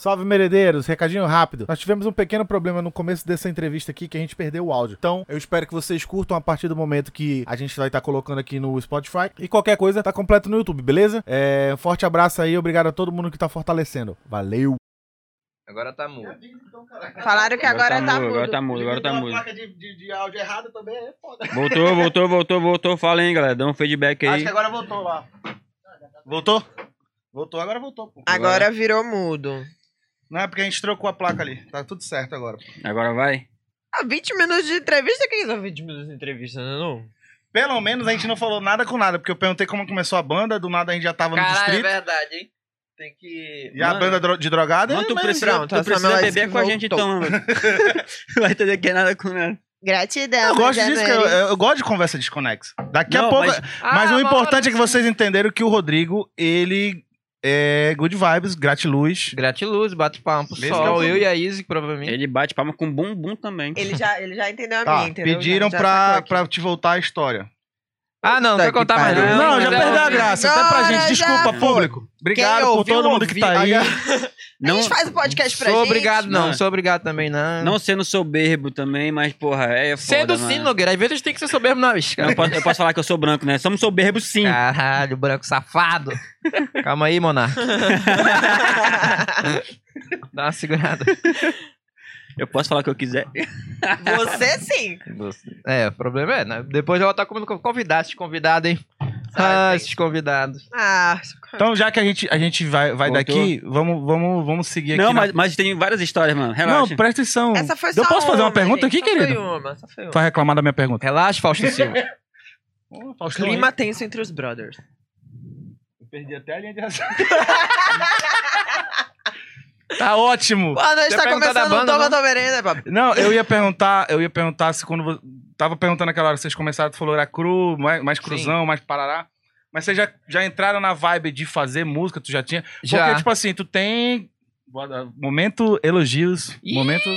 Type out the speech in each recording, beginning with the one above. Salve meredeiros, recadinho rápido. Nós tivemos um pequeno problema no começo dessa entrevista aqui que a gente perdeu o áudio. Então, eu espero que vocês curtam a partir do momento que a gente vai estar colocando aqui no Spotify. E qualquer coisa, tá completo no YouTube, beleza? É, um forte abraço aí, obrigado a todo mundo que tá fortalecendo. Valeu! Agora tá mudo. Falaram que agora, tá, mudo. Agora tá mudo, agora tá Uma mudo. placa de, de, de áudio errada também é foda. Voltou, voltou, voltou, voltou. Fala aí, galera. Dá um feedback Acho aí. que agora voltou lá. Voltou? Voltou, agora voltou, pô. Agora virou mudo. Não é porque a gente trocou a placa ali. Tá tudo certo agora. pô. Agora vai. Ah, 20 minutos de entrevista? Quem são 20 minutos de entrevista, né, não? Pelo menos a gente não falou nada com nada, porque eu perguntei como começou a banda, do nada a gente já tava no Caralho, é distrito. verdade, hein? Tem que. E a Mano. banda dro- de drogada. é Mano, tu mas- precisa, pronto, tu a precisa Samuel disse beber que com a gente voltou. então, mano. Vai entender que é nada com nada. Gratidão. Eu mas gosto é já disso, que não eu, era eu gosto de conversa desconexa. Daqui a Não, pouco. mas- Mas, Ah, o importante é que vocês entenderam que o Rodrigo, ele é good vibes, gratiluz. Gratiluz, bate palma pro Mesmo que eu sol. vou- Eu e a Izzy, provavelmente. Ele bate palma com bumbum também. Ele já, ele já entendeu a Tá, minha, entendeu? pediram Já- já pra, sacou aqui. pra te voltar a história. Ah, não, não quer Puta que contar mais. pariu. Não, já Não, perdeu a não. graça. Até pra Agora gente. já Desculpa, foi. público. Obrigado por ouviu, todo mundo que tá aí. ouviu. A Não, gente faz o podcast pra Sou gente. obrigado, não. Não. Sou obrigado também, não. é não sendo soberbo também, mas, porra, é foda, Sendo mano. sim, Nogueira. Às vezes tem que ser soberbo na vez, Não, cara. eu posso, eu posso falar que eu sou branco, né? Somos soberbos sim. Caralho, branco safado. Calma aí, Monarca. Dá uma segurada. Eu posso falar o que eu quiser. Você sim. É, o problema é, né? Depois ela tá comendo com convidado, esses convidados, hein? Ah, esses convidados. Ah, Então, já que a gente, a gente vai, vai Voltou. daqui, vamos, vamos, vamos seguir aqui. Não, na- mas, mas tem várias histórias, mano. Relaxa. Não, presta atenção. essa foi só Eu posso fazer uma pergunta gente. aqui, Só foi querido? uma, só foi uma. Tu vai reclamar da minha pergunta. Relaxa, Fausto Silva. Clima tenso entre os brothers. Perdi até a linha de razão. tá ótimo. Boa noite, Quer tá perguntar da começando o banda, Toma não? Tomerenda, papo. Não, eu ia perguntar, eu ia perguntar se quando vo- tava perguntando aquela hora que vocês começaram, tu falou era cru, mais, mais cruzão, mais parará. Mas vocês já, já entraram na vibe de fazer música, tu já tinha? Já. Porque, tipo assim, tu tem. bora- Momento elogios, Ih! momento,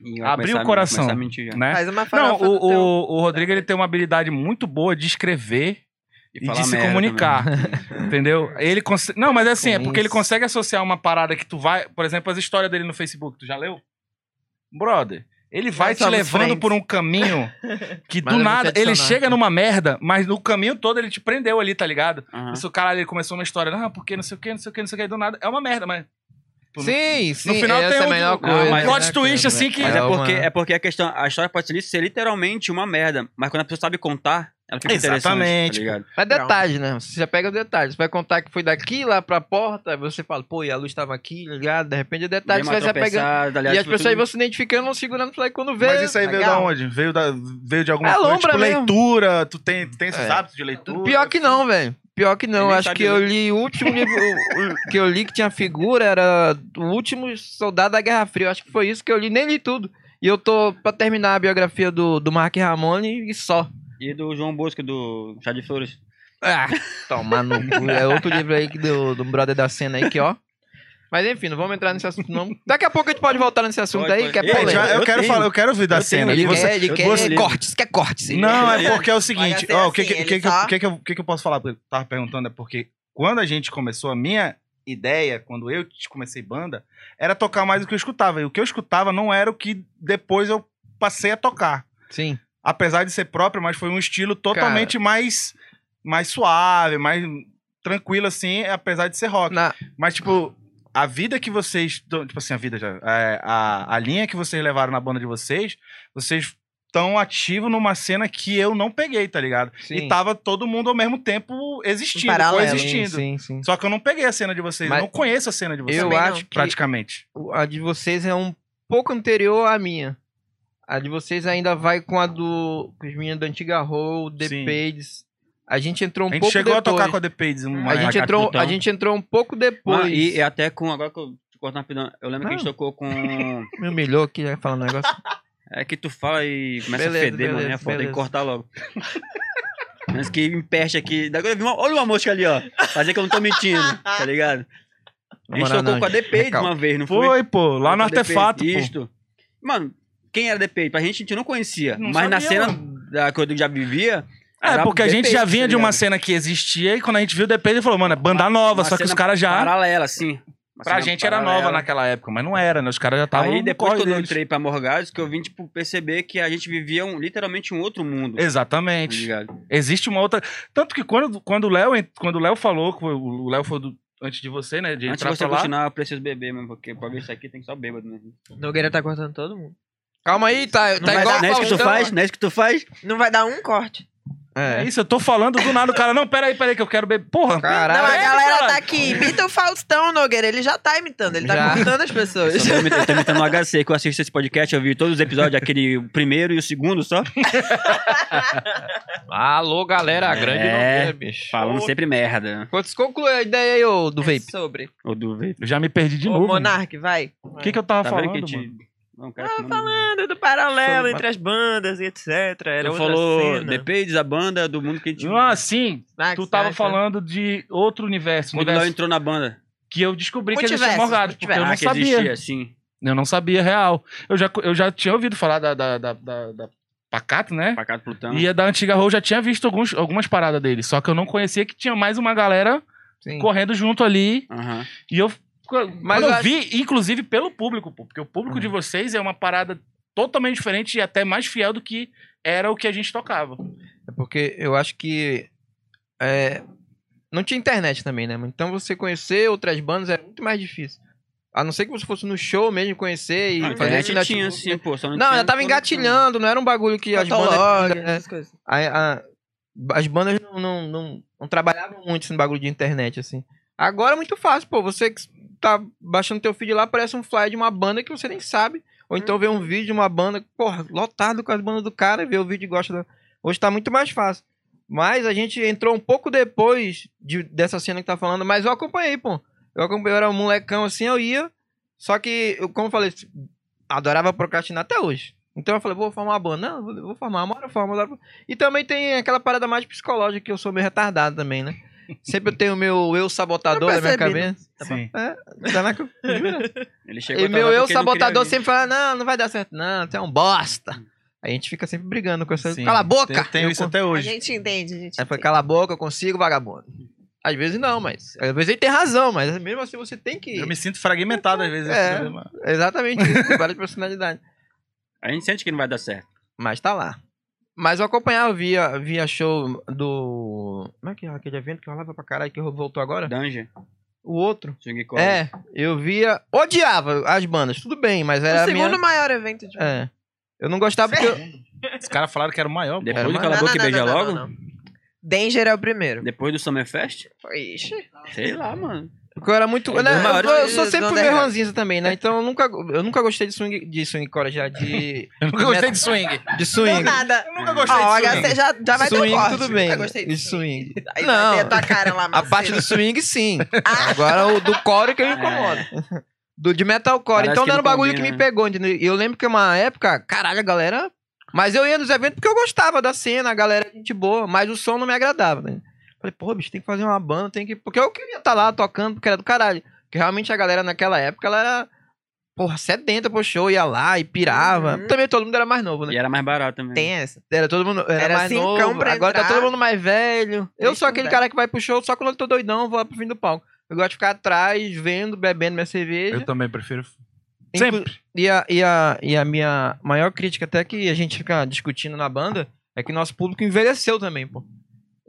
Ih, vai Abriu começar o a- coração. começar a mentir já. né? Faz uma Não, farofa o, no teu- o, o Rodrigo ele tem uma habilidade muito boa de escrever, E de falar se merda comunicar. também. entendeu? Ele conse- Não, mas é assim, é Com porque ele isso. consegue associar uma parada que tu vai. Por exemplo, as histórias dele no Facebook, tu já leu? Brother, ele vai te somos levando friends. por um caminho que Mas do eu vou te nada. Ele adicionar. chega numa merda, mas no caminho todo ele te prendeu ali, tá ligado? Aham. Isso, caralho, ele começou uma história, ah, porque não sei o que, não sei o que, não sei o que, do nada. É uma merda, mas. Tipo, Sim, sim. no final essa tem é a um- melhor Ah, coisa. mas- né, plot twist, cara? assim, que- Mas é, uma- porque, é porque a questão, a história pode ser, ser literalmente uma merda, mas quando a pessoa sabe contar, ela fica Exatamente, interessante, tá ligado? Mas detalhe, né? Você já pega os detalhes. Você vai contar que foi daqui lá pra porta, aí você fala, pô, e a luz tava aqui, ligado? De repente é detalhe, você vai se apegando. E as pessoas vão se identificando, vão segurando, falei, quando vê. Mas isso aí veio da legal. onde? Veio, da, veio de alguma É coisa? lombra Tipo, mesmo. leitura, tu tem, tu tem esses É. hábitos de leitura? Pior que não, velho. Pior que não. Ele Acho sabe que eu li o último livro o- o- que eu li que tinha figura, era o último soldado da Guerra Fria. Eu Acho que foi isso que eu li, nem li tudo. E eu tô pra terminar a biografia do, do Mark Ramone e só. E do João Bosco, do Chá de Flores. Ah, toma no cu. É outro livro aí que do, do brother da cena aí que, ó. Mas enfim, não vamos entrar nesse assunto, não. Daqui a pouco a gente pode voltar nesse assunto Pode, aí, pode. que é Ei, Pô, polêmico. já- eu, Eu quero tenho. falar, eu quero ouvir da Eu cena. tenho. Ele que assim, né? você- quer, ele eu quer gosto de livro. cortes, quer cortes. Ele- Não, Ele- é porque é o seguinte, Mas é ó, o assim, que, que, ele que, que eu- só- que, que eu, que, que eu posso falar? pra ele? Tava perguntando, é porque quando a gente começou, a minha ideia, quando eu comecei banda, era tocar mais do que eu escutava. E o que eu escutava não era o que depois eu passei a tocar. Sim. Apesar de ser próprio, mas foi um estilo totalmente mais, mais suave, mais tranquilo, assim, apesar de ser rock. Na- Mas, tipo, a vida que vocês. tão- Tipo assim, a vida já. é, a, a linha que vocês levaram na banda de vocês, vocês estão ativos numa cena que eu não peguei, tá ligado? E Sim. tava todo mundo ao mesmo tempo existindo, Em paralelo. coexistindo. Sim, sim. Só que eu não peguei a cena de vocês. Mas- eu não conheço a cena de vocês. Eu Também não. acho que Praticamente. a de vocês é um pouco anterior à minha. A de vocês ainda vai com a do. Com as minhas da antiga Roll, The Sim. Pades. A gente entrou um a gente pouco chegou depois. a tocar com a DPs uma a Mas- gente Mas entrou, Capitão. a gente entrou um pouco depois. Mano, Ah, e, e até com. Agora que eu te corto rapidão, eu lembro que a gente Não. tocou com. Me humilhou aqui, né, falando um negócio. É que tu fala e começa Beleza, a feder, mano. beleza, É foda, tem que beleza. cortar logo. Mas que me peste aqui. Daí eu vi uma- olha uma mosca ali, ó. Fazer que eu não tô mentindo, tá ligado? A gente moral, tocou não, com a DP de recalca. uma vez, não foi? Foi, pô, lá no artefato, pô. Isto. Mano, quem era DP? Pra gente, a gente não conhecia. Não mas na sabia, cena da que eu já vivia. É, era porque a gente DP, já vinha tá de uma ligado? cena que existia e quando a gente viu o DP, ele falou, mano, é banda Uma nova, só que cena os caras já. Paralela, assim. Pra gente era nova naquela. naquela época, mas não era, né? Os caras já estavam. Aí no depois corre quando eu deles. entrei pra Morgados, que eu vim, tipo, perceber que a gente vivia um- literalmente um outro mundo. tá Exatamente. ligado? Existe uma outra. Tanto que quando, quando o Léo en- quando o Léo falou, que foi- o Léo foi do- antes de você, né? De Antes de entrar você pra lá. continuar, eu preciso beber mesmo, porque pra ver isso aqui tem que só bêbado, né? Nogueira tá cortando todo mundo. Calma aí, tá, Não, tá vai igual dar- não é isso que tu Faustão. faz? Não é isso que tu faz? Não vai dar um corte. É isso, eu tô falando do nada, o cara. Não, peraí, peraí, que eu quero beber. Porra, é, Caralho. não, a bebe, galera caralho. tá aqui. Imita o Faustão, Nogueira. Ele já tá imitando. Ele tá Já. cortando as pessoas. Eu tô imitando- eu tô imitando é o HC, que eu assisto esse podcast, eu vi todos os episódios, aquele primeiro e o segundo só. Alô, galera, a grande É. Nogueira, bicho. Falando sempre merda. Quantos conclui a ideia aí, ô, do É Vape? sobre. Ou do Eu já me perdi de Ô, novo. né? mano. Monark, vai. O que, que eu tava Tá falando? vendo que a mano? gente. Não, cara, Tava não- Tá falando do paralelo Sobre- entre as bandas e etc. Era outra Tu falou, cena. depende da banda, do mundo que a gente. Ah, sim. Ah, Tu que tava saca. falando de outro universo, né? Quando o universo Léo entrou na banda. que eu descobri que Multiversos, existia Morgado, porque eu multiversos. não ah, que sabia. existia, sim. Eu não sabia real. Eu já, eu já tinha ouvido falar da, da, da, da, da Pacato, né? Pacato Plutão. E a da antiga Roll já tinha visto alguns, algumas paradas dele. Só que eu não conhecia que tinha mais uma galera Sim. correndo junto ali. Aham. E eu. Mas Mas eu eu acho- vi, inclusive, pelo público, pô, porque o público de vocês é uma parada totalmente diferente e até mais fiel do que era o que a gente tocava. É porque eu acho que. é, não tinha internet também, né? mano? Então você conhecer outras bandas era muito mais difícil. A não ser que você fosse no show mesmo conhecer e Ah, fazer esse internet tinha, network, né? sim, pô. Só não, Não, tinha ela tava quando- engatilhando, não era um bagulho que as bandas. Fotolog, né? essas coisas. A- a- as bandas não, não, não, não trabalhavam muito esse bagulho de internet, assim. Agora é muito fácil, pô. Você que tá baixando teu feed lá, aparece um flyer de uma banda que você nem sabe. Ou então vê Uhum. um vídeo de uma banda, porra, lotado com as bandas do cara, vê o vídeo e gosta. Da... Hoje tá muito mais fácil. Mas a gente entrou um pouco depois de- dessa cena que tá falando, mas eu acompanhei, pô. Eu acompanhei, eu era um molecão assim, eu ia. Só que, eu, como eu falei, adorava procrastinar até hoje. Então eu falei, vou formar uma banda. Não, vou, vou formar, uma hora eu formo, uma hora eu e também tem aquela parada mais psicológica que eu sou meio retardado também, né? Sempre eu tenho o meu eu sabotador Eu na minha percebi, né? cabeça. Sim. Tá na... ca- Ele chegou E até meu lá eu porque ele não queria sabotador vir. sempre fala, não, não vai dar certo. Não, você é um bosta. Aí a gente fica sempre brigando com essa... Sim. Cala a boca! Eu tenho Eu isso con- até A hoje. gente entende, a gente Aí É, foi, entende. cala a boca, eu consigo, vagabundo. Às vezes não, mas... Às vezes ele tem razão, mas mesmo assim você tem que... Eu me sinto fragmentado às vezes. É. assim, mas- É Exatamente isso, tem várias personalidades. A gente sente que não vai dar certo. Mas tá lá. Mas eu acompanhava, via, via show do... Como é que é aquele evento que rolava pra caralho que voltou agora? Dungeon, O outro. Swing Core. É, eu via. Odiava as bandas, tudo bem, mas era. O a minha- segundo maior evento de É. Eu não gostava porque. Eu... Os caras falaram que era o maior. pô. Depois Era do uma- Cala a Não, Boca e não, não, Beija não, Logo? não, não. Danger é o primeiro. Depois do Summerfest? Ixi. Sei lá, mano. Porque eu era muito. É, né, dos eu, maiores eu sou do sempre meio underground. ranzinza também, né? Então eu nunca, eu nunca gostei de swing, de swing core já, de, Eu nunca gostei de swing. de swing. Do nada. Eu nunca Ó, gostei o de swing. HC já, já vai ter swing, um corte. tudo bem. Eu gostei de disso. swing. Aí Não. vai ter a tua cara lá, A Marcelo. Ah, parte do swing, sim. Agora o do core que eu me incomodo. Do, de metalcore. É. Parece então que não era um não bagulho que combina, me né? pegou, entendeu? E eu lembro que uma época, caralho, a galera. Mas eu ia nos eventos porque eu gostava da cena, a galera era gente boa, mas o som não me agradava, né? Falei, pô, bicho, tem que fazer uma banda, tem que. Porque eu queria estar lá tocando, porque era do caralho. Porque realmente a galera naquela época, ela era. Porra, sedenta pro show, ia lá e pirava. Uhum. Também todo mundo era mais novo, né? E era mais barato também. Tem essa. Era todo mundo. Era, Era mais cincão novo. pra agora tá entrar. todo mundo mais velho. Eu Deixa sou eu aquele ver. cara que vai pro show só quando eu tô doidão, vou lá pro fim do palco. Eu gosto de ficar atrás, vendo, bebendo minha cerveja. Eu também prefiro. Inclu- Sempre. E, a, e, a, e a minha maior crítica, até que a gente fica discutindo na banda, é que nosso público envelheceu também, pô.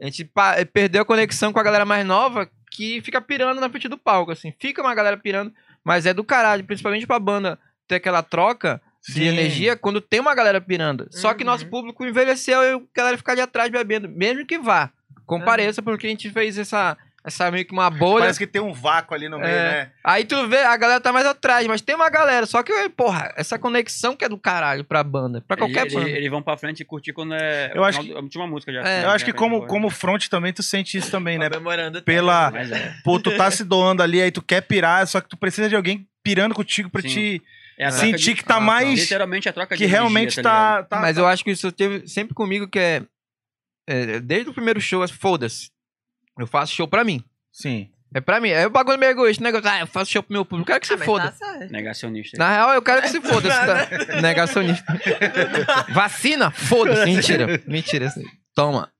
A gente pa- perdeu a conexão com a galera mais nova que fica pirando na frente do palco, assim. Fica uma galera pirando, mas é do caralho, principalmente pra banda ter aquela troca de energia quando tem uma galera pirando. Só que Uhum. nosso público envelheceu e a galera fica ali atrás bebendo, mesmo que vá. Compareça, porque a gente fez essa, essa meio que uma bolha. Parece que tem um vácuo ali no meio, É. né? Aí tu vê, a galera tá mais atrás, mas tem uma galera. Só que, porra, essa conexão que é do caralho pra banda, pra qualquer eles, banda. eles, eles vão pra frente e curtir quando é. Eu acho final do- A última música já. Né, É. já Eu acho que vai como, embora. como front também tu sente isso também, né? Comemorando Pela, Mas é. Pô, tu tá se doando ali, aí tu quer pirar, só que tu precisa de alguém pirando contigo pra Sim. te é a troca sentir de- que tá Ah, tá. mais. Literalmente a troca de que realmente energia, ligado? tá. tá- mas eu acho que isso teve sempre comigo que é. é, desde o primeiro show, é foda-se. Eu faço show pra mim. Sim. É pra mim. É o bagulho meio egoísta, né? Ah, eu faço show pro meu público. Eu quero Ah, que se tá foda. Negacionista. Na real, eu quero que se foda esse tá- negacionista. Vacina? Foda-se. Mentira. Mentira. assim. Toma.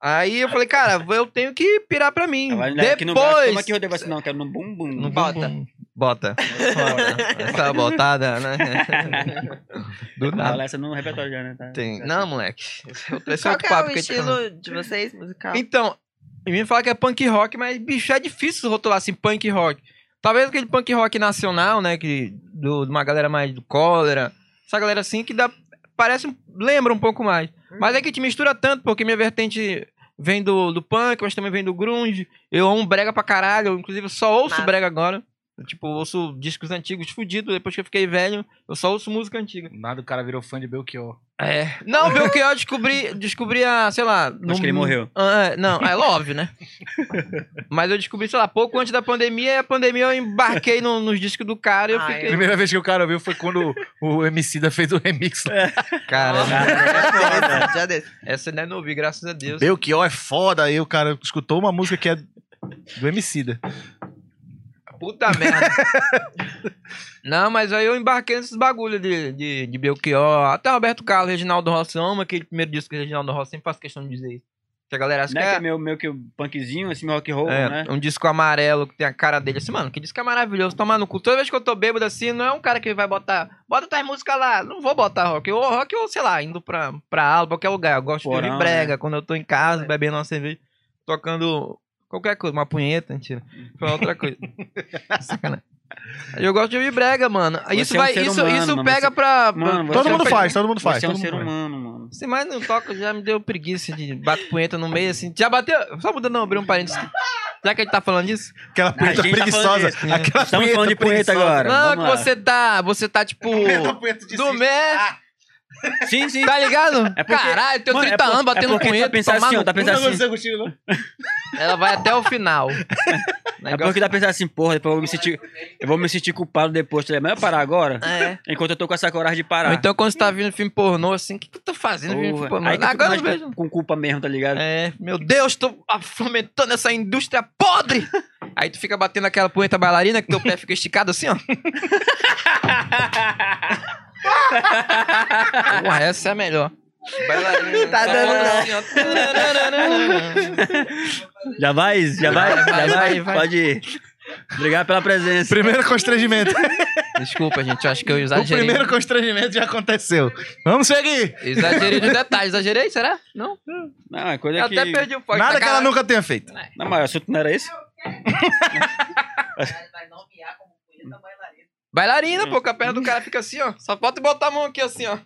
Aí eu falei, cara, eu tenho é que pirar pra mim. Ah, Ela- ela- aqui é no braço, Depois. Toma aqui, Rodrigo, assim, não, quero no é bumbum. Não bota. Bota. Essa botada, né? Do nada. Essa no repertório já, né? Tá- Tem. tá- Não, moleque. Esse é outro, esse é Qual outro que é papo o que a gente tá falando. estilo de vocês, musical? Então, e me fala que é punk rock, mas, bicho, é difícil rotular assim, punk rock. Talvez aquele punk rock nacional, né? Que, do, de uma galera mais do cólera. Essa galera assim que dá. Parece. um- Lembra um pouco mais. Mas é que te mistura tanto, porque minha vertente vem do, do punk, mas também vem do grunge. Eu amo brega pra caralho. Eu, inclusive, só ouço Massa. brega agora. Eu, tipo, ouço discos antigos fudido. Depois que eu fiquei velho, eu só ouço música antiga. Nada, o cara virou fã de Belchior. É. Não, viu que eu descobri, descobri a, sei lá. Acho que ele morreu. Ah, é, não, é óbvio, né? Mas eu descobri, sei lá, pouco antes da pandemia, e a pandemia eu embarquei no- nos discos do cara e eu Ah, A fiquei. primeira vez que o cara ouviu foi quando o MC da fez o remix. lá. Cara, é já desse, já desse. essa ainda não ouvi, graças a Deus. Belchior é foda. Aí o cara escutou uma música que é do MC da. Puta merda. Não, mas aí eu embarquei nesses bagulho de, de, de Belchior, até Roberto Carlos, Reginaldo Rossi, eu amo aquele primeiro disco que Reginaldo Rossi, sempre faço questão de dizer isso. Que a galera acha Né? que Que é, é meio, meio que um punkzinho, assim, meio rock and roll, É, né? um disco amarelo que tem a cara dele assim, mano, que disco é maravilhoso, tomar no cu. Toda vez que eu tô bêbado assim, não é um cara que vai botar, bota tuas músicas lá, não vou botar rock, ou rock ou sei lá, indo pra, pra aula, qualquer lugar, eu gosto de Porão, né? É. ouvir brega, quando eu tô em casa, bebendo uma cerveja, tocando qualquer coisa, uma punheta, mentira, foi outra coisa. Sacanagem. Eu gosto de ouvir brega, mano. Isso Você é um vai, ser isso, humano, isso mano, pega você- pra. Mano, pra- você Todo é mundo um- faz, todo mundo faz. Você é um todo ser mundo faz. humano, mano. Se mais não toca, já me deu preguiça de bater punheta no meio, assim. Já bateu? Só mudando, não, abrir um parênteses. Já que a gente tá falando disso? Aquela punheta gente tá preguiçosa. falando disso, Aquela Estamos falando de punheta preguiçosa. agora. Não, é vamos que lá. você tá. Você tá, tipo. punheta de do cisne. mé. Ah. Sim, sim. Tá ligado? É porque- Caralho, eu tenho Mano, 30 é por- anos é batendo porque tu punheta. tá pensando tomar assim, um no ó, tá cu. né, pensando assim. Ela vai até o final. É porque dá pra pensar assim, porra, depois eu vou me sentir, eu vou me sentir culpado depois. É melhor parar agora, É. enquanto eu tô com essa coragem de Ou parar. então quando você tá vendo filme pornô, assim, o que, que eu tô fazendo vendo filme Porra. pornô? Aí tu Agora eu fica mais vejo. com culpa mesmo, tá ligado? É, meu Deus, tô ah, fomentando essa indústria podre! Aí tu fica batendo aquela punheta bailarina que teu pé fica esticado assim, ó. Porra, essa é a melhor. né? Bailarina. Tá dando assim, ó. assim, Tararararara. Já vai, já vai, Vai, vai, já vai, vai, vai. pode ir. Obrigado pela presença. Primeiro constrangimento. Desculpa, gente, eu acho que eu O exagerei. primeiro constrangimento já aconteceu. Vamos seguir. Exagerei nos detalhes, exagerei, será? Não? Não, é coisa Eu que... até perdi o foco. Nada que ela caralho. nunca tenha feito. Não, mas o assunto não era esse? um então Bailarina, pô, que a perna do cara fica assim, ó. Só falta botar a mão aqui assim, ó.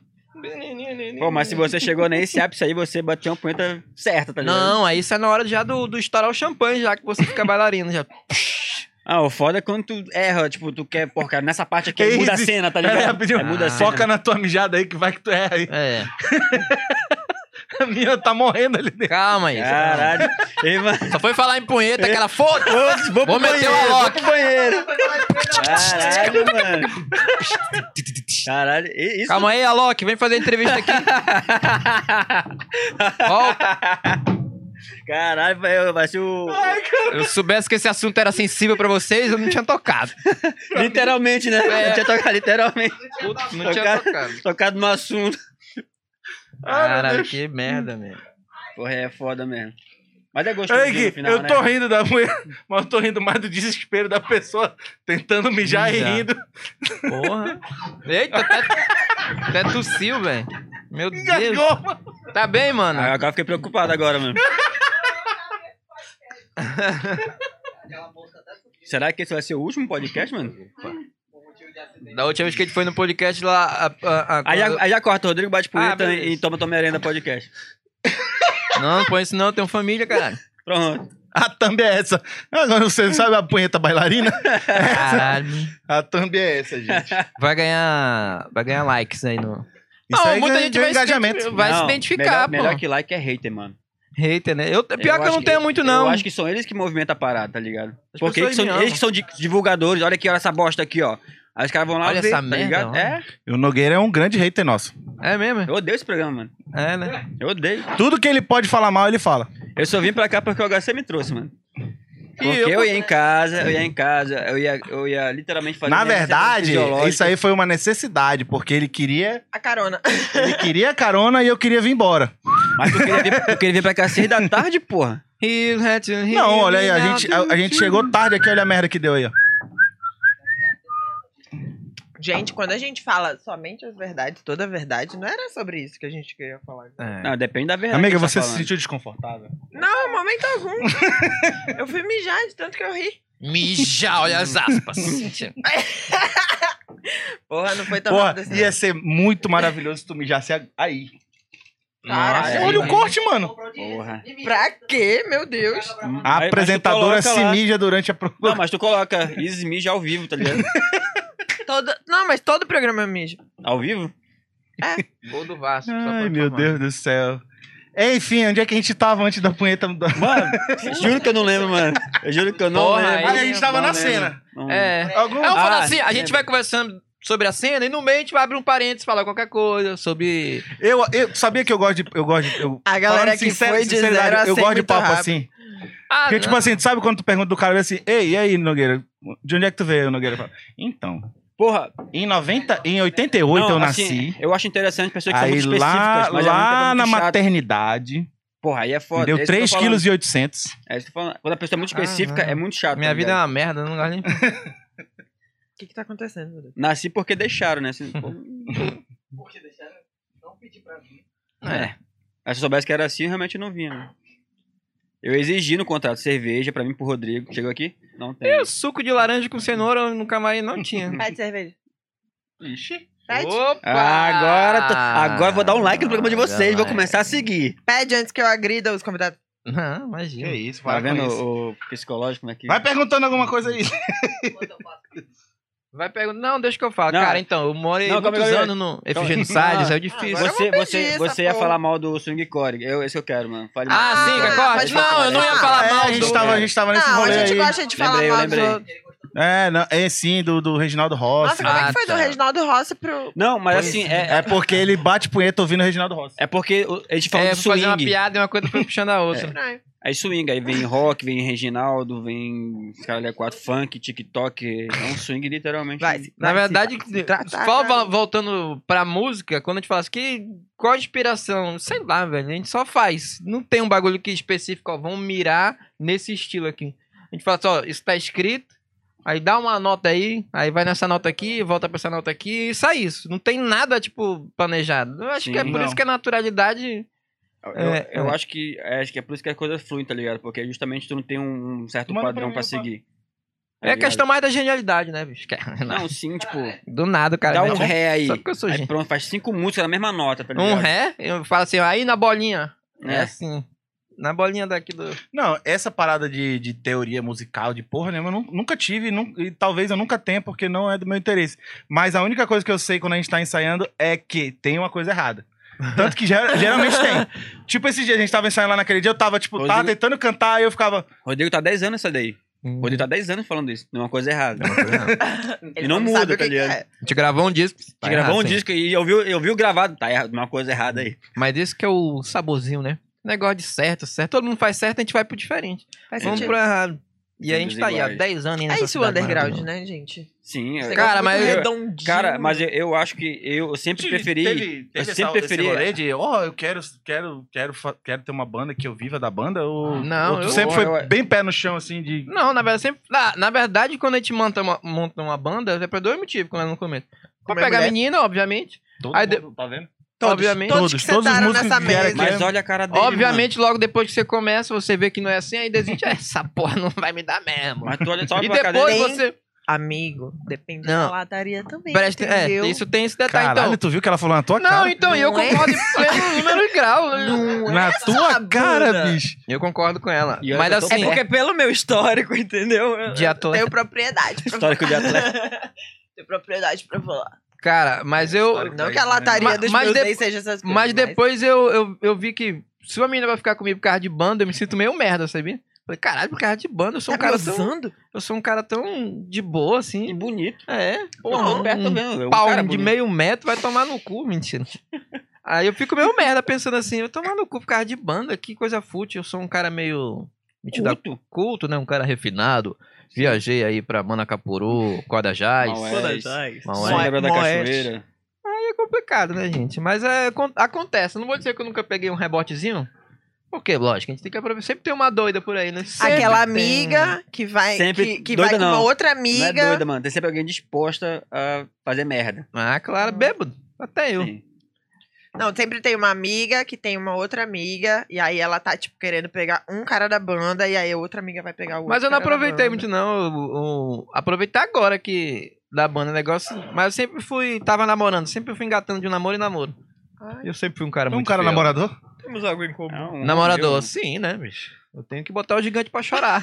Pô, mas se você chegou nesse ápice aí, você bateu uma punheta certa, tá ligado? Não, aí isso é na hora já do, do estourar o champanhe, já que você fica bailarina já. Ah, o foda é quando tu erra, tipo, tu quer, pô, cara, nessa parte aqui Que muda a É isso? cena, tá Pera aí, ligado? rapidinho. É, muda a cena. Foca na tua mijada aí que vai que tu erra aí. É. A minha tá morrendo ali dentro. Calma aí. Caralho. Ei, mano. Só foi falar em punheta, aquela foda. Vou pro Vou meter banheiro, o vou Alok. pro banheiro. Caralho, mano. Caralho, e- isso. Calma aí, Alok, vem fazer a entrevista aqui. Volta. Caralho, vai, vai ser o. Eu soubesse que esse assunto era sensível pra vocês, eu não tinha tocado. Literalmente, né? É. Não tinha tocado, literalmente. Putz, não Tocado. tinha tocado. Tocado no assunto. Ah, Caralho, que merda, mesmo. Porra, é foda mesmo. Mas é gostoso Olha no aqui, final, eu tô né? rindo da mulher, mas eu tô rindo mais do desespero da pessoa tentando mijar e Mijar. rindo. Porra. Eita, até, até tossiu, velho. Meu Deus. Engasgou, mano. Tá bem, mano? Ah, Agora eu fiquei preocupado agora, mano. Será que esse vai ser o último podcast, mano? Da última vez que a gente foi no podcast lá. A, a- a- Aí, já- aí já corta, Rodrigo bate Ah, punheta beleza. e toma tua merenda podcast. Não, não põe isso não, eu tenho família, caralho. Pronto. A thumb é essa. Agora você sabe a punheta bailarina? Caralho. A thumb é essa, gente. Vai ganhar. Vai ganhar likes aí no. Isso Não, aí muita ganha- gente ganha vai se engajamento. identificar. Vai se Não, identificar, melhor, pô. Melhor que like é hater, mano. Hater, né? Eu, pior que eu acho não tenho muito, não. Eu acho que são eles que movimentam a parada, tá ligado? As Porque eles que, pessoas me são, eles amam. que são di- divulgadores, olha aqui, olha essa bosta aqui, ó. Aí os caras vão lá Olha ver, essa tá merda, ligado? olha. É, O Nogueira é um grande hater nosso. É mesmo? eu odeio esse programa, mano. É, né? Eu odeio. Tudo que ele pode falar mal, ele fala. Eu só vim pra cá porque o HC me trouxe, mano. Porque eu, eu- ia em casa, eu ia em casa, eu ia, eu ia literalmente fazer... Na minha reserva verdade, fisiológica. isso aí foi uma necessidade, porque ele queria, A carona. ele queria carona e eu queria vir embora. Mas tu queria, vir, tu queria vir pra cá às seis da tarde, porra. He had to hear Não, olha aí, a me gente, out. a, a gente chegou tarde aqui, olha a merda que deu aí, ó. Gente, quando a gente fala somente as verdades, toda a verdade, não era sobre isso que a gente queria falar. né? Não, depende da verdade. Amiga, que tá você se falando. sentiu desconfortável? Não, momento algum. eu fui mijar de tanto que eu ri. Mijar, olha as aspas. Porra, não foi tão Porra, é- rápido assim. ia ser muito maravilhoso se tu mijasse a- aí. Caralho. Aí, Olha o mano. corte, mano. Porra. Pra quê, meu Deus? A Aí- apresentadora aí tu coloca se lá. mija durante a Não, programação. mas tu coloca Isis Mija ao vivo, tá ligado? Todo... Não, mas todo programa é mijo. Ao vivo? Gol do Vasco. só Ai, pra meu informar. Deus do céu. Ei, Enfim, onde é que a gente tava antes da punheta? do- Mano, juro que eu não lembro, mano. Eu juro que eu não Porra, aí- lembro. Aí a gente tava Não na lembro. cena. Não É. Algum... Aí eu falo Ah, assim, a gente lembro. vai conversando sobre a cena e no meio a gente vai abrir um parênteses, falar qualquer coisa sobre... Eu, eu sabia que eu gosto de. Eu gosto de eu, A galera falando que sincero- foi de sinceridade, zero a cem Eu gosto de muito papo rápido. assim. Ah, Porque, não. tipo assim, tu sabe quando tu pergunta do cara assim, ei, e aí, Nogueira? De onde é que tu veio, Nogueira? Fala, então, Porra, em 90, em 88 então eu assim, nasci. eu acho interessante pessoas que são Aí muito específicas, lá, mas é lá muito, é muito na chato. maternidade, Porra, aí é me foda. deu É isso que eu tô 3,8 falando. kg. É isso que eu tô falando. Quando a pessoa é muito específica, Ah, não. é muito chato. Minha tá vida é ligado? uma merda, eu não gosto nem... O que que tá acontecendo, meu Deus? Nasci porque deixaram, né? Assim, pô, Porque deixaram não pedir pra mim. é. Aí se eu soubesse que era assim, eu realmente não vinha. né? Eu exigi no contrato cerveja pra mim pro Rodrigo. Chegou aqui? Não tem. E o suco de laranja com cenoura no camarim não tinha. Pede cerveja. Ixi. Pede, Opa! Ah, agora, tô- agora eu vou dar um like no programa de vocês, é. vou começar a seguir. pede antes que eu agrida os convidados. Não, Que imagina. isso, Tá para vendo com isso. o, o psicológico como é que. Vai perguntando alguma coisa aí. Vai perguntar, não, deixa que eu falo. Não. Cara, então, eu morei Não, calma muitos aí, calma anos no Calma aí. Efigênio Salles, Ah, é difícil. agora- Você, Eu vou você, pedir você essa ia porra. falar mal do Swing Core. Eu, esse eu quero, mano. Fale Ah, mal. sim, Ah, concorda? mas Não, eu não ia fala. falar Tá É, mal a do... gente né? tava, a gente tava nesse Não, a rolê gente aí. gosta de falar Lembrei, eu mal dos lembrei. outros. É, não, é sim, do, do Reginaldo Nossa, Rossi. como é Ah, que foi tá. do Reginaldo Rossi pro... Não, mas Pois assim, é. é, é, porque ele bate punheta ouvindo o Reginaldo Rossi. é porque o- a gente falou É, de fazer uma swing. É. piada e uma coisa foi puxando a outra. Estranho. Aí swing, aí vem rock, vem Reginaldo, vem os caras ali, é quatro funk, TikTok. É um swing literalmente. Vai, se- Na vai, se- verdade, se tratar, só cara. vo- voltando pra música, quando a gente fala assim, que, qual a inspiração? Sei lá, velho. A gente só faz. Não tem um bagulho que específico, ó. Vamos mirar nesse estilo aqui. A gente fala assim, ó, isso tá escrito. Aí dá uma nota aí, aí vai nessa nota aqui, volta pra essa nota aqui, e sai isso. Não tem nada, tipo, planejado. Eu acho Sim, que é por não. isso que a naturalidade. Eu, É, eu é. acho que é, acho que é por isso que a coisa flui, tá ligado? Porque justamente tu não tem um um certo Manda pra padrão mim, pra eu falo. seguir. tá É ligado? questão mais da genialidade, né, bicho? Que- Não, sim, tipo, Do nada, o cara. dá um mete- ré aí. Só porque eu sou Aí gente. pronto, faz cinco músicas na mesma nota, tá ligado? Um ré, eu falo assim, ó, aí na bolinha. É, É. assim. Na bolinha daqui do. Não, essa parada de, de teoria musical, de porra nenhuma, eu nu- nunca tive nun- e talvez eu nunca tenha, porque não é do meu interesse. Mas a única coisa que eu sei quando a gente tá ensaiando é que tem uma coisa errada. Tanto que ger- geralmente tem. Tipo, esse dia a gente tava ensaiando lá naquele dia, eu tava, tipo, Hoje tava eu- tentando cantar, e eu ficava. Rodrigo tá 10 anos essa daí. Rodrigo tá 10 anos falando isso. Não é uma coisa errada. Ele não sabe muda, o que tá que ligado? é. A gente gravou um disco. A gente gravou um disco e eu vi, eu vi o gravado. Tá errado, uma coisa errada aí. Mas esse que é o saborzinho, né? Negócio de certo, certo. Todo mundo faz certo, a gente vai pro diferente. Faz Vamos sentido. pro errado. E aí a gente Todos tá aí há iguais. 10 anos ainda. É nessa isso o cidade underground, maravilhosa. né, gente? Sim, Esse eu... negócio é Cara, muito mas eu- redondinho. né? Cara, mas eu, eu acho que eu sempre preferi. Teve, teve eu essa- sempre esse preferi- rolê de, ó, eu quero, quero, quero, fa- quero ter uma banda que eu viva da banda. Ou, Não, ou tu eu- sempre foi Ah, eu- é bem pé no chão, assim, de. Não, na verdade, sempre. Na, na verdade, quando a gente monta uma, monta uma banda, é pra dois motivos, quando ela não comenta. Pra é Comer pegar mulher. a menina, obviamente. Todo Aí mundo, tá vendo? Todos, obviamente. Todos que todos os sentaram músicos nessa que vieram mesa. aqui, Mas né? olha a cara dele. obviamente, logo depois que você começa, você vê que não é assim, aí desiste. "Ah, Essa porra não vai me dar mesmo. mano. Mas tu olha só E pra cara dele. depois dele- você. Amigo, depende Não. da lataria também, Presta, é, entendeu? isso tem esse detalhe. Caralho, então, tu viu que ela falou na tá tua Não, cara? então, e eu tá Não é? concordo em pleno número e grau. né? Não Na é tua sabuda. cara, bicho. Eu concordo com ela. E olha Mas que eu tô assim, É porque pelo meu histórico, entendeu? Eu de atleta. tenho propriedade pra Histórico de atleta. falar. Tenho propriedade pra falar. Cara, mas É eu. Histórico. Não que a lataria Ma- dos mas meus de- ex seja essas coisas. Mas depois eu, eu, eu vi que se uma menina vai ficar comigo por causa de banda, eu me sinto meio merda, sabia? Falei, caralho, por causa de banda, eu sou um Tá me cara tão. usando? Eu sou um cara tão de boa, E assim. bonito. É. Porra, um Roberto vendo. é um pau cara de bonito. meio metro vai tomar no cu, mentira. Aí eu fico meio merda pensando assim, eu tomar no cu por causa de banda, que coisa fútil, eu sou um cara meio. Metido a Culto. culto, né? Um cara refinado. Viajei aí pra Manacapuru, Codajás. Não Aí é. Não é. Sombra da Moeste. cachoeira. é complicado, né, gente? Mas é, acon- acontece. Eu Não vou dizer que eu nunca peguei um rebotezinho, Porque, lógico, a gente tem que aproveitar. Sempre tem uma doida por aí, né? Sempre Aquela tem. amiga que vai, Sempre que, que doida vai com uma não. outra Não é amiga. doida, mano. Tem sempre alguém disposta a fazer merda. Ah, claro, bêbado. Até eu. Sim. Não, sempre tem uma amiga que tem uma outra amiga, e aí ela tá, tipo, querendo pegar um cara da banda, e aí a outra amiga vai pegar o outro. Mas eu não cara né? da aproveitei banda. muito, não. O- o- aproveitar agora que da banda o negócio. Mas eu sempre fui. Tava namorando, sempre fui engatando de namoro e namoro. Ai. Eu sempre fui um cara Tem um muito. cara fiel. namorador? Temos algo em comum. Não, Namorador, É um eu- sim, né, bicho? Eu tenho que botar o gigante pra chorar.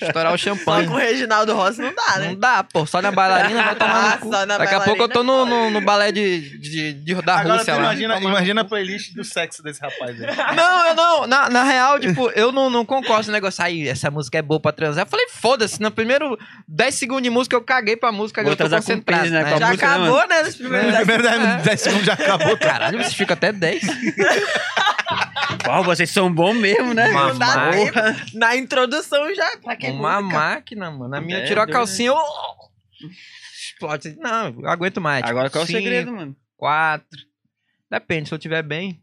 Estourar o Só champanhe. com o Reginaldo Rossi não dá, né? Não dá, pô. Só na bailarina vai tomar no Ah, cu. só na Daqui a bailarina. é pouco eu tô no, no, no balé de, de, de- da Agora tu Rússia lá. imagina, imagina a playlist do sexo desse rapaz aí. Não, eu não. Na, na real, tipo, eu não, não concordo com o negócio. Aí, essa música é boa pra transar. Eu falei, foda-se. No primeiro 10 segundos de música, eu caguei pra música. Vou agora eu tô transar com o concentrado. Prince, né, né? com a Já música, né, acabou, né? Nos primeiros dez- Primeiro 10 É. segundos já acabou. Caralho, você fica até 10. Uau, vocês são bons mesmo, né? Uma Porra. dá Na introdução já. Pra que Uma música? máquina, mano. A minha É, tirou a doido. calcinha. eu- Explode. Não, eu aguento mais. tipo, Agora qual é o Cinco, segredo, mano? Quatro. Depende, se eu tiver bem.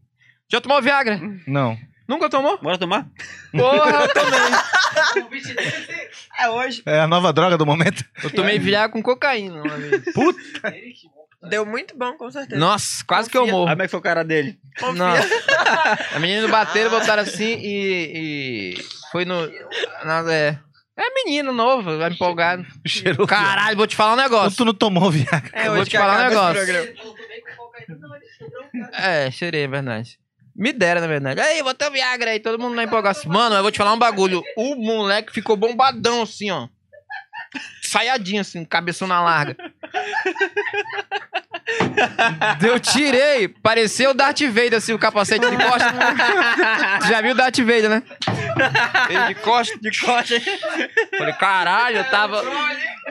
Já tomou Viagra? Hum. Não. Nunca tomou? Bora tomar? Porra, eu tomei. É hoje. É a nova droga do momento. Eu tomei Viagra com cocaína uma vez. Deu muito bom, com certeza. Nossa, quase que eu Ah, morro. como é que foi o cara dele? Nossa. A menina bateram, botaram assim e. e foi no. na- é, é menino novo, vai empolgado. Cheirou. Caralho, vou te falar um Então negócio. tu não tomou viagem. É eu hoje vou te que falar um acaba esse negócio. programa. É, cheirei, é verdade. Me deram, na verdade. Aí, botei o Viagra aí, todo mundo lá empolgado assim. Mano, eu vou te falar um bagulho. O moleque ficou bombadão assim, ó. Saiadinho assim, cabeção na larga. Eu tirei, pareceu o Darth Vader, assim, o capacete de costa. Já viu o Darth Vader, né? Ele de costa. De costa. Falei, caralho, eu tava.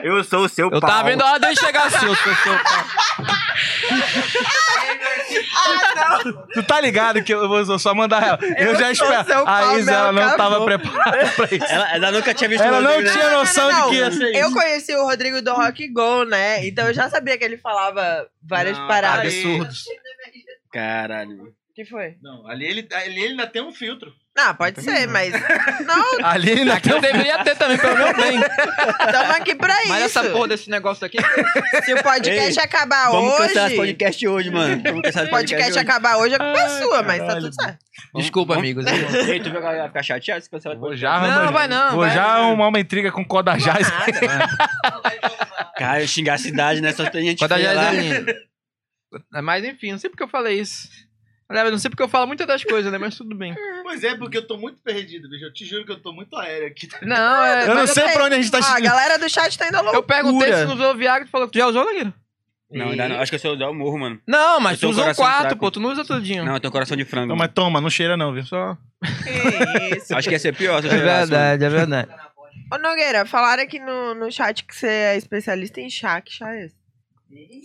Eu sou o seu Eu tava vendo a hora dele chegar assim, eu sou seu pau. Ah, Tu tá ligado que eu vou só mandar ela. Eu, já espero. seu pau, A Isa ela meu, não tava acabou. preparada pra isso. Ela, ela nunca tinha visto Ela o não Rodrigo, né? tinha noção não, não. de que ia ser isso. Eu conheci o Rodrigo do Rock Go, né? Então eu já sabia que ele falava várias Não, tá paradas. aí- Caralho. O que foi? Não, ali ele, ali ele ainda tem um filtro. Não, pode ser, mas. Não, Ali né? ele ainda tem Eu deveria ter também, pelo meu bem. estamos aqui pra Mas isso. essa porra desse negócio aqui. Se o podcast acabar Vamos cancelar esse Ah, hoje. podcast hoje, mano. Vamos cancelar o esse podcast hoje. acabar hoje é culpa sua, mas tá caralho. tudo certo. Desculpa, amigos. E aí, tu viu que ela vai ficar chateada se cancelar esse Vou podcast? já Não, arrumar- vai não, Ah, Vou vai já não. arrumar uma intriga com o Codajás. Cara, eu xingar a cidade, né? Só tem gente Quando a feia lá. Jairzinha. Mas enfim, não sei porque eu falei isso. Aliás, eu não sei porque eu falo muitas das coisas, né? Mas tudo bem. Pois é, porque eu tô muito perdido, bicho. Eu te juro que eu tô muito aéreo aqui. Não, é. Eu não mas sei pra onde a gente tá Ó, a chegando. galera do chat tá indo Eu, louco. perguntei Loucura. se não usou Viagra, tu falou que tu já usou, Lagueiro? Não, ainda não. Acho que eu sou o Zé Morro, mano. Não, mas Eu tu tenho um usou coração quatro, fraco. pô. Tu não usa tudinho. Não, eu tenho um coração de frango. Não, mas toma, não cheira não, viu? Só. Que isso. Acho que ia ser pior se eu É chegasse, verdade, é verdade. Ô Nogueira, falaram aqui no, no chat que você é especialista em chá. Que chá é esse?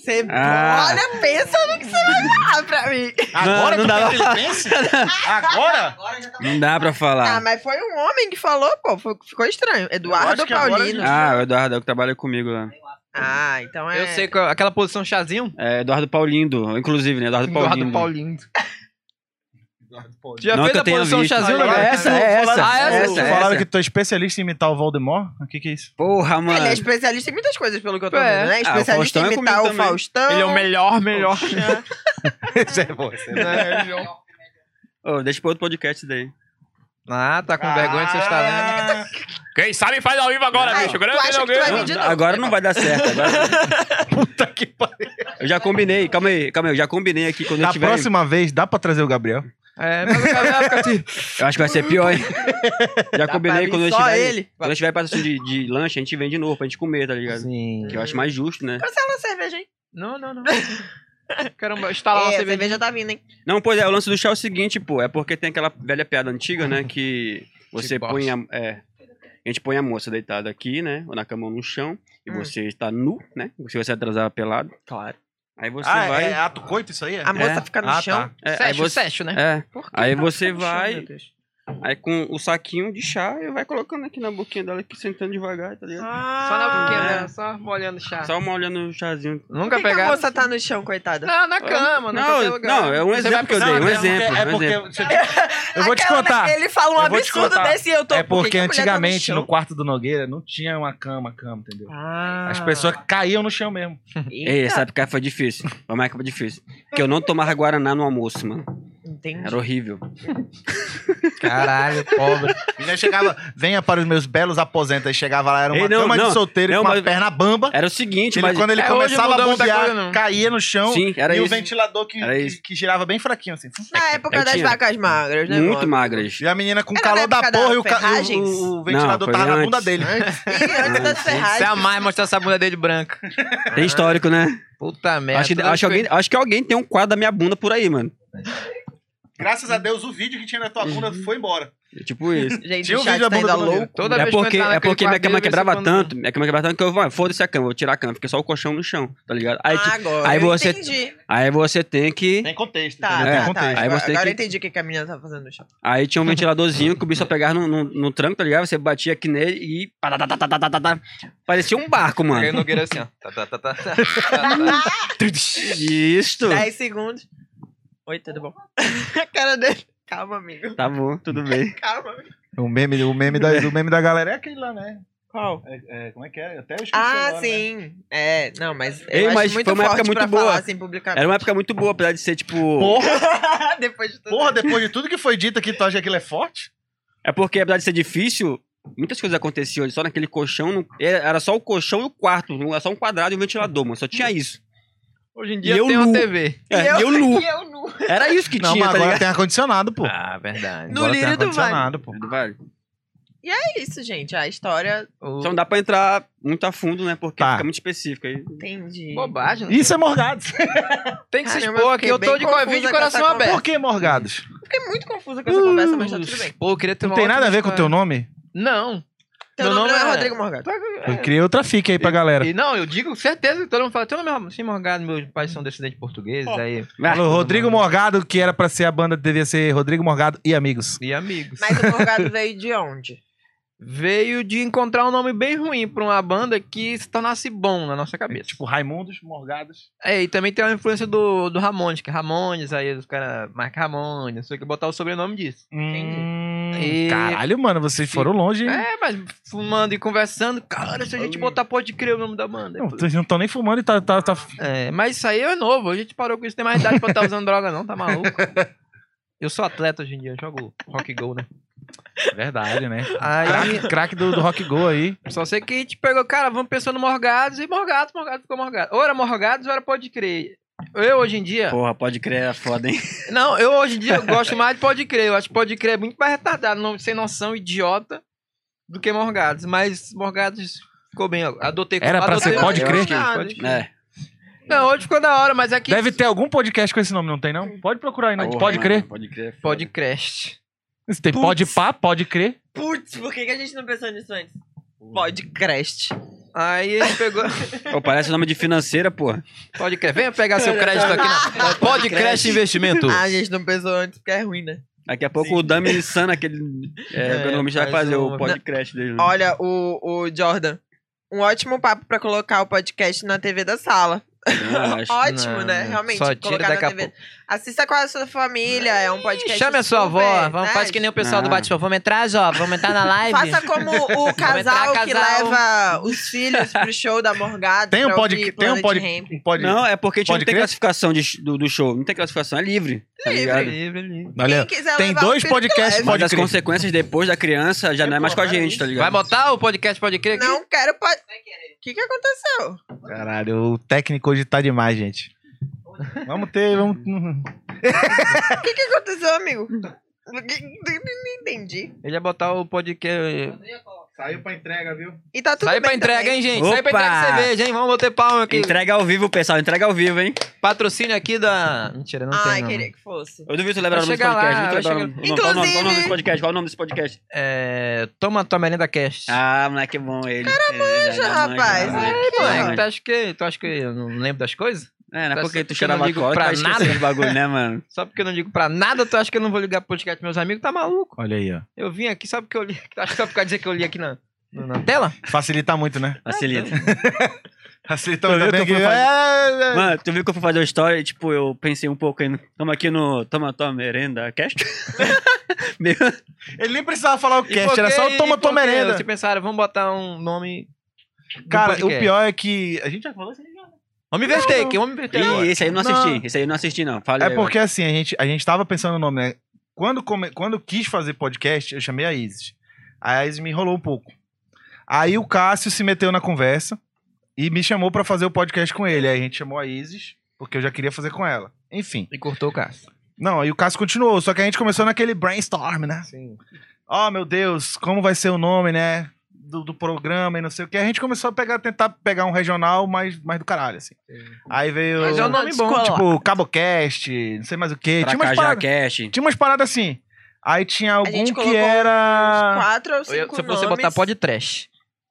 Você é Ah. olha, pensa no que você vai falar pra mim. Agora não tu dá quer lá. que ele pense? Agora? mano. Não dá pra Ah, Tá. falar. mas foi um homem que falou, pô. foi- Ficou estranho. acho Eduardo que agora Paulino. Ah, o Eduardo é o que trabalha comigo lá. Ah, então é. Eu sei que aquela posição chazinho. É Eduardo Paulindo, inclusive, né? Eduardo Paulindo. Hum. Eduardo Paulinho. Tu já Não que fez eu a tenha posição visto. chazinho, Agora Nogueira? essa, é essa, Ah, essa, essa, essa. Falaram que tu é especialista em imitar o Voldemort? O que que é isso? Porra, mano. Ele é especialista em muitas coisas, pelo que eu tô É. vendo, né? Ah, o Especialista Faustão é em imitar comigo o também. Faustão. Ele é o melhor, melhor. Isso é bom, isso é bom. Ô, deixa pra outro podcast isso daí. Ah, tá com vergonha de seus talentos. Quem sabe faz ao vivo agora, é Ai, bicho. tu acha que tu vai vir de novo? agora não vai dar certo. Agora... Puta que pariu. Eu já combinei. Calma aí, calma aí. Eu já combinei aqui quando eu Da tiver. próxima vez, dá pra trazer o Gabriel? Ah. É, mas o cara fica assim. Eu acho que vai ser pior, hein? Já Dá pra combinei vir quando eu só tiver. ele. Quando eu tiver passando de, de lanche, a gente vem de novo pra gente comer, tá ligado? Sim. Que eu acho mais justo, né? Cancela a cerveja, hein? Não, não, não. Caramba, instalar uma É, a cerveja. cerveja tá vindo, hein? Não, pois é, o lance do chá é o seguinte, pô, é porque tem aquela velha piada antiga, né, que você Tipo, põe a... É, a gente põe a moça deitada aqui, né, ou na cama ou no chão, e Hum. você está nu, né, se você atrasar pelado. Claro. Aí você ah, vai... é ato coito isso aí? A moça fica no Ah, chão. tá. é, aí Sérgio, você... Sérgio, né? É, Por que Aí tá você no chão, vai- meu Deus? Aí com o saquinho de chá, eu vai colocando aqui na boquinha dela, aqui sentando devagar, tá ligado? Só na boquinha, Ah, né? só molhando o chá. Só uma olhando o chazinho. Nunca Por que, que a pegaram. moça tá no chão, coitada? Não, na cama, não, tá Não, não, é um Você vai exemplo que eu pro- dei, Não, um né? é- exemplo. É um porque. exemplo. Eu vou te Aquela- contar. Ele fala um Eu vou te absurdo contar. desse e eu tô... É por porque que que a mulher tá no antigamente no chão? quarto do Nogueira não tinha uma cama, cama, entendeu? Ah. As pessoas caíam no chão mesmo. Ei, tá. essa época foi difícil. Foi uma época difícil. Porque eu não tomava Guaraná no almoço, mano. Entendi. Era horrível. Caralho, pobre. E já chegava, venha para os meus belos aposentos. Aí chegava lá, era uma Ei, não, cama de não. solteiro Não, com uma mas- perna bamba. Era o seguinte, Ele- mas... quando ele é, hoje começava a mudou muita bombear, coisa, não. caía no chão. Sim, era e o isso. ventilador que, Era que- isso. que girava bem fraquinho, assim. Na época Eu das tinha. vacas magras, né? é Muito mano? magras. E a menina com o Era na calor da época da porra e o, ca- e o- Ferragens? o- o ventilador Não, foi tava na bunda antes. dele. E antes das Você ferragens. amar e mostrar essa bunda dele branca. É. Tem histórico, né? Puta merda. acho, que, Toda acho, que vez alguém, acho que alguém tem um quadro da minha bunda por aí, mano. Graças a Deus, o vídeo que tinha na tua bunda foi embora. É Tipo isso. Gente, Tinha o um chat vídeo da tá ainda bunda do louco. Nogueira. que eu- toda é vez que eu porque, entrar é naquele porque minha quarto cama dele, eu um quebrava vejo quando- tanto, minha cama quebrava tanto que eu falei, foda-se a cama, vou tirar a cama, fica só o colchão no chão, tá ligado? Aí, Ah. ti- Agora aí eu você- entendi. aí você tem que. Tem contexto. Tá, É, entendeu? Tem tá, tá. contexto. Aí Agora, você tem agora que- eu entendi o que, que a menina tá fazendo no chão. Aí tinha um ventiladorzinho que o bicho só pegava no, no, no tranco, tá ligado? Você batia aqui nele e. tá, patatatatatatatá. Parecia um barco, Peguei o mano. Nogueira assim, ó. Tá, tá, tá, tá, tá, tá, tá. Isso! 10 segundos. Oi, tudo bom? a cara dele. Calma, amigo. Tá bom, tudo bem. Calma. amigo. O meme, o, meme da, o meme da galera é aquele lá, né? Qual? É- é, como é que é? Eu Até eu esqueci Ah, agora, né? sim. É, não, mas eu Ei, acho mas muito foi uma forte época muito pra boa. falar assim publicamente. Era uma época muito boa, apesar de ser tipo. Porra, Depois de tudo. porra, depois de tudo que foi dito aqui, tu acha que aquilo é forte? É porque, apesar de ser difícil, muitas coisas aconteciam só naquele colchão. no- Era só o colchão e o quarto, era só um quadrado e um ventilador, mano. Só tinha isso. Hoje em E dia eu tem uma nu. TV. É, e eu nu. E eu nu. Era isso que Não, tinha, tá mas agora ligado? tem ar-condicionado, pô. Ah, verdade. No Agora tem lírio do ar-condicionado, pô. Vai. É isso, gente. A história. O- Só não dá pra entrar muito a fundo, né? Porque Tá. fica muito específico aí. Entendi. Bobagem. né? Isso é Morgados. Tem que se Caramba, expor eu aqui. fiquei Eu tô bem de Covid confusa de com essa coração conversa. Por aberto. que Morgados? Fiquei muito confusa com essa conversa, mas tá tudo bem. Pô, eu queria ter Não uma tem nada a ótima ver com o teu história. nome? Não. Teu Meu nome, nome não é é- Rodrigo Morgado. Eu criei outra fique aí pra galera. E não, eu digo certeza que todo mundo fala, teu nome é Sim, Morgado, meus pais são descendentes portugueses, aí... Vai. Falou, Rodrigo Todo mundo. Morgado, que era pra ser a banda, devia ser Rodrigo Morgado e Amigos. E amigos. Mas o Morgado veio de onde? Veio de encontrar um nome bem ruim pra uma banda que se tornasse bom na nossa cabeça. Tipo, Raimundos, Morgados. É, e também tem uma influência do, do Ramones, que é Ramones, aí os caras marcam Ramones, não sei o que, botar o sobrenome disso. Hum, E- Caralho, mano, vocês foram longe, hein? É, mas fumando e conversando, cara, se a gente botar, pode crer o nome da banda. Não, vocês não estão nem fumando e tá, tá, tá- É, mas isso aí é novo, a gente parou com isso, tem mais idade pra estar usando droga não, tá maluco? Eu sou atleta hoje em dia, eu jogo rock go, né? Verdade, né? Aí, Craque craque do, do Rock Go aí. só sei que a gente pegou, cara, vamos pensando no Morgados, e Morgados, Morgados ficou Morgados. Ou era Morgados, ou era Pode Crer. Eu hoje em dia... Porra, pode crer, é foda, hein? Não, eu hoje em dia eu gosto mais de Pode Crer. Eu acho que Pode Crer é muito mais retardado, não, sem noção, idiota, do que Morgados. Mas Morgados ficou bem. eu Adotei Era pra adotei- ser Pode Crer? Pode Crer. É. Não, hoje ficou da hora, mas é que. Deve ter algum podcast com esse nome, não tem não? Pode procurar aí, não. Porra, pode mano, crer. Pode crer. é Pode foda. Crash. Isso tem Putz. pode pá, pode crer. Putz, por que, que a gente não pensou nisso antes? Podcast. Aí ele pegou. Pô, parece o nome de financeira, porra. Pode Crer. Venha pegar seu crédito aqui na. Pode Crash Investimento. Ah, a gente não pensou antes porque é ruim, né? Daqui a pouco o Dami Sana, aquele é, É, economista, vai faz fazer um- o podcast dele. né? Olha, o, o Jordan. Um ótimo papo pra colocar o podcast na TV da sala. Eu acho. Ótimo, Não, né? não. Realmente, Só tira colocar na daqui a TV. Assista com a sua família, é um podcast. Ih, Chame a sua super, avó. Vamos, né? Faz que nem o pessoal do Não. Bate-Papo. Vamos entrar, Jó. Vamos entrar na live. Faça como o casal, entrar, que casal. leva os filhos pro show da Morgada. Tem um pra pod, ouvir tem um Planet pod, Hemp. um pod. Não, é porque a gente Pode não tem crer? classificação de sh- do, do show. Não tem classificação, é livre. Tá Livre. ligado? Livre, livre. Olha, Quem quiser tem levar o dois filho, podcasts leva. Mas pode as crer. consequências depois da criança já não é mais com a gente, tá Vai ligado? botar o podcast Pode Crer aqui? Não quero pod... O que, que aconteceu? Caralho, o técnico hoje tá demais, gente. Vamos ter, vamos. O que, que aconteceu, amigo? Não entendi. Ele ia botar o podcast. Saiu pra entrega, viu? E tá tudo Sai bem pra entrega, também. hein, gente? Sai pra Opa! entrega de cerveja, hein? Vamos bater palma aqui. Entrega ao vivo, pessoal. Entrega ao vivo, hein? Patrocínio aqui da. Mentira, não Ai, tem. Não. queria que fosse. Eu duvido você lembrar o Vai nome desse chegar podcast. lá, duvido vai lembrar o nome- chegar- o nome- qual o nome- Qual o nome Inclusive- desse podcast? Qual o nome desse podcast? É... Toma tua merenda cast. Ah, moleque bom ele. Cara, rapaz. Ei, Aqui, ó. É, tá moleque, tu acha que, tu acha que eu não lembro das coisas? É, não é Tá porque certo tu que eu não cheirava ligo coca, pra aí esqueceu nada. de bagulho, né, mano? Só porque eu não digo pra nada, tu acha que eu não vou ligar pro podcast dos meus amigos? Tá maluco? Olha aí, ó. Eu vim aqui, sabe o que eu li? Acho que só por causa de dizer que eu li aqui na, na, na tela? Facilita muito, É, né? Facilita. Facilita Tu viu muito. que eu fui é, Mano, tu viu que eu fui fazer o story, tipo, eu pensei um pouco aí. no- Tamo aqui no Toma Toma Merenda Cast. Meu, Ele nem precisava falar o E cast, por era quê? só E o Toma por quê? Tomerenda. Vocês pensaram, vamos botar um nome. do Cara, o podcast. pior é que. A gente já falou isso aí, já. Vamos inverter, que vamos inverter. agora. Ih, esse aí eu não Não. assisti. Esse aí eu não assisti, não. Fala É aí, porque assim, a gente, a gente tava pensando no nome, né? Quando, come- quando eu quis fazer podcast, eu chamei a Isis. A Isis me enrolou um pouco. Aí o Cássio se meteu na conversa e me chamou pra fazer o podcast com ele. Aí a gente chamou a Isis, porque eu já queria fazer com ela. Enfim. E cortou o caso. Não, aí o Cássio continuou, só que a gente começou naquele brainstorm, né? Sim. oh, meu Deus, como vai ser o nome, né? Do, do programa e não sei o que. A gente começou a pegar, tentar pegar um regional mais, mais do caralho, assim. Aí veio. Mas é um nome bom. Tipo, Cabocast, não sei mais o quê. Tinha umas, Tracajá paradas, Cast. tinha umas paradas assim. Aí tinha algum gente colocou que é era. Quatro ou Se eu cinco fosse nomes. botar pode trash.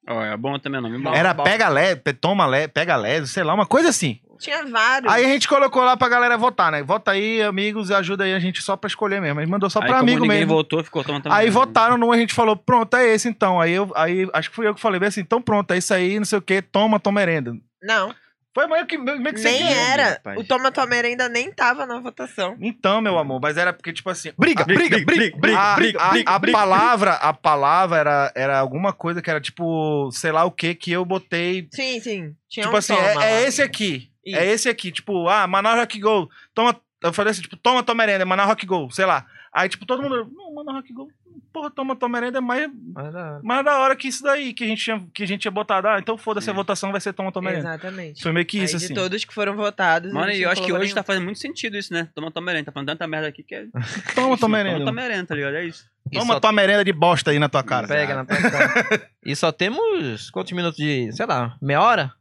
Ó, é bom também o nome. um Bom. Era pega leve, Pe- toma leve, pega leve, sei lá, uma coisa assim. Tinha vários. Aí a gente colocou lá pra galera votar, né? Vota aí, amigos, e ajuda aí a gente só pra escolher mesmo. A gente mandou só Aí, pra como amigo ninguém né? mesmo. voltou, ficou Toma Toma Aí Merenda. votaram num, a gente falou, pronto, é esse então. Aí eu, aí acho que fui eu que falei bem assim, então pronto, é isso aí, não sei o que, toma, toma merenda. Não, Foi meio que, meio que sem nem querer. era. rapaz. O Toma Tomer ainda nem tava na votação. Então, meu amor, mas era porque, tipo assim. Ah, Briga, briga, briga, a, briga, briga, a- briga, a briga. palavra, a palavra era, era alguma coisa que era tipo, sei lá o que que eu botei. Sim, sim. Tinha tipo um assim, toma é, é lá. esse aqui. Isso. É esse aqui. Tipo, ah, Manaus Rock Go. Toma. Eu falei assim, tipo, toma Tomerenda, Manaus Rock Go, sei lá. Aí, tipo, todo mundo. Não, Manaus Rock Go. Porra, toma Tomerenda é mais, mais da hora que isso daí que a gente tinha, que a gente tinha botado. Ah, então foda-se, a Sim. votação vai ser toma Tomerenda. Exatamente. Foi meio que isso, Aí De assim. todos que foram votados. Mano, a gente e eu não acho que colocou hoje tá nenhum. fazendo muito sentido isso, né? Toma Toma Merenda. Tá falando tanta merda aqui que é... Toma Toma Tomerenda. Toma Merenda, tá ligado? É isso. Toma tua merenda de bosta aí na tua cara. cara. Pega na tua cara. E só temos quantos minutos de, sei lá, meia hora?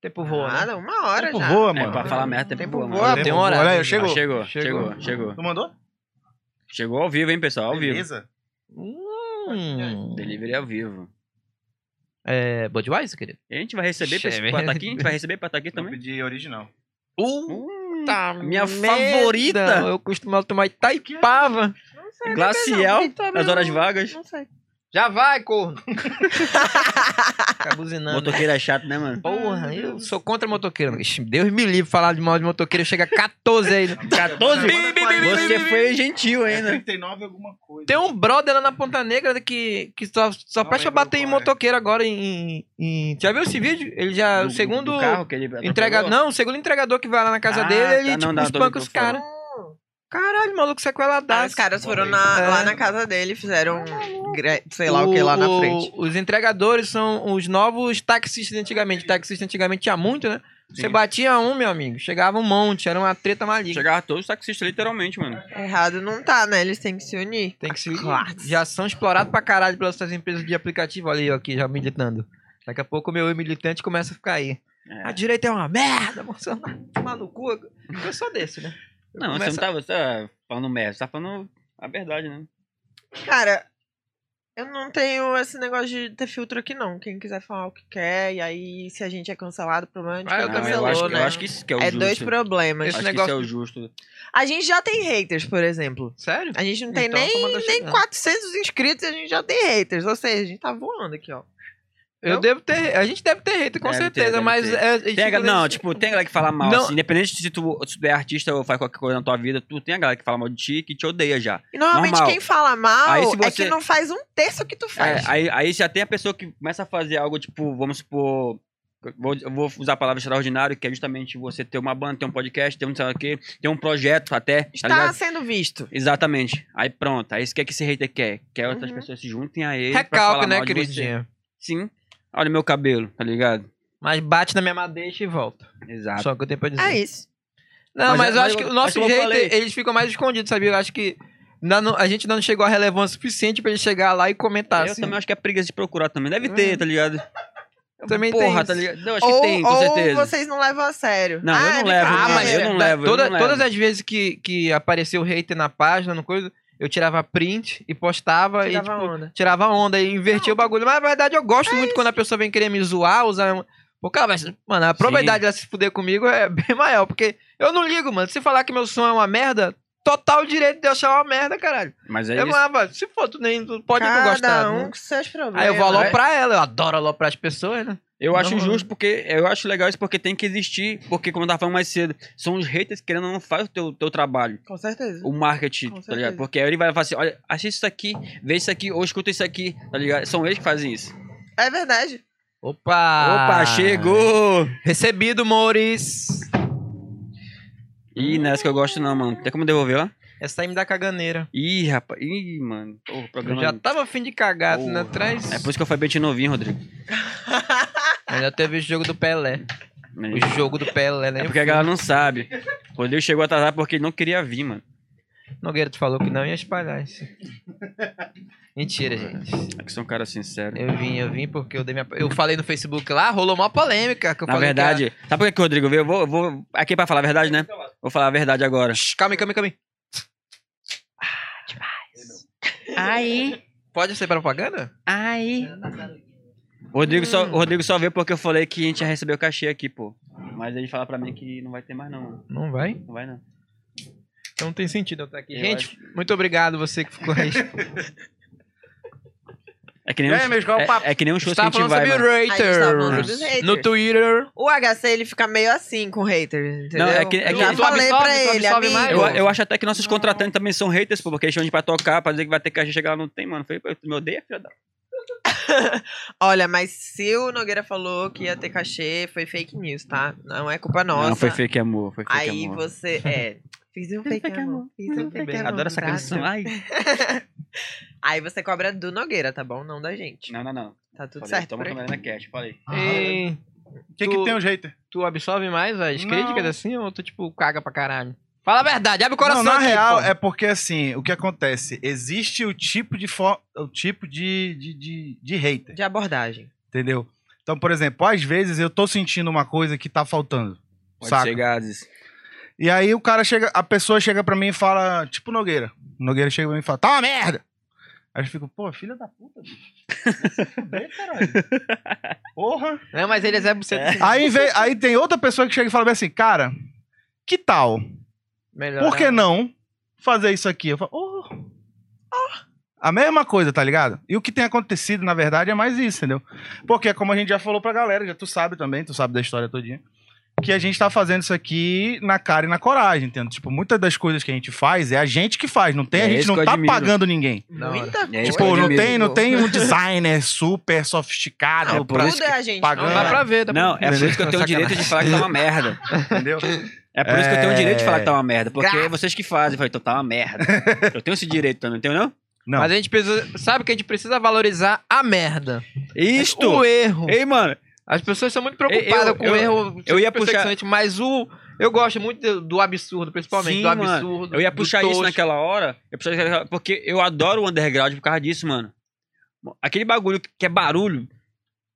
Tempo voa, né? Nada, uma hora Tempo já. voa, É, Tipo, mano. pra falar merda, Tempo tempo boa, voa, mano. tem hora. Olha aí, Ah, chegou. Chegou, Chegou. chegou, chegou. Tu mandou? Chegou ao vivo, hein, pessoal? Ao vivo. Beleza. Hum, Delivery ao vivo. é Budweiser, querido? E a gente vai receber Che- pra, pra tá aqui? A gente vai receber pra tá aqui também? pedir original. Puta, minha favorita. Eu costumava tomar Itaipava. Não sei, não Glacial, sei, não. Toma, nas horas não- vagas. Não sei. Já vai, corno. Fica buzinando. Motoqueiro é chato, né, mano? Porra, eu sou contra motoqueiro. Ixi, Deus me livre falar de mal de motoqueiro. Chega 14 aí. né? 14? Bi, bi, bi, bi, Você bi, bi. foi gentil ainda. 39 alguma coisa. Tem um brother lá na Ponta Negra que, que só, só Não presta lembro bater em qual é. motoqueiro agora em, em- Já viu esse vídeo? Ele já. Do- o Ah, segundo do carro que ele entrega. atropelou? Não, o segundo entregador que vai lá na casa Ah, dele, ele tá, tipo, não, não, tô espanca ligado, os caras. Caralho, maluco, Ah, sequeladado. os caras foram na- É. lá na casa dele, fizeram um gre- sei lá o, que lá na O- frente. Os entregadores são os novos taxistas de antigamente. Taxista antigamente tinha muito, né? Você Sim. batia um, meu amigo, chegava um monte, era uma treta maligna. Chegava todos os taxistas, literalmente, mano. Errado não tá, né? Eles têm que se unir. Tem que se Ah, Classe. Já são explorados pra caralho pelas suas empresas de aplicativo. Olha aí, ó, aqui já militando. Daqui a pouco o meu eu militante começa a ficar aí. É. A direita é uma merda, Bolsonaro. Tomar no cu. Eu sou desse, né? Eu Não, você começo não tá, você tá falando merda, você tá falando a verdade, né? Cara, eu não tenho esse negócio de ter filtro aqui, não. Quem quiser falar o que quer, e aí se a gente é cancelado, o problema é que Ah, eu Não, também eu cancelou, acho, né? eu acho que isso que é o é justo. dois a- problemas. Esse Acho que negócio- isso é o justo. A gente já tem haters, por exemplo. Sério? A gente não tem Então, nem, toma da nem chegada. 400 inscritos e a gente já tem haters. Ou seja, a gente tá voando aqui, ó. Eu devo ter. A gente deve ter hater, com Deve ter, certeza, deve mas. ter. é- Tem a tipo, galera- não, eles- tipo, tem a galera que fala mal, Não. assim, independente se tu, se tu é artista ou faz qualquer coisa na tua vida, tu tem a galera que fala mal de ti que te odeia já. E normalmente Normal. quem fala mal Aí se é você- que não faz um terço que tu É, faz. aí, aí já tem a pessoa que começa a fazer algo, tipo, vamos supor. Vou, eu vou usar a palavra extraordinário, que é justamente você ter uma banda, ter um podcast, ter um sei lá o quê, ter um projeto até. Tá Está ligado? sendo visto. Exatamente. Aí pronto. Aí isso que é que esse hater quer. Quer outras Uhum. pessoas se juntem a ele. pra falar Recalca, mal né, de você. queridinha? Sim. Olha o meu cabelo, tá ligado? Mas bate na minha madeixa e volta. Exato. Só o que eu tenho pra dizer. É isso. Não, Ah. Mas- mas, é, eu mas acho que eu- o acho que nosso eu jeito, falei. eles ficam mais escondidos, sabia? Eu acho que ainda não- a gente ainda não chegou à relevância suficiente pra ele chegar lá e comentar. eu assim. Hum. também acho que é preguiça de procurar também. Deve ter, tá ligado? Também tem Porra, isso. tá ligado? Eu acho Ou, que tem, com ou certeza. vocês não levam a sério. Não, eu Ah, não é levo, Ah, mas não levo, brincadeira. eu não levo. toda- eu não levo. Todas as vezes que, que apareceu hater na página, no coisa, eu tirava print e postava e Tirava tipo, onda. É tirava onda e invertia o bagulho. Mas na verdade eu gosto muito quando a pessoa vem querer me zoar, usar um, Pô, cara, mas, mano, a probabilidade dela se fuder comigo é bem maior, porque eu não ligo, mano. Se falar que meu som é uma merda, total direito de eu achar uma merda, caralho. Mas é eu isso. lá, velho, se for, tu nem tu pode Cada não gostar. um né? com seus problemas. Aí eu vou né? aloprar ela, eu adoro aloprar as pessoas, né? Eu acho Não, justo porque eu acho legal isso porque tem que existir, porque como eu tava falando mais cedo, são os haters que querendo ou não faz o teu, teu trabalho, Com certeza. o marketing, Com tá certeza. ligado? Porque aí ele vai falar assim, olha, assiste isso aqui, vê isso aqui ou escuta isso aqui, tá ligado? São eles que fazem isso. É verdade. Opa! Opa, chegou. Recebido, Mouris! Ih, não é essa que eu gosto não, mano. Tem como devolver lá? Essa aí me dá caganeira. Ih, rapaz. Ih, mano. Pô, o Eu programa já tava afim de cagar, Porra. né? Traz. É por isso que eu fui bem de novinho, Rodrigo. Eu já teve o jogo do Pelé. O jogo do Pelé, né? É porque a galera não sabe. O Rodrigo chegou atrasado porque ele não queria vir, mano. Nogueira, tu falou que não ia espalhar isso. Mentira, gente. É que sou um cara sincero. Eu vim, eu vim porque eu dei minha. Eu falei no Facebook lá, rolou uma polêmica. Que eu Na é falei verdade, sabe por que que o Rodrigo veio? Eu vou, eu vou aqui pra falar a verdade, né? Vou falar a verdade agora. Que... Shh, Calma aí, calma aí, calma aí. Ah, Aí, Pode ser propaganda? aí. O Rodrigo, só, Hum. o Rodrigo só veio porque eu falei que a gente ia receber o cachê aqui, pô. Mas ele fala pra mim que não vai ter mais, não. Não vai? Não vai, não. Então não tem sentido eu estar aqui. Eu gente, muito obrigado você que ficou aí. É que nem um, É, mas qual é o papo? é, é que nem um show que a Estava gente falando vai, sobre mano. A gente tava falando sobre os haters. haters. No Twitter. O HC, ele fica meio assim com haters, entendeu? Não, é que- é eu que- já Tu absorve, falei pra tu ele, absorve mais, Eu, amigo. eu acho até que nossos contratantes também são haters, pô, porque eles chamam a gente pra tocar, pra dizer que vai ter cachê, chegar lá não tem, mano. Eu Falei, pô, tu me odeia, filha da... Olha, mas se o Nogueira falou que ia ter cachê, foi fake news, tá? Não é culpa nossa. Não, foi fake amor, foi fake Aí amor. você, é... Fiz um fake amor, fiz um Tudo fake bem. amor. Adoro essa tá? canção. Ai. Aí você cobra do Nogueira, tá bom? Não da gente. Não, não, não. Tá tudo Falei, certo Toma por aí. Camarena Cash, falei. Ah. E O que, que Tu- tem o hater? tu absorve mais as Não. críticas assim ou tu, tipo, caga pra caralho? Fala a verdade, abre o coração. tipo. Não, na aqui, real, pô. é porque assim, o que acontece? Existe o tipo de, fo... o tipo de, de, de, de hater, De abordagem. entendeu? Então, por exemplo, às vezes eu tô sentindo uma coisa que tá faltando. Pode saca? ser gases. E aí o cara chega, a pessoa chega pra mim e fala, tipo Nogueira. O Nogueira chega pra mim e fala, tá uma merda! Aí eu fico, pô, filha da puta, bicho. Vai se fuder, caralho. Porra! Não, mas ele é Zé Buceta. assim, Aí, vem- aí tem outra pessoa que chega e fala bem assim, cara, que tal? Melhor. Por que não fazer isso aqui? Eu falo, oh, ah." A mesma coisa, tá ligado? E o que tem acontecido, na verdade, é mais isso, entendeu? Porque, como a gente já falou pra galera, já tu sabe também, tu sabe da história todinha, que a gente tá fazendo isso aqui na cara e na coragem, entendeu? Tipo, muitas das coisas que a gente faz é a gente que faz, não tem, É a gente isso que não eu tá admiro. pagando ninguém. Da hora. Muita É coisa. isso que Pô, eu não admiro. tem, não tem um designer super sofisticado, É por pra- isso Tudo é a gente. pagando. Não dá pra ver. dá pra Não, ver. é por isso que eu tenho o direito de falar que tá uma merda. entendeu? É por isso que eu tenho o direito de falar que tá uma merda. Porque Gra- é vocês que fazem. Eu falei, então tá uma merda. Eu tenho esse direito, também, não tenho não? Não. Mas a gente precisa, sabe que a gente precisa valorizar a merda. Isto! O erro. Ei, mano, As pessoas são muito preocupadas Eu- eu- com o erro. eu ia são perfeccionistas, Mas o. Eu gosto muito do, do absurdo, principalmente. Sim, do mano. absurdo. eu ia do puxar isso tosco. naquela hora. Eu puxava isso naquela- porque eu adoro o underground por causa disso, mano. Aquele bagulho que é barulho,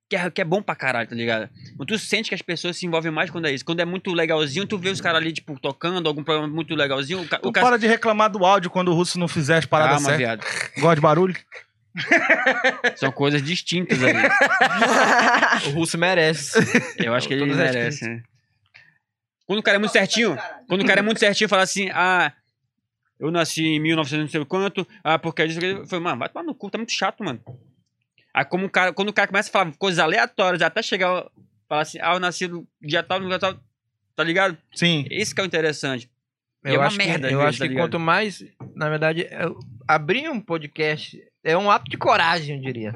que é, que é bom pra caralho, tá ligado? Mas tu sente que as pessoas se envolvem mais quando é isso. Quando é muito legalzinho, tu vê os caras ali, tipo, tocando, algum programa muito legalzinho. O, ca- Tu o cara. Então para de reclamar do áudio quando o russo não fizer as paradas Calma, certas. viado. Gosta de barulho? São coisas distintas ali. O russo merece. Eu acho que ele Todas as merece, né? Quando o cara é muito certinho, quando o cara é muito certinho, fala assim, ah, eu nasci em 1900 não sei o quanto, ah, porque disso aqui. Foi, mano, vai tomar no cu, tá muito chato, mano. Aí como o cara, quando o cara começa a falar coisas aleatórias, até chegar, ó, falar assim, ah, eu nasci no dia tal, no lugar tal, tá ligado? Sim. Esse que é o interessante. E Eu é uma acho merda, que, eu às acho vezes, tá que ligado? quanto mais, na verdade, é- abrir um podcast é um ato de coragem, eu diria.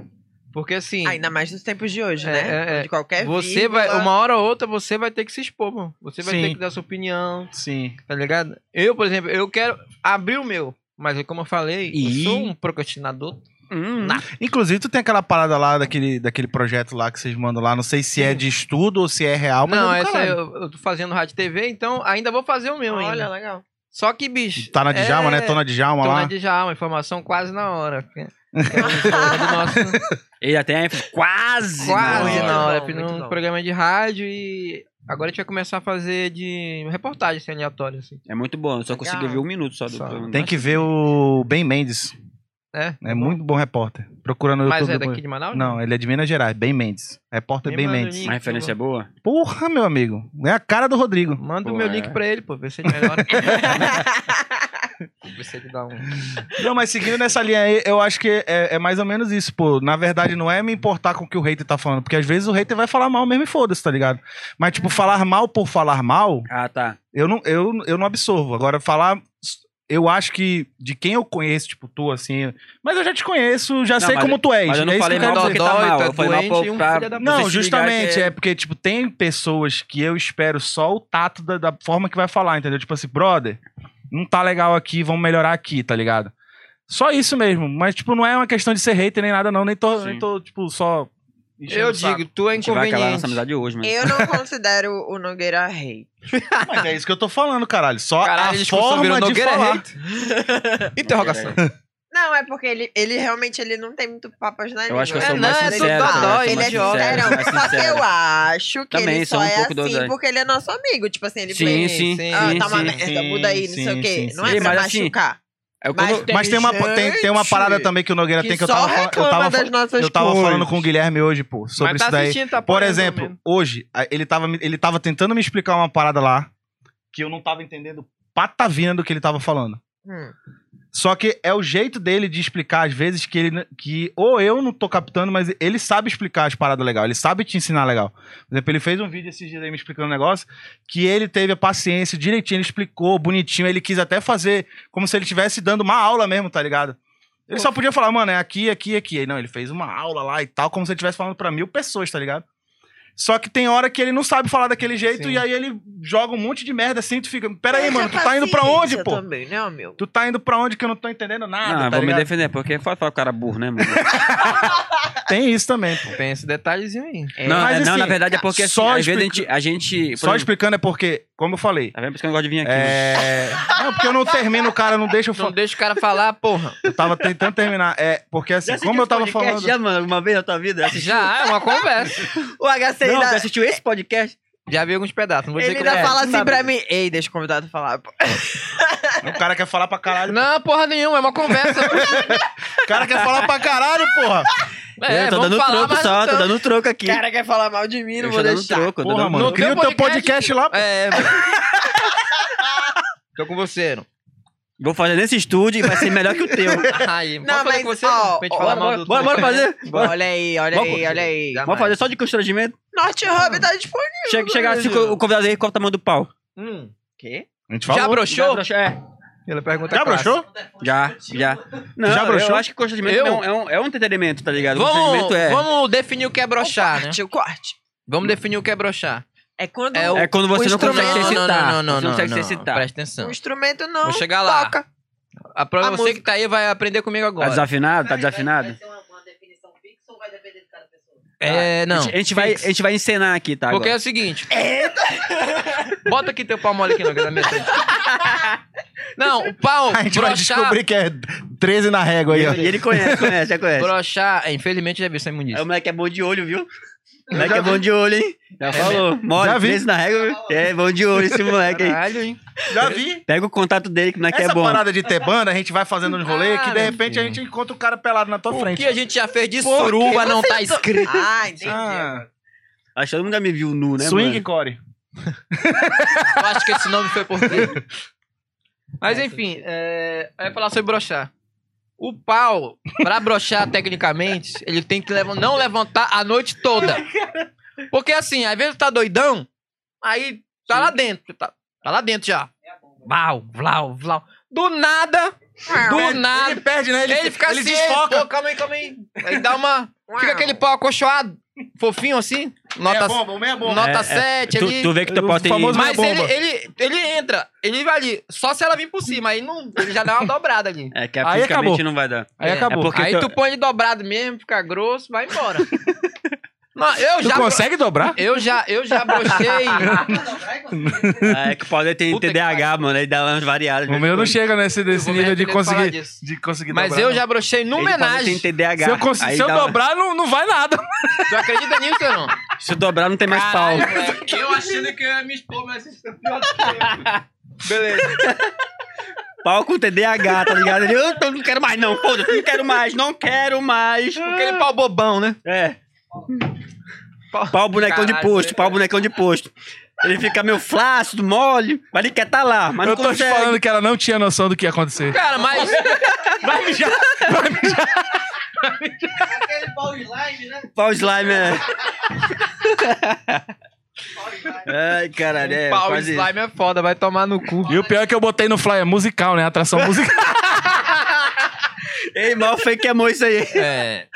Porque assim, Ainda mais nos tempos de hoje, É, né? é, é. De qualquer você vai, uma hora ou outra, você vai ter que se expor, mano. Você vai Sim. ter que dar sua opinião, Sim. tá ligado? Eu, por exemplo, eu quero abrir o meu, mas como eu falei, eu Ih. sou um procrastinador. Hum, Inclusive, tu tem aquela parada lá daquele, daquele projeto lá que vocês mandam lá. Não sei se é de estudo ou se é real, mas não, é do essa caralho. eu, eu tô fazendo rádio e TV, então ainda vou fazer o meu Olha, ainda. legal. Só que, bicho. Tá na Djalma, é- né? Tô na Djalma Tô lá. na Djalma, informação quase na hora. Que é o do nosso Ele até é quase. Quase Muito na hora. bom, fiz muito um bom. programa de rádio e agora a gente vai começar a fazer de reportagem assim, aleatória, assim. É muito bom, eu só consegui Legal. ver um minuto só do Só. programa. Tem que ver o Ben Mendes. É. É muito bom repórter. Procura no Mas YouTube. é depois. daqui de Manaus? Não, ele é de Minas Gerais, bem Mendes. Repórter Me bem manda o Mendes. link. Uma referência é boa. Porra, meu amigo. É a cara do Rodrigo. Manda o Pô, meu é. link pra ele, pô, ver se ele melhora. ver se ele dá um. Não, mas seguindo nessa linha aí, eu acho que é, é mais ou menos isso, pô. Na verdade, não é me importar com o que o hater tá falando, porque às vezes o hater vai falar mal mesmo e foda-se, tá ligado? Mas, É. tipo, falar mal por falar mal, Ah, tá. eu não, eu, eu não absorvo. Agora, falar. Eu acho que de quem eu conheço, tipo, tu, assim. Mas eu já te conheço, já Não, sei mas- como tu és. mas eu não é isso falei que eu quero mal dizer. porque tá Dói, mal. tá Eu falei mal doente e por, um pra filho da puta. Não, você se ligar justamente, que é... porque, tipo, tem pessoas que eu espero só o tato da, da forma que vai falar, entendeu? Tipo assim, brother, não tá legal aqui, vamos melhorar aqui, tá ligado? Só isso mesmo, mas, tipo, não é uma questão de ser hater nem nada, não. Nem tô, Sim. nem tô tipo, só. enchendo Eu o saco. digo, tu é A gente vai acabar inconveniente. nossa amizade hoje, mano. Eu não considero o Nogueira rei. Mas é isso que eu tô falando, caralho. Só Caralho, a eles forma consumiram de Nogueira falar. hate. Interrogação. Não, é porque ele, ele realmente ele não tem muito papas na língua. Eu acho que eu É, sou não, mais é tudo sincero. dodói, cara, eu sou ele é mais mais sincero, sincerão. mais Só que sincero. eu acho que Também, ele sou só um é pouco assim dodói. porque ele é nosso amigo. Tipo assim, ele Sim, vem, É. sim, sim, ah, sim, tá uma sim, merda, sim, muda aí, não sei sim, o quê. sim, não sim. é pra Mas assim, machucar. Eu quando- Mas tem uma, tem, tem uma parada gente também que o Nogueira tem que eu só tava, fal- eu reclama tava, fal- das nossas eu tava coisas. falando com o Guilherme hoje, pô, sobre Mas tá isso daí. assistindo, tá Por apoiando, exemplo, mesmo. hoje, a- ele tava, me- ele tava tentando me explicar uma parada lá que eu não tava entendendo patavina do que ele tava falando. Hum. Só que é o jeito dele de explicar, às vezes, que ele. n- que Ou eu não tô captando, mas ele sabe explicar as paradas legal, ele sabe te ensinar legal. Por exemplo, ele fez um vídeo esses dias aí me explicando um negócio que ele teve a paciência direitinho, ele explicou bonitinho, ele quis até fazer como se ele estivesse dando uma aula mesmo, tá ligado? Ele só podia falar, mano, é aqui, aqui, aqui. Aí, não, ele fez uma aula lá e tal, como se ele estivesse falando pra mil pessoas, tá ligado? Só que tem hora que ele não sabe falar daquele jeito Sim. e aí ele joga um monte de merda assim, tu fica, peraí, Mas mano, é tu tá indo pra paciência onde, pô? Também, né, meu? Tu tá indo pra onde que eu não tô entendendo nada, Não, eu tá vou me ligado? defender, porque é foda falar o cara burro, né, mano? Tem isso também, pô. Tem esse detalhezinho aí. não, mas é- não, assim, na verdade é porque assim, só às vezes a gente. explica- A gente Só explicando é porque, como eu falei, Tá vendo por isso que eu não gosto de vir aqui? é... Não, porque eu não termino, o cara não deixa eu Não falar. deixa o cara falar, porra. Eu tava tentando terminar. É, porque assim, como eu tava falando... Já, mano, alguma vez na tua vida? Assistiu... Já, é uma conversa. O HC Não, tu ainda, assistiu esse podcast? Já vi alguns pedaços, não vou dizer ele que ainda é. fala assim Sabe? pra mim. Ei, deixa o convidado falar. pô. O cara quer falar pra caralho. Não, porra nenhuma, é uma conversa. O cara quer falar pra caralho, porra. é, eu tô vamos dando falar, troco mas só, não tô tanto. dando troco O aqui. cara quer falar mal de mim, não eu vou tô dando deixar. troco, eu tô Porra, dando mano. troco. Cria o teu podcast lá, pô. É, tô com você. Não. Vou fazer nesse estúdio e vai ser melhor que o teu. Aí, Não, vamos falar mas, com você, ó, pra gente ó, falar Bora, mal bora, do bora, bora fazer. Bora. Olha aí, olha Vamos- aí, olha aí. Vamos fazer só de constrangimento. Norte Hub tá disponível. Chega, chega assim, o convidado aí corta a mão do pau. Hum, quê? A gente Já broxou? Já, é. Ele pergunta Já clássica. broxou? já. já. Não, Já broxou? eu acho que constrangimento Eu? é um- é, um, é um entretenimento, tá ligado? Vamos, constrangimento é... vamos definir o que é broxar, né? Corte, o corte. Vamos definir o que é broxar. É quando É o- É quando você O não consegue se instrumento- excitar. não, não, não, você não não, consegue não, se excitar. Presta atenção. o instrumento não Vou chegar lá. toca. A prova A você que tá aí vai aprender comigo Tá agora. desafinado? Tá desafinado? É, não. A gente, a gente vai, a gente vai encenar aqui, tá? Porque é agora. o seguinte. Bota aqui teu pau mole aqui não, que é na minha frente. Não, o pau. A gente vai broxar- descobrir que é 13 na régua aí, ó. E ele conhece, conhece, já conhece. Broxar, é, infelizmente já vi essa É, o imundice. moleque é bom de olho, viu? O moleque é bom de olho, hein? Já falou. Mole, Já vi. preso na régua, viu? É, bom de olho esse moleque aí. Caralho, hein? Já vi. Pega o contato dele, que o moleque Essa é bom. parada de ter banda, a gente vai fazendo um rolê que de Cara, repente a filho. gente encontra o é cara pelado na tua O frente. que a gente já fez de Por é que suruba não tá escrito. Ah, entendi. Ah, Acho que todo mundo já me viu nu, né, swing mano? core. Eu acho que esse nome foi por quê. Mas enfim, é... eu ia falar sobre broxar. O pau, pra broxar tecnicamente, ele tem que levan- não levantar a noite toda. Porque assim, às vezes tá doidão, aí tá lá dentro, tá, tá lá dentro já. Vlau, vlau, vlau. Do nada, Ah, do nada, Ele perde, né? ele, Ele, fica ele assim, desfoca. pô, calma aí, calma aí. Aí dá uma... Fica aquele pau acolchoado, fofinho assim, nota é bomba, o meia bomba. Nota É, 7 Tu, ali. tu vê que tu O pode ter... famoso- Mas Uma ele, é bomba. ele, ele entra, ele vai ali. Só se ela vir por cima, aí não, ele já dá uma dobrada ali. É, que Aí fisicamente acabou. não vai dar. Aí É. acabou. É porque aí tu- tu põe ele dobrado mesmo, fica grosso, vai embora. Não, eu Tu já. consegue dobrar? Eu já, eu já brochei. É que pode ter Puta que TDAH, mano, aí dá umas variadas. né? O meu não chega nesse Eu desse vou nível de me arrepender de falar conseguir, disso. de conseguir Mas dobrar, eu não. já brochei no Ele pode homenagem. ter TDAH. Se eu, cons- aí se eu dá um- uma- dobrar, não, não vai nada. Tu acredita nisso ou não? Se eu dobrar, não tem mais pau. Caralho, moleque, eu achando que eu ia me expor, mas isso é pior do que eu. Beleza. Pau com TDAH, tá ligado? Ele, eu tô- não quero mais, não, foda não quero mais, não quero mais. Aquele pau bobão, né? É. Pau bonecão de Caralho, posto, né? pau bonecão de posto. Ele fica meio flácido, mole, mas ele quer tá lá, mas Eu não tô te consegue. falando que ela não tinha noção do que ia acontecer. Cara, mas. Vai mijar, vai mijar. Aquele pau slime, né? Pau slime é. Ai, caralho, é. pau quase- slime é foda, vai tomar no cu. E o pior é que eu botei no flyer musical, né? Atração musical. Ei, mal foi que amou isso aí. É.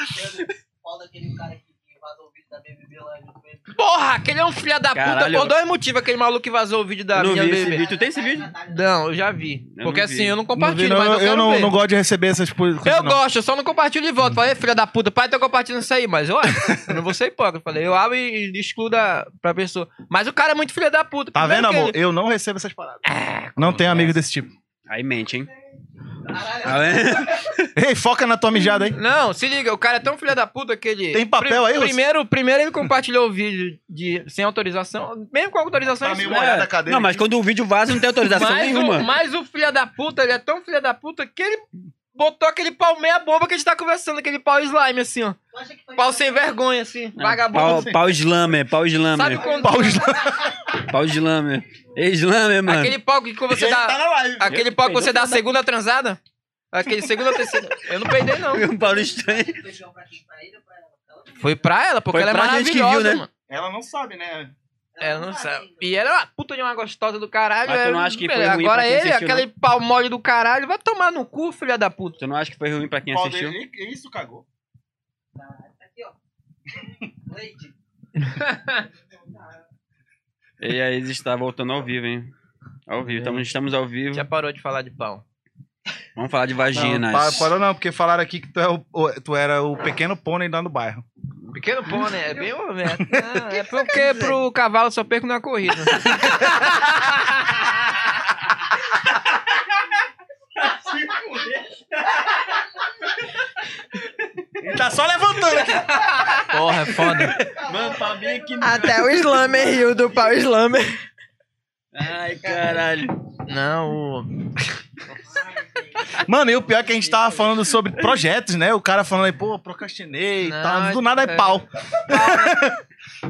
Pau daquele cara que vazou o vídeo da BBB lá. Porra, aquele é um filho da Caralho. puta. Por dois motivos, aquele maluco que vazou o vídeo da não vi minha esse bebê. vídeo. Tu tem esse vídeo? Não, eu já vi. Eu Porque não vi. assim, eu não Não vi, compartilho, não, mas eu, eu, quero não, ver. não gosto de receber essas coisas. Eu não. gosto, eu só não compartilho de volta. Falei, filha da puta, pai, tô compartilhando isso aí, mas eu abro. Eu não vou ser hipócrita. Falei, eu abro e e excluo da, pra pessoa. Mas o cara é muito filha da puta. Tá Primeiro vendo, que amor? ele- Eu não recebo essas paradas. Não tenho amigo desse tipo. Aí mente, hein? Tá vendo? Ei, foca na tua mijada aí. Não, se liga, o cara é tão filha da puta que ele. Tem papel aí, Russo? Primeiro, primeiro ele compartilhou o vídeo de, sem autorização. Mesmo com autorização, Tá isso meio não é. molhado a cadeira. Não, mas quando o vídeo vaza, não tem autorização Mas o, nenhuma. mas o filho da puta, ele é tão filha da puta que ele botou aquele pau meia bomba que a gente tá conversando, aquele pau slime, assim, ó. Pau sem vergonha, assim, É. Pau, vagabundo. pau slammer, pau Sabe slammer, quando... pau slammer. Ei, slammer, mano. Aquele pau que quando você tá dá... Aquele pau que você dá a segunda transada? Aquele segunda ou terceira... Eu não peidei, não. Um pau estranho. Foi pra ela, porque Foi ela é pra gente que maravilhosa, viu, né? mano. Ela não sabe, né? Ela não sabe. E ela é uma puta de uma gostosa do caralho. Mas tu é- não acha que foi ruim pra Agora quem ele, assistiu, aquele pau mole do caralho, vai tomar no cu, filha da puta. Tu não acha que foi ruim pra quem Pau assistiu? dele, e- e Isso cagou. E aí, está voltando ao vivo, hein? Ao vivo, estamos, estamos ao vivo. Já parou de falar de pau. Vamos falar de Não, vaginas. pa- parou não, porque falaram aqui que tu, é o- o- tu era o pequeno pônei lá no bairro. Pequeno pônei, É bem uma merda. Não, É porque pro cavalo só perco na corrida. Ele tá só levantando aqui. Porra, é foda. Mano, tá- Fabinho aqui. Até o Slammer riu do pau Slammer. Ai, caralho. Não, o- Mano, e o pior é que a gente tava falando sobre projetos, né? O cara falando aí, pô, procrastinei e Não, tal. Do nada é pau.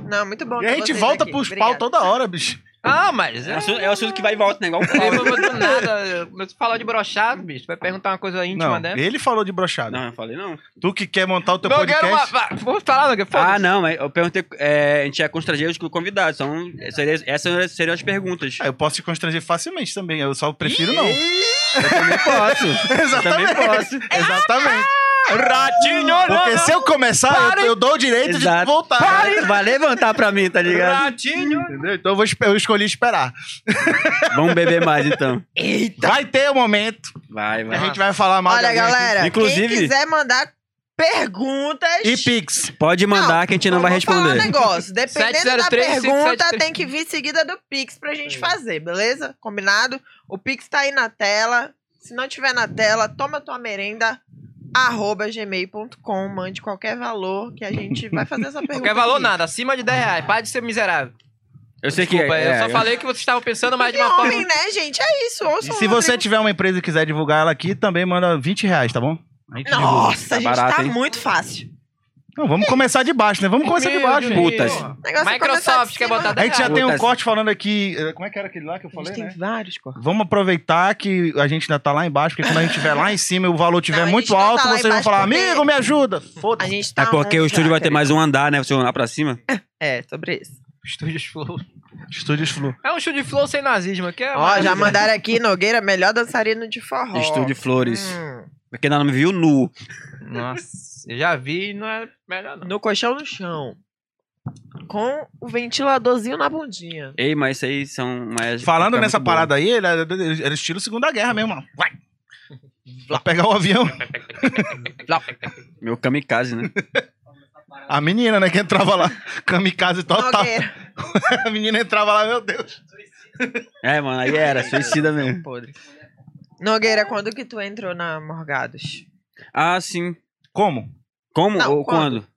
Não, muito bom. E ter a gente vocês volta aqui. pros pau Obrigada. toda hora, bicho. Ah, mas. É É... o assunto, é o assunto que vai e volta, né? Igual o Eu não pau. do nada. Mas tu falar de brochado, bicho. Vai perguntar uma coisa íntima Não, dessa. ele falou de brochado. Não, eu falei não. Tu que quer montar é o teu Não, eu podcast. quero uma. va- Vou falar, não, que Ah, foda. não, mas eu perguntei. é, a gente ia constranger os convidados. Então, seria- essas seriam as perguntas. Ah, eu posso te constranger facilmente também. Eu só prefiro não. Eu também posso. Eu também posso. Exatamente. Ratinho, Ah! Porque se eu começar, eu, eu dou o direito de Exato. voltar. Tu vai levantar pra mim, tá ligado? Ratinho. Entendeu? Então eu, vou, espe- eu escolhi esperar. Vamos beber mais então. Vai ter o momento Vai, que a vai. gente vai falar mal de Ah. Olha, alguém aqui. galera, Inclusive- quem quiser mandar perguntas... E Pix. Pode mandar que a gente não eu vai vou falar um responder. negócio. Dependendo da 703, pergunta, 573. tem que vir seguida do Pix pra É. gente fazer, beleza? Combinado? O Pix tá aí na tela. Se não tiver na tela, toma tua merenda arroba gmail.com, mande qualquer valor que a gente vai fazer essa pergunta. Qualquer valor, aqui. nada. Acima de 10 reais. Para de ser miserável. Eu sei que. Desculpa, é, eu só eu- falei que vocês estavam pensando mais de Que uma forma. homem, né, gente? É isso. Ouça E o se você Rodrigo. tiver uma empresa e quiser divulgar ela aqui, também manda 20 reais, tá bom? A gente divulga. Nossa, Tá gente, barato, tá hein? muito fácil. Não, vamos começar de baixo, né? Vamos começar de Meu baixo. Deus. Putas. Pô. O negócio é começar Microsoft de quer cima. botar A 10 gente já reais. tem um Putas. corte falando aqui. eh, Como é que era aquele lá que eu A gente falei, tem né? vários cortes. Vamos aproveitar que a gente ainda tá lá embaixo, porque quando a gente estiver lá em cima e o valor Não, estiver a gente muito não tá alto, lá vocês vão embaixo falar, porque- amigo, me ajuda! A Foda-se. gente tá É porque onde o estúdio já, vai ter querido? mais um andar, né? Você olhar pra cima. É, sobre isso. Estúdios Flow. Estúdios Flu. É um show de flow sem nazismo aqui. É Ó, já maravilhoso. mandaram aqui, Nogueira, melhor dançarino de forró. Estúdio Flores. Hum. Pra quem ainda não me viu, nu. Nossa, eu já vi e não é melhor não. No colchão no chão. Com o ventiladorzinho na bundinha. Ei, mas isso aí são mais. Falando nessa muito boa. parada aí, ele era, ele era estilo Segunda Guerra mesmo, ó. Vai! Pra pegar o avião. Meu kamikaze, né? A menina, né, que entrava lá. Kamikaze total. Nogueira. A menina entrava lá, meu Deus. É, mano, aí era, suicida mesmo. Podre. Nogueira, quando que tu entrou na Morgados? Ah, sim. Como? Como Não, ou quando? O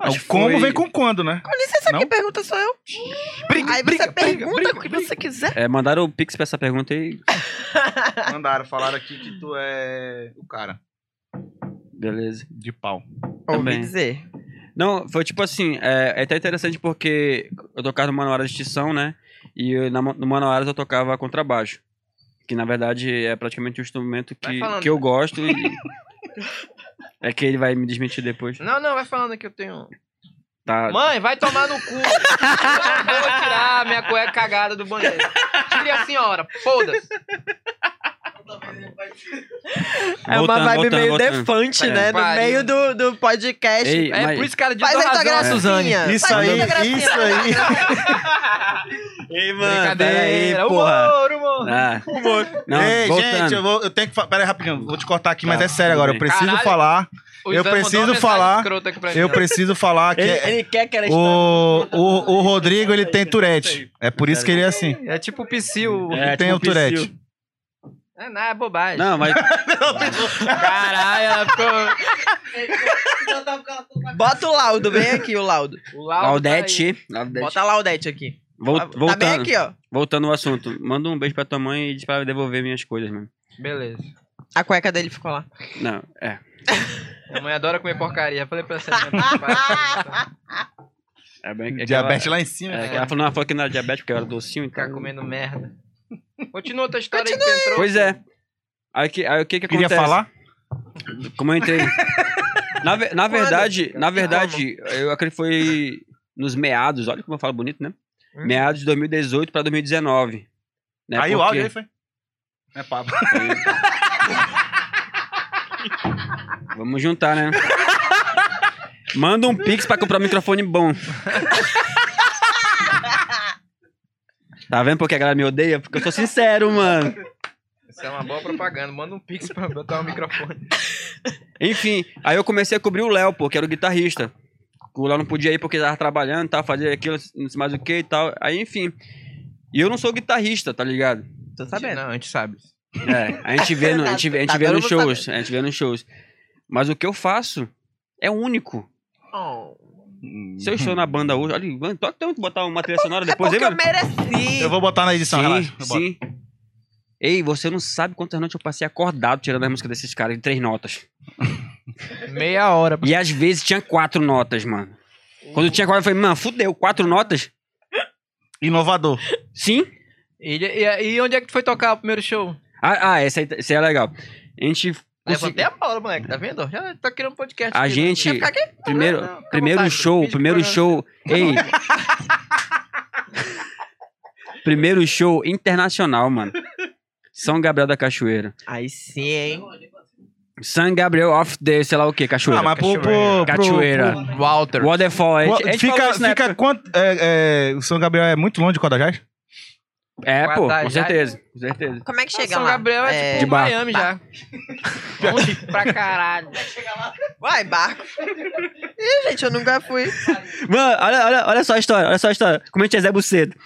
Acho que como foi- vem com quando, né? Com licença, Não? quem pergunta sou eu. Aí você pergunta o que você quiser. É, mandaram o Pix pra essa pergunta e. Mandaram, falaram aqui que tu é o cara Beleza. de pau. Também. Ouvi dizer. Não, foi tipo assim, é, é até interessante porque eu tocava no Manoara de Extinção, né? E eu- na, Mo- no Manoara eu tocava contrabaixo. Que na verdade é praticamente um instrumento Vai que, falando, que eu gosto e. é que ele vai me desmentir depois. Não, não, vai falando que eu tenho. Tá. Mãe, vai tomar no cu. Eu vou tirar minha cueca cagada do banheiro. Tire a senhora, foda-se. É uma Voltando, vibe voltando, meio voltando. defante, É. né? No Pariu. meio do, do podcast. Ei, É mas- por isso que cara de Faz toda aí tua razão, Suzane. gracinha. Isso Faz aí, tua gracinha. isso aí. Ei, Brincadeira, peraí, porra. humor, humor. Ah, não, Ei, voltando. gente, eu, vou, eu tenho que falar. Pera aí, rapidinho, vou te cortar aqui, Tá, mas é sério tudo agora. bem. Eu preciso Caralho. falar. O Eu Ivan mandou preciso uma mensagem falar, escrota aqui pra Eu mim. preciso falar que é Ele, é ele quer que ela o, o, o Rodrigo ele tem Tourette. É por isso que ele é assim. É tipo o Psyu. É, Ele tem tipo o Tourette. Psyu. É nada, é bobagem. Tipo, Não, mas Caralho, ela ficou. Bota o laudo, vem aqui o laudo. O Laudo tá aí. Laudete, Laudete. Bota a Laudete aqui. Vol- Tá bem voltando, aqui, ó. voltando ao assunto. Manda um beijo pra tua mãe e diz pra ela devolver minhas coisas, mano. Beleza. A cueca dele ficou lá. Não, é. Minha mãe adora comer porcaria. Falei pra você. Ficar É bem, é que Diabetes ela, lá em cima. é que ela falou, não, ela falou que não era diabetes, porque eu era docinho. Então... comendo merda. Continua outra história aí que tu entrou. Pois é. Aí, que, aí o que que Queria acontece? falar? Como eu entrei. na, ve- na verdade, na E verdade, eu acredito que foi nos meados, olha como eu falo bonito, né? Hum. Meados de 2018 pra 2019. Né? Aí o Porque- áudio aí foi. É papo. Vamos juntar, né? Manda um pix pra comprar um microfone bom. Tá vendo porque a galera me odeia? Porque eu sou sincero, mano. Isso é uma boa propaganda. Manda um pix pra botar o microfone. Enfim, aí eu comecei a cobrir o Léo, pô, que era o guitarrista. O Léo não podia ir porque tava trabalhando, tava fazendo aquilo, não sei mais o que e tal. Aí, enfim. E eu não sou guitarrista, tá ligado? Tô sabendo. Não, a gente sabe. É, a gente vê, no- a gente, vê- a gente Tá vê todo nos mundo shows. A gente vê nos shows. Mas o que eu faço é único. Oh. Se eu estou na banda hoje, olha, Ivan, toca tanto botar uma trilha sonora É depois, porque hein, eu mano? mereci. Eu vou botar tá na edição, relaxa. Sim, Eu boto. sim. Ei, você não sabe quantas noites eu passei acordado tirando as músicas desses caras de três notas. Meia hora. E às vezes tinha quatro notas, mano. Quando eu tinha quatro, eu falei, mano, fudeu, quatro notas? Inovador. Sim. E, e- e onde é que tu foi tocar o primeiro show? Ah, ah essa, aí, essa aí é legal. A gente. consegui- Levantei a bola, moleque. Tá vendo? Já tá querendo podcast. A aqui, gente- Quer ficar aqui? Primeiro, Não, não, fica à primeiro vontade, show, finge que primeiro foi nada. show. Ei. primeiro show internacional, mano. São Gabriel da Cachoeira. Aí sim, hein? São Gabriel of the, sei lá o que, Cachoeira. Ah, mas pro. pro, pro Cachoeira. Walter. Waterfall. A gente, a Pô, gente falou Fica, isso né, na fica época. quanto. é, é, o São Gabriel é muito longe de Codajás? É, pô, com Guadalajara. certeza. Com certeza. Como é que chega São lá? Gabriel é, tipo De barco. Miami já. Longe pra caralho. Vai, barco. Ih, gente, eu nunca fui. Mano, olha, olha, olha só a história, olha só a história. Como a gente é Zé Bucedo.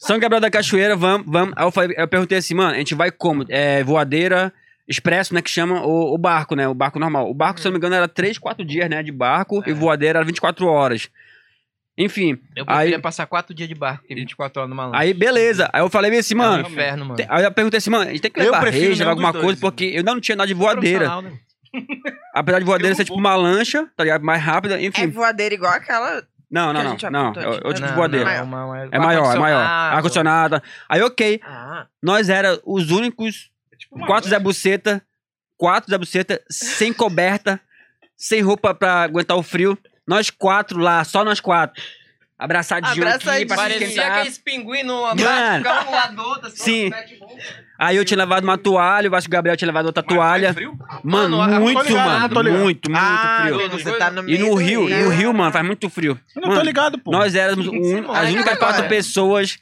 São Gabriel da Cachoeira, vamos, vamos. Aí eu, falei- eu perguntei assim, mano, a gente vai como? É, voadeira, expresso, né? Que chama o, o barco, né? O barco normal. O barco, se eu não me engano, era 3, 4 dias, né? De barco É. e voadeira era 24 horas. Enfim, Eu preferia poderia passar quatro dias de barco que 24 horas numa aí beleza. Aí eu falei bem assim, mano. um inferno, mano. tem- Aí eu perguntei assim, mano, a gente tem que Eu levar prefiro barreja, levar nenhum dos alguma dois, coisa, mano. porque eu ainda não tinha nada de voadeira. né? Apesar de voadeira ser tipo uma lancha, tá ligado? Mais rápida, É enfim. voadeira igual aquela. Não, não, que a não. gente Não, apontou é aqui. outro tipo de voadeira. não, É maior, é maior. Ar-condicionada. Aí, ok. Ah, Nós era os únicos É tipo quatro Zé Buceta, quatro Zé Buceta, sem coberta, sem roupa pra aguentar o frio. Nós quatro lá, só nós quatro. Abraçadinho aqui pra se Abraçadinho. Parecia esquentar. aqueles pinguinos Mano. ficavam um lado do outro. assim, Sim. ó, pé de bom. Aí eu tinha levado uma toalha, eu acho que o Gabriel tinha levado outra toalha. Mano, Mano, eu tô muito, ligado, Ah, eu mano. tô ligado. Muito, muito Ah, frio. eu- você tá no E meio no do Rio, e no Rio, mano, faz muito frio. Eu não tô Mano, ligado, pô. é Nós éramos um- Sim, moleque, as únicas agora. quatro pessoas.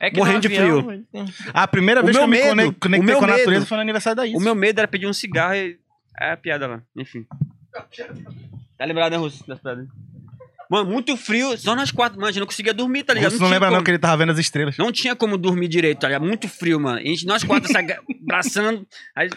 É que Morrendo no de avião, A primeira O vez que meu eu me medo, conec- o conectei meu com a natureza medo. foi no aniversário da Isa. O meu medo era pedir um cigarro e. É a piada lá, enfim. Tá lembrado, né, Russo? Das piadas? Mano, muito frio, só nas quatro. Mano, a gente não conseguia dormir, tá ligado? Você não tinha lembra como. não que ele tava vendo as estrelas. Não tinha como dormir direito, tá ligado? Muito frio, mano. E a gente- nós quatro se aga- abraçando. Aí,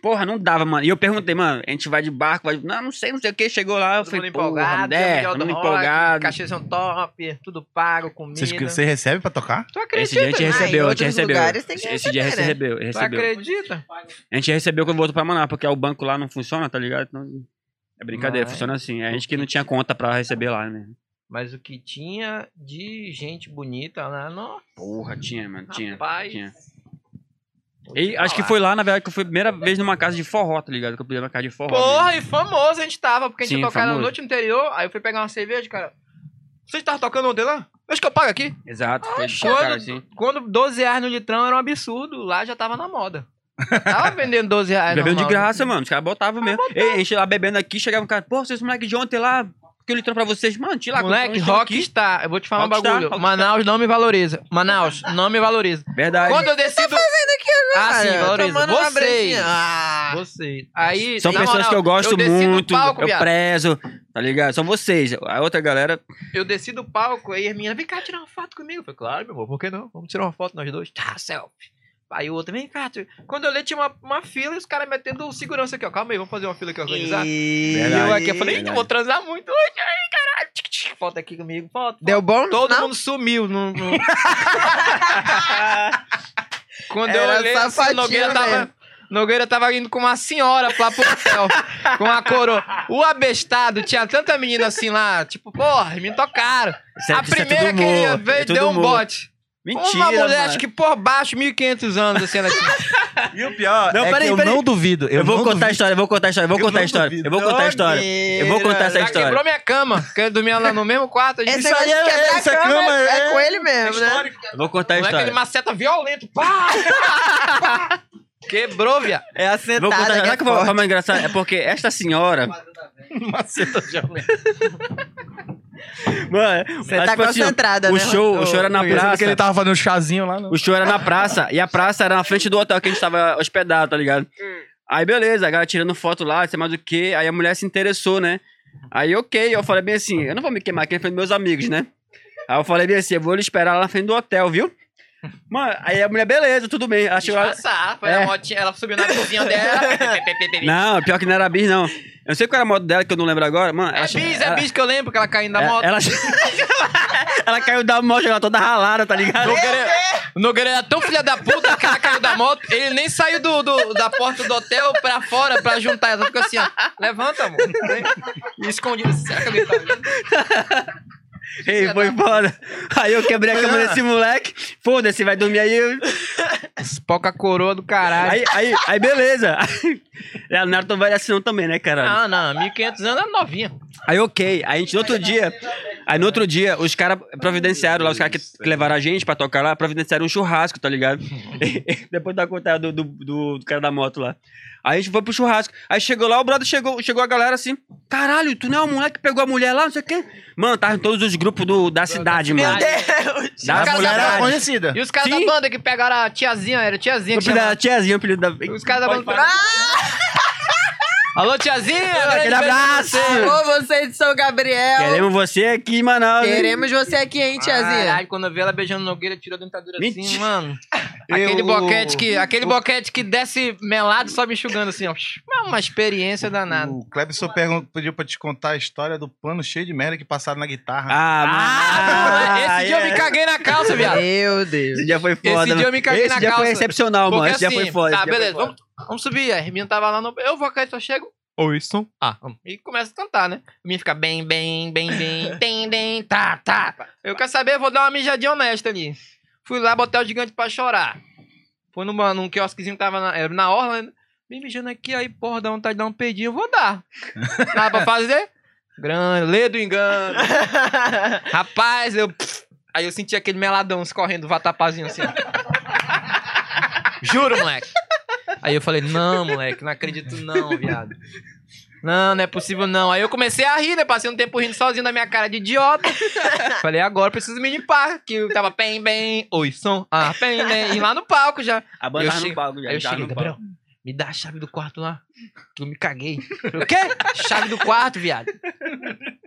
Porra, não dava, mano. E eu perguntei, mano, a gente vai de barco, vai. de- Não, não sei, não sei o que. Chegou lá, eu Todo mundo falei, empolgado, empolgado, São é, Miguel todo do mundo Rock, empolgado. Caixezão top, tudo pago, comida. Vocês- Você recebe pra tocar? Tu Esse dia a acredita? gente Ah, em recebeu, a gente outros recebeu. lugares tem que Esse dia a gente receber, recebeu, Tu recebeu. acredita? A gente recebeu quando voltou pra Manaus, porque é o banco lá não funciona, tá ligado? Então, é brincadeira, Mas- funciona assim. É a gente que não tinha conta pra receber lá, né? Mas o que tinha de gente bonita lá, nossa. Porra, tinha, mano, tinha. Rapaz. tinha. E acho que foi lá, na verdade, que foi a primeira vez numa casa de forró, tá ligado? Que eu peguei uma casa de forró. Porra, e famoso a gente tava, porque a gente Sim, tinha tocado na famoso. noite anterior, aí eu fui pegar uma cerveja, cara. Vocês estavam tocando ontem lá? Acho que eu pago aqui. mesmo. Exato, foi de quando- cara, assim. Quando 12 reais no litrão era um absurdo, lá já tava na moda. Tava vendendo 12 reais. bebendo de É normal. né? graça, mano. Os caras botavam mesmo. E a gente lá bebendo aqui, chegava um cara, pô, vocês moleque de ontem lá, que eu litrão pra vocês. Mano, tira lá. Moleque, comprou um litrão aqui. rockstar. Eu vou te falar um Rockstar, bagulho. rockstar. Manaus não me valoriza. Manaus não me valoriza. Verdade. Quando eu decido. Ah, sim, valoriza. Tomando uma Vocês. brezinha. Ah, Vocês. Aí, São na pessoas moral, que eu gosto desci do muito, palco, eu viado. prezo, tá ligado? São vocês. A outra galera, Eu desci do palco, aí a menina, vem cá tirar uma foto comigo. Eu falei, claro, meu amor, por que não? Vamos tirar uma foto nós dois. Tá, selfie. Aí o outro, vem cá. tu-" Quando eu olhei, tinha uma, uma fila e os caras metendo segurança aqui, ó. Calma aí, vamos fazer uma fila aqui organizada. e- E eu aqui, eu falei, eita, Verdade. vou transar muito hoje, aí, caralho. Tic, tic, Foto aqui comigo, foto. Deu bom? Todo não? mundo sumiu. No, no- Quando Era eu olhei, assim, safadinho Nogueira mesmo. tava, Nogueira tava indo com uma senhora lá pro hotel, com uma coroa. O abestado tinha tanta menina assim lá, tipo, porra, me tocaram. isso é- a isso é tudo primeira que humor, veio é tudo deu um humor. bote. Mentira, uma mulher, mano. é acho que por baixo, 1500 anos, assim, ela tinha. E o pior Não, é peraí, que eu peraí. não duvido. Eu, Eu vou não contar a duvido. história, eu vou contar a história, eu vou Eu contar a não história. duvido. Eu vou contar a história. Eu vou contar essa Já história. quebrou minha cama, porque eu dormia lá no mesmo quarto. A gente Isso Esse negócio aí de quebrar essa a cama, cama é, é- com ele mesmo, né? Eu vou contar a Moleque, ele história. maceta violento. Pá! Quebrou, viado. É a Eu Vou contar. sentada que Sabe é que foi forte. mais engraçado? É porque esta senhora. Maceta de alguém. Mano, Você tá tipo assim, ó, concentrada, o né? show, o show era na Pensando que ele praça. tava fazendo um chazinho lá. Não. O show era na praça e a praça era na frente do hotel que a gente tava hospedado, tá ligado? Hum. Aí beleza, a galera tirando foto lá, sei mais do que. Aí a mulher se interessou, né? Aí ok, eu falei bem assim: eu não vou me queimar aqui na frente dos meus amigos, né? Aí eu falei bem assim: eu vou lhe esperar lá na frente do hotel, viu? Mano, aí a mulher, beleza, tudo bem. Ela chegou lá, Disfarçar, foi É. a motinha, ela subiu na cozinha dela. Não, pior que não era bis, não. Eu não sei qual era a moto dela, que eu não lembro agora. Mano, É ela- bis, é ela- bis que eu lembro que ela caindo da ela- moto. Ela, ela caiu da moto, ela toda ralada, tá ligado? Nogueira, Nogueira era tão filha da puta que ela caiu da moto, ele nem saiu do, do- da porta do hotel pra fora pra juntar ela. Ficou assim, ó. Levanta, amor. E escondido. Será que alguém tá vendo? Ei, foi embora. Aí eu quebrei a cama desse moleque. Foda-se, vai dormir aí. eu- Poca coroa do caralho. Aí, aí, aí beleza. Ela não era tão velha assim não também, né, caralho? Não, Ah, não, 1500 anos é novinha. Aí ok. Aí a gente, no outro dia... Aí no outro dia, os caras providenciaram lá, os caras que, que levaram a gente pra tocar lá, providenciaram um churrasco, tá ligado? Depois da conta do, do, do- do cara da moto lá. Aí a gente foi pro churrasco. Aí chegou lá, o brother chegou, chegou a galera assim, caralho, tu não é o moleque que pegou a mulher lá, não sei o quê. Mano, tava em todos os grupos do, da cidade, Meu mano. Deus. Da Cara, Mulher tá era bom. conhecida. E os caras da Sim. banda que pegaram a tiazinha, era tiazinha O que apelido da chamava. tiazinha, o apelido da... Os caras da banda. Alô, tiazinha! Aquele grande beijo pra abraço! você. Alô, você de São Gabriel. Queremos, Queremos você aqui em Manaus. hein? você aqui, hein, tiazinha. Caralho, quando eu vi ela beijando Nogueira, tirou a dentadura assim, Mentira. mano. Aquele Eu- boquete que, aquele boquete que desce melado e sobe enxugando assim, ó. É Uma experiência danada. O Clebson pergun- pediu pra te contar a história do pano cheio de merda que passaram na guitarra. Ah, mano. Ah, esse dia eu me caguei na calça, viado. Meu Deus. Esse dia foi foda. Esse dia mano. eu me caguei Esse na dia foi calça. excepcional, mano. Esse dia foi foda. Tá, esse dia foi beleza. foda. Vamos, vamos subir. A Hermina tava lá no. Eu vou cair, só chego. Oi, som. Ah, hum. e começa a cantar, né? A minha fica bem, bem, bem, bem, bem, bem, tá, tá. tá. Eu quero saber, eu vou dar uma mijadinha honesta ali. Fui lá botar o gigante pra chorar. Foi numa, num quiosquezinho que tava na, era na orla, né? Me mijando aqui, aí, porra, dá vontade de dar um pedinho, eu vou dar. Nada pra fazer? Grande, lê do engano. Rapaz, eu. Aí eu senti aquele meladão escorrendo, vatapazinho assim. Juro, moleque. Aí eu falei, não, moleque, não acredito não, viado. Não, não é possível não. Aí eu comecei a rir, né? Passei um tempo rindo sozinho da minha cara de idiota. falei, agora eu preciso me limpar. Que eu tava bem, bem. Oi, som. Ah, bem, bem. E lá no palco já. A banda Eu tava cheguei- no palco já. Aí eu tava cheguei, no palco. Gabriel, me dá a chave do quarto lá. Que eu me caguei. Eu falei, o quê? Chave do quarto, viado.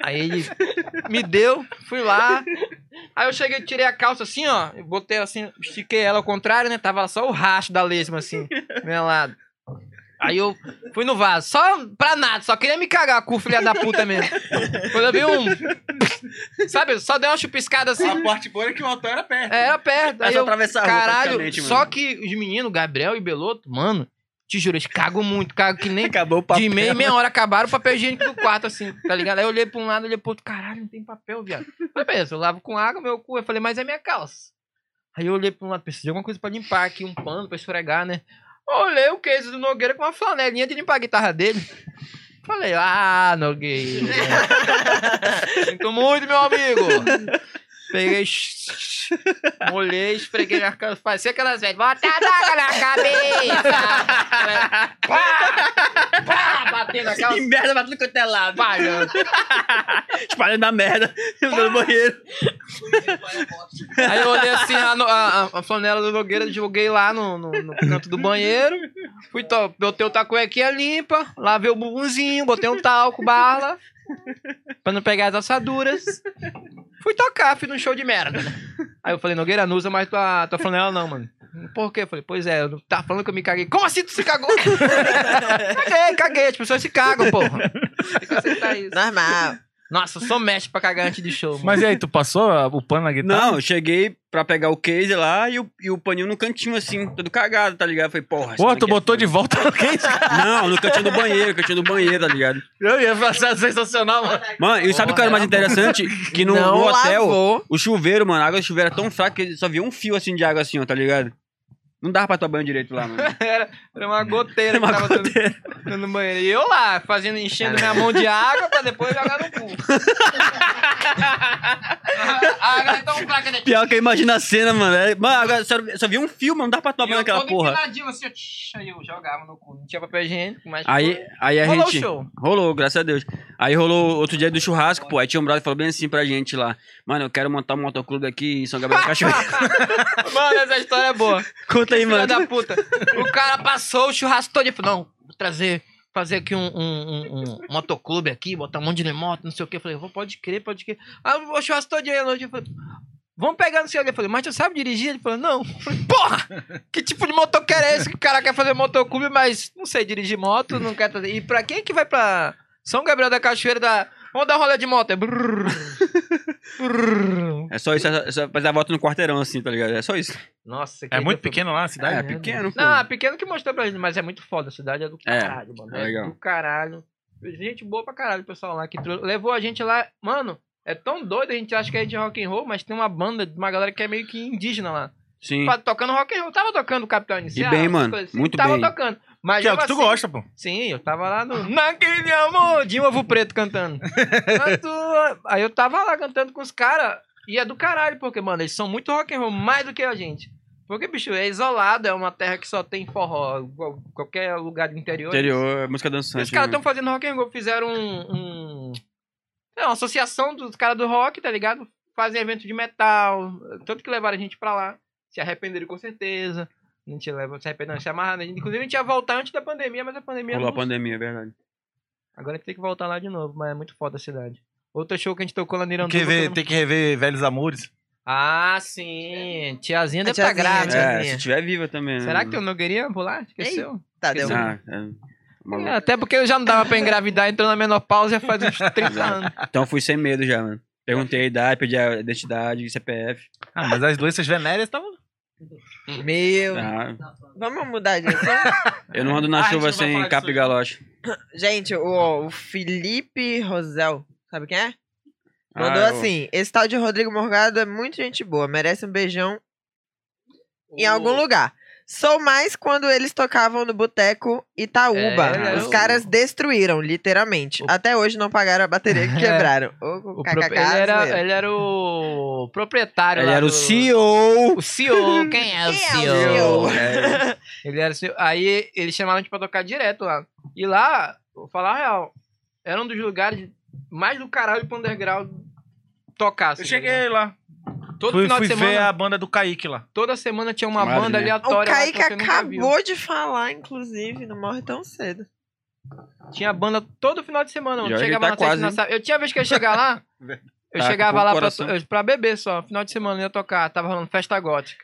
Aí ele me deu, fui lá. Aí eu cheguei, tirei a calça assim, ó. eu Botei assim, estiquei ela ao contrário, né? Tava só o racho da lesma, assim, do meu lado. Aí eu fui no vaso, só pra nada, só queria me cagar com o filho da puta mesmo. Quando eu vi um. Sabe, eu só dei uma chupiscada assim. A parte boa é que o altar era perto. É, Era perto. Aí só eu, atravessar a rua, caralho, praticamente, só mano. que os meninos, Gabriel e Beloto, mano, te juro, eles cagam muito, cagam que nem. Acabou o papo. De meia e meia hora acabaram o papel higiênico do quarto, assim, tá ligado? Aí eu olhei pra um lado, olhei pro outro, caralho, não tem papel, viado. Aí beleza, eu lavo com água, meu cu. Eu falei, mas é minha calça. Aí eu olhei pra um lado, preciso de alguma coisa pra limpar aqui, um pano pra esfregar, né? Olhei o case do Nogueira com uma flanelinha de limpar a guitarra dele. Falei, ah, Nogueira. Sinto muito, meu amigo. Peguei, molhei, esfreguei minha calça. Parecia aquelas velhas, bota a daga na cabeça. Falei, pá, pá, batendo a calça. Que merda, vai tudo quanto é lado. Espalhando. Espalhando a merda no banheiro. Aí eu olhei assim a, no- a, a- a flanela do Nogueira, joguei lá no, no- no canto do banheiro. Fui, to, botei o tacuequinha limpa, lavei o bumbumzinho, botei um talco, bala, pra não pegar as assaduras. Fui tocar, fiz um show de merda. né? Aí eu falei, Nogueira, não usa mais tua, tua flanela não, mano. Por quê? Eu falei, pois é, eu não- tá falando que eu me caguei. Como assim tu se cagou? caguei, caguei, as pessoas se cagam, porra. Tem que tá aceitar isso. Normal. Nossa, eu sou mestre pra cagar antes de show, mano. Mas e aí, tu passou ah, o pano na guitarra? Não, eu cheguei pra pegar o case lá e o, e o paninho no cantinho, assim, todo cagado, tá ligado? Eu Falei, porra. Porra, isso tu daqui é botou de foda. volta no case? Não, no cantinho do banheiro, cantinho do banheiro, tá ligado? Eu ia passar sensacional, mano. Mano, e sabe o que era mais interessante? Que no, não no hotel, lavou. o chuveiro, mano, a água do chuveiro era tão fraca que só via um fio assim de água assim, ó, tá ligado? Não dava pra tomar banho direito lá, mano. Era, era uma goteira Era uma que tava dando no banheiro. E eu lá, fazendo, enchendo minha mão de água pra depois jogar no cu. a água é tão fraca, né? Pior que eu imagino a cena, mano. É- Mano, agora só, só vi um fio, mano. Não dava pra tomar E banho eu naquela todo porra. empiladinho, assim, eu, tch, aí eu jogava no cu. Não tinha papel higiênico, mas... Aí, aí a Rolou o gente. show. Rolou, graças a Deus. Aí rolou outro dia do churrasco, pô. Aí tinha um brother que falou bem assim pra gente lá. Mano, eu quero montar um motoclube aqui em São Gabriel do Cachoeiro. Mano, essa história é boa. Conta aí, Filha mano. da puta. O cara passou o churrasco todo e falou, não, vou trazer, fazer aqui um, um, um- um motoclube aqui, botar um monte de moto, não sei o quê. Eu falei, vou, pode crer, pode crer. Aí o churrasco todo dia, eu falei, vamos pegar no seu olho. Eu falei, mas tu sabe dirigir? Ele falou, não. Eu falei, porra, que tipo de motoqueiro é esse que o cara quer fazer motoclube, mas não sei dirigir moto, não quer... trazer- E pra quem que vai pra São Gabriel da Cachoeira da... Vamos dar um rolê de moto. É brrr, brrr. É só isso, é só, é só fazer a volta no quarteirão, assim, tá ligado? É só isso. Nossa, que É muito dia foi pequeno lá a É, cidade? é né? pequeno, pô. Não, é pequeno que mostrou pra gente, mas é muito foda. A cidade é do É, caralho, mano. é É, legal. do caralho. Gente boa pra caralho, o pessoal lá que trou- levou a gente lá. Mano, é tão doido, a gente acha que é de rock and roll, mas tem uma banda, uma galera que é meio que indígena lá. Sim. Fa- Tocando rock and roll. Tava tocando Capitão Inicial. bem, essas mano, coisas assim, muito tava bem. tocando. Mas Que é o mesmo que tu assim- gosta, pô. Sim, eu tava lá no. Naquele amor de um ovo preto cantando. Na tua- Aí eu tava lá cantando com os caras. E é do caralho, porque, mano, eles são muito rock and roll, mais do que a gente. Porque, bicho, é isolado, é uma terra que só tem forró. qual- Qualquer lugar do interior. Interior, é música E dançante. os caras né? estão fazendo rock and roll, fizeram um. um- é uma associação dos caras do rock, tá ligado? Fazem evento de metal. Tanto que levaram a gente pra lá. Se arrependeram com certeza. A gente leva, se arrependeram, se amarraram. Inclusive, a gente ia voltar antes da pandemia, mas a pandemia Rolou a não pandemia, é verdade. Agora tem que voltar lá de novo, mas é muito foda a cidade. Outro show que a gente tocou lá no Tem Iranduba. que, rever, todo mundo- tem que rever Velhos Amores. Ah, sim. Tiazinha deve A estar tiazinha, a grávida. É, tiazinha. se tiver viva também. né, Será que um mano? eu não queria pular? Esqueceu? Tá, deu. Ah, é. Maluco. É, até porque eu já não dava pra engravidar, entrou na menopausa já faz uns 30 anos. Então eu fui sem medo já, mano. Perguntei a idade, pedi a identidade, CPF. Ah, mas as doenças venéreas estavam. Meu. Ah, Vamos mudar de assunto? eu não ando na Ah, a gente chuva não vai falar sem disso capa e hoje. galocha. Gente, o, o Felipe Rosel, sabe quem é? Ah, Mandou eu- assim: esse tal de Rodrigo Morgado é muito gente boa, merece um beijão Oh. em algum lugar. Sou mais quando eles tocavam no Boteco Itaúba. É, Os eu- caras destruíram, literalmente. Até hoje não pagaram a bateria que quebraram. O, O KKK, pro- ele, era, zoeira. ele era o proprietário Ele lá era o do- CEO. O CEO, quem é o Quem é o CEO? CEO? É, Ele era assim, aí eles chamaram a gente pra tocar direto lá. E lá, vou falar a real, era um dos lugares mais do caralho pro underground tocar. assim, Eu tá cheguei lá. ligado? Todo Fui, final fui de semana, ver a banda do Kaique lá. toda semana tinha uma Madre, banda né? O aleatória. lá que Kaique você nunca viu. acabou de falar, inclusive, não morre tão cedo. Tinha banda todo final de semana. mano. Já ele chegava tá na sexta, quase, na hein? sábado. Eu tinha vez que eu ia chegar lá, eu Tá, com chegava pouco lá pra, coração. pra beber só. Final de semana eu ia tocar, tava rolando festa gótica.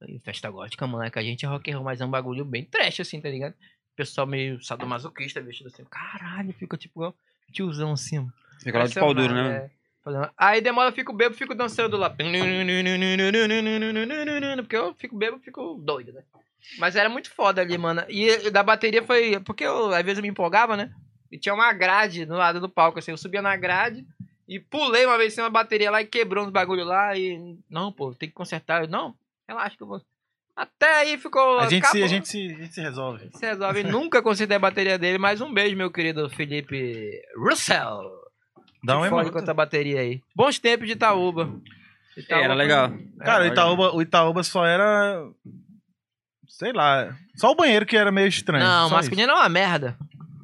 Aí, festa gótica, mano, é que a gente é rock and roll, mas é um bagulho bem trash, assim, tá ligado? pessoal meio sadomasoquista vestido assim. Caralho, fica tipo igual tiozão assim, mano. Fica lá de pau duro, né? É, fazendo- Aí demora, eu fico bebo, fico dançando lá. Porque eu fico bebo, fico doido, né? Mas era muito foda ali, mano. E da bateria foi. Porque eu, às vezes eu me empolgava, né? E tinha uma grade no lado do palco, assim. Eu subia na grade e pulei uma vez sem uma bateria lá e quebrou uns bagulho lá. E. Não, pô, tem que consertar. Eu, não, relaxa que eu vou. Até aí ficou. A gente, se, acabou. a, gente se, a gente se resolve. Você resolve nunca consertei a bateria dele, mas um beijo, meu querido Felipe Russell. Dá um que fode emoji. com essa bateria aí. é Bons tempos de Itaúba. Itaúba É, Era legal. Cara, o legal. Itaúba, o Itaúba só era. Sei lá. Só o banheiro que era meio estranho. Não, só isso. masculino era uma merda.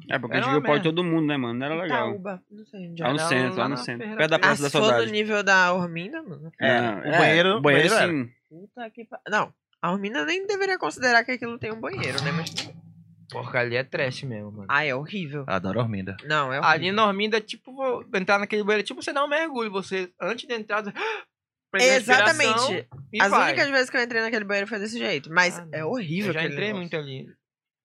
É, porque a Era gente uma viu o pau merda. de Tá um todo mundo, né, mano? Não era legal. Itaúba. Não sei onde Lá é. no Era centro, lá lá no na centro. feira. Perto da Ah, Praça da Ah, sou do Saudade. nível da Ormina, mano. É, O banheiro- o banheiro o banheiro sim. Puta que pa... Não, a Ormina nem deveria considerar que aquilo tem um banheiro, né? Mas... Porra, ali é trash mesmo, mano. Ah, é horrível. Adoro Orminda. Não, é horrível. Ah, Ali na Orminda, tipo, vou entrar naquele banheiro, tipo, você dá um mergulho. Você, antes de entrar, você... prende a respiração Exatamente. e As vai. únicas vezes que eu entrei naquele banheiro foi desse jeito. Mas Ah, é não. horrível Eu já aquele entrei negócio. muito ali.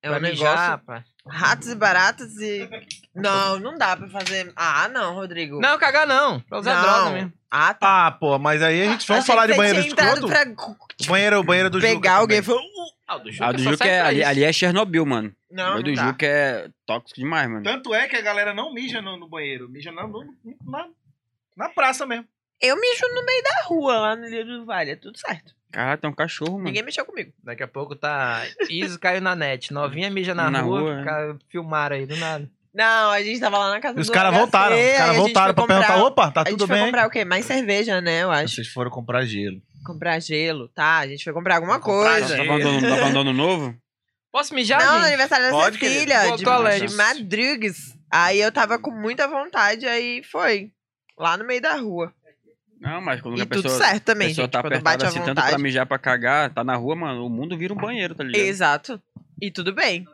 É Pra um mijar, negócio... pra- Ratos e baratas e... Não, não dá pra fazer... Ah, não, Rodrigo. Não, cagar não. Pra usar Não. droga mesmo. Ah, tá. Ah, pô, mas aí a gente. Vamos Achei falar que de você banheiro tinha entrado escroto? pra tipo, O Banheiro, o banheiro do Juca pegar alguém e também. falar... "Uh". Ah, o do Juca A do só Juca serve é, pra ali, isso. ali é Chernobyl, mano. Não, o não do dá. Então, Juca é tóxico demais, mano. Tanto é que a galera não mija no, no banheiro, mija na, no- na, na praça mesmo. Eu mijo no meio da rua, lá no Rio do Vale. É tudo certo. Caralho, tem um cachorro, mano. Ninguém mexeu comigo. Daqui a pouco tá. Iso caiu na net. Novinha mija na, Na rua. rua, é. cara, Filmaram aí do nada. Não, a gente tava lá na casa E os do caras HC, voltaram, os aí a caras gente voltaram pra foi comprar- perguntar, opa, tá a gente tudo foi bem? comprar o quê? Mais cerveja, né? Eu acho. Vocês foram comprar gelo. Assim. Comprar gelo, tá? A gente foi comprar alguma Comprar coisa. Tá falando tá falando ano novo? Posso mijar? Não, no gente? aniversário da Pode, minha querido. filha, Voltou a de, Legends. de Madrugues. Aí eu tava com muita vontade, aí foi. Lá no meio da rua. Não, mas quando e a tudo pessoa, certo a também, pessoa gente. tá quando apertada bate a assim, tanto pra vontade. mijar, pra cagar, tá na rua, mano, o mundo vira um banheiro, tá ligado? Exato. E tudo bem.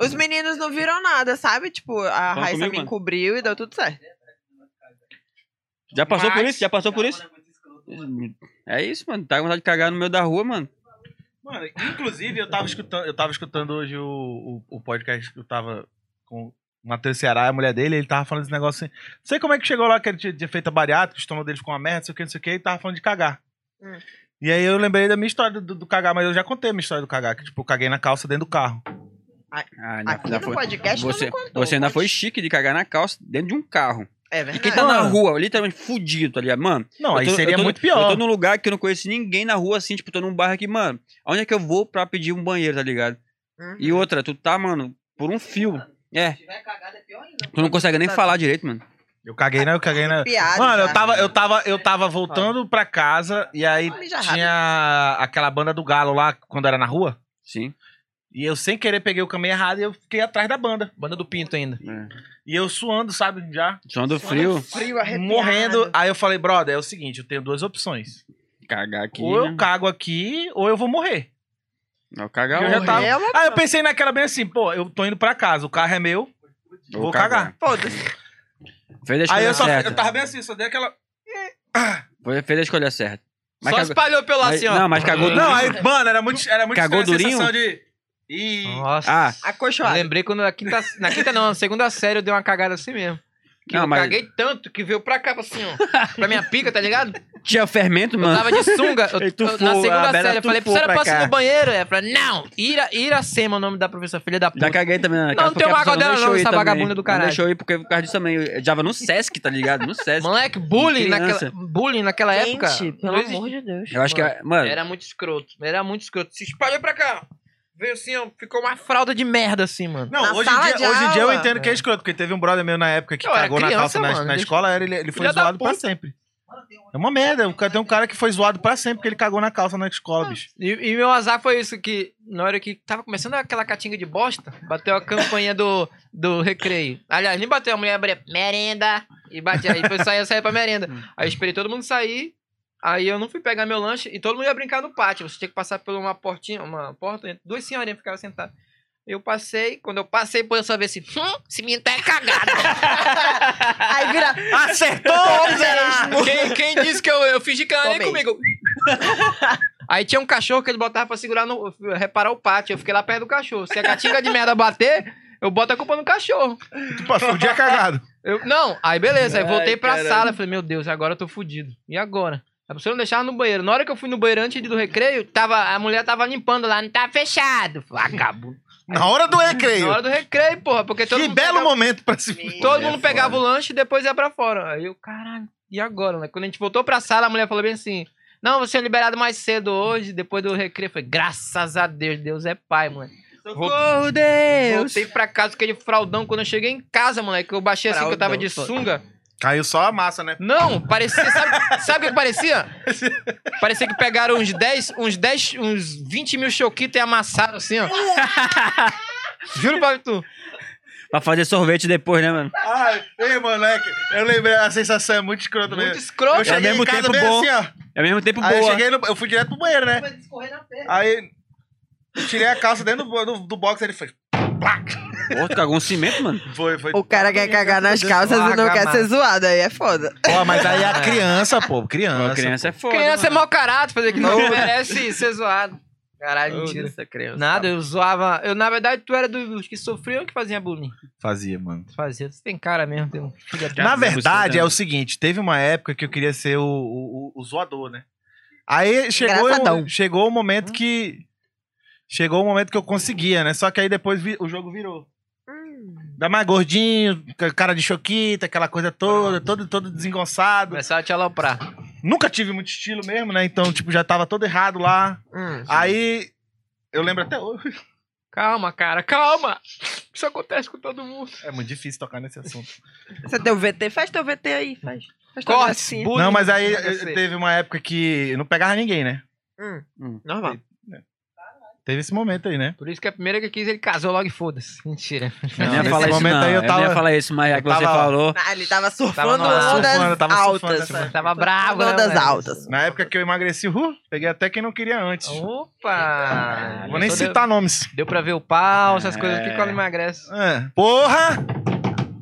Os meninos não viram nada, sabe? Tipo, a Fala Raíssa comigo, me mano. encobriu e deu tudo certo. Já passou por Mas- isso? Já passou por isso? É isso, mano. Tá com vontade de cagar no meio da rua, mano. Mano, inclusive eu tava escutando, eu tava escutando hoje o, o, o podcast que eu tava com o Matheus Ceará, a mulher dele, ele tava falando esse negócio assim. Não sei como é que chegou lá que ele tinha, tinha feito a bariátrica, o estômago dele ficou uma merda, não sei o que, não sei o que, e tava falando de cagar. Hum. E aí eu lembrei da minha história do, do cagar, mas eu já contei a minha história do cagar, que tipo, eu caguei na calça dentro do carro. Ah, ainda- Aqui ainda no foi- podcast tu você, não contou. você ainda Pode- foi chique de cagar na calça dentro de um carro. É E verdade. quem tá na rua, literalmente fudido, tá ligado? Mano, Não, Eu aí tô- seria eu tô- muito pior. Eu tô num lugar que eu não conheço ninguém na rua, assim, tipo, tô num bairro aqui, mano. Onde é que eu vou pra pedir um banheiro, tá ligado? Uhum. E outra, tu tá, mano, por um fio. É. tiver cagada é pior ainda. Tu não consegue nem Tá falar direito, mano. Eu caguei na, eu caguei na, Piada. Mano, eu já. tava, eu tava, eu tava voltando pra casa e aí Olha, já tinha aquela banda do Galo lá quando era na rua. Sim. E eu sem querer peguei o caminho errado e eu fiquei atrás da banda. Banda do Pinto ainda. É. E eu suando, sabe, já Som do frio, Frio, arrepiado. morrendo. Aí eu falei, brother, é o seguinte, eu tenho duas opções. cagar aqui. ou eu né? cago aqui ou eu vou morrer. Eu cagar Eu já ou- tava- É uma- Aí eu pensei naquela bem assim, pô, eu tô indo pra casa, o carro é meu. ou vou cagar. Foda-se. Fez a escolha Aí eu só certa. eu tava bem assim, só dei aquela Foi- Fez a escolha certa. Mas Só cagou- espalhou pelo mas- assim, ó. Não, mas cagou Não, durinho. aí, mano, era muito, era muito Cagou estranha a durinho? sensação de Ih, Nossa. Ah, Eu Acolchoado. lembrei quando na quinta, na quinta não, na segunda série eu dei uma cagada assim mesmo. Que Não, eu mas- caguei tanto que veio pra cá, assim, ó. Pra minha pica, tá ligado? tinha fermento, Eu mano. tava de sunga. Eu, Ele eu- tufou, na segunda a Bela série, eu falei, tufou professora, pra posso ir cá." no banheiro? Ela falou, não, Ira, Iracema é o nome da professora, filha da puta. Já caguei também, né? Não, não Porque tem a mágoa pessoa dela não, deixou eu ir essa também. vagabunda do caralho. Não deixou eu ir porque por causa disso também. Eu já tava no Sesc, tá ligado? No Sesc. Moleque, bullying Criança. naquela, bullying naquela época. Gente, não pelo existia. amor de Deus. Eu acho que, é- mano, Era muito escroto. Era muito escroto. Se espalhou pra cá. Veio assim, ó, ficou uma fralda de merda assim, mano. Não, Na hoje em, sala dia, de hoje em dia eu aula. entendo que é escroto, porque teve um brother meu na época que Eu era cagou na criança, calça na- mano, na, deixa- escola, era- ele, ele foi Filha da zoado pra puta. sempre. É uma merda, o cara- tem um cara que foi zoado pra sempre porque ele cagou na calça na escola, bicho. E, e meu azar foi isso, que na hora que tava começando aquela catinga de bosta, bateu a campainha do, do recreio. Aliás, nem bateu, a mulher abria merenda e batia. Aí foi sair, eu saí pra merenda. Aí eu esperei todo mundo sair, aí eu não fui pegar meu lanche e todo mundo ia brincar no pátio. Você tinha que passar por uma portinha, uma porta, duas senhorinhas ficavam sentadas. Eu passei, quando eu passei, por eu só ver assim, hum, esse menino tá cagado. Aí vira. Acertou! Quem, quem disse que eu, eu fingi que ela nem Tomei. comigo? Aí tinha um cachorro que ele botava pra segurar no. reparar o pátio. Eu fiquei lá perto do cachorro. Se a catinga de merda bater, eu boto a culpa no cachorro. Tu passou o dia é cagado. Eu, não, aí beleza, aí voltei Ai, pra caralho. sala, falei, meu Deus, agora eu tô fudido. E agora? A pessoa não deixava no banheiro. Na hora que eu fui no banheiro antes de ir do recreio, tava, a mulher tava limpando lá, não tá fechado. Vagabundo. Na hora do recreio. Na hora do recreio, porra, porque todo Que mundo belo pegava, momento pra se todo mundo pegava o lanche e depois ia pra fora. Aí eu, caralho, e agora, né? Quando a gente voltou pra sala, a mulher falou bem assim: Não, você é liberado mais cedo hoje, depois do recreio. Eu falei, graças a Deus, Deus é pai, moleque. Socorro, oh, Deus! Voltei pra casa com aquele fraldão. Quando eu cheguei em casa, moleque, eu baixei assim que eu tava de Fraldão. sunga. Caiu só a massa, né? Não, parecia. Sabe, sabe o que parecia? Parecia que pegaram uns 10, uns 10, uns 20 mil choquitos e amassaram assim, ó. Juro pra tu. Pra fazer sorvete depois, né, mano? Ai, ei, moleque. Eu lembrei, a sensação é muito escrota Muito mesmo. escroto. Eu cheguei Ao mesmo em casa tempo bem bom. assim, ó. É ao mesmo tempo Aí eu boa. cheguei, no- eu fui direto pro banheiro, né? Vai discorrer na perna. Aí eu tirei a calça dentro do, do, do box, ele foi. Pô, tu cagou um cimento, mano. Foi, foi. O cara quer cagar nas calças e não Larga, quer mano. ser zoado, aí é foda. Pô, mas aí a criança, pô, Pô, criança. criança é foda. Criança é mano. mau caráter, fazer que não merece ser zoado. Caralho, mentira. Essa criança. Nada, eu zoava. Eu, na verdade, tu era dos que sofriam que faziam bullying. Fazia, mano. Tu fazia, tu tem cara mesmo, tem um filho da- Na Cara, verdade, você é tá- o seguinte: teve uma época que eu queria ser o, o, o- o zoador, né? Aí chegou, Engraçadão. chegou o momento que. Chegou o momento que eu conseguia, né? Só que aí depois vi- o jogo virou. Dá mais gordinho, ca- cara de choquita, aquela coisa toda, todo, todo desengonçado. Começava a te aloprar. Nunca tive muito estilo mesmo, né? Então, tipo, já tava todo errado lá. Aí. Eu lembro até hoje. Calma, cara, calma. Isso acontece com todo mundo. É muito difícil tocar nesse assunto. Você tem o VT? Faz teu VT aí, faz. faz teu Cortes, gracinha. bullying. Não, mas aí eu eu- sei. teve uma época que eu não pegava ninguém, né? Hum, Hum. normal. Teve esse momento aí, né? Por isso que a primeira que eu quis, ele casou logo e foda-se. Mentira. Eu não ia Nesse falar isso, momento não. aí eu Eu, não tava- ia falar isso, mas é que eu você tava- falou. Ah, ele tava surfando Tava numa- ondas surfando, tava surfando, altas. surfando. Tava bravo, né? ondas moleque? altas. Na época que eu emagreci, uh, peguei até quem não queria antes. Opa! Vou nem Então citar nomes. Deu, deu pra ver o pau, essas coisas que É. quando emagrece. É. Porra!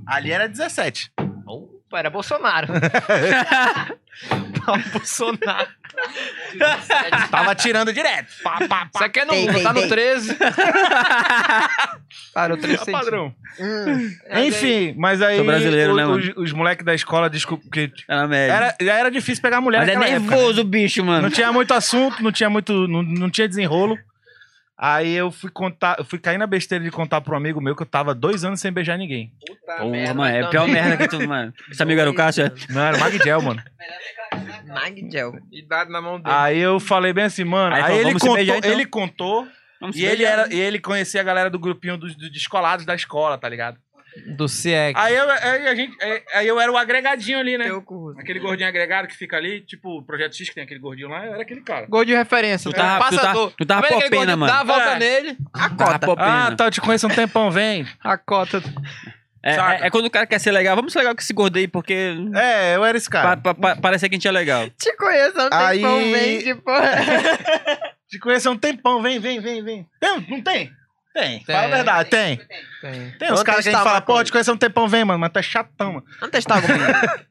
Ali era 17. Opa, era Bolsonaro. Pau Bolsonaro. Tava tirando direto. Pá, pá, Isso pá. aqui é no Tem, tem, tá no tem. 13. Parou 13 É Tá centímetros. padrão. Hum, Enfim, mas aí Sou brasileiro, o- né, mano? os, os moleques da escola, desculpa, que Era médio. era, já era difícil pegar mulher mas é naquela época. né? nervoso o bicho, mano. Não tinha muito assunto, não tinha muito. Não, não tinha desenrolo. Aí eu fui contar, eu fui cair na besteira de contar pro amigo meu que eu tava dois anos sem beijar ninguém. tá Pô, mano, é a pior merda que tu, mano. Esse amigo era o Cássio? é? Não, era o Magdiel, mano. Maggel. Idade na mão dele. Aí eu falei bem assim, mano. Aí ele Aí, falou, ele, "Vamos se contou, beijar, então." ele contou, Vamos e se ele beijar. era, e ele conhecia a galera do grupinho dos dos descolados da escola, tá ligado? Do CIEC. Aí eu, aí a gente, aí- aí eu era o agregadinho ali, né? Teu cu. Aquele gordinho agregado que fica ali, tipo, o Projeto X que tem aquele gordinho lá, eu era aquele cara. Gol de referência. Tu tava- Passa tu tava- dor. tu tava Tá vendo aquele popena, gordinho? mano. Dá a volta É. nele, a cota. Ah, tá, eu te conheço há um tempão, vem. a cota. é, saca. é- é quando o cara quer ser legal. Vamos ser legal com esse gordo aí, porque É, eu era esse pa, cara. pa- pa- parece que a gente é legal. Te conheço há um Aí- tempão, vem de porra. Te conheço há um tempão, vem, vem, vem, vem. Tem, não tem? Tem, Tem. fala a verdade, Ah, tem. Tem, Tem. uns Vamos caras que a testar gente uma fala, pô, coisa. te conheço há um tempão, vem, mano, mas tu é chatão, mano. Vamos testar alguma coisa.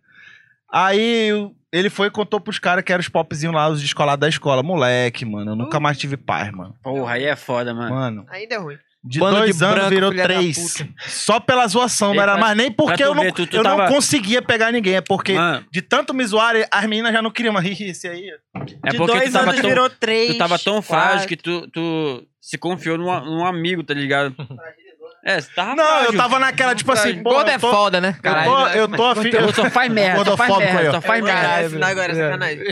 Aí eu- ele foi e contou pros caras que eram os popzinhos lá, os descolados da escola. Moleque, mano, eu nunca mais tive paz, mano. Porra, aí é foda, mano. Mano, Aí deu ruim. de Bando dois de anos branco, virou filha da três. Só pela zoação, Ei, não era pra- mais nem porque pra tu eu, não, ver, tu- tu eu tava- não conseguia pegar ninguém. É porque Mano, de tanto me zoar, as meninas já não queriam mais rir esse aí. é de porque dois tu tava anos tão, virou três. tu tava tão frágil quatro. que tu, tu se confiou num, num amigo, tá ligado? É, você tava não, eu frágil. tava naquela, tipo assim, pô, Gordo é eu tô, foda, né? eu Caralho. tô, eu tô afim. Pô, só faz merda, só faz Gordofóbico aí, merda, ó. É, só faz merda. Caralho, final agora, É. sacanagem.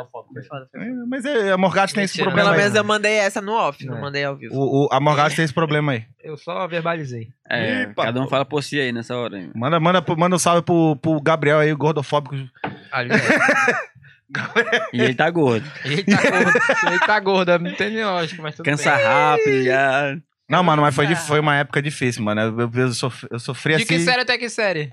É, Mas é, a Morgate tem esse Mentira, problema Pelo aí. menos eu mandei essa no off, não É. mandei ao vivo. O, o- a Morgate tem esse problema aí. Eu só verbalizei. É, cada um fala por si aí nessa hora. Hein? Manda, manda, pro- manda um salve pro, pro Gabriel aí, o gordofóbico. Ali, é. E ele tá gordo. ele tá gordo. Ele tá gordo, não tem nem lógica, mas tudo Cansa rápido, já. Não, mano, mas foi, Ah. dif- foi uma época difícil, mano. Eu, eu, sofri, eu sofri bem. De que assim. série até que série?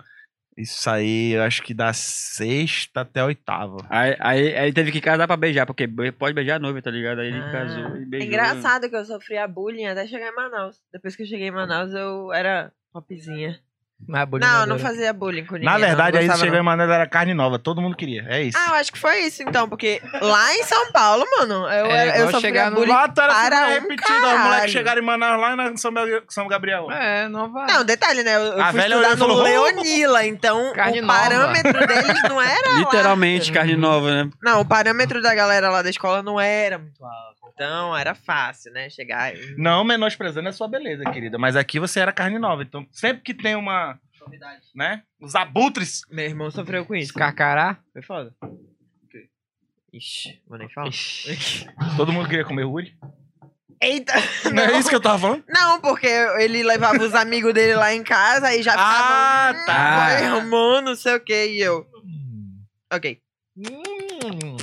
Isso aí, eu acho que da sexta até a oitava. Aí, aí, aí teve que casar pra beijar, porque be- pode beijar a noiva, tá ligado? Aí ele Ah. casou e É né? beijou. engraçado que eu sofri a bullying até chegar em Manaus. Depois que eu cheguei em Manaus, eu era popzinha. Mas bullying Não, madura. não fazia bullying com ninguém. Na verdade, não, aí não ele gostava, chegou em Manaus era carne nova. Todo mundo queria. É isso. Ah, eu acho que foi isso, então, porque lá em São Paulo, mano, eu, É, eu igual sofria chegar no bullying Lá tá para era um repetida. Os caralho. moleques chegaram em Manaus lá na São, Bel- São Gabriel. É, não vai. Não, detalhe, né? Eu, eu A fui velha estudar no olhou e falou, Leonila, então Carne o nova. parâmetro deles não era lá. Literalmente, carne nova, né? Não, o parâmetro da galera lá da escola não era muito alto. Então era fácil, né? Chegar e... Não menosprezando a sua beleza, querida. Mas aqui você era carne nova. Então, sempre que tem uma. Né? Os abutres. Meu irmão sofreu com isso. Carcará? Foi foda. Ixi, vou nem falar. Todo mundo queria comer Uri. Eita! Não é isso que eu tava falando? Não, porque ele levava os amigos dele lá em casa e já ficava. Ah, tá. Ai, irmão, não sei o que. E eu. Ok. Hum,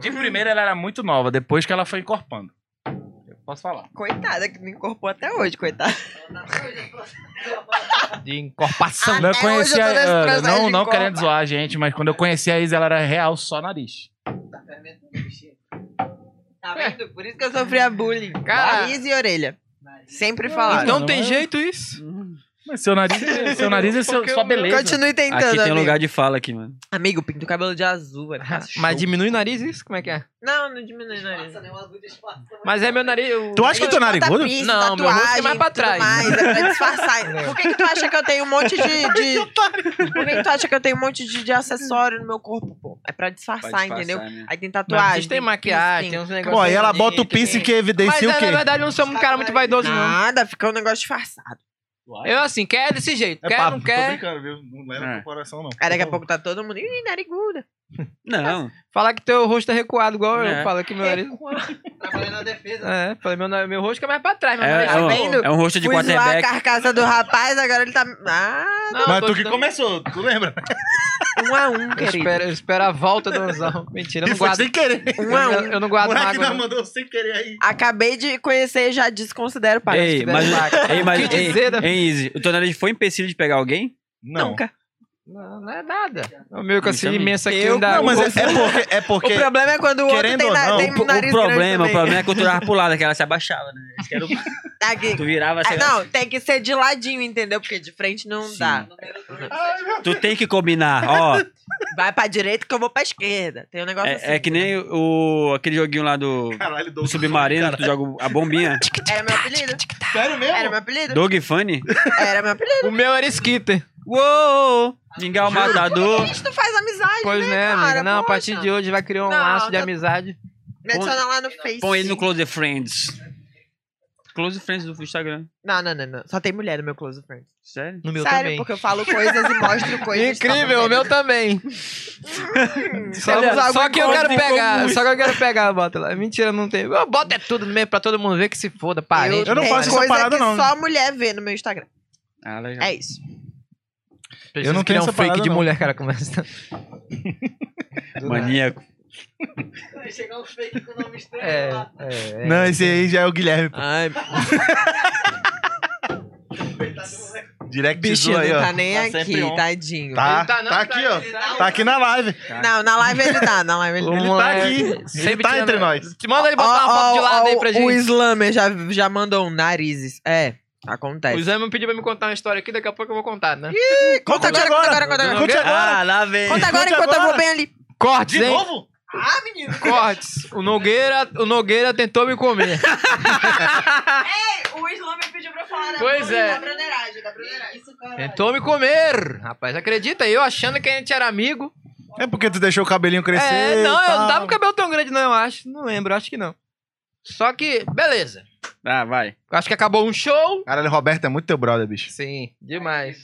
De primeira ela era muito nova, depois que ela foi encorpando. Eu posso falar. Coitada, que me incorporou até hoje, coitada. De encorpação. Até eu conheci hoje eu tô nesse a- eh, processo não, de não encorpa. querendo zoar a gente, mas quando eu conheci a Isa, ela era real só nariz. Tá vendo? Por isso que eu sofria bullying. Cara. Nariz e orelha. Sempre falaram. Então não tem é? jeito isso? Hum, Mas seu nariz, seu nariz é seu- Porque sua o meu beleza. Continue tentando, Aqui tem amigo. lugar de fala aqui, mano. Amigo, pinta o cabelo de azul, é velho. Faça show. Ah, Mas diminui o nariz isso? Como é que é? Não, não diminui o nariz. Mas é meu nariz... eu- Tu acha que eu tô narigudo? Bota piercing, Não, meu rosto é tatuagem, mais pra tudo trás. Mais, é pra disfarçar. Por que, que tu acha que eu tenho um monte de. de- Por que, que tu acha que eu tenho um monte de, de acessório no meu corpo, pô? É pra disfarçar, entendeu? Aí tem Mas tatuagem. vocês têm maquiagem, tem uns negócios... Pô, aí ela bota o bonitos, piercing tem- que Mas evidencia eu, o quê? na verdade, não sou um cara muito vaidoso, não. Nada, fica um negócio disfarçado. Eu, assim, quer desse jeito. É quer, papo, não Tô quer. brincando, viu? Não leva É. pro coração, não. Aí daqui a pouco tá todo mundo. Ih, nariguda. Não, Falar que teu rosto é recuado, igual É. eu falo que meu nariz. Trabalhando na defesa. É, falei, meu, na- meu rosto é mais pra trás, mas É, meu é, nariz- vendo? um, é um rosto de Fui zoar a quarterback. carcaça do rapaz, agora ele tá. Ah, Não, Mas tô tu te que dando- começou, tu lembra? um a um, Eu querido. espero, eu espero a volta do anzão. Mentira, eu E não foi guardo. sem querer. Eu, Um a um. eu- eu não guardo o moleque mágoa. não não. mandou sem querer aí. Acabei de conhecer e já desconsidero né? o pai. Ei, tiver mas, vaca. ei, mas, Que ei, dizer da- hein, Izzy, o teu nariz foi empecilho de pegar alguém? Não. Nunca. Não, não é nada. O meu com essa Então, imensa aqui eu- ainda. Não, mas é, é porque. É porque O problema é quando o outro Querendo tem, ou na, não, tem um O, o nariz grande problema, o também. problema é que tu dava pro lado, que ela se abaixava, né? Isso que era o- Aqui. Tu virava assim. Ah, não, tem que ser de ladinho, entendeu? Porque de frente não dá. Tu tem que combinar, ó. Vai pra direita que eu vou pra esquerda. Tem um negócio assim. É, é que nem o, aquele joguinho lá do, Caralho, do submarino, que tu joga a bombinha. Era meu apelido? Sério mesmo? Era meu apelido? Dog Funny? Era meu apelido. O meu era skitter. Uou! Mingau Por que matador. a gente não faz amizade, Pois né, né, cara? amiga? Não, a Poxa. partir de hoje vai criar um Não, laço de tá- amizade. Me adiciona lá no Face. Põe ele no Close Friends. Close Friends do Instagram. Não, não, não, não. Só tem mulher no meu Close Friends. Sério? No meu Sério, também. porque tá eu falo coisas e mostro coisas. Incrível, o meu também. Só, Temos algo só em que eu comum. quero pegar, só que eu quero pegar a bota lá. Mentira, não tem. Eu boto é tudo mesmo pra todo mundo ver que se foda, parente. Eu não tem faço essa coisa parada, que não. só mulher vê no meu Instagram. Ah, legal. É isso. Preciso não criar tenho um essa fake parada, de não. mulher, cara, começa. tá Maníaco. É, é, é. Não, esse aí já é o Guilherme. Ai, Direct bicho, não aí, ó. tá nem Tá aqui, sempre on. tadinho. Tá, Ele tá tá, não, aqui, tá, ó. ele tá- Tá aqui na live. Não, na live ele tá, na live ele O tá. Ele tá moleque aqui. Ele sempre tá tirando- entre nós. Te manda ele botar uma foto de lado aí pra gente. O Slammer já, já mandou um narizes. É, O acontece. Zé me pediu pra me contar uma história aqui, daqui a pouco eu vou contar, né? Conta agora, conta agora. Conte agora. Ah, lá vem. Conta agora Conte enquanto eu agora. vou bem ali. Cortes, De hein? novo? Ah, menino. Cortes. O Nogueira, o Nogueira tentou me comer. O Slammer pediu pra eu falar da Pois é. da broderagem, da broderagem. Isso, tentou me comer. Rapaz, acredita? Eu achando que a gente era amigo. É porque tu deixou o cabelinho crescer. é, não, e eu não tal. tava com cabelo tão grande, não, eu acho. Não lembro, acho que não. Só que, beleza. Ah, vai. Acho que acabou um show. Caralho, Roberto é muito teu brother, bicho. Sim, demais.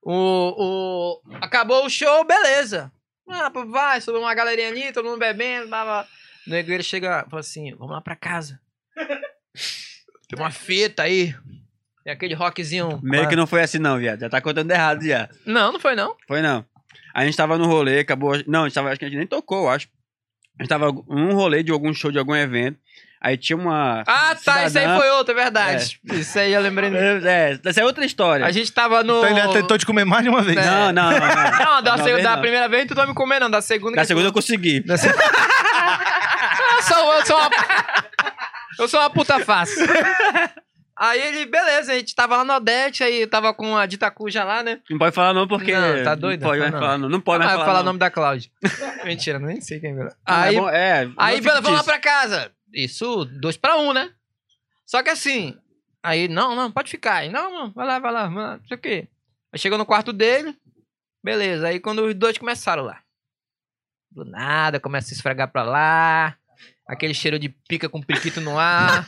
O, o... Acabou o show, beleza. Ah, pô, vai, sobrou uma galerinha ali, todo mundo bebendo, blá, blá. O negueiro chega e fala assim, vamos lá pra casa. Tem uma fita aí. Tem aquele rockzinho. Meio que não foi assim, não, viado. Já tá contando errado já. Não, não foi não. Foi não. A gente tava no rolê, acabou. Não, a gente tava, acho que a gente nem tocou, eu acho. A gente tava num rolê de algum show, de algum evento. Aí tinha uma. Ah, tá, isso aí Cidadã. foi outra, é verdade. Isso aí eu lembrei. É, essa é outra história. A gente tava no... Então ele tentou te comer mais de uma vez. É. Não, não, não. não. Não, da, Não, seg- vem da não. primeira vez tu não me comendo, da segunda... Na que- segunda eu consegui. Eu sou, eu sou uma, eu sou uma puta face. Aí ele, beleza, a gente tava lá no Odete, aí tava com a dita cuja lá, né? Não pode falar não, porque... Não, tá doido? Não pode Fala mais não. falar não. Não pode ah, mais vou falar falar o não. nome da Cláudia. Mentira, nem sei quem é. Ah, Aí, é bom- é, não Aí, fique beleza, vamos lá disso. pra casa. Isso, dois pra um, né? Só que assim, aí, não, não, pode ficar. Aí, não, não, vai lá, vai lá, vai lá, não sei o quê. Aí chegou no quarto dele, beleza. Aí quando os dois começaram lá. Do nada, começa a se esfregar pra lá. Aquele cheiro de pica com periquito no ar.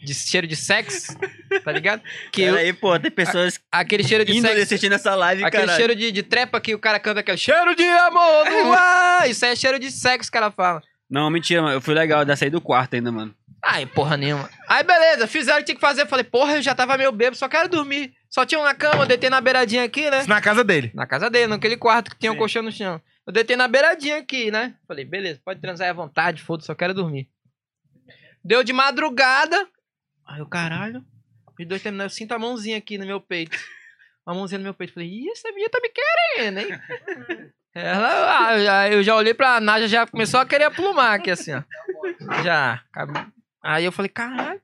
de cheiro de sexo, tá ligado? Que eu- Peraí, pô, tem pessoas aquele cheiro de indo tipo ali sexo. assistindo essa live, Aquele cara. cheiro de, de trepa que o cara canta, aquele cheiro de amor no ar. Isso aí é cheiro de sexo que ela fala. Não, mentira, mano. Eu fui legal, eu saí do quarto ainda, mano. Ai, porra nenhuma. Aí, beleza, fizeram o que tinha que fazer. Falei, porra, eu já tava meio bêbado, só quero dormir. Só tinha uma cama, eu deitei na beiradinha aqui, né? Isso na casa dele. Na casa dele, naquele quarto que tinha um colchão no chão. Eu deitei na beiradinha aqui, né? Falei, beleza, pode transar à vontade, foda-se, só quero dormir. Deu de madrugada. Aí eu, caralho. Os dois terminaram, eu sinto a mãozinha aqui no meu peito. Uma mãozinha no meu peito. Falei, ih, essa menina tá me querendo, hein? Ela, ah, eu já- eu já olhei pra Naja, já começou a querer plumar aqui, assim, ó. Já. acabou. Aí eu falei, caralho.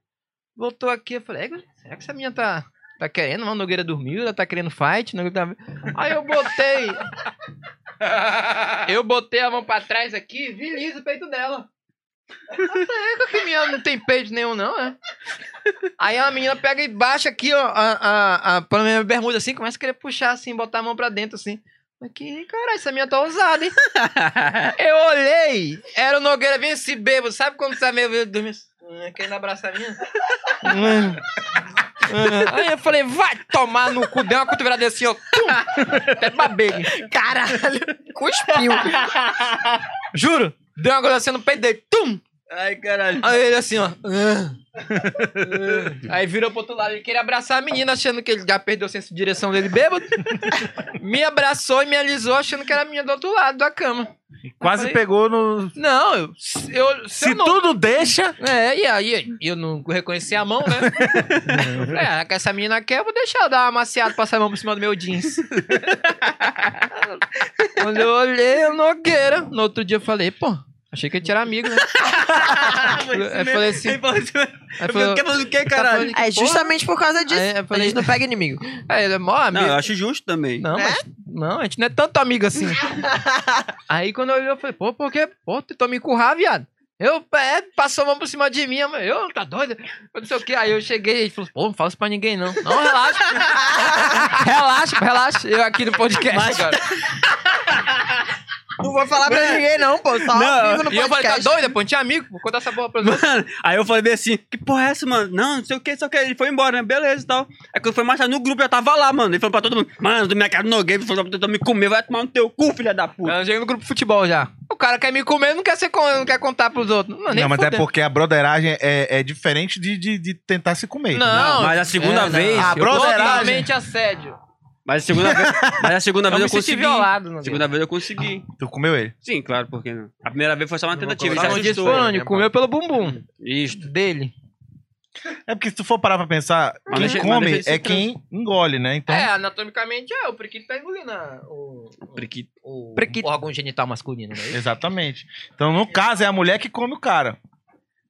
Voltou aqui, eu falei, "Égua, será que essa menina tá, tá querendo? Mas Nogueira dormiu, ela tá querendo fight. Nogueira tá... Aí eu botei. Eu botei a mão pra trás aqui, vi liso o peito dela. Caraca, que menina não tem peito nenhum, não, é? Aí a menina pega e baixa aqui, ó, a, a, a, pela minha bermuda assim, começa a querer puxar assim, botar a mão pra dentro assim. Aqui, caralho, essa minha tá ousada, hein? Eu olhei, era o Nogueira, vinha esse bêbado, sabe quando tá meio bêbado, dormindo? Hum, Querendo abraçar a minha? Hum. Hum. Aí eu falei, vai tomar no cu, deu uma cotovelada assim, ó. Tum, até babei. Caralho, cuspiu. Juro. Deu uma coisa assim no peito dele. Tum! Ai, caralho. Aí ele assim, ó. Ah. Ah. Aí virou pro outro lado. Ele queria abraçar a menina, achando que ele já perdeu o senso de direção dele bêbado. me abraçou e me alisou, achando que era a menina do outro lado da cama. Quase falei- pegou no. Não, eu. se- eu se Se eu não... tudo deixa. É, e aí eu não reconheci a mão, né? Eu falei, ah, que essa menina quer, eu vou deixar eu dar uma maciada, passar a mão por cima do meu jeans. Quando eu olhei, eu nogueira. No outro dia eu falei, pô, achei que a gente era amigo, né? eu falei assim. Ele falou assim, Aí eu falou, fiquei falando o quê, tá caralho? falando de que É porra? justamente por causa disso. Aí eu A falei, gente não pega inimigo. é, ele é mó amigo. Não, Não, eu acho justo também. né? mas, não, a gente não é tanto amigo assim. Aí quando eu olhei, eu falei, pô, por quê? Pô, tu tá me encurrar, viado. Eu, é, passou a mão por cima de mim, eu, eu tá doido? Eu não sei o quê. Aí eu cheguei e falei, pô, não fala isso pra ninguém, não. Não, relaxa. relaxa, relaxa. Eu aqui no podcast, cara. Não vou falar pra ninguém, não, pô. Só Não, ao vivo no É. E eu falei, tá podcast. doida, pô, não tinha amigo? Vou contar essa porra pra você. Mano, aí eu falei bem assim, que porra é essa, mano? Não, não sei o que, só que ele foi embora, né? Beleza e tal. Aí quando foi mais tarde, no grupo, eu tava lá, mano. Ele falou pra todo mundo, mano, do minha cara no game, falou pra todo mundo me comer, vai tomar no teu cu, filha da puta. Eu cheguei no grupo de futebol já. O cara quer me comer, não quer, ser, con- não quer contar pros outros. Não, nem não, mas fudendo. é porque a broderagem é, é diferente de, de, de tentar se comer. Não, mas a segunda vez, Não. Ah, Ah, eu- brotheragem. totalmente assédio. Mas a segunda vez, mas a segunda Eu vez me eu senti consegui. violado. Não Segunda vez eu consegui. Tu comeu ele. Sim, claro, por que não? A primeira vez foi só uma tentativa, ele Só se não disse Hum. assustou. por onde, comeu pelo bumbum Isso. dele. É porque se tu for parar pra pensar, Mas quem deixa- mas come deixa ele é ser quem engole, né? Então. É, anatomicamente é, o priquito tá engolindo a- o, Porque o, o órgão genital masculino, né? Exatamente. Então, no caso, é a mulher que come o cara.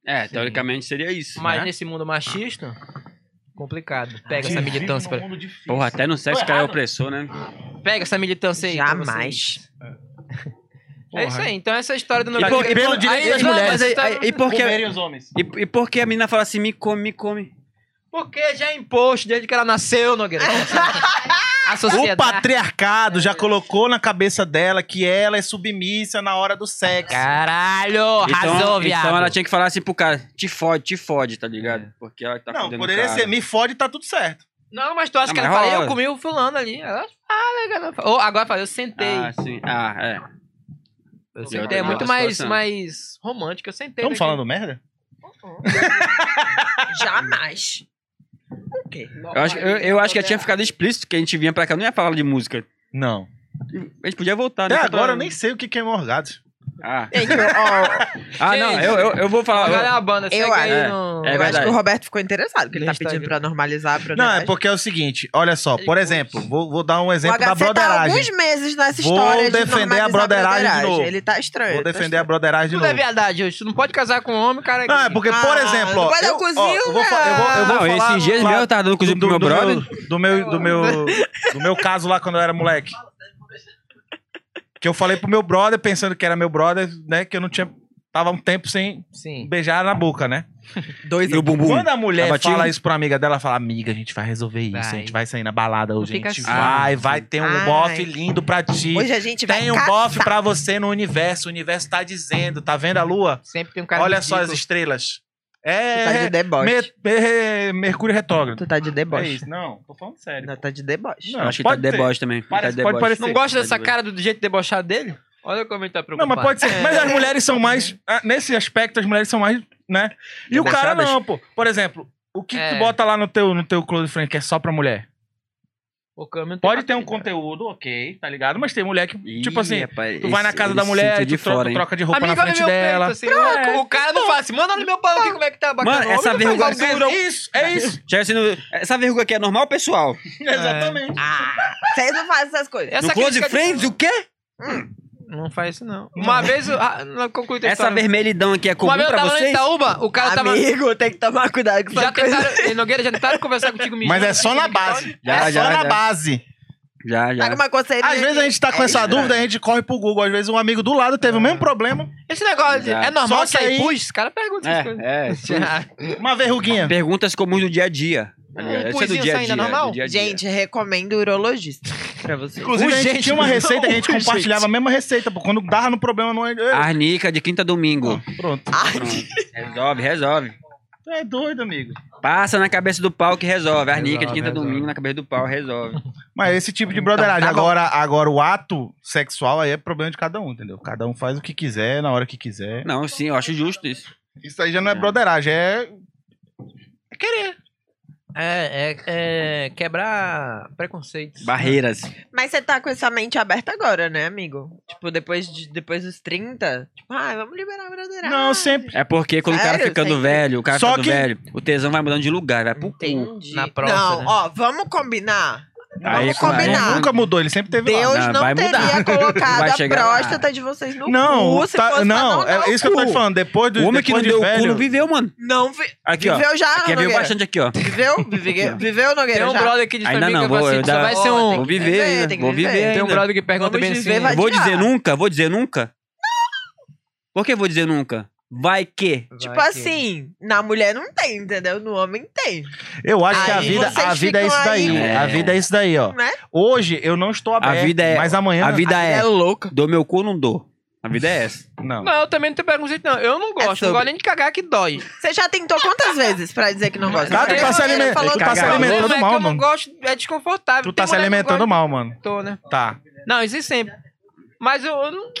É, teoricamente seria isso. Mas né? nesse mundo machista, complicado. Pega essa militância. pra- Porra, até no sexo o cara é opressor, né? Pega essa militância aí. pra Jamais. vocês. É isso aí, então essa é a história do E por- e pelo direito das mulheres. É, mas aí- aí- E por que os homens. e, e por que a menina fala assim, me come, me come? Porque já é imposto desde que ela nasceu, Nogueira. a O sociedade. patriarcado já colocou na cabeça dela que ela é submissa na hora do sexo. Caralho, razou, então, viado. É. então ela tinha que falar assim pro cara, te fode, te fode, tá ligado? Porque ela tá não, cuidando do poderia cara. ser, me fode, tá tudo certo. Não, mas tu acha Ah, que mas ela fala, rola. eu comi o fulano ali. Ela fala, ela fala. Ou agora fala, eu sentei. Ah, sim. Ah, é. eu eu sentei. tenho É muito uma mais, situação. mais romântico, eu sentei. daqui. Estamos falando merda? Jamais. O quê? Eu acho, eu, eu acho que tinha ficado explícito que a gente vinha pra cá, não ia falar de música. Não. A gente podia voltar, Até né? agora eu nem sei o que que é morgado. Ah, Gente, eu, ó, ah não, eu, eu, eu vou falar. Olha eu- a banda, segue eu aí acho. no... É eu acho verdade. que o Roberto ficou interessado, que ele No tá pedindo Instagram. pra normalizar. Pra Não, é normalizar. porque é o seguinte, olha só, por exemplo, vou, vou dar um O exemplo HC da tá há broderagem. alguns meses nessa Vou história de defender a normalizar broderagem de novo. Ele tá estranho. Vou tá defender a broderagem de Tudo é novo. verdade hoje. Tu não pode casar com um homem, cara. Não, é que- porque, por Ah, exemplo, não ó, pode dar eu, o ó, cozinho, eu vou, fa- eu vou, eu vou não, falar esses dias lá mesmo eu tava dando cozinho pro meu brother. do meu do meu do meu caso lá quando eu era moleque. Que eu falei pro meu brother pensando que era meu brother, né, que eu não tinha tava um tempo sem Sim. beijar na boca, né? Dois E o bumbum. Quando a mulher Tá batido? fala isso pra amiga dela, ela fala: Amiga, a gente vai resolver isso, a Vai. gente vai sair na balada hoje, a fica gente assim. vai, vai ter um Ai. bofe lindo pra ti. Hoje a gente vai Tem um caçar. bofe pra você no universo, o universo tá dizendo, tá vendo a lua? Sempre tem um cara Olha ridículo. só as estrelas. Tu tá É, de deboche. Me- me- Mercúrio retrógrado. Tu tá de É deboche. isso, não, tô falando sério. Não, tá de deboche. Não, Acho que tá pode ter. deboche também. Parece- tá deboche. pode parecer. Não gosta dessa cara do jeito debochado dele? Olha como ele tá Não, preocupado. mas pode ser. Mas as mulheres são mais. ah, Nesse aspecto, as mulheres são mais, né? E o cara Debochadas? não, pô. Por exemplo, o que É. tu bota lá no teu, no teu close friend que é só pra mulher? O Câmbio não tem Pode ter um patrocínio. conteúdo, ok, tá ligado? Mas tem mulher que, Ih, tipo assim, rapaz, tu vai na esse- casa da esse mulher sente e tu de tro- fora, tu hein? troca de roupa Amiga na do frente meu peito, dela. assim, olha, o cara não fala assim, manda no meu pau aqui como é que tá bacana. Mano, O essa homem não faz vergonha- altura. isso, é isso. Chega assim no- Essa verruga aqui é normal, pessoal? é. Exatamente. Ah, vocês não fazem essas É. coisas. Essa no Close crítica de- Friends, o quê? Não faz isso, não. Uma vez, o- ah, não conclui tua Essa história. vermelhidão aqui é comum Uma vez eu pra tava lá em vocês? Itaúba, o cara tava... Amigo, tem que tomar cuidado com Já essa coisa. tentaram, em Nogueira, já tentaram conversar contigo mesmo. Mas é só na base. Já, é já, só na já. É. base. Já, Tá com já. uma conselheira. É. Às vezes a gente tá com essa dúvida, a gente corre pro Google. Às vezes um amigo do lado teve o mesmo problema. Esse negócio de, Exato. é normal Só que sair aí- pus? Os caras perguntam essas coisas. Ah, É, é. sim. Uma verruguinha. Perguntas comuns do dia a dia. tá Um ligado? Essa é do puizinho dia a saindo dia. normal? do dia a dia. Gente, recomendo urologista pra vocês. Inclusive, a gente Urgente, tinha uma não. receita que a gente Urgente. compartilhava a mesma receita, pô. Quando dava no problema, não. é- Arnica de quinta a domingo. Pronto. Pronto. Resolve, resolve. Tu é doido, amigo. Passa na cabeça do pau que resolve. Arnica de Resolve, quinta a resolve. domingo na cabeça do pau, resolve. Mas esse tipo de Então, broderagem. tá bom. agora, agora, o ato sexual aí é problema de cada um, entendeu? Cada um faz o que quiser, na hora que quiser. Não, sim, eu acho justo isso. Isso aí já não é broderagem, é. É, é, é quebrar preconceitos. Barreiras. Mas você tá com essa mente aberta agora, né, amigo? Tipo, depois, de, depois dos 30, tipo, ah, vamos liberar a broderagem. Não, sempre. É porque quando o cara Sério? ficando Sempre. velho, o cara Só ficando que- velho, o tesão vai mudando de lugar, vai pro cu. Entendi. Na próxima, Não, né? ó, vamos combinar. Aí, é? vamos com- aí, É combinar. Nunca mudou, ele sempre teve. lá. Deus não, não, vai teria mudar. Vai colocado a chegar lá. próstata de vocês no Não, cu se tá- fosse não, pra não dar é o isso que eu tô te cu. falando. Depois do O homem que não deu depois de o cu velho, não viveu, mano. Não vi- Aqui, ó. viveu já, Aqui veio Nogueira? bastante aqui, ó. Viveu? Vive- Viveu, Nogueira, Tem um já? brother que diz pra Ainda mim não, que eu vou- falo assim, eu só dá- vai ser Ó, um... tem Vou que viver, viver, ainda, tem que vou viver. viver. Tem um ainda. brother que pergunta Vamos bem assim... viver, vai- Vou tirar. dizer nunca, vou dizer nunca. Por que vou dizer nunca? Vai que. Tipo Vai que- assim, na mulher não tem, entendeu? No homem tem. Eu acho que a Aí vida, a vocês vida é ficam isso daí. aí. É. A vida é isso daí, ó. Né? Hoje eu não estou aberto, vida é- mas amanhã. A vida É é. louca. Dou meu cu ou não dou? A vida é essa. Não. Não, eu também não tenho preconceito, não. Eu não gosto. sobre. Não gosto nem de cagar que dói. Você já tentou quantas vezes pra dizer que não gosta? Cara, tu Porque tá se ele alimen- falou tu tá que se não gosta. alimentando Não é que mal, eu não mano. gosto, é desconfortável. Tu Tem um tá se mulher que alimentando gosta- mal, mano. Tô, né? Tá. Não, isso é sempre. Mas eu, eu não.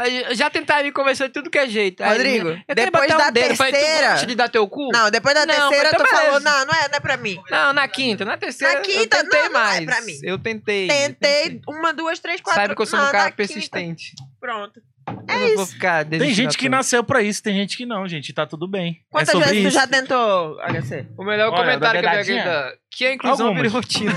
É, já tentaram me convencer de tudo que é jeito. Aí Rodrigo, eu quero depois botar um da dedo, eu falei, terceira- Tu gosta de dar teu cu? Não, depois da Não, mas terceira tu tá beleza. falou, não, não é, não é pra mim. Não, na quinta. Na terceira. Na quinta, eu tentei não, não é mais. pra mim. Eu tentei. Tentei uma, duas, três, quatro. Sabe que eu sou não, um cara na quinta. persistente. Pronto. eu É não vou isso. ficar Tem desistindo gente à que toa. nasceu pra isso, tem gente que não, gente. Tá tudo bem. é Quantas sobre vezes tu isso. já tentou, HC? O melhor Olha, comentário que eu vi aqui verdadeinha. da. Que a inclusão Algumas. vira rotina.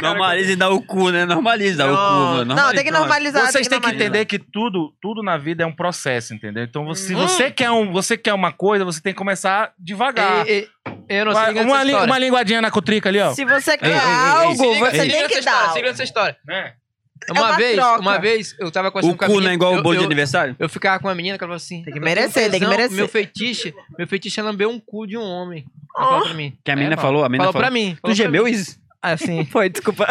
Normalize dar o cu, né? Normalize É dar o cu, mano. Não, tem que normalizar. Então, Vocês têm que normalizar. entender que tudo, tudo na vida é um processo, entendeu? Então, você- se Hum. você quer, um, você quer uma coisa, você tem que começar devagar. E- e- eu não sei. Vai, liga uma, nessa li- história. uma linguadinha na cutrica ali, ó. Se você quer ei, ei, algo, Se liga- você se liga tem que nessa história, dar. se liga nessa história. É. É Uma, uma vez, troca. uma vez, eu tava conversando O com a cu minha- não é igual eu- o bolo de eu- aniversário? Eu ficava com a menina que ela falou assim: Tem que "Eu merecer, tenho tem que tesão, merecer." Meu fetiche, meu fetiche é lamber um cu de um homem. Ela falou pra mim. Que a menina É, falou, a menina falou falou. pra mim. Tu falou pra gemeu mim. isso? Ah, sim. Foi, desculpa.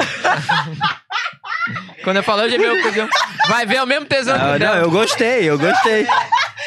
Quando eu falou, eu gemei o cu de um Vai ver o mesmo tesão Ah, que não, dela. eu gostei, eu gostei.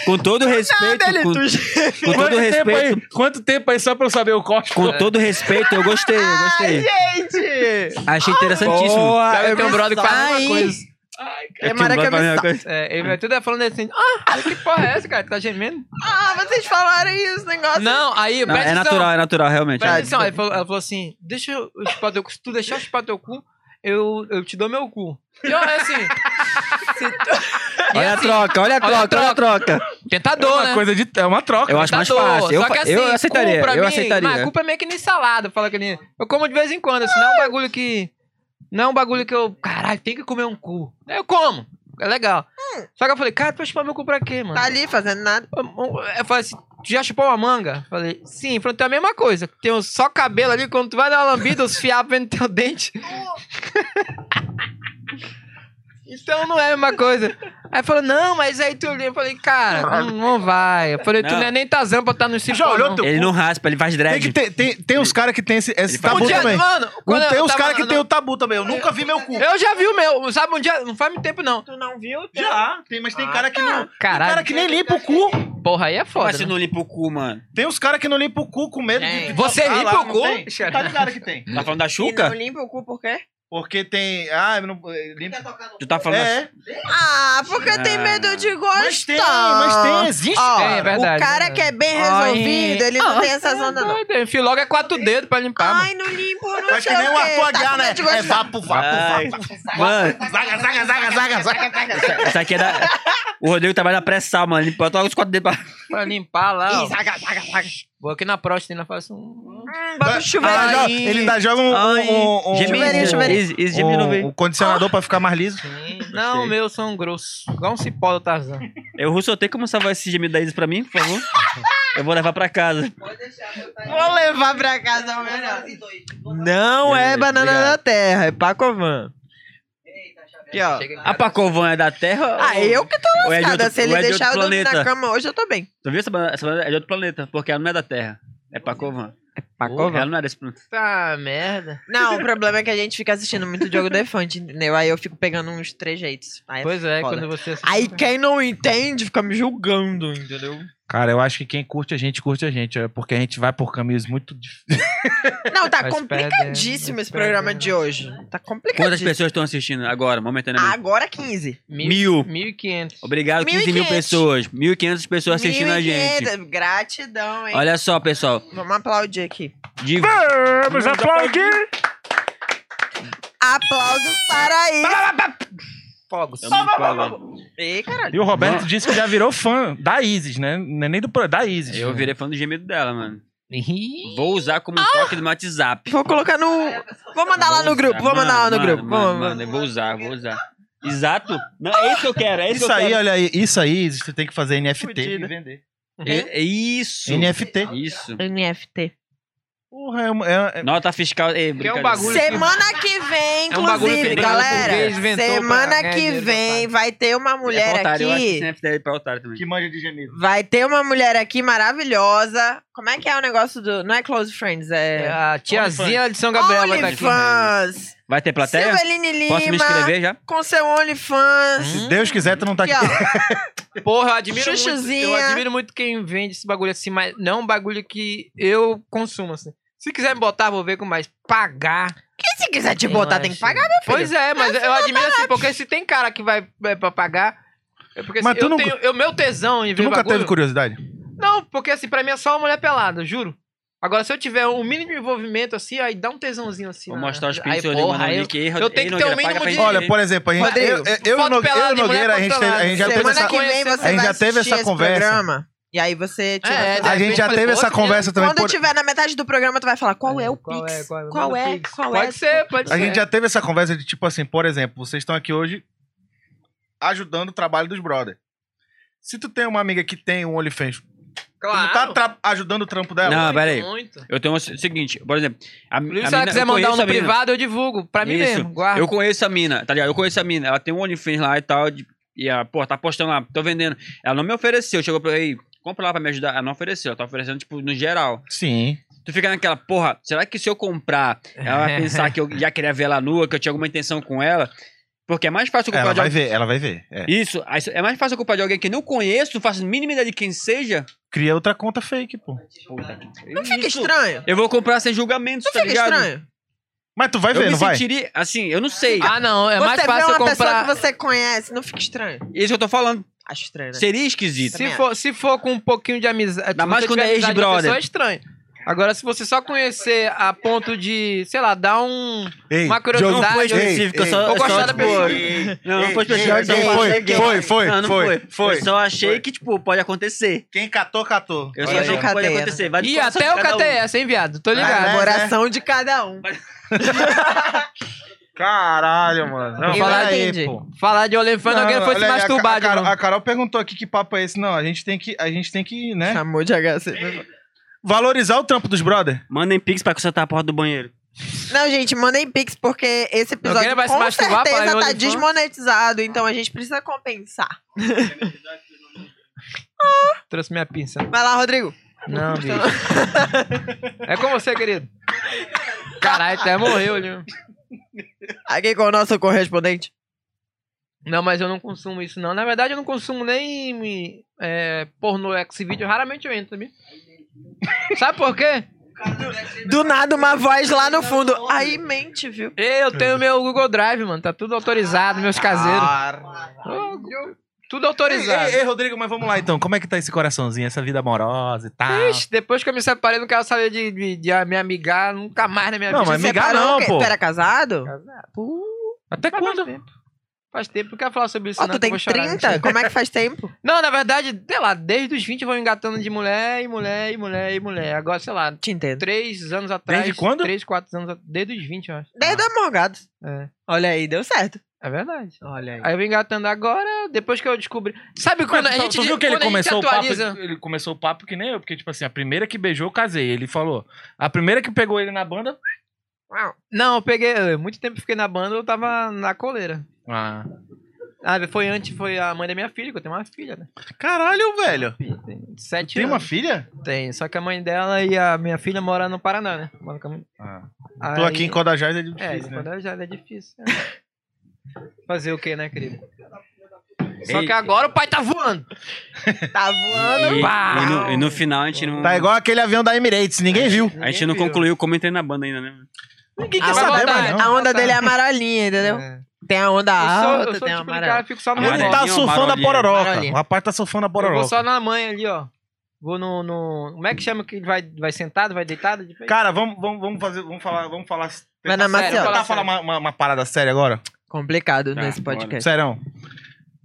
Com todo respeito, com, com todo tempo respeito, aí, quanto tempo aí só pra eu saber o corte? É com todo respeito, eu gostei, eu gostei. Gente! Achei interessantíssimo. Boa, Sabe, eu tenho um brother que fala a mesma coisa. Eu É tinha um mara que brother pra mesma eu coisa. É, ele vai tudo falando assim: ah, que porra é essa, cara? Tu tá gemendo? Ah, vocês falaram isso, negócio. Não, aí, Não, presta é atenção. natural, é natural, realmente. Presta atenção. Aí falou- Ela falou assim: deixa eu chupar teu cu. Se tu deixar eu chupar teu cu, eu, eu te dou meu cu. Pior é assim. se tu- E Olha a assim, troca, olha a olha a troca, olha a troca. Tentador, É né? uma coisa de. É uma troca. Eu acho mais Tentador. fácil. Eu, Só que fa- assim, eu aceitaria, cu pra eu mim, Mas aceitaria. culpa é meio que nem salada, fala que nem. Eu como de vez em quando, assim, não é um bagulho que. Não é um bagulho que eu. Caralho, tem que comer um cu. Eu como. É legal. Só que eu falei, cara, tu vai chupar meu cu pra quê, mano? Tá ali fazendo nada. Eu falei assim, tu já chupou uma manga? Falei, sim, falou, tem a mesma coisa. Tem um só cabelo ali, quando tu vai dar uma lambida, os fiapos vendo teu dente. então não é a mesma coisa. Aí falou, não, mas aí tu olhou, eu falei, cara, não, não vai. Eu falei, tu Não. não é nem tazão pra tá no cipó, Já olhou não. teu Ele cu? não raspa, ele faz Tem, drag. que ter- tem, tem uns caras que tem esse, esse faz- tabu Um dia, também. mano, Não quando eu tem uns tava caras que no- tem o tabu também. Eu nunca vi meu cu. Eu já vi o meu, sabe, um dia, não faz muito tempo não. Tu não viu? Tu- Já, tem, mas tem Ah, cara que não. Tem Caralho. cara que nem limpa o cu. Porra, aí é foda. Mas se né? não limpa o cu, mano. Tem uns caras que não limpa o cu com medo de. Gente, de você passar limpa lá, o não cu? tem? Tá ligado que tem. Tá falando E da não Xuca? limpa o cu por quê? Porque tem. Ah, eu não. eh, Limpa. Tu tá falando. É, Ah, porque Ah. tem medo de gostar. mas tem, mas tem, existe. Ó, É verdade, o cara verdade. que é bem Ai. resolvido, ele Ah, não tem essa zona, não. Doido, Enfio logo é quatro dedos pra limpar, mano. Ai, não limpo, não Mas que sei nem o o quê. Arthur tá Aguiar, com né? medo de gostar. É Ah, vapo, vapo, Ai. vapo. Ah. Mano, Zaga, zaga, zaga, zaga, zaga, zaga. zaga. isso aqui é da. O Rodrigo trabalha na pré-sal, mano. Limpa logo os quatro dedos pra. Pra limpar lá, ó. Ih, zaga, zaga, zaga. Vou aqui na próstina, faço um... Hum, bota um chuveiro. Ah, já- Ai. ele ainda joga um, Ai. um, um, um, Chuveirinho, chuveirinho. Gemini, Isso diminui. um condicionador pra ficar mais liso. Sim. Não, meus são grossos. Igual um cipó do Tarzan. Eu, Russo, tem como salvar esse gemido da Isa pra mim, por favor? Eu vou levar pra casa. Vou levar pra casa é o melhor. Não é banana da terra, é Pacovan. Aqui, ó. A Pacovan é da Terra? Ah, ou- eu que tô ou é de lascada. outro- Se ele ou é de deixar eu outro dormir na planeta? cama hoje, eu tô bem. Tu viu essa banana? Essa banana é de outro planeta, porque ela não é da Terra. É Pacovan. Ela não é desse planeta. Tá, merda. Não, o problema é que a gente fica assistindo muito Diogo Defante, entendeu? Aí eu fico pegando uns trejeitos. Aí, assim, Pois é, foda. quando você... Aí quem não entende fica me julgando, entendeu? Cara, eu acho que quem curte a gente, curte a gente. é Porque a gente vai por caminhos muito difíceis. Não, tá Mas complicadíssimo perdendo, esse programa perdendo. de hoje. Tá Quantas complicadíssimo. pessoas estão assistindo agora, momentaneamente? Agora 15. Mil. Ah, 1.500. Obrigado, 15 mil 1.500. pessoas. 1.500 pessoas assistindo a gente. 1.500. Gratidão, hein? Olha só, pessoal. Vamos aplaudir aqui. De... Vamos aplaudir! Aplausos para isso. Fogos. Eu me falo. Ei, caralho. E o Roberto disse que já virou fã da Isis, né? Não é nem do pro- da Isis. Eu virei fã do gemido dela, mano. Ih, Vou usar como um toque do meu WhatsApp. Vou colocar no. Ah! Vou mandar lá no Vou grupo. usar. Vou mandar lá no Mano, grupo. Mano, Vamos, mano, eu vou usar, vou usar. Exato. Não, é isso que eu quero, é isso, Isso que eu aí, quero. olha aí. Isso aí, você tem que fazer NFT e vender. Uhum. É, é isso. NFT. Isso. NFT. Porra, é, uma- é- é- Nota fiscal. Ei, brincadeira. um é bagulho- Semana que vem, É um bagulho inclusive, que o galera. português inventou pra Semana ganhar que dinheiro, vem otário. vai ter uma mulher é pra otário, Eu acho que aqui. esse NFT é pra otário também. que manja de gemido. Vai ter uma mulher aqui maravilhosa. Como é que é o negócio do. Não é Close Friends, É é. a tiazinha de São Gabriel vai tá aqui. OnlyFans. Vai ter plateia? Silveline Posso me Lima. inscrever já? Com seu OnlyFans. Se Deus quiser, tu não tá Aqui, aqui. Hum? ó. Porra, eu admiro Chuchuzinha. muito. Eu admiro muito quem vende esse bagulho assim, mas não um bagulho que eu consumo, assim. Se quiser me botar, vou ver com mais. Pagar. E se quiser te Eu botar, acho. tem que pagar, meu filho. Pois é, mas eu admiro assim, porque se tem cara que vai é, pra pagar. É porque Mas assim, tu eu nunca- tenho. Eu, meu tesão em Tu ver nunca bagulho. teve curiosidade? Não, porque assim, pra mim é só uma mulher pelada, juro. Agora, se eu tiver um mínimo de envolvimento assim, aí dá um tesãozinho assim. Vou na- mostrar os aí, prints ali, porra, mandar aí um eu- link aí. eu tenho que ter um Nogueira, paga mínimo pra de- gente Olha, ver. por exemplo, a gente, eu, Rodrigo, eu, eu e o foto Nogue- eu e pelada e o mulher Nogueira, a gente, teve, a gente já pelada. teve Semana essa, que vem você A gente vai já teve assistir essa esse conversa. programa. E aí você tira. É, a gente já Depois, teve essa poxa, conversa também. Quando por- tiver na metade do programa, tu vai falar qual é, o Qual Pix? é, qual é? Qual Manda é? o Pix. Qual é? Pode ser, pode ser. A gente já teve essa conversa de tipo assim, por exemplo, vocês estão aqui hoje ajudando o trabalho dos brother. Se tu tem uma amiga que tem um OnlyFans, tu não tá tra- ajudando o trampo dela? Não, pera aí. Muito. Eu tenho o seguinte, por exemplo. A, a Inclusive, se ela mina, quiser eu mandar um conheço no a mina. privado, eu divulgo. Pra mim Isso. mesmo. Ah. Guarda. Eu conheço a mina, tá ligado? Eu conheço a mina. Ela tem um OnlyFans lá e tal. de- e ela, pô, tá postando lá, tô vendendo. Ela não me ofereceu. Chegou pra aí, compra lá pra me ajudar. Ela não ofereceu. Ela tá oferecendo, tipo, no geral. Sim. Tu fica naquela, porra, será que se eu comprar, ela vai pensar que eu já queria ver ela nua, que eu tinha alguma intenção com ela? Porque é mais fácil eu comprar Ela de vai alguém. ver, ela vai ver. é. Isso, aí é mais fácil eu comprar de alguém que eu não conheço, não faço a mínima ideia de quem seja. Cria outra conta fake, pô. Puta que- Não fica Isso. estranho? Eu vou comprar sem julgamento, Não tá fica ligado? estranho? Mas tu vai Eu ver, me não Tá vai? sentiria, assim, eu não sei. Ah, não. É mais você vê fácil uma eu pessoa comprar. que você conhece, não fica estranho. É Isso que eu tô falando. Acho estranho, né? Seria esquisito. Se for, se for com um pouquinho de amizade. Ainda mais quando é ex-brother. É estranho. Agora, se você só conhecer a ponto de, sei lá, dar um. Ei, Uma Diogo, curiosidade. Não foi específico, eu só. Vou eu só, gostar da tipo, pessoa. Não, não foi específico. eu só Ei, falei- Foi, foi, foi, Não, não foi. foi. Foi. Eu só achei Foi. que, tipo, pode acontecer. Quem catou, catou. Eu só Olha achei aí. que pode Cadeira. acontecer. Vai do E coração até de o cada um. KTS, hein, viado? Tô A ligado. né? coração de cada um. Caralho, mano. Não, Eu fala não é aí, entendi. pô. Falar de Olefante, alguém Não, foi se olha aí, a Ca- masturbar a, de Carol- novo. a Carol perguntou aqui que papo é esse. Não, a gente tem que, a gente tem que, né? Chamou de HC. Valorizar o trampo dos brother. Mandem pix pra consertar a porta do banheiro. Não, gente, mandem pix, porque esse episódio Alguém vai se com masturbar, pai, certeza tá olhando desmonetizado, então a gente precisa compensar. Trouxe minha pinça. Vai lá, Rodrigo. Não, bicho. É com você, querido. Caralho, até morreu ali. Aqui com o nosso correspondente. Não, mas eu não consumo isso, não. Na verdade, eu não consumo nem é, pornô X-Video. Raramente eu entro, sabia? Sabe por quê? Do nada, uma voz lá no fundo. Aí mente, viu? Eu tenho meu Google Drive, mano. Tá tudo autorizado, meus caseiros. Ô, gu- Tudo autorizado. Ei, Rodrigo, mas vamos lá então. Como é que tá esse coraçãozinho, essa vida amorosa e tal? Ixi, depois que eu me separei, não quero saber de, de, de me amigar nunca mais na minha Não, vida. mas amigar Separou não, o quê? pô. Tu era casado? Até Faz quando? tempo. Faz tempo, não quero falar sobre isso. Ó, não, tu que eu tem vou chorar, né? mentira. 30? Como é que faz tempo? Não, na verdade, sei lá, desde os 20 eu vou engatando de mulher e mulher e mulher e mulher. Agora, sei lá, Te entendo. 3 anos atrás. Desde quando? 3, 4 anos atrás. Desde os 20, eu acho. Desde a morgado. É, Ah. Olha aí, deu certo. é verdade. Olha aí. Aí eu vim engatando agora, depois que eu descobri. Sabe quando a tu- gente. tu viu que ele quando a gente começou o papo? atualiza- Ele começou o papo que nem eu, porque, tipo assim, a primeira que beijou, eu casei. Ele falou. A primeira que pegou ele na banda. Não, eu peguei. Muito tempo eu fiquei na banda, eu tava na coleira. Ah. Ah, foi antes, foi a mãe da minha filha, que eu tenho uma filha, né? Caralho, velho. Filha, Tem 7 Tem anos. uma filha? Tem, só que a mãe dela e a minha filha moram no Paraná, né? Moram com a mãe. Ah. Aí- Tô aqui em Codajás, é É, difícil, né? quando já é difícil. né? Fazer o quê, né, querido? Só Ei. que agora o pai tá voando. Tá voando. E, Pau. e no, e no final a gente não. Tá igual aquele avião da Emirates, ninguém viu. A gente não concluiu como entrei na banda ainda, né? Ninguém A saber, onda, mano, a onda dele é amarelinha, entendeu? Tem a onda Eu sou, alta, eu sou tem a tipo de amarela. cara, que fico só no Ele Ele remoto. tá Barolinha, surfando a barolinha. pororoca. Barolinha. O rapaz tá surfando a Eu vou pororoca. só na mãe ali, ó. Vou no, no... Como é que chama que ele vai, vai sentado, vai deitado? de frente? Cara, vamos, vamos, vamos fazer, vamos falar, vamos falar. Vai na Sério, maciota. Tá falar uma, uma- uma parada séria agora? Complicado Tá, nesse bora. podcast. Serão.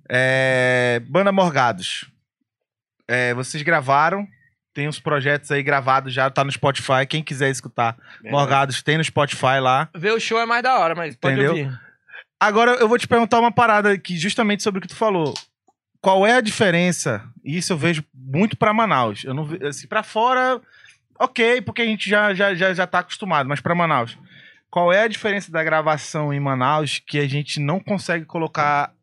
É, Banda Morgados. É, vocês gravaram. Tem uns projetos aí gravados já, tá no Spotify. Quem quiser escutar, Morgados tem no Spotify lá. Ver o show é mais da hora, mas pode Entendeu? ouvir. Agora eu vou te perguntar uma parada aqui, justamente sobre o que tu falou. Qual é a diferença? Isso eu vejo muito pra Manaus. Eu não ve- assim, para fora, ok, porque a gente já já já, já tá acostumado, mas pra Manaus. Qual é a diferença da gravação em Manaus que a gente não consegue colocar?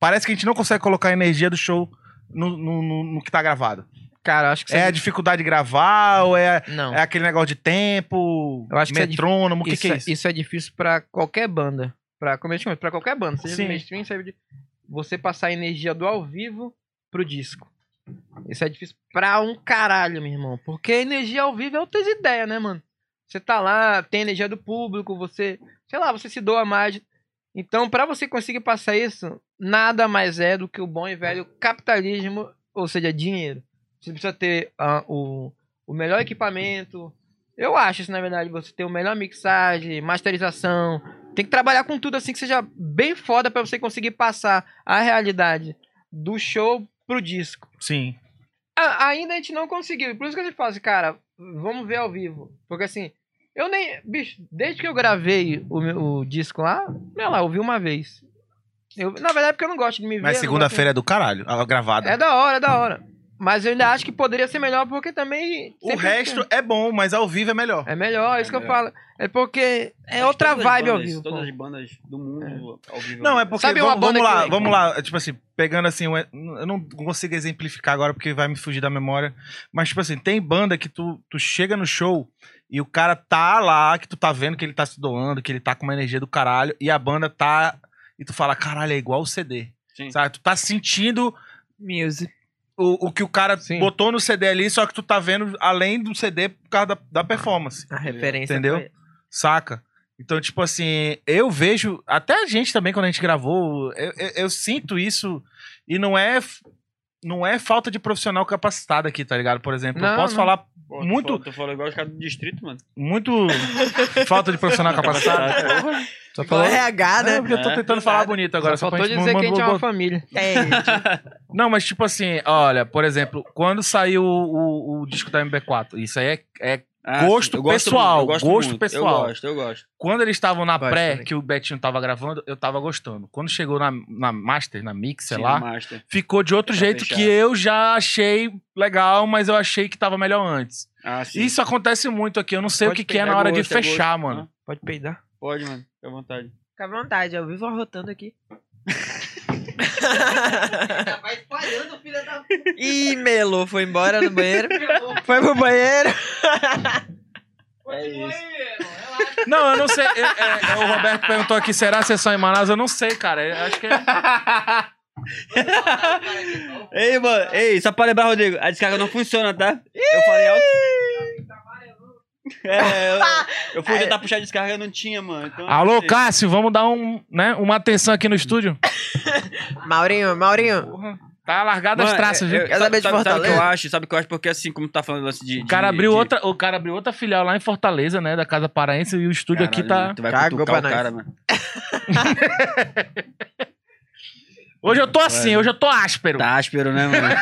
Parece que a gente não consegue colocar a energia do show no, no, no- no que tá gravado. Cara, acho que É a dificuldade de gravar ou é, Não. é aquele negócio de tempo, Eu acho que isso é dif- metrônomo, o que, isso, que é é- isso? isso é difícil pra qualquer banda. Pra, como eu te falei, pra qualquer banda. Seja Sim. do mainstream, seja de, você passar a energia do ao vivo pro disco. Isso é difícil pra um caralho, meu irmão. Porque a energia ao vivo é outras ideias, né, mano? Você tá lá, tem a energia do público, você. Sei lá, você se doa mais. Então, pra você conseguir passar isso, nada mais é do que o bom e velho capitalismo, ou seja, dinheiro. Você precisa ter ah, o, o melhor equipamento, eu acho isso, na verdade, você ter o melhor mixagem, masterização. Tem que trabalhar com tudo assim que seja bem foda pra você conseguir passar a realidade do show pro disco. Sim. A- ainda a gente não conseguiu. Por isso que a gente fala assim, cara, vamos ver ao vivo. Porque assim, eu nem. Bicho, desde que eu gravei o, meu- o disco lá, sei lá, eu vi uma vez. Eu, na verdade, é porque eu não gosto de me ver. Mas eu não segunda-feira é do caralho, a gravada. gosto- É da hora, é da hora. Mas eu ainda acho que poderia ser melhor porque também. O sempre- resto é bom, mas ao vivo é melhor. É melhor, é isso É que eu melhor. tá falo. É porque é outra Todas as vibe ao bandas- vivo. pô. Todas as bandas do mundo ao vivo. Não, é porque Sabe vamos, uma banda vamos lá, que- vamos lá, tipo assim, pegando assim, um- eu não consigo exemplificar agora porque vai me fugir da memória, mas tipo assim, tem banda que tu, tu chega no show e o cara tá lá, que tu tá vendo que ele tá se doando, que ele tá com uma energia do caralho e a banda tá e tu fala, caralho, é igual o CD. Sim. Sabe? Tu tá sentindo Music. o, o que o cara Sim. botou no CD ali, só que tu tá vendo além do CD por causa da, da performance. tá A é referência. Entendeu? foi- Saca? Então, tipo assim, eu vejo. Até a gente também, quando a gente gravou, eu, eu- eu sinto isso. E não é. f- não é falta de profissional capacitado aqui, tá ligado? Por exemplo, eu Não, posso não. falar Pô, Muito- Tu falou, tu falou igual os caras do distrito, mano. muito falta de profissional capacitado. Só falou, Falou RH, É, né? porque eu tô É, tentando falar bonito agora. só pra faltou gente dizer não- que a gente é não- uma família. Entende? Não, mas tipo assim, olha, por exemplo, quando saiu o, o- o disco da MB4, isso aí é, é Ah, Gosto eu gosto pessoal, muito, eu gosto gosto muito. pessoal. Eu gosto, eu gosto. quando eles estavam na Vai, pré peraí. que o Betinho tava gravando, eu tava gostando. Quando chegou na, na master, na mix, sei Sim, lá, Master. ficou de outro Tá jeito fechado. que eu já achei legal, mas eu achei que tava melhor antes. Ah, sim. Isso acontece muito aqui. Eu não sei Pode o que, que é pegar na hora de gosto, é gosto. fechar, mano. Pode peidar. Pode, mano. Fica à vontade. Fica à vontade, eu vivo arrotando aqui. Vai espalhando, filha da Ih, melou, foi embora no banheiro. Foi pro banheiro. É isso. Não, eu não sei. é- é- é, o Roberto perguntou aqui: será sessão em Manaus? Eu não sei, cara. Eu acho que é. Ei, mano. Ei, só pra lembrar, Rodrigo. A descarga não funciona, tá? Eu falei alto. É, eu, eu fui tentar puxar a descarga e não tinha, mano. Então, Alô, assim, Cássio, vamos dar um, né, uma atenção aqui no estúdio? Maurinho, Maurinho. Tá largada as mano, é, traças, eu- viu? eu- Quer sabe, saber de sabe, sabe o que eu Fortaleza? acho? Sabe o que eu acho? Porque assim, como tu tá falando lance de. O cara, de- abriu de- outra, o cara abriu outra filial lá em Fortaleza, né? Da Casa Paraense e o estúdio Caralho, aqui tá. mano, Tu vai Cagou cutucar o pra nós. cara, mano. Hoje eu tô assim, hoje eu tô áspero. Tá áspero, né, mano?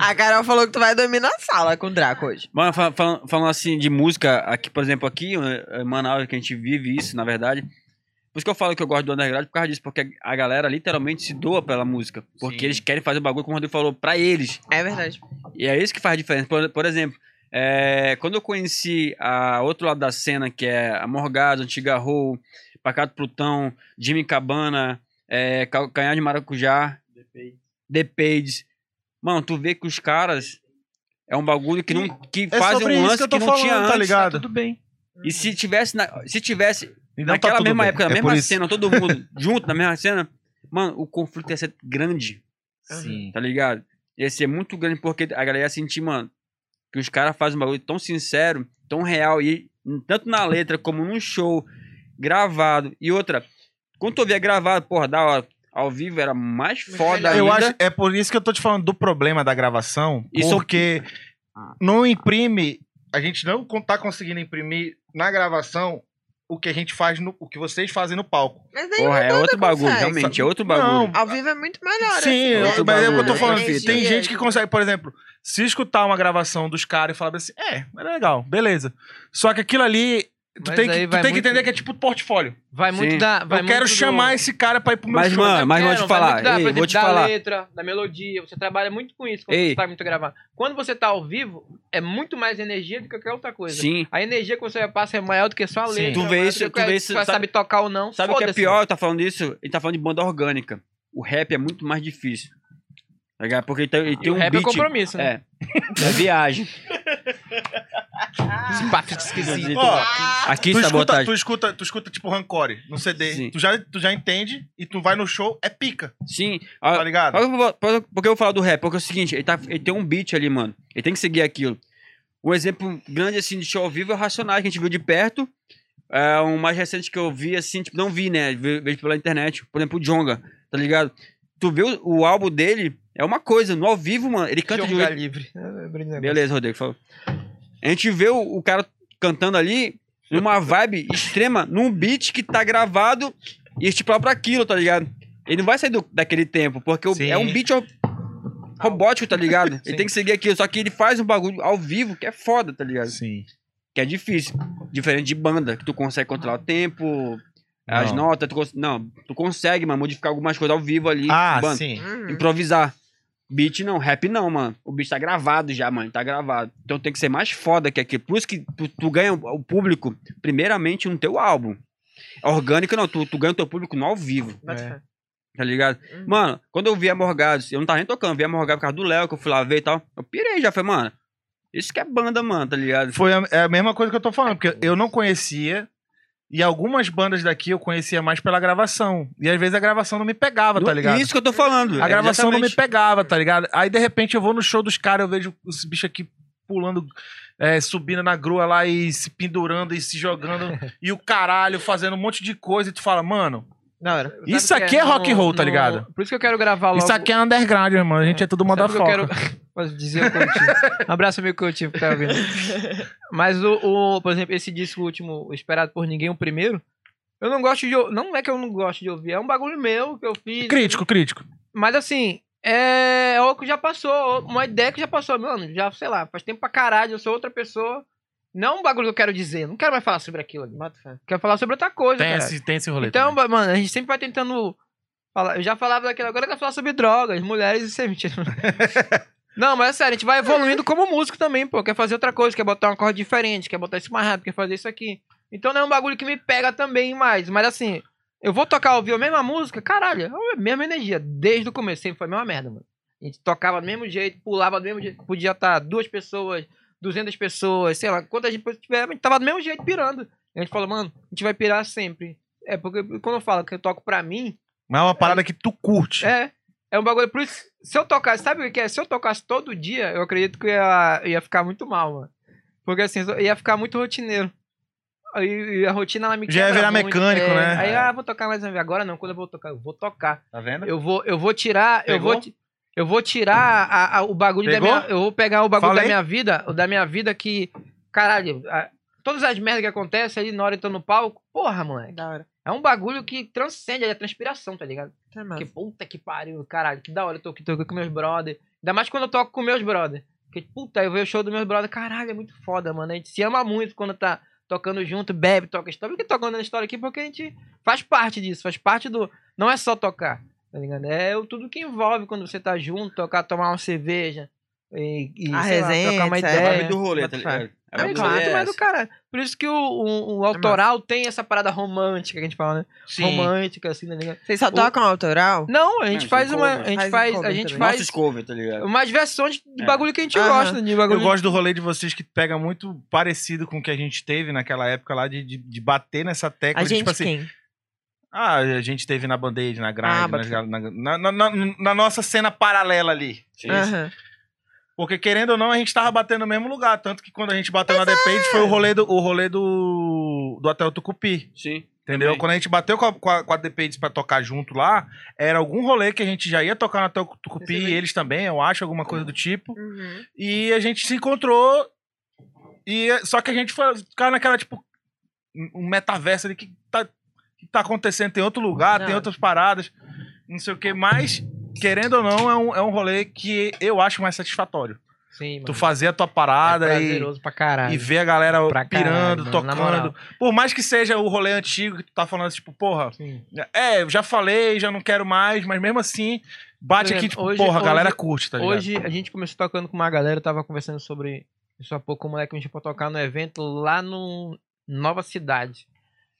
A Carol falou que tu vai dormir na sala com o Draco hoje. Mano, fal- fal- falando assim de música, aqui, por exemplo, aqui eh, em Manaus, que a gente vive isso, na verdade. Por isso que eu falo que eu gosto do underground, por causa disso, porque a galera literalmente se doa pela música. Porque Sim. eles querem fazer o bagulho, como o Rodrigo falou, pra eles. É verdade. E é isso que faz a diferença. Por, por exemplo, eh, quando eu conheci a outro lado da cena, que é a Morgado, Antiga Roll, Pacato Plutão, Jimmy Cabana, eh, Cal- Canhão de Maracujá, The Page. Mano, tu vê que os caras é um bagulho que, não, que É fazem sobre um isso lance que, eu tô não falando, tinha antes. tá ligado? Tudo bem. E se tivesse, na- se tivesse E não tá naquela tudo mesma bem. época, na É por mesma isso. cena, todo mundo junto, na mesma cena, mano, o conflito ia ser grande, Sim. tá ligado? Ia ser muito grande, porque a galera ia sentir, mano, que os caras fazem um bagulho tão sincero, tão real, e tanto na letra como num show, gravado. E outra, quando tu ouvia gravado, porra, da hora, ao vivo era mais foda ainda. Eu acho, é por isso que eu tô te falando do problema da gravação, Isso- é porque não imprime, a gente não con- tá conseguindo imprimir na gravação o que a gente faz no, o que vocês fazem no palco. Mas aí Porra, é nada outro bagulho, consegue. realmente, é Um outro bagulho. Ao vivo é muito melhor. Sim, assim, eu- né? outro mas é o que eu tô bagulho, falando. outra fita. Tem gente que consegue, por exemplo, se escutar uma gravação dos caras e falar assim, é, era legal, beleza. Só que aquilo ali, tu Mas tem, que, aí tu vai tem que muito- entender que é tipo portfólio. Vai Sim. muito da. Vai eu quero muito do- chamar esse cara pra ir pro meu Mas, show. mano, mas vou Quero, te vai falar, muito da- ei, por vou exemplo, te da falar. letra, da melodia. Você trabalha muito com isso quando Ei. você tá muito gravando. Quando você tá ao vivo, é muito mais energia do que qualquer outra coisa. Sim. A energia que você passa é maior do que só a Sim. letra. Tu é vê maior isso- do que tu vê isso- Você sabe, sabe- tocar ou não. Sabe o que é foda-se. pior? Tá falando isso? Ele tá falando de banda orgânica. O rap é muito mais difícil. Tá ligado? Porque ele tem, ele E tem o um rap é beat. compromisso, né? É. É viagem. Esse papo esquisito. Ó, Aqui tá- tu, escuta, sabotagem. tu, escuta, tu escuta, tipo, rancore no CD. Sim. Tu já, tu já entende e tu vai no show, é pica, Sim. tá Ah, ligado? olha por- por por que eu vou falar do rap? Porque é o seguinte, ele, tá- ele tem um beat ali, mano. Ele tem que seguir aquilo. Um exemplo grande, assim, de show ao vivo é o Racionais, que a gente viu de perto. É, um mais recente que eu vi, assim, tipo, não vi, né? Ve- Vejo pela internet. Por exemplo, o Jonga, tá ligado? Tu vê o, o álbum dele, é uma coisa. No ao vivo, mano, ele canta de um Jogar jeito livre. É, é brincadeira. Beleza, Rodrigo, falou. A gente vê o, o cara cantando ali numa vibe extrema, num beat que tá gravado e estipulado pra aquilo, tá ligado? Ele não vai sair do- daquele tempo, porque o- Sim. é um beat ro- robótico, tá ligado? Sim. Ele tem que seguir aquilo, só que ele faz um bagulho ao vivo que é foda, tá ligado? Sim. Que é difícil. Diferente de banda, que tu consegue controlar o tempo, as Não. notas, tu cons- não, tu consegue, mas modificar algumas coisas ao vivo ali. Ah, banda sim. Uhum. improvisar. Beat não, rap não, mano. O beat tá gravado já, mano. Tá gravado. Então tem que ser mais foda que aquilo. Por isso que tu, tu ganha o público, primeiramente, no teu álbum. É Orgânico não, tu, tu ganha o teu público no ao vivo, Bota fé. tá ligado? Uhum. Mano, quando eu vi a Morgados, eu não tava nem tocando, eu vi a Morgados por causa do Léo, que eu fui lá ver e tal. Eu pirei já, falei, mano, isso que é banda, mano, tá ligado? Foi a, é a mesma coisa que eu tô falando, porque eu não conhecia. E algumas bandas daqui eu conhecia mais pela gravação. E às vezes a gravação não me pegava, tá ligado? Isso que eu tô falando. A gravação não me É, exatamente. pegava, tá ligado? Aí de repente eu vou no show dos caras, eu vejo os bichos aqui pulando, é, subindo na grua lá e se pendurando e se jogando e o caralho fazendo um monte de coisa. E tu fala, mano, Da hora. Isso Sabe o aqui é rock and roll, tá No- ligado? Por isso que eu quero gravar logo. Isso aqui é underground, irmão. A gente é tudo moda Sabe o que eu quero- Posso dizer o Coutinho. Um abraço, meu Coutinho, que tá ouvindo. Mas, o, o- por exemplo, esse disco último, Esperado por Ninguém, o primeiro, eu não gosto de... ou- Não é que eu não gosto de ouvir, é um bagulho meu que eu fiz. Crítico, crítico. Mas, assim, é algo que já passou, uma ideia que já passou. Mano, já, sei lá, faz tempo pra caralho, eu sou outra pessoa. Não é um bagulho que eu quero dizer, não quero mais falar sobre aquilo ali. Bota fé. Quero falar sobre outra coisa, Tem É. cara. esse, tem esse rolê. Então, também. ba- mano, a gente sempre vai tentando. Falar. Eu já falava daquilo, agora eu quero falar sobre drogas, mulheres e semente. Não, mas é sério, a gente vai evoluindo como músico também, pô. Quer fazer outra coisa, quer botar uma corda diferente, quer botar isso mais rápido, quer fazer isso aqui. Então não é um bagulho que me pega também mais. Mas assim, eu vou tocar, ouvir a mesma música, caralho, é a mesma energia. Desde o começo, sempre foi a mesma merda, mano. A gente tocava do mesmo jeito, pulava do mesmo jeito. Podia estar duas pessoas, 200 pessoas, sei lá, quantas pessoas tiver, a gente tava do mesmo jeito pirando. A gente falou, mano, a gente vai pirar sempre. É, porque quando eu falo que eu toco pra mim, Mas é uma parada que tu curte. é. É um bagulho. Por isso, se eu tocasse, sabe o que é? Se eu tocasse todo dia, eu acredito que eu ia, eu ia ficar muito mal, mano. Porque assim, eu ia ficar muito rotineiro. Aí e a rotina ela me Já ia quebra virar muito, mecânico, é. né? Aí, ah, vou tocar mais uma vez. Agora não, quando eu vou tocar, eu vou tocar. Tá vendo? Eu vou, eu vou tirar, eu Pegou? vou, ti- eu vou tirar a- a- o bagulho Pegou? da minha, eu vou pegar o bagulho Fala da aí. minha vida, o da minha vida que, caralho, a- todas as merdas que acontecem ali na hora que eu tô no palco, porra, moleque. Da hora. É um bagulho que transcende ali a transpiração, tá ligado? Tá Que massa. puta que pariu, caralho, que da hora eu tô aqui tô aqui com meus brother. Ainda mais quando eu toco com meus brother. Porque, puta, eu vejo o show dos meus brother, caralho, é muito foda, mano. A gente se ama muito quando tá tocando junto, bebe, toca história. Por que tocando na história aqui? Porque a gente faz parte disso, faz parte do. Não é só tocar, tá ligado? É o- tudo que envolve quando você tá junto, tocar, tomar uma cerveja. E, e, A sei lá, resenha, trocar uma etc. É a ideia. vibe do rolê, tá Bota fé. ligado? A É, vibe do claro, rolê muito é mais do essa. cara. Por isso que o, o- o autoral tem essa parada romântica que a gente fala, né? Romântica, assim, tá ligado? Vocês só tocam autoral? Não, a gente Não, faz tem uma. cover. A gente Faz um faz. A cover gente também. faz Nosso cover, tá ligado? umas versões de É. bagulho que a gente Aham. gosta, né, de bagulho. Eu gosto do rolê de vocês que pega muito parecido com o que a gente teve naquela época lá de, de, de bater nessa tecla. A de, gente tipo assim, quem? ah, a gente teve na Band-Aid, na Ah, Grind, bota nas- na, na- na- na- na nossa cena paralela ali. Aham. Porque querendo ou não, a gente tava batendo no mesmo lugar. Tanto que quando a gente bateu na Depende foi o rolê do, o rolê do, do Hotel Tucupi. Sim. Entendeu? Também. Quando a gente bateu com a, com a, com a Dependentes pra tocar junto lá, era algum rolê que a gente já ia tocar na Hotel Tucupi, e eles também, eu acho, alguma coisa do tipo. Uhum. E a gente se encontrou. E só que a gente foi ficar naquela, tipo, um metaverso ali que tá, que tá acontecendo. Tem outro lugar, Não. tem outras paradas, não sei o que. Mas, querendo ou não, é um, é um rolê que eu acho mais satisfatório. Sim, mano. Tu fazer a tua parada é e, prazeroso pra caralho. e ver a galera Pra caralho, pirando, mano, na moral. tocando. Por mais que seja o rolê antigo que tu tá falando, tipo, porra, Sim. é, eu já falei, já não quero mais, mas mesmo assim, Por bate exemplo, aqui, tipo, hoje- porra, a galera hoje- curte, tá ligado? Hoje a gente começou tocando com uma galera, eu tava conversando sobre isso há pouco, é o moleque me chamou pra tocar no evento lá no Nova Cidade.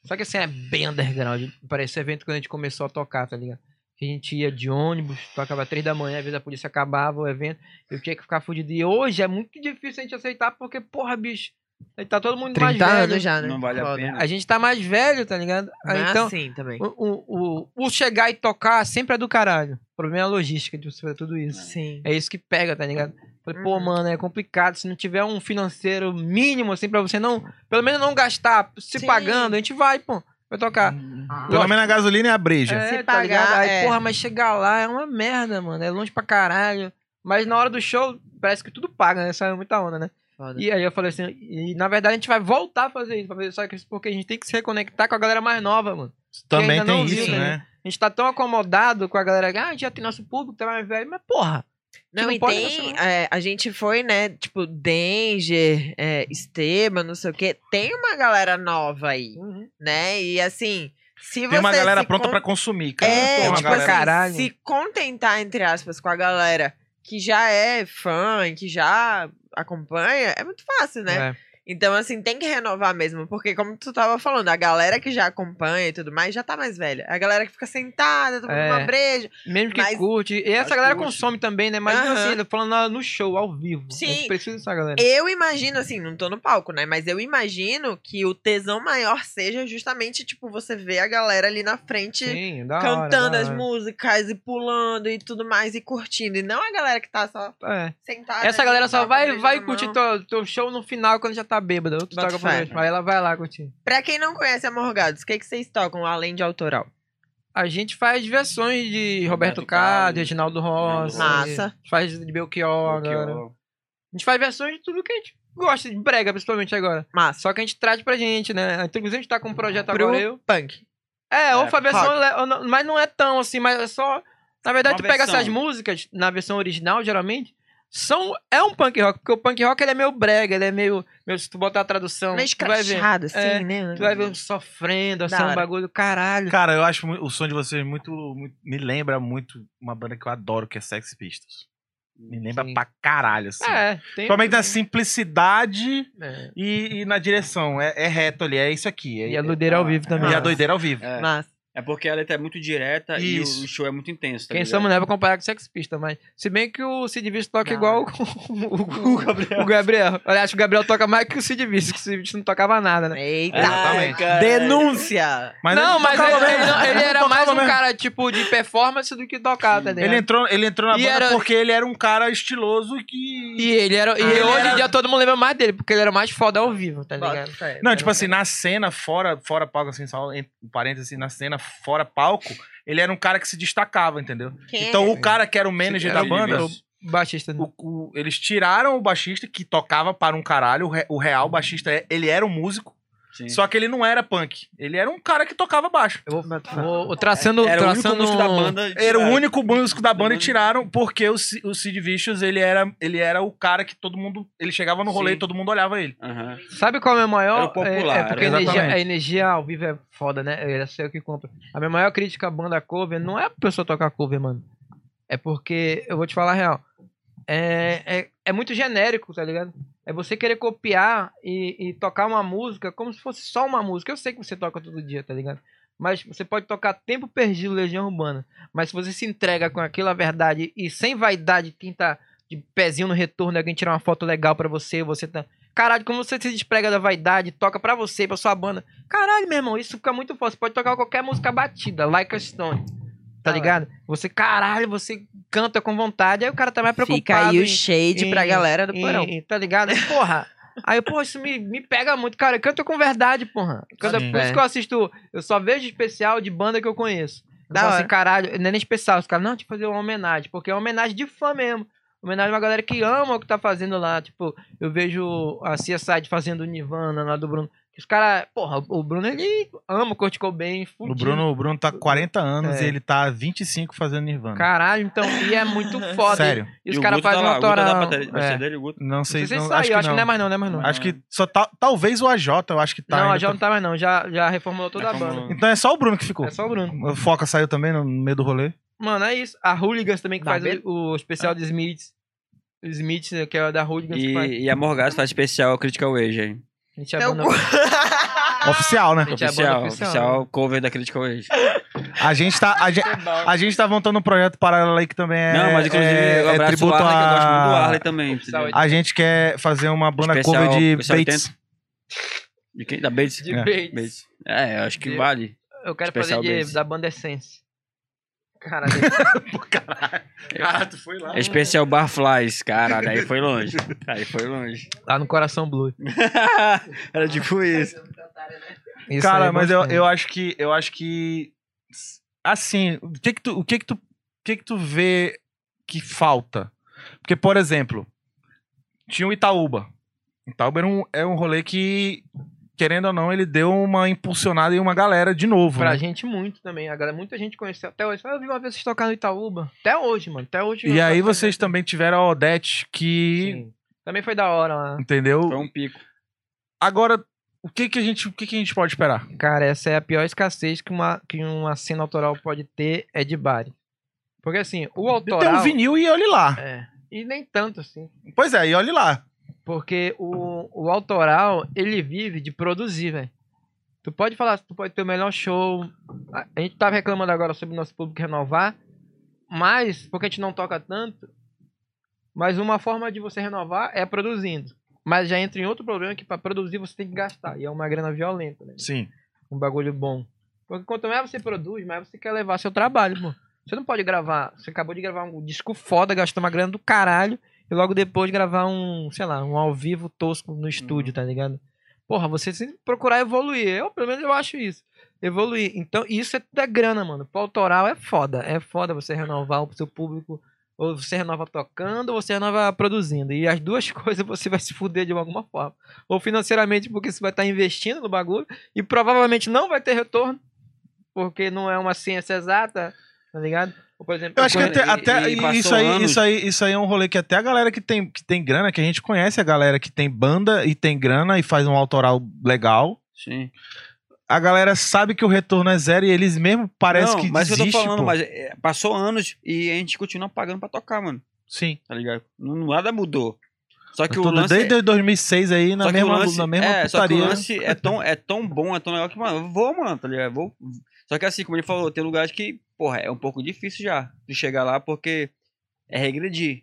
Só que assim, é bem underground. Para esse evento quando a gente começou a tocar, tá ligado? Que a gente ia de ônibus, tocava três da manhã, às vezes a polícia acabava o evento, eu tinha que ficar fudido. E hoje é muito difícil a gente aceitar, porque, porra, bicho, tá todo mundo mais 30 velho. anos já, né? Não vale a Foda. pena. A gente tá mais velho, tá ligado? Ah, Mas então, assim também. o, o, o, o chegar e tocar sempre é do caralho. O problema é a logística de você fazer tudo isso. Sim. É isso que pega, tá ligado? Falei, pô, Uhum. mano, é complicado. Se não tiver um financeiro mínimo, assim, pra você não. Pelo menos não gastar se Sim. pagando, a gente vai, pô. Vai tocar. Pelo menos a gasolina e a breja. É, Se tá ligado? pagar, Aí, é. porra, mas chegar lá é uma merda, mano. É longe pra caralho. Mas na hora do show, parece que tudo paga, né? Só é muita onda, né? Foda. E aí eu falei assim, e na verdade a gente vai voltar a fazer isso, pra fazer só que isso, porque a gente tem que se reconectar com a galera mais nova, mano. Também ainda não tem viu, isso, né? né? A gente tá tão acomodado com a galera, ah, a gente já tem nosso público, tá mais velho, mas porra. Não, não e pode tem. relacionar. é, a gente foi, né? Tipo, Danger, é, Esteban, não sei o quê. Tem uma galera nova aí, né? E assim, se você. Tem uma galera se pronta con- pra consumir, cara. É, Tem uma tipo galera- assim, Caralho. se contentar, entre aspas, com a galera que já é fã e que já acompanha, é muito fácil, né? É. Então, assim, tem que renovar mesmo, porque como tu tava falando, a galera que já acompanha e tudo mais já tá mais velha. A galera que fica sentada, tomando É. uma breja. Mesmo que Mas- curte. E Mas essa galera curte. consome também, né? Mas Aham. assim, eu tô falando na- no show, ao vivo. A gente Sim. precisa dessa galera. Eu imagino, assim, não tô no palco, né? Mas eu imagino que o tesão maior seja justamente, tipo, você ver a galera ali na frente Sim, da hora, cantando da as hora. músicas e pulando e tudo mais e curtindo. E não a galera que tá só É. sentada. Essa ali, galera tá só com a vai, breja vai na curtir mão. teu, teu show no final quando já tá bêbado. Tu Bota toca fé. pra gente, mas ela vai lá curtir. é Pra quem não conhece a Morgados, o que, que vocês tocam além de autoral? A gente faz versões de Roberto, Roberto Carlos, Carlos, Reginaldo Rossi. Massa. Faz de Belchior né? agora. A gente faz versões de tudo que a gente gosta, de brega, principalmente agora. Massa. Só que a gente traz pra gente, né? Inclusive a gente tá com um projeto Pro agora, eu. punk. É, ou É, foi a versão. le- ou não- Mas não é tão assim, mas é só. Na verdade, Uma tu pega versão. essas músicas na versão original, geralmente. São, é um punk rock, porque o punk rock ele é meio brega, ele é meio. meio se tu botar a tradução, Meio Então, tu vai ver. escrachado, assim, É, né? Tu vai ver um sofrendo, assim, Da um hora. bagulho do caralho. Cara, eu acho mu- o som de vocês é muito, muito- Me lembra muito uma banda que eu adoro, que é Sex Pistols. Me lembra Sim. pra caralho, assim. É, tem. Principalmente na simplicidade É. e, e na direção. É, é reto ali, é isso aqui. É, E a doideira ao vivo também. E a doideira ao vivo. É, Massa. é porque a letra é muito direta e Isso. o show é muito intenso. Tá Quem ligado? Ah, somos não é pra comparar com Sex Pista, mas. Se bem que o Sid Vicious toca Não. é. igual o, o, Gabriel. o Gabriel. Aliás, o Gabriel toca mais que o Sid Vicious, que o Sid Vicious não tocava nada, né? Eita. Ai, cara. Denúncia. Mas não, ele mas ele, tocava mesmo. ele não- ele era mais tocava um mesmo. cara, tipo, de performance do que tocar, tá ligado? Ele é entrou, ele entrou na E banda era- porque ele era um cara estiloso que. E ele era. E Ah, ele hoje em era- dia todo mundo lembra mais dele, porque ele era mais foda ao vivo, tá ligado? Não, tipo assim, na cena, fora, fora palco, assim, só em parênteses, assim, na cena, fora palco, ele era um cara que se destacava, entendeu? Quem Então é? o cara que era o manager é Era da banda, o baixista. né? o- o- eles tiraram o baixista, que tocava para um caralho, o, re- o real baixista, é- ele era um músico, Sim. só que ele não era punk, ele era um cara que tocava baixo. Eu vou, vou- vou traçando. Era o único traçando um- músico da banda. um- Era o tiraram. único músico da banda e Mano. tiraram porque o, C- o Sid Vicious, ele era, ele era o cara que todo mundo, ele chegava no rolê Sim. e todo mundo olhava ele. Aham. Sabe qual é a minha Era maior? o popular, é, é porque a era energia, exatamente. a energia ao vivo é foda, né? Eu sei o que compra. A minha maior crítica à banda cover não é a pessoa tocar cover, mano. É porque, eu vou te falar a real. É, é, é muito genérico, tá ligado? É você querer copiar e, e tocar uma música como se fosse só uma música. Eu sei que você toca todo dia, tá ligado? Mas você pode tocar Tempo Perdido, Legião Urbana. Mas se você se entrega com aquela verdade e sem vaidade, quem tá de pezinho no retorno, alguém tirar uma foto legal pra você, você tá. Caralho, como você se desprega da vaidade, toca pra você, pra sua banda. Caralho, meu irmão, isso fica muito forte. Você pode tocar qualquer música batida, like a Stone. Tá ligado? Você, caralho, você canta com vontade. Aí o cara tá mais preocupado. Fica aí o em- shade em- pra galera do e- porão. e Uhum. tá ligado? Porra. Aí, porra, isso me, me pega muito, cara. Canta com verdade, porra. Canta, Sim. por É. isso que eu assisto. Eu só vejo especial de banda que eu conheço. Eu Da falo hora. assim, caralho, não é nem especial. Os caras, não, tipo, fazer uma homenagem. Porque é uma homenagem de fã mesmo. Homenagem a uma galera que ama o que tá fazendo lá. Tipo, eu vejo a CSI fazendo o Nirvana lá do Bruno. Os caras, porra, o Bruno ele ama o Kurt Cobain, O fudido. Bruno, o Bruno tá com 40 anos É. e ele tá há 25 fazendo Nirvana. Caralho, então, e é muito foda. Sério, E os o caras Guto tá fazem lá, uma o Guto é da tora. bateria- bateria dele, o Guto. não sei, Não sei se não- isso acho aí, que eu acho que não é não. mais não, não é mais não. Acho que só tá, talvez o AJ, eu acho que tá. não, ainda a Jovem não tá mais não, já, já reformulou toda É a como- banda. Então é só o Bruno que ficou. É só o Bruno. O Foca saiu também no meio do rolê. Mano, é isso. A Hooligans também que Da faz Be- o, o Ah. especial de Smiths. Smiths, né, que é da Hooligans que faz. E, e a Morgaz faz especial Critical Age, hein? A gente é Então, banda- Oficial, né? Gente, é a banda oficial, Oficial, oficial, cover da Critical Age. A gente tá, a gente, a gente tá montando um projeto paralelo aí que também é. Não, mas inclusive é, eu abraço o tributo Arley, que eu gosto muito do a- Arley também. Oficial entendeu? A gente quer fazer uma banda Especial- cover de especial Bates. 80. De quem? Da Bates? de É. Bates. Bates. É, eu acho que De- vale. Eu quero Especial fazer de, Bates. da banda Essence. Cara, Cara, Ah, tu foi lá. É especial Barflies, caralho, aí foi longe. Aí foi longe. lá tá no Coração Blue. Era tipo isso. Isso aí é Cara, mas eu, gostei. eu acho que. Eu acho que. Assim, o que que tu, o que que tu, o que que tu vê que falta? Porque, por exemplo, tinha o Itaúba. Itaúba era um, é um rolê que, querendo ou não, ele deu uma impulsionada em uma galera de novo. Pra né? gente muito também. Agora, muita gente conheceu até hoje. Ah, Eu vi uma vez vocês tocar no Itaúba. Até hoje, mano. Até hoje. E eu- aí vocês também tiveram a Odete que. tá Sim. Também foi da hora lá. Entendeu? Foi um pico. Agora, o que que a gente, o que que a gente pode esperar? Cara, essa é a pior escassez que uma, que uma cena autoral pode ter é de bares. Porque assim, o Tem autoral. um vinil e olhe lá. É, e nem tanto assim. Pois é, e olhe lá. Porque o, o autoral, ele vive de produzir, velho. Tu pode falar, tu pode ter o melhor show. A a gente tava reclamando agora sobre o nosso público renovar, mas, porque a gente não toca tanto, mas uma forma de você renovar é produzindo. Mas já entra em outro problema que pra produzir você tem que gastar. E é uma grana violenta, né? Sim. um bagulho bom. Porque quanto mais você produz, mais você quer levar seu trabalho, pô. Você não pode gravar. Você acabou de gravar um disco foda, gastou uma grana do caralho, e logo depois gravar um, sei lá, um ao vivo tosco no estúdio, tá ligado? Porra, você tem que procurar evoluir. Eu, pelo menos, eu acho isso. Evoluir. Então, isso é tudo é grana, mano. Pro autoral é foda. É foda você renovar o seu público. Ou você renova tocando, ou você renova produzindo. E as duas coisas você vai se fuder de alguma forma. Ou financeiramente, porque você vai estar investindo no bagulho. E provavelmente não vai ter retorno. Porque não é uma ciência exata, tá ligado? Ou, por exemplo, Eu acho que quando- até, E- até e passou isso, aí, anos. isso, aí, isso aí é um rolê que até a galera que tem, que tem grana, que a gente conhece a galera que tem banda e tem grana e faz um autoral legal. Sim. A galera sabe que o retorno é zero e eles mesmo parece Não, que mas desiste, eu tô falando, pô. mas é, passou anos e a gente continua pagando pra tocar, mano. Sim. Tá ligado? Não, nada mudou. Só é que Eu o tô lance. desde 2006 aí na só que o mesma, lance- na mesma é, só que o putaria. lance é tão, é tão bom, é tão legal que, mano, eu vou, mano, tá ligado? Eu Vou. Só que assim, como ele falou, tem lugares que, porra, é um pouco difícil já de chegar lá porque é regredir,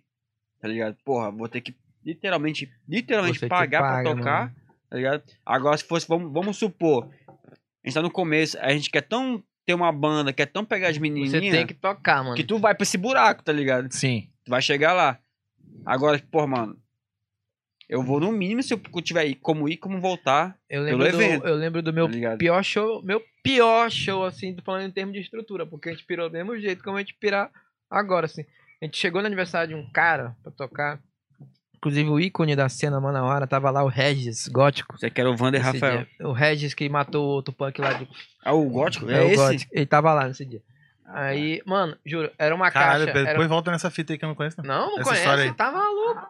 tá ligado? Porra, vou ter que literalmente, literalmente Você que pagar paga, pra tocar, mano. tá ligado? Agora, se fosse, vamos, vamos supor, a gente tá no começo, a gente quer tão ter uma banda, quer tão pegar as menininhas Você tem que tocar, mano. que tu vai pra esse buraco, tá ligado? Sim. Tu vai chegar lá. Agora, porra, mano. Eu vou no mínimo se eu tiver aí como ir, como voltar. Eu Pelo lembro, evento, do, eu lembro do meu tá ligado? pior show, meu pior show, assim, tô falando em termos de estrutura, porque a gente pirou do mesmo jeito como a gente pirar agora, assim. A gente chegou no aniversário de um cara pra tocar, inclusive o ícone da cena Manauara, tava lá o Regis, gótico. Você quer o Vander esse Rafael. dia. O Regis que matou o outro punk lá de Ah, o gótico? É, é, o esse? gótico. Ele tava lá nesse dia. Aí, mano, juro, era uma Caralho, caixa. Pedro, era- depois volta nessa fita aí que eu não conheço. não. Não, não essa história conhece, aí. tá maluco.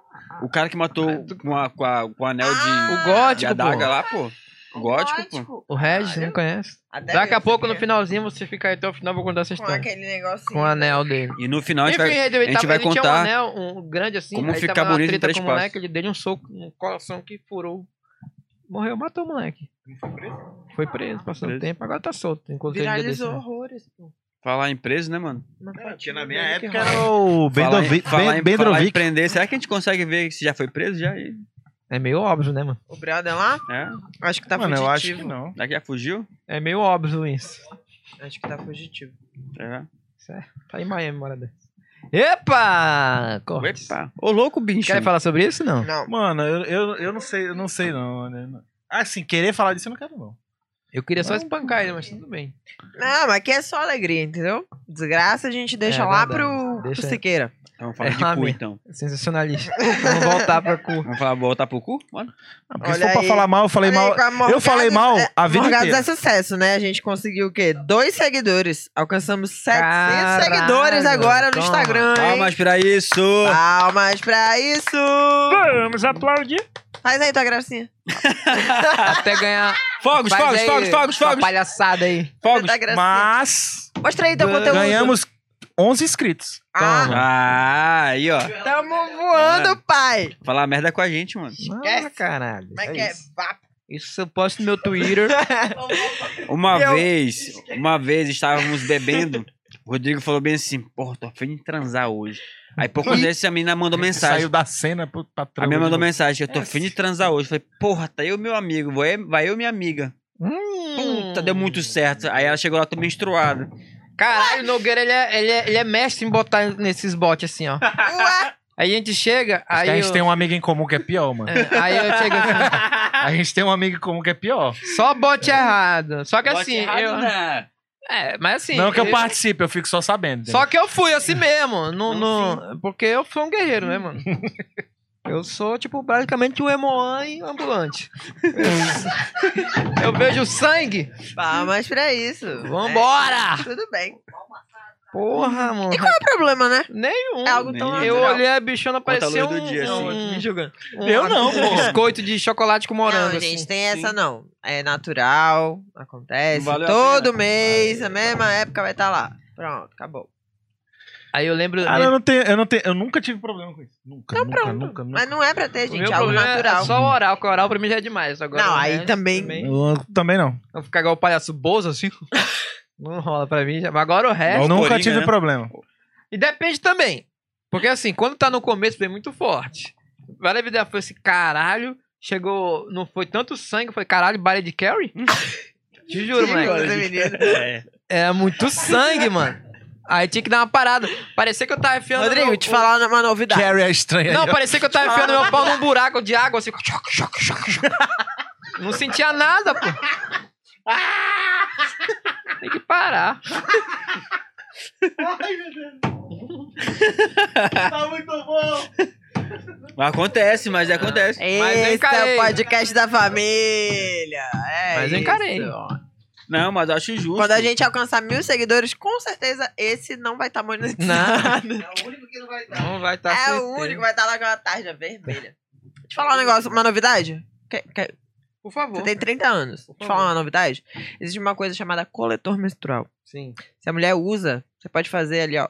O cara que Ah, matou com, a, com, a- com o anel de, O de gótico, adaga pô. lá, pô. é O gótico, pô. O Regis, não conhece. Daqui a pouco, no finalzinho, você fica aí até o final, eu vou contar essa né? Com história. aquele negocinho. Com o anel dele. E no final a gente Enfim, vai. ele, ele a gente tava- vai ele contar tinha um anel um grande assim, como aí ficar tava numa bonito em treta três com o passos. moleque, ele deu um soco no coração que furou. Morreu, matou o moleque. Foi preso, passou um Preso. tempo, agora tá solto. Encontrei ele desse, Viralizou né? horrores, pô. Falar em preso, né, mano? Uma Porque fotinha É, na minha dele que época rola. era o é falar em, Bendrovic. falar em, falar em Bendrovic. prender. Será que a gente consegue ver se já foi preso? Já? E- É meio óbvio, né, mano? O brother lá? É? Acho que tá Mano, eu acho fugitivo. que não. Será que já fugiu? É meio óbvio isso. acho, que tá fugitivo. É. Tá em Miami, uma hora dessa. Epa! Cortes. Epa. Ô, louco, bicho. Querem falar sobre isso? Não. Não. Mano, eu, eu, eu não sei, eu não sei não. né? Assim, querer falar disso eu não quero não. Eu queria só espancar ele, mas tudo bem. Não, mas aqui é só alegria, entendeu? Desgraça a gente deixa É lá verdade. pro, Deixa- pro Siqueira. Então, vamos falar É de lá cu, mesmo. então. Sensacionalista. Vamos voltar pra cu. Vamos falar, voltar pro cu? Bora. Ah, porque se Olha for pra aí. falar mal, eu falei Olha aí, mal. com a eu Morgados- falei mal a vida Morgados inteira. é sucesso, né? A gente conseguiu o quê? Dois seguidores. Alcançamos 700 Caralho, seguidores agora no toma. Instagram, hein? Palmas pra isso! Palmas pra isso! Vamos aplaudir. Faz aí tua gracinha. Até ganhar. Fogos, Faz fogos, aí fogos, fogos, sua fogos, palhaçada aí. fogos. Tá gracinha. Mas Mostra aí teu conteúdo. ganhamos 11 inscritos. Então, Ah, Ah, aí, ó. tamo voando, pai. Falar merda com a gente, mano. Ah, caralho. Como é É que é? isso. Papo. Isso eu posto no meu Twitter. Uma Eu- vez, uma vez estávamos bebendo. O Rodrigo falou bem assim: Porra, tô afim de transar hoje. Aí por causa disso, a menina mandou Saiu mensagem. da cena pro patrão. A minha mandou mensagem: Eu tô afim de transar hoje. Falei: Porra, tá eu, meu amigo. Vai, vai eu, minha amiga. Puta, deu muito certo. Aí ela chegou lá, tô menstruada. Caralho, o Nogueira, ele é, ele, é, ele é mestre em botar nesses bots assim, ó. Ué, Aí a gente chega, aí a eu, gente tem um amigo em comum que é pior, mano. é, aí eu chego assim, A gente tem um amigo em comum que é pior. só bot errado. Só que Bote assim, errado, eu... né? É, mas assim... não que eu eu- participe, eu fico só sabendo. Só que eu fui assim mesmo, no, Não, no- porque eu sou um guerreiro, né, mano? Eu sou, tipo, basicamente um emoan e um ambulante. Eu, eu vejo sangue. palmas pra isso. Vambora! É, tudo bem. Porra, mano. Não é problema, né? Nenhum. É algo tão Nem- Eu natural. olhei a bichona, Conta a parecia luz do um, dia, assim. um- um- Eu não, um biscoito de chocolate com morango, Hum. É. Não, assim. gente, tem essa não. É natural, acontece. Não valeu a Todo pena. mês, na mesma época vai estar lá. Pronto, acabou. Aí eu lembro... Cara, Ah, eu Ah, não tenho, eu não tenho, eu nunca tive problema com isso. Nunca, Então nunca, pronto. nunca, nunca. Mas não é pra ter, o gente, meu é algo problema natural. é só o oral, que o oral pra mim já é demais. Agora Não, o aí resto também- Eu também não. Eu ficar igual o palhaço Bozo, assim. não rola pra mim. Já. Mas agora o É. resto... Eu o nunca Coringa, tive né? problema. E depende também. Porque assim, quando tá no começo, vem muito forte. Várias vezes foi assim, caralho, chegou. Não foi tanto sangue, foi caralho, body de carry? Te juro, Sim, moleque. você, menino. É. É muito sangue, mano. Aí tinha que dar uma parada. Parecia que eu tava enfiando. Rodrigo, meu- te falar uma novidade. Carrie é estranha. Não, parecia que eu tava enfiando meu pau num buraco de água, assim. choc, choc, choc, choc. Não sentia nada, pô. Tem que parar. Tá muito bom! Acontece, mas acontece. Mas eu Esse é encarei. o podcast da família. É Mas eu encarei. isso. Não, mas acho justo. Quando a gente alcançar mil seguidores, com certeza esse não vai estar monetizado. É o único que não vai dar. Não vai tá É estar o único que vai estar lá com a tarja vermelha. Deixa eu Tá. falar um negócio, uma novidade. Que- que- Por você favor. tem 30 anos. Deixa eu falar uma novidade. Existe uma coisa chamada coletor menstrual. Sim. Se a mulher usa, você pode fazer ali, ó.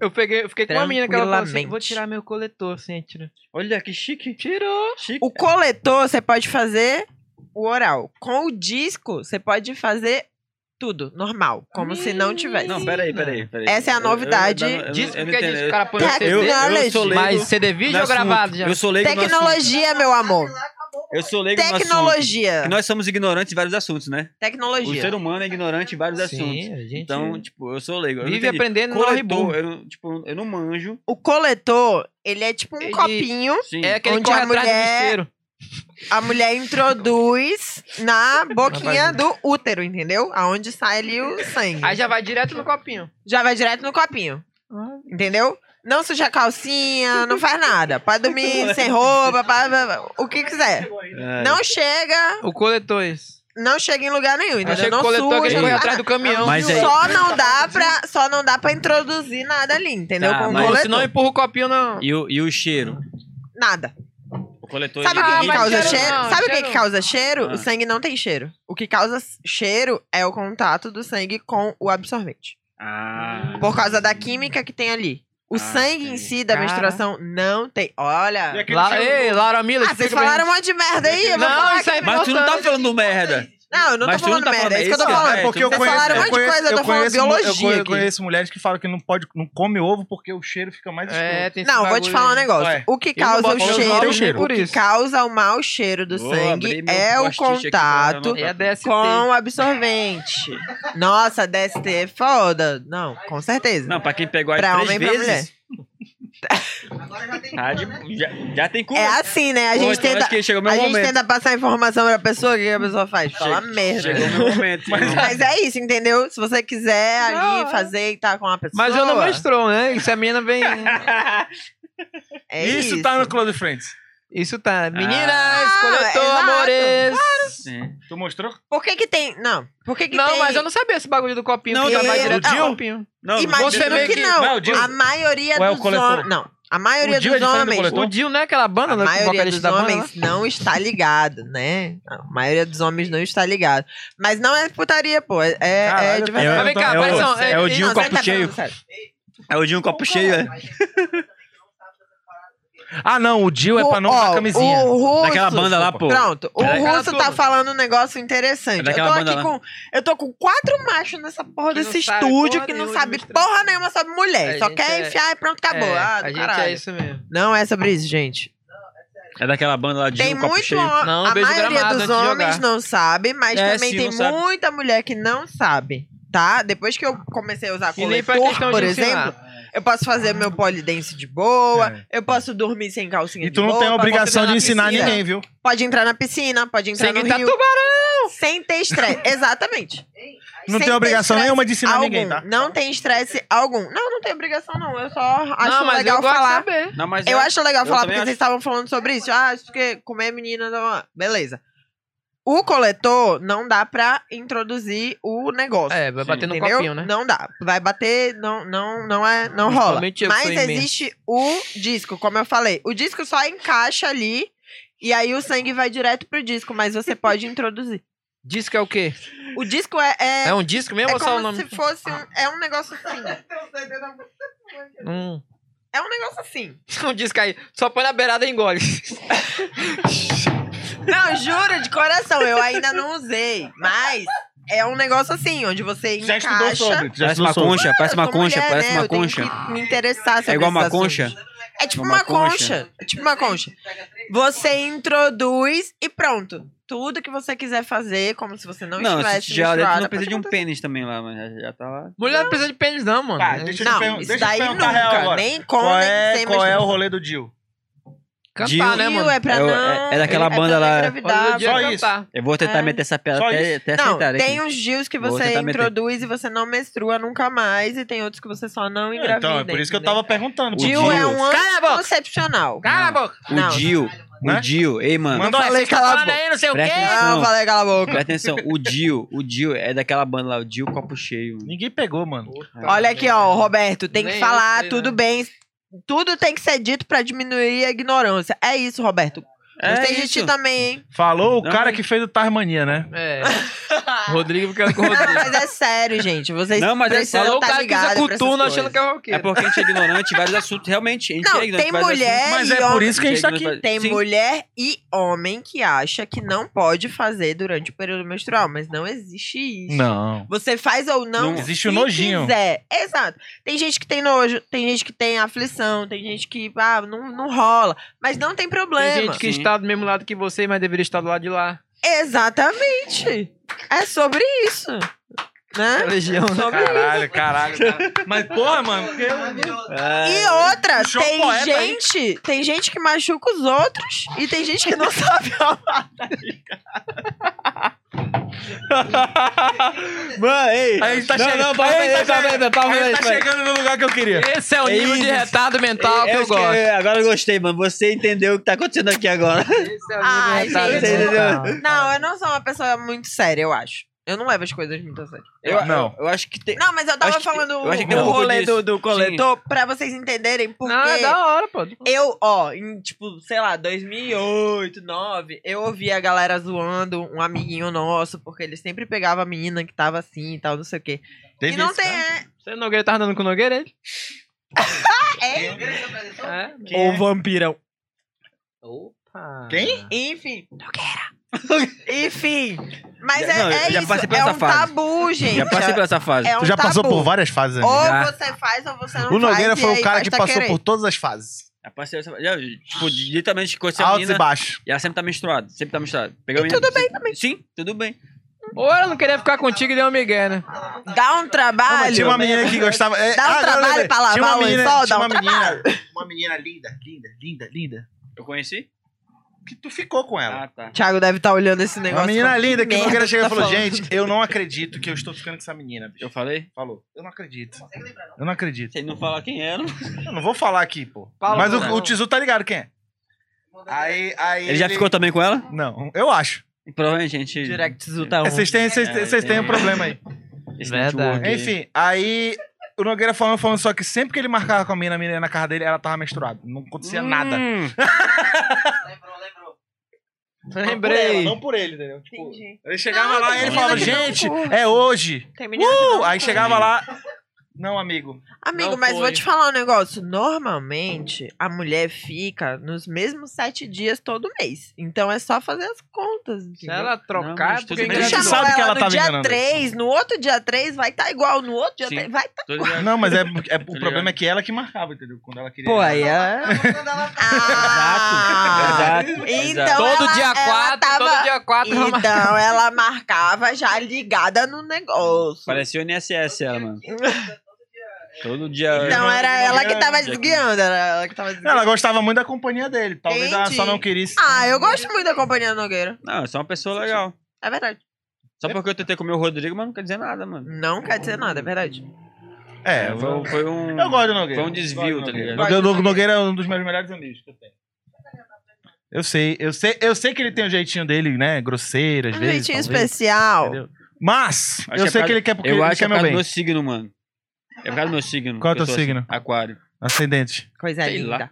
Eu, peguei, eu fiquei com uma menina que ela falou assim, Tranquilamente. vou tirar meu coletor, assim, tira. Olha que chique. Tirou. Chique. O coletor, você pode fazer o oral. Com o disco, você pode fazer tudo, normal. Como se não tivesse. Não, peraí, peraí, peraí. Essa é a Eu- eu- eu novidade. não- eu não- Diz eu não porque entendo. diz que o cara põe no Tec- CD. Eu, eu sou Technology. leigo. Mas CD no vídeo ou assunto. gravado já? Eu sou leigo no assunto. Tecnologia, meu amor. Eu sou leigo tá no assunto. Tecnologia. Que nós somos ignorantes em vários assuntos, né? O Tecnologia. ser humano é ignorante em vários assuntos. Sim, a gente é. Então, tipo, eu sou leigo. Eu não vive entendi. aprendendo no Coletor, Haribo. eu, não- tipo, eu não manjo. O coletor, ele é tipo um Ele- copinho. Sim. É aquele que Onde a corre atrás mulher- do bicheiro. A mulher introduz na boquinha do útero, entendeu? Aonde sai ali o sangue. Aí já vai direto no copinho. Já vai direto no copinho. Ah. Entendeu? Não suja a calcinha, não faz nada. Pode dormir sem roupa, pá, pá, pá, o que quiser. É. Não chega, O coletor esse. não chega em lugar nenhum, Aí entendeu? chega o Não coletor que ele suja. corre não- atrás do caminhão. Mas aí- Só não dá pra, só não dá pra introduzir nada ali, entendeu? Tá, Com o mas Ou coletor. se não empurra o copinho, não. E o, e o cheiro? Nada. O coletor. Sabe o ele- que, Ah, que mas causa cheiro cheiro? não, Sabe o que, cheiro que não. causa cheiro? Ah. O sangue não tem cheiro. O que causa s- cheiro é o contato do sangue com o absorvente. Ah. Por causa da química que tem ali. O Ah, sangue em entendi. si da Cara. menstruação não tem. Olha. La... Ei, Laura Miller, Ah, vocês explica pra falaram um monte de merda aí. eu vou Não, falar isso aqui. aí- Mas tu não tá falando merda. Não, eu não Mas tô tu não falando tá merda. falando É isso que eu tô isso, falando. cara. É porque eu Vocês conheço, falaram um eu monte de conheço- coisa, eu tô eu falando conheço, mu- biologia eu conhe- aqui. conheço mulheres que falam que não pode, não come ovo porque o cheiro fica mais gente. É, tem esse Não, vou te bagulho falar um aí. negócio. Ué, O que Eu não causa o boto meus cheiro, ovos nem por o que isso. causa o mau cheiro do Vou sangue abrir meu é o post-it aqui né? pra contato anotar. É a DST. com absorvente. Nossa, DST é foda. Não, com certeza. Não, pra quem pegou aí Pra três homem e pra vezes. Pra Ah, mulher. já, já tem cura. É assim, né? A Pô, gente então tenta, acho que chegou a meu gente momento. tenta passar informação pra pessoa, o que a pessoa faz? Fala Chega- merda. Chegou meu momento. Mas é isso, entendeu? Se você quiser ali Não, é. fazer e tá com a pessoa. Mas eu não menstruo, né? Isso a menina vem... É isso, isso, tá no Close Friends. Isso tá. Meninas, Ah, coletor, exato. amores. Sim. Tu mostrou? Por que que tem. Não, por que que Não, tem. mas eu não sabia esse bagulho do copinho. Não, que já vai eu- direto não. no copinho. Não, Imagino você meio que, que- não. Não, o Dio- a maioria Ou é o dos coletor? homens. Não, a maioria O Dio é dos diferente do homens. coletor? O Dio, né? Aquela banda, né? A com o maioria vocalista dos da banda. homens não está ligado, né? A maioria dos homens não está ligado. Mas não é putaria, pô. É, é- é de Mas verdade. vem cá, é o- aparição. é o Dio Não, copo você tá falando cheio. sério. É o de um copo cheio, é. Ah, não, o Dio O- ó, O russo, Daquela banda lá, pô. Pronto, o É daquela russo turma. tá falando um negócio É interessante. eu daquela tô banda aqui lá. com. Eu tô com quatro machos nessa porra Que não desse sabe estúdio porra que não nenhuma de sabe menstruação. porra nenhuma sobre mulher. A Só gente quer é- enfiar e pronto, acabou. É, ah, a gente caralho. é isso mesmo. Não é sobre isso, gente. É daquela banda lá de Tem um copo muito cheio. homem. Não, A beijo maioria gramado dos antes de homens jogar. não sabe, mas É, também sim, tem não sabe. muita mulher que não sabe, tá? Depois que eu comecei a usar E nem pra coletor, questão por de exemplo, eu posso fazer meu polidense de boa, eu posso dormir sem calcinha É. E de tu não boa, tem a posso obrigação entrar de na ensinar piscina. ninguém, viu? Pode entrar na piscina, pode entrar Sem Tá no gritar rio, tubarão. sem ter estresse. Exatamente. Não Sem tem ter obrigação estresse nenhuma de ensinar algum. ninguém, tá? Não tem estresse algum. Não, não tem obrigação não, eu só acho não, mas legal eu gosto de falar. saber. Não, mas Eu é- acho legal Eu falar, também porque acho. vocês estavam falando sobre isso. Ah, isso porque comer menina. tá, tá, tá. Beleza. O coletor não dá pra introduzir o negócio. É, vai Sim. bater no entendeu? copinho, né? Não dá. Vai bater, não, não, não é, não rola. Principalmente eu que Mas sou imenso. existe o disco, como eu falei. O disco só encaixa ali e aí o sangue vai direto pro disco, mas você pode introduzir. Disco é o quê? O disco é. É, É um disco mesmo é ou só o como nome? se fosse um. É um negócio assim. Hum. É um negócio assim. Um disco aí. Só põe na beirada e engole. Não, juro de coração, eu ainda não usei. Mas é um negócio assim, onde você Já estudou encaixa. sobre. Já Parece estudou uma sobre. concha, parece Eu uma sou concha, mulher, parece né? uma Eu tenho concha. que me interessar sobre É igual uma esses concha? assuntos. É tipo Uma uma, concha. concha. É tipo uma concha. Você introduz e pronto. Tudo que você quiser fazer, como se você não, Não, se estivesse tiver lá dentro, não menstruada, precisa de um pode pênis também lá, mas já- já tá lá. Mulher não precisa de pênis, não, mano. É Tá, deixa eu te acontecer. pergun- Não, isso deixa eu te daí perguntar a real nunca. agora. Nem com, Qual nem é, sem qual é o menstruação. rolê do Dio? Cantar, Gil- né, mano? é pra É o- não. é- é daquela é pra banda não lá- engravidar, Só pra isso. cantar. Eu vou tentar É. meter essa pedra Só até, até Não, aceitar tem um- aqui. uns Gils que Vou você tentar meter. introduz e você não menstrua nunca mais, e tem outros que você só não engravida. Então, é por isso que eu entendeu? tava perguntando. Gil, Gil- é um Cala a boca! anticoncepcional. Cala a boca! O Não. Dio, Né? o Dio, ei, mano. Manda uma falei cala a Fala boca. aí, não sei o Presta quê! Não, atenção. falei cala a boca. Presta atenção, o Dio, o Dio é daquela banda lá, o Dio Copo Cheio. mano. Ninguém pegou, mano. Olha aqui, ó, Roberto, tem que Nem eu falar, sei, tudo né? bem. Tudo tem que ser dito pra diminuir a ignorância. É isso, Roberto. É Gostei É de ti também, hein? Falou o Não, cara mas- que fez o Tarmania, né? É. Rodrigo ficando com o Não, Rodrigo. mas é sério, gente. Vocês Não, mas é- precisam Falou o tá cara que usa ligado pra essas coturno achando coisas. que é roqueiro. É porque a gente é ignorante em vários assuntos, realmente. A gente Não, é ignorante tem em vários mulher assuntos, e homem. isso que a gente tá aqui. Tem mulher e homem que acha que não pode fazer durante o período menstrual, mas não existe isso. Não. Você faz ou não, Não existe se o nojinho. quiser. Exato. Tem gente que tem nojo, tem gente que tem aflição, tem gente que ah, não, não rola. Mas não tem problema. Tem gente que Sim. está do mesmo lado que você, mas deveria estar do lado de lá. Exatamente. É sobre isso. Né? Legião. Sobre Caralho, caralho. Mas, porra, mano. É. E outra, Puxou tem o poeta, hein? gente, tem gente que machuca os outros e tem gente que não sabe amar. Mano, ei. A gente tá não, chegando- não, palma a gente aí, tá palma aí, chegando- palma a aí, gente tá palma aí. chegando no lugar que eu queria. Esse é o nível Isso. de retardo mental que É, eu acho gosto. agora eu gostei, mano. Você entendeu o que tá acontecendo aqui agora. Esse é o nível Ai, de retardo gente, mental. Não, eu não sou uma pessoa muito séria, eu acho. Eu não levo as coisas muito a sério. Eu, Não. Eu, eu acho que tem. Não, mas eu tava Acho que- falando eu acho que tem o um pouco rolê disso. do, do coletor pra vocês entenderem porque Não, é da hora, pô. eu, ó, em tipo, sei lá, 2008, 2009, eu ouvi a galera zoando um amiguinho nosso porque ele sempre pegava a menina que tava assim e tal, não sei o quê. e não tem Você Nogueira tá andando com o Nogueira, ele? é, é, É. ou vampirão. Opa. Quem? Enfim. Enfim. Mas é, Não, eu é já isso. passei por É essa um fase. tabu, gente. Já passei por essa fase. É um Tu já passou tabu. por várias fases, Ou amigo. você faz ou você não O Nogueira faz. e foi aí o cara faz que tá passou querendo. por todas as fases. um Já passei essa já, Tipo, literalmente conheci a Altos e menina. baixos. E ela sempre tá menstruada. Sempre tá menstruada. Pegou E a tudo menina- bem também. Sim, tudo bem. Ou ela não queria ficar contigo e deu um migué, né? Dá um Não, mas trabalho. tinha uma menina que gostava. É, Dá um agora eu trabalho lembrei. pra lavar Tinha uma o menina, lençol, tinha dá uma um menina, uma menina linda, linda, linda, linda. Eu conheci? Que tu ficou com ela. Ah, tá. Thiago deve estar olhando esse negócio. Uma menina falando, linda que o merda Nogueira tu chegou tá e falou: falando. Gente, eu não acredito que eu estou ficando com essa menina. bicho." Eu falei? Falou: Eu não acredito. Eu não acredito. Se ele não falar quem era. Eu não vou falar aqui, pô. Fala, Mas não. o, o Tizu tá ligado quem é? Aí, aí. Ele já ficou também com ela? Não, eu acho. Provavelmente, gente. Direct tá Zuta É, Vocês têm, vocês, É, vocês têm um é. problema aí. Esse um- Verdade. network aí. Enfim, aí o Nogueira falando, falando só que sempre que ele marcava com a menina, a menina ia na casa dele, ela tava menstruada. Hum, Não acontecia Hum. nada. Lembrei. Não por ele, entendeu? Tipo, Entendi. ele chegava Ah, lá tem e ele menina falava, que não gente, curte." é hoje. Tem menina que Uh! não Aí curte. chegava lá. Não, amigo. Amigo, Não mas foi. vou te falar um negócio. Normalmente, a mulher fica nos mesmos sete dias todo mês. Então é só fazer as contas. Se entendeu? ela Não, trocar, é mas tudo porque bem. Ele Ele chamou engravidou. sabe ela que ela no tá dia enganando. 3, no outro dia 3 vai estar igual, no outro dia Sim. 3 vai tá estar... Tô ligado. Não, mas é, é- Tô o Tá ligado. problema é que ela que marcava, entendeu? Quando ela queria. Pô, aí é... Ah, Exato, exato, Então exato. Todo ela- dia ela 4, tava- todo dia 4. Então ela marcava já ligada no negócio. Parecia o NSS ela, mano. Todo dia. Então era ela que tava Jack. desguiando, era ela que tava Ela desguiando. gostava muito da companhia dele. Talvez ela só Entendi. não querisse. Ah, eu gosto muito da companhia do Nogueira. Não, é só uma pessoa legal. É verdade. Só porque eu tentei comer o Rodrigo, mas não quer dizer nada, mano. Não quer dizer nada, é verdade. É, eu, foi, foi um. eu gosto do Nogueira. Foi um desvio, tá ligado? O Nogueira. Nogueira é um dos meus melhores amigos que eu tenho. Eu sei, eu sei, eu sei que ele tem um jeitinho dele, né? Grosseiro, às Um vezes. jeitinho talvez, especial. entendeu? Mas, Acho eu que é sei pra- que ele quer porque eu ele acho que quer é por meu causa bem. do meu signo, mano. É por causa do meu signo. Qual é o Eu teu sou assim, signo? aquário. Ascendente. Coisa Sei Tá linda. lá.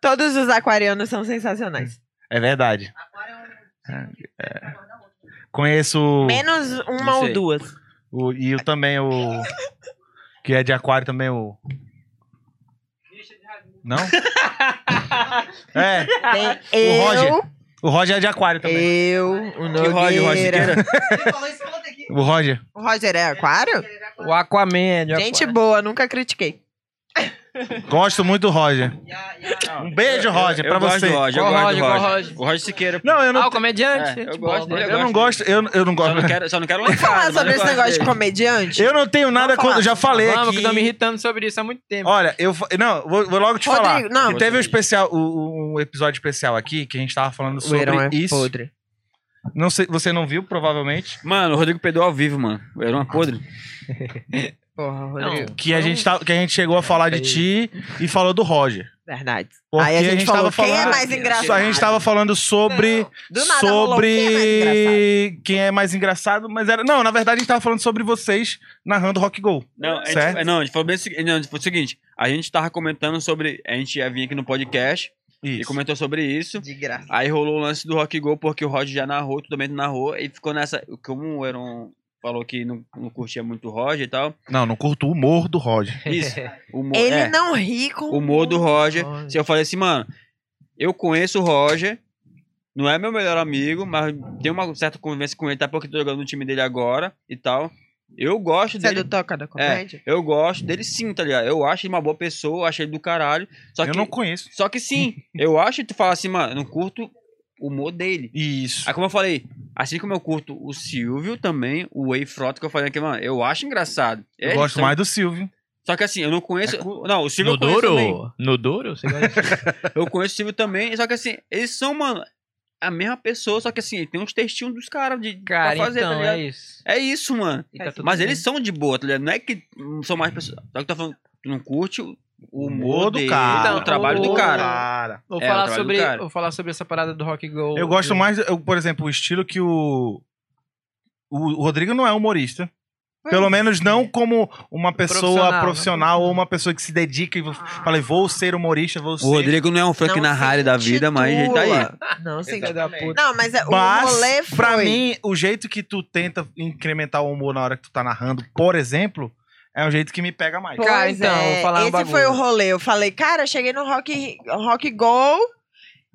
Todos os aquarianos são sensacionais. É verdade. É, é. Conheço o- Menos uma Não ou sei. duas. Hum. o, e eu também o que é de aquário também o Não? é, Tem O Roger. eu, o Roger é de aquário também. eu, o E o Roger, é o Roger Nogueira. Siqueira? O Roger. O Roger é aquário? O Aquaman. é de Gente Aquaman. boa, nunca critiquei. Gosto muito do Roger. Um beijo, Roger, pra eu gosto você. do Roger, eu Qual gosto do Roger, qual Roger. Roger? O Roger Siqueira. Não, eu não, Ah, o comediante? É, eu Tipo, gosto dele, eu eu não gosto, eu, eu não Só gosto. não quero, só não é quero lá em Vamos falar casa, mas sobre eu esse gosto negócio de dele. comediante? Eu não tenho nada Vamos falar. contra, já falei Vamos, que aqui. tá estão me irritando sobre isso há muito tempo. Olha, eu fa- não, vou, vou logo te Rodrigo, falar. não. Que teve um especial, o- o- um episódio especial aqui que a gente tava falando sobre é é? isso. podre. Não sei, você não viu provavelmente, Mano, o Rodrigo Pedro ao vivo, mano. Era uma podre. Porra, É. Rodrigo. que a gente tá, que a gente chegou a falar de ti e falou do Roger. Verdade. Porque Aí a gente, falou, tava quem é falando- mais engraçado? A gente tava falando sobre Não, do nada rolou, sobre quem é mais engraçado? quem é mais engraçado, mas era não, na verdade a gente tava falando sobre vocês narrando Rock Go. Não, a gente, Certo. não, a gente falou bem o seguinte. Não, a gente falou o seguinte. A gente tava comentando sobre. A gente ia vir aqui no podcast e Isso. comentou sobre isso. De graça. Aí rolou o lance do Rock Go, porque o Roger já narrou, tu também narrou, e ficou nessa. Como o Eron falou que não, não curtia muito o Roger e tal. Não, não curto o humor do Roger. Isso. O humor, Ele é, não ri com o humor do Roger. Roger. Se eu falei assim, mano, eu conheço o Roger, não é meu melhor amigo, mas tenho uma certa convivência com ele, tá porque eu tô jogando no time dele agora e tal. Eu gosto Você é dele. do Toca da Comédia? Eu gosto dele sim, tá ligado? Eu acho ele uma boa pessoa, acho ele do caralho. Só eu que, não conheço. só que sim, eu acho que tu fala assim, mano, eu não curto o humor dele. Isso. Aí como eu falei, assim como eu curto o Silvio também, o Way Frota que eu falei aqui, mano, eu acho engraçado. Eu Eles gosto são- mais É do Silvio. Só que assim, eu não conheço. Não, o No Silvio eu conheço também. duro? No duro? Você gosta de- Eu conheço o Silvio também. Só que assim, eles são, mano, a mesma pessoa, só que assim, tem uns textinhos dos caras de Cara, pra fazer, tá então, ligado? é isso. É isso, mano. E tá tudo Mas bem. eles são de boa, tá ligado? Não é que não são mais pessoas. Só que tá falando, tu não curte o o humor humor do do cara, cara. o trabalho do Então, cara. Cara. Vou, É, o falar trabalho do sobre, cara. vou falar sobre essa parada do Rock Go. Eu gosto mais, eu, por exemplo, o estilo que o. O Rodrigo não é humorista. Pelo menos não é. como uma pessoa Profissional, profissional, né? ou uma pessoa que se dedica e Ah. falei, vou ser humorista, vou ser. O Rodrigo não é um funk Não na se rádio da vida, mas ele tá aí. intitula. Não, sim. Filha da puta. Não, mas é- o rolê Mas, foi... pra mim, o jeito que tu tenta incrementar o humor na hora que tu tá narrando, por exemplo, é um jeito que me pega mais. Pois Cara, então, é, vou falar um esse bagulho. foi o rolê. Eu falei, cara, eu cheguei no Rock, rock Go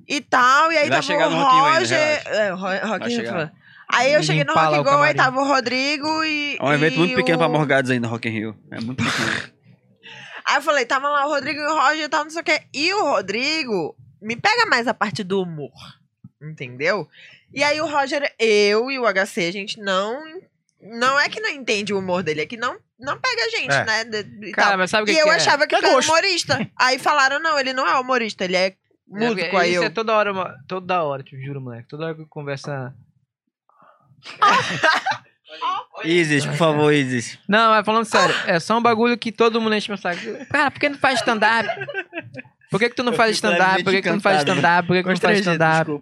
e tal, e aí Ele vai tava chegar o no Rock in Rio ainda, Roger... relaxa. é, o Ro- Rock Vai in Rio, chegar. pô. Aí eu Limpar cheguei no lá Rock o Go, aí camarim. tava o Rodrigo e É um evento e muito pequeno pra o- morgados ainda, Rock in Rio. É muito pequeno. Aí eu falei, tava lá o Rodrigo e o Roger e tal, não sei o quê. E o Rodrigo me pega mais a parte do humor, entendeu? E aí o Roger, eu e o HC, a gente não... Não é que não entende o humor dele, é que não, não pega a gente, É. né? de- e Cara, tal. mas sabe o E que, eu que é? achava que É ele era gosto. humorista. Aí falaram, não, ele não é humorista, ele é É, porque músico. Aí Isso eu... é toda hora, uma- toda hora, te juro, moleque. Toda hora que eu conversa. Isis, por favor, Isis. Não, mas falando sério, é só um bagulho que todo mundo enche meu saco. Cara, por que não faz stand-up? Por que, que tu não faz stand-up? Por que, que tu não faz né? stand-up? Por que, que tu não faz stand-up?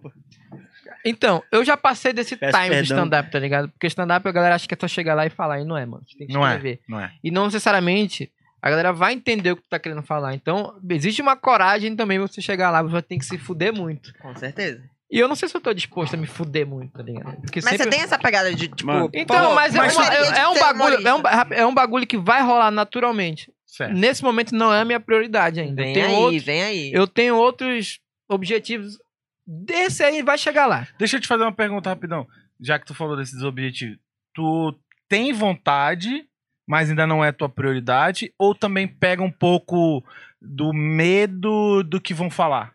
Então, eu já passei desse Peço time de perdão. stand-up, tá ligado? Porque stand-up a galera acha que é só chegar lá e falar, e não é, mano. Você tem que Não é. escrever. Não é? E não necessariamente a galera vai entender o que tu tá querendo falar. Então, existe uma coragem também você chegar lá, você tem que se fuder muito. Com certeza. E eu não sei se eu tô disposto a me fuder muito, tá ligado? Porque Mas sempre você tem essa pegada de, tipo... Mano, Então, mas, é mas uma- gostaria de é, é um ser bagulho, é um, humorista. ba- é um bagulho que vai rolar naturalmente. Certo. Nesse momento não é a minha prioridade ainda. Eu Vem tenho, aí, outro- vem aí. eu tenho outros objetivos. Desse aí vai chegar lá. Deixa eu te fazer uma pergunta rapidão, já que tu falou desses objetivos. Tu tem vontade, mas ainda não é tua prioridade, ou também pega um pouco do medo do que vão falar?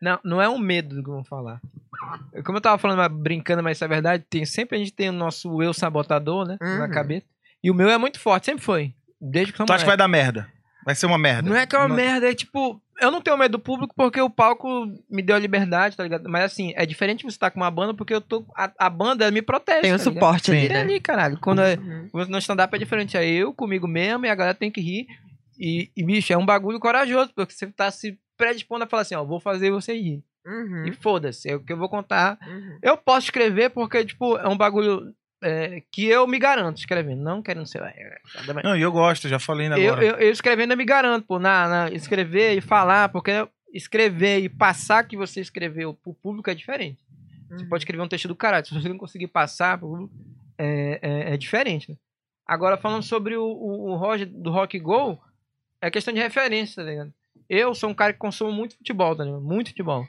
Não, não é um medo do que vão falar. É Como eu tava falando, mas brincando, mas isso é verdade, tem, sempre a gente tem o nosso eu sabotador, né? Na Uhum. cabeça. E o meu é muito forte, sempre foi. Desde que eu sou Tu acha que vai moleque. dar merda? Vai ser uma merda. Não é que é uma Não- merda, é tipo, eu não tenho medo do público porque o palco me deu a liberdade, tá ligado? Mas assim, é diferente você estar com uma banda porque eu tô. A, a banda me protege. Tem um tá ligado? suporte ali, Tem né? ali, caralho. Quando é, Uhum. no stand-up é diferente. É eu comigo mesmo e a galera tem que rir. E, e, bicho, é um bagulho corajoso, porque você tá se predispondo a falar assim, ó, vou fazer você rir. E Uhum. foda-se, é o que eu vou contar. Uhum. Eu posso escrever porque, tipo, é um bagulho é, que eu me garanto escrevendo. Não querendo ser. é, nada mais. Não, e eu gosto, já falei ainda Eu, agora. eu, eu escrevendo eu me garanto, pô. Na, na- escrever e falar, porque escrever e passar que você escreveu pro público é diferente. Você Uhum. pode escrever um texto do caralho, se você não conseguir passar pro público, é, é, é diferente, né? Agora, falando sobre o, o, o Roger do Rock Go, é questão de referência, tá ligado? Eu sou um cara que consome muito futebol, tá ligado? Muito futebol.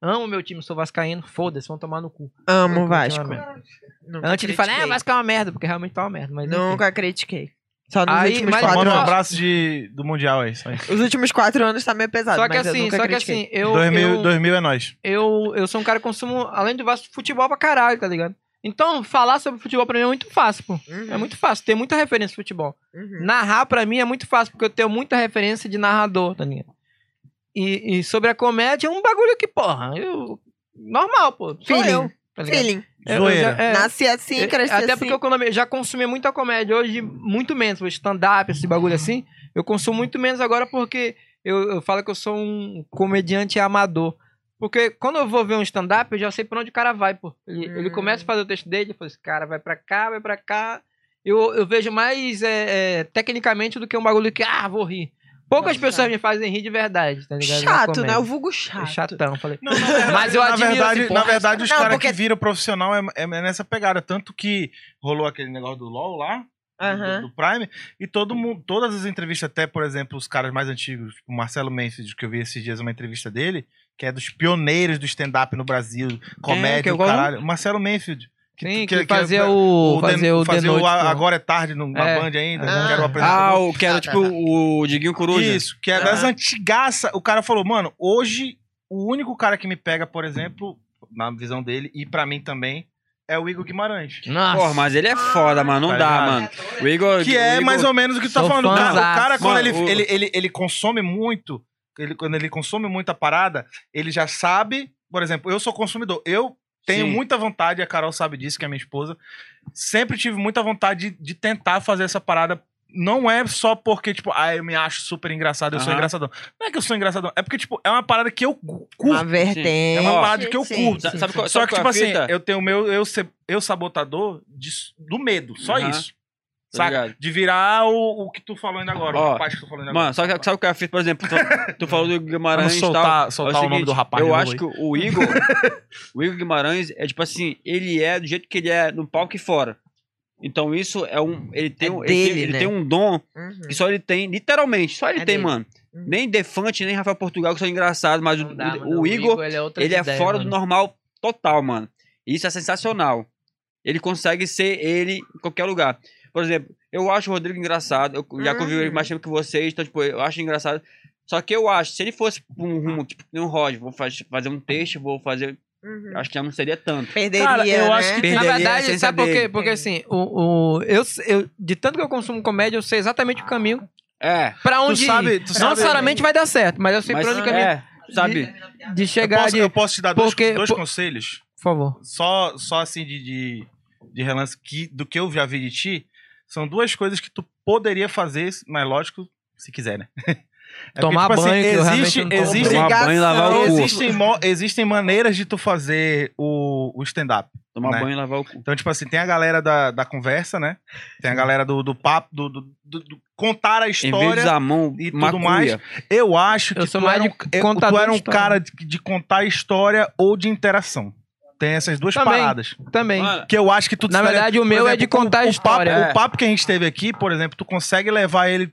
Amo meu time, sou vascaíno, foda-se, vão tomar no cu. Amo o Nunca tinha Vasco. uma merda. Nunca Antes de falar, ah, critiquei. Vasco é uma merda, porque realmente tá uma merda, mas enfim. Nunca critiquei. Só nos Aí, últimos mas- Tomando quatro Padrão. um anos. abraço de, do Mundial aí. Só isso. Os últimos quatro anos tá meio pesado. Só que mas eu assim, nunca só que critiquei. assim, eu, 2000, eu, 2000 é nós. eu, eu sou um cara que consumo, além do vasto, futebol pra caralho, tá ligado? Então, falar sobre futebol pra mim é muito fácil, pô. Uhum, É muito fácil, tem muita referência de futebol. uhum. Narrar pra mim é muito fácil, porque eu tenho muita referência de narrador, tá ligado? E, e sobre a comédia é um bagulho que, porra, eu. Normal, pô. Sou Feeling. eu. Tá ligado? Feeling. Eu- eu já- Zoeira. é. Nasci assim, Eu- cresci Até assim. porque eu, come- já consumi muita comédia. Hoje, muito menos. Stand-up, esse bagulho assim. Eu consumo muito menos agora porque eu, eu falo que eu sou um comediante amador. Porque quando eu vou ver um stand-up, eu já sei pra onde o cara vai, pô. Ele, ele Hum. começa a fazer o texto dele, eu falo assim, cara, vai pra cá, vai pra cá. Eu, eu vejo mais é, é, tecnicamente do que um bagulho que, ah, vou rir. Poucas Nossa. pessoas me fazem rir de verdade, tá ligado? Na Chato, né? comédia. O vulgo chato. Chatão, falei. na verdade- Mas eu na admiro, verdade, assim, na porra, verdade os não, caras porque- que viram profissional é, é nessa pegada. Tanto que rolou aquele negócio do LOL lá, Aham. do, do Prime, e todo mundo, todas as entrevistas, até, por exemplo, os caras mais antigos, tipo o Marcelo Mendes, que eu vi esses dias uma entrevista dele, que é dos pioneiros do stand-up no Brasil, que comédia, eu o gosto. caralho. Marcelo Menfield. Sim, que, fazia o... Fazer o, The fazer Noite, é o A- pô. Agora é Tarde no, na É. Band ainda, né? Ah. que era o apresentador. Ah, o que era Ah, tá, tipo o Diguinho Coruja. um Isso, que é das antigaças. O cara falou, mano, hoje o único cara que me pega, por exemplo, na visão dele, e pra mim também, é o Igor Guimarães. Nossa. Porra, mas ele é foda, mano. Não Tá dá, ligado? mano. O Igor. Que é o Igor- mais ou menos o que tu tá Sou falando. O cara, fãzaço. o cara, quando Mano, ele, o- ele, ele, ele consome muito, ele, quando ele consome muita parada, ele já sabe. Por exemplo, eu sou consumidor. Eu tenho Sim. muita vontade, a Carol sabe disso, que é minha esposa. Sempre tive muita vontade de, de tentar fazer essa parada. Não é só porque, tipo, ah, eu me acho super engraçado, eu sou Aham. engraçadão. Não é que eu sou engraçadão, é porque, tipo, é uma parada que eu cu- Uma curto. vertente. É uma parada que eu Sim, curto. sim, Ah, Sabe sim. qual, Só sabe que, qual é tipo a assim, fita? eu tenho o meu, eu, se- eu sabotador de- do medo, só Aham. isso. Tá Sabe? ligado? De virar o, o que tu falou ainda agora, Ó, o rapaz que tu falou ainda Mano, agora. sabe, sabe o que é a fita? Por exemplo, tu, tu falou do Vamos Guimarães e tal. soltar, É o soltar o, nome seguinte, do rapaz. Eu novo acho aí. que o Igor, o Igor Guimarães é tipo assim, ele é do jeito que ele é no palco e fora. Então isso é um, ele tem, É um, ele, dele, tem ele né? tem um dom Uhum. que só ele tem, literalmente, só ele É tem, dele. mano. Uhum. Nem Defante, nem Rafael Portugal que são engraçados, mas o, Não dá, o- mano. o Igor, ele é, outra ele é ideia, fora mano. do normal total, mano. E Isso é sensacional. Ele consegue ser ele em qualquer lugar. Por exemplo, eu acho o Rodrigo engraçado. Eu já convivi ele Uhum. mais tempo que vocês, então, tipo, eu acho engraçado. Só que eu acho, se ele fosse pra um rumo, tipo, que nem um Roger, vou faz- fazer um texto, vou fazer. Uhum. Acho que já não seria tanto. Perderia, Cara, eu né? acho que- Na Perderia a verdade, essência sabe por quê? dele. Porque assim, o, o, eu, eu, de tanto que eu consumo comédia, eu sei exatamente o caminho É. pra Tu onde ir. sabe, tu Não sabe, necessariamente vai dar certo, mas eu sei Mas, pra onde caminho é, sabe? de eu, chegar posso, de... eu posso te dar dois, Porque- dois po- conselhos, Por favor. só, só assim de, de, de relance, que, do que eu já vi de ti. São duas coisas que tu poderia fazer, mas lógico, se quiser, né? É porque, Tomar banho, que eu realmente existe, não tomo. existe, Tomar banho e lavar assim. o cu. existem, mo- existem maneiras de tu fazer o, o stand-up. Tomar Né? banho e lavar o cu. Então, tipo assim, tem a galera da, da conversa, né? Tem a galera do, do papo, do, do- do- do contar Em a vez de história. usar a mão, e tudo macuia. mais. Eu acho que Eu sou tu, mais era um, de eu- contador tu era de um história. cara de, de contar história ou de interação. Tem essas duas Também. paradas. Também. Mano, Que eu acho que tu... Na se- verdade, o por meu é de com- contar a o história. Papo, É. O papo que a gente teve aqui, por exemplo, tu consegue levar ele...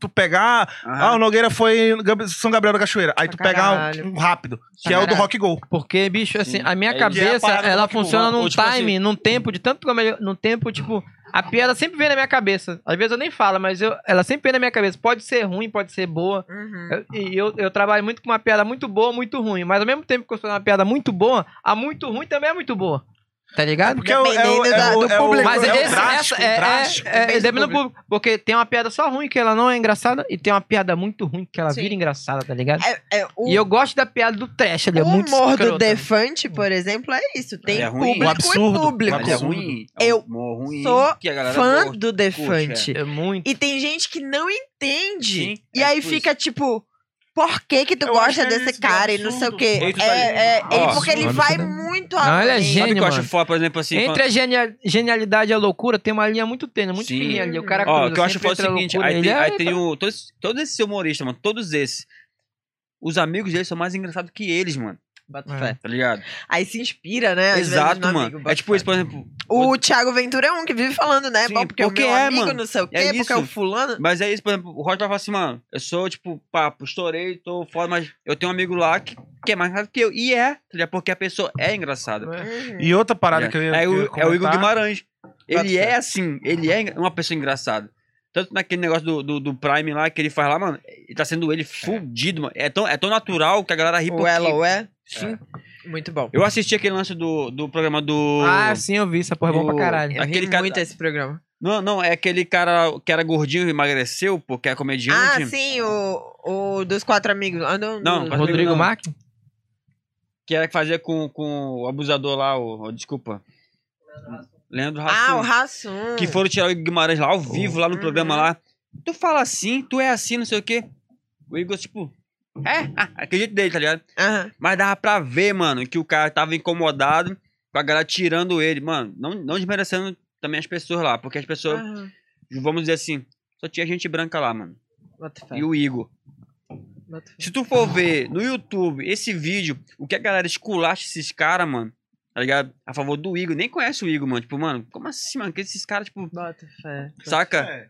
Tu pegar... Ah, aham. o Nogueira foi em Gab- São Gabriel da Cachoeira. Aí tu Pra pegar caralho. um, um rápido, que Pra é o do caralho. Rock Go. Porque, bicho, assim, Sim. a minha É, e é a cabeça, parada ela como, tipo, funciona num ou, tipo, assim- time, num tempo, de tanto como eu- num tempo, tipo, a piada sempre vem na minha cabeça. Às vezes eu nem falo, mas eu, ela sempre vem na minha cabeça. Pode ser ruim, pode ser boa. Uhum. Eu- E eu, eu trabalho muito com uma piada muito boa, muito ruim. Mas ao mesmo tempo que eu sou uma piada muito boa, a muito ruim também é muito boa. Tá ligado? Porque é o- é o- Dependendo é da- o- do é o- público, né? Mas é o esse, essa drástico, é, drástico. é, é, depende do depende do público. Porque tem uma piada só ruim que ela não é engraçada e tem uma piada muito ruim que ela Sim. vira engraçada, tá ligado? É, é, o E eu gosto da piada do trash ali, é o muito humor do escrota. Defante, por exemplo, é isso. Tem É ruim. público O absurdo. e público. Mas é ruim. É Eu um humor ruim Sou que a galera fã gosta. do Defante. É muito. E tem gente que não entende. Sim, e é aí tipo fica tipo, por que que tu Eu acho que gosta é desse isso, cara é e não sei o absurdo. quê? Ele tá É, é, ali. ele- Ó, porque ele absurdo. vai muito Não, ele é além. gênio. Sabe o que eu acho mano. foda, por exemplo, assim? quando- Entre a genia- genialidade e a loucura tem uma linha muito tênue, muito Sim. fininha ali. O Tá cara Ó, cruza o que eu acho sempre foda é o entre a seguinte, loucura, aí ele tem, é- aí tem o, todos, todos esses humoristas, mano, todos esses. Os amigos deles são mais engraçados que eles, mano. Bota fé. Tá ligado? É. Aí se inspira, né? às vezes, Exato, no mano. amigo, é bota tipo fé. isso, por exemplo. O Thiago Ventura é um que vive falando, né? Sim, Bom, porque, porque o meu é, amigo mano. não sei o quê, É porque é o isso. fulano. Mas é isso, por exemplo, o Roger vai falar assim, mano, eu sou, tipo, papo, estourei, tô foda, mas eu tenho um amigo lá que, que é mais engraçado que eu. E é, tá ligado? Porque a pessoa é engraçada. Uhum. E outra parada É. que eu ia, É que eu o, é o ia Igor comentar- Guimarães. Ele Bota é assim, ele é engra- uma pessoa engraçada. Tanto naquele negócio do, do, do Prime lá que ele faz lá, mano, ele tá sendo ele fudido, mano. É tão, é tão natural que a galera ri O porque- Hello é? Sim. Muito bom. Eu assisti aquele lance do, do programa do. Ah, sim, eu vi. Essa porra é bom pra do- caralho. Eu ri Aquele cara- muito esse programa. Não, não, é aquele cara que era gordinho e emagreceu, pô, que é comediante. Ah, sim, o, o dos quatro amigos. Ah, não, Não, do- mas- Rodrigo não. Mac? Que era que fazia com, com o abusador lá, o. o- desculpa. Leandro Rassum. Ah, o Rassum. Que foram tirar o Igor Guimarães lá ao vivo, lá no Uhum. programa lá. Tu fala assim, tu é assim, não sei o quê. O Igor, tipo. É, ah, acredito dele, tá ligado? Aham. Mas dava pra ver, mano, que o cara tava incomodado com a galera tirando ele. Mano, não, não desmerecendo também as pessoas lá, porque as pessoas, aham. vamos dizer assim, só tinha gente branca lá, mano. Bota fé, E o Igor. bota fé. Se tu for ver no YouTube esse vídeo, o que a galera esculacha esses caras, mano, tá ligado? A favor do Igor, nem conhece o Igor, mano. Tipo, mano, como assim, mano? Que esses caras, tipo, Bota fé. saca? É.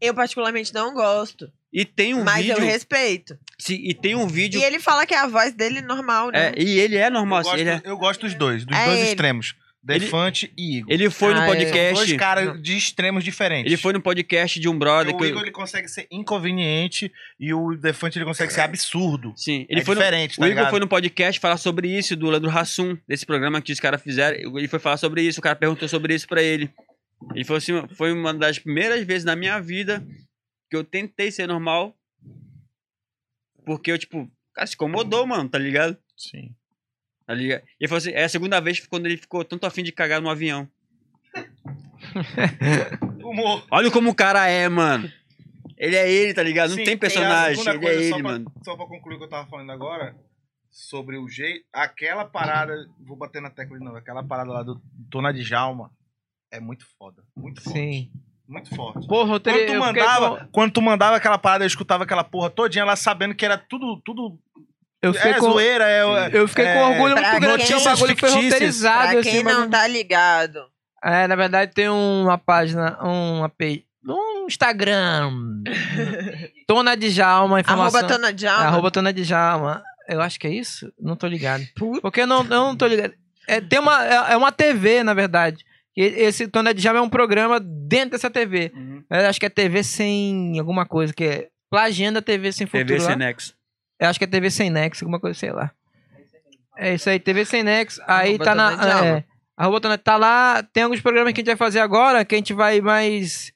Eu particularmente não gosto, E tem um mas vídeo. eu respeito. se- e tem um vídeo. E ele fala que é a voz dele normal, né? É, e ele é normal, Eu, assim, gosto, ele, é- eu gosto dos dois, dos É dois ele. extremos. Ele- Defante e Igor. ele foi Ah, no é. podcast. Dois caras de extremos diferentes. Ele foi no podcast de um Porque brother. o que- Igor ele consegue ser inconveniente e o Defante ele consegue ser absurdo. sim, ele é foi no, diferente, o tá Igor ligado? foi no podcast falar sobre isso, do Leandro Hassum, desse programa que os caras fizeram. Ele foi falar sobre isso, o cara perguntou sobre isso pra ele. Ele falou assim: foi uma das primeiras vezes na minha vida que eu tentei ser normal. Porque eu, tipo, cara, se incomodou, mano, tá ligado? Sim. Tá ligado? Ele falou assim: é a segunda vez que quando ele ficou tanto afim de cagar no avião. Humor. Olha como o cara é, mano. Ele é ele, tá ligado? Não Sim, tem a personagem, segunda ele é coisa, ele, só pra- mano. Só pra concluir o que eu tava falando agora, sobre o jeito, aquela parada, vou bater na tecla de novo, aquela parada lá do Tona de Jalma é muito foda. Muito forte. Sim. Muito forte. Porra, eu Quando teria... tu, eu fiquei mandava, com- quando tu mandava aquela parada, eu escutava aquela porra todinha lá sabendo que era tudo. tudo Eu fiquei é com... zoeira, é. Eu fiquei com é, orgulho pra muito grande, que quem- o bagulho foi notícias fictícias. roteirizado. pra assim, quem o bagulho- não tá ligado. É, na verdade tem uma página, uma page, um Instagram. Tona Djalma, informação. Arroba Tona É, Djalma. arroba Tona Djalma. Eu acho que é isso? Não tô ligado. Puta. Porque eu não, eu não tô ligado. É, tem uma, é, é uma TV, na verdade. E esse Tona Djalma é um programa dentro dessa TV. Eu acho que é TV sem alguma coisa, que é Plagenda TV Sem Futuro. TV lá. Senex. Eu acho que é TV Sem Nexo, alguma coisa, sei lá. É isso aí, TV Sem Nexo. Aí Arroba tá na. Tonete Alma. É, arroba Tonete tá lá. Tem alguns programas que a gente vai fazer agora que a gente vai mais.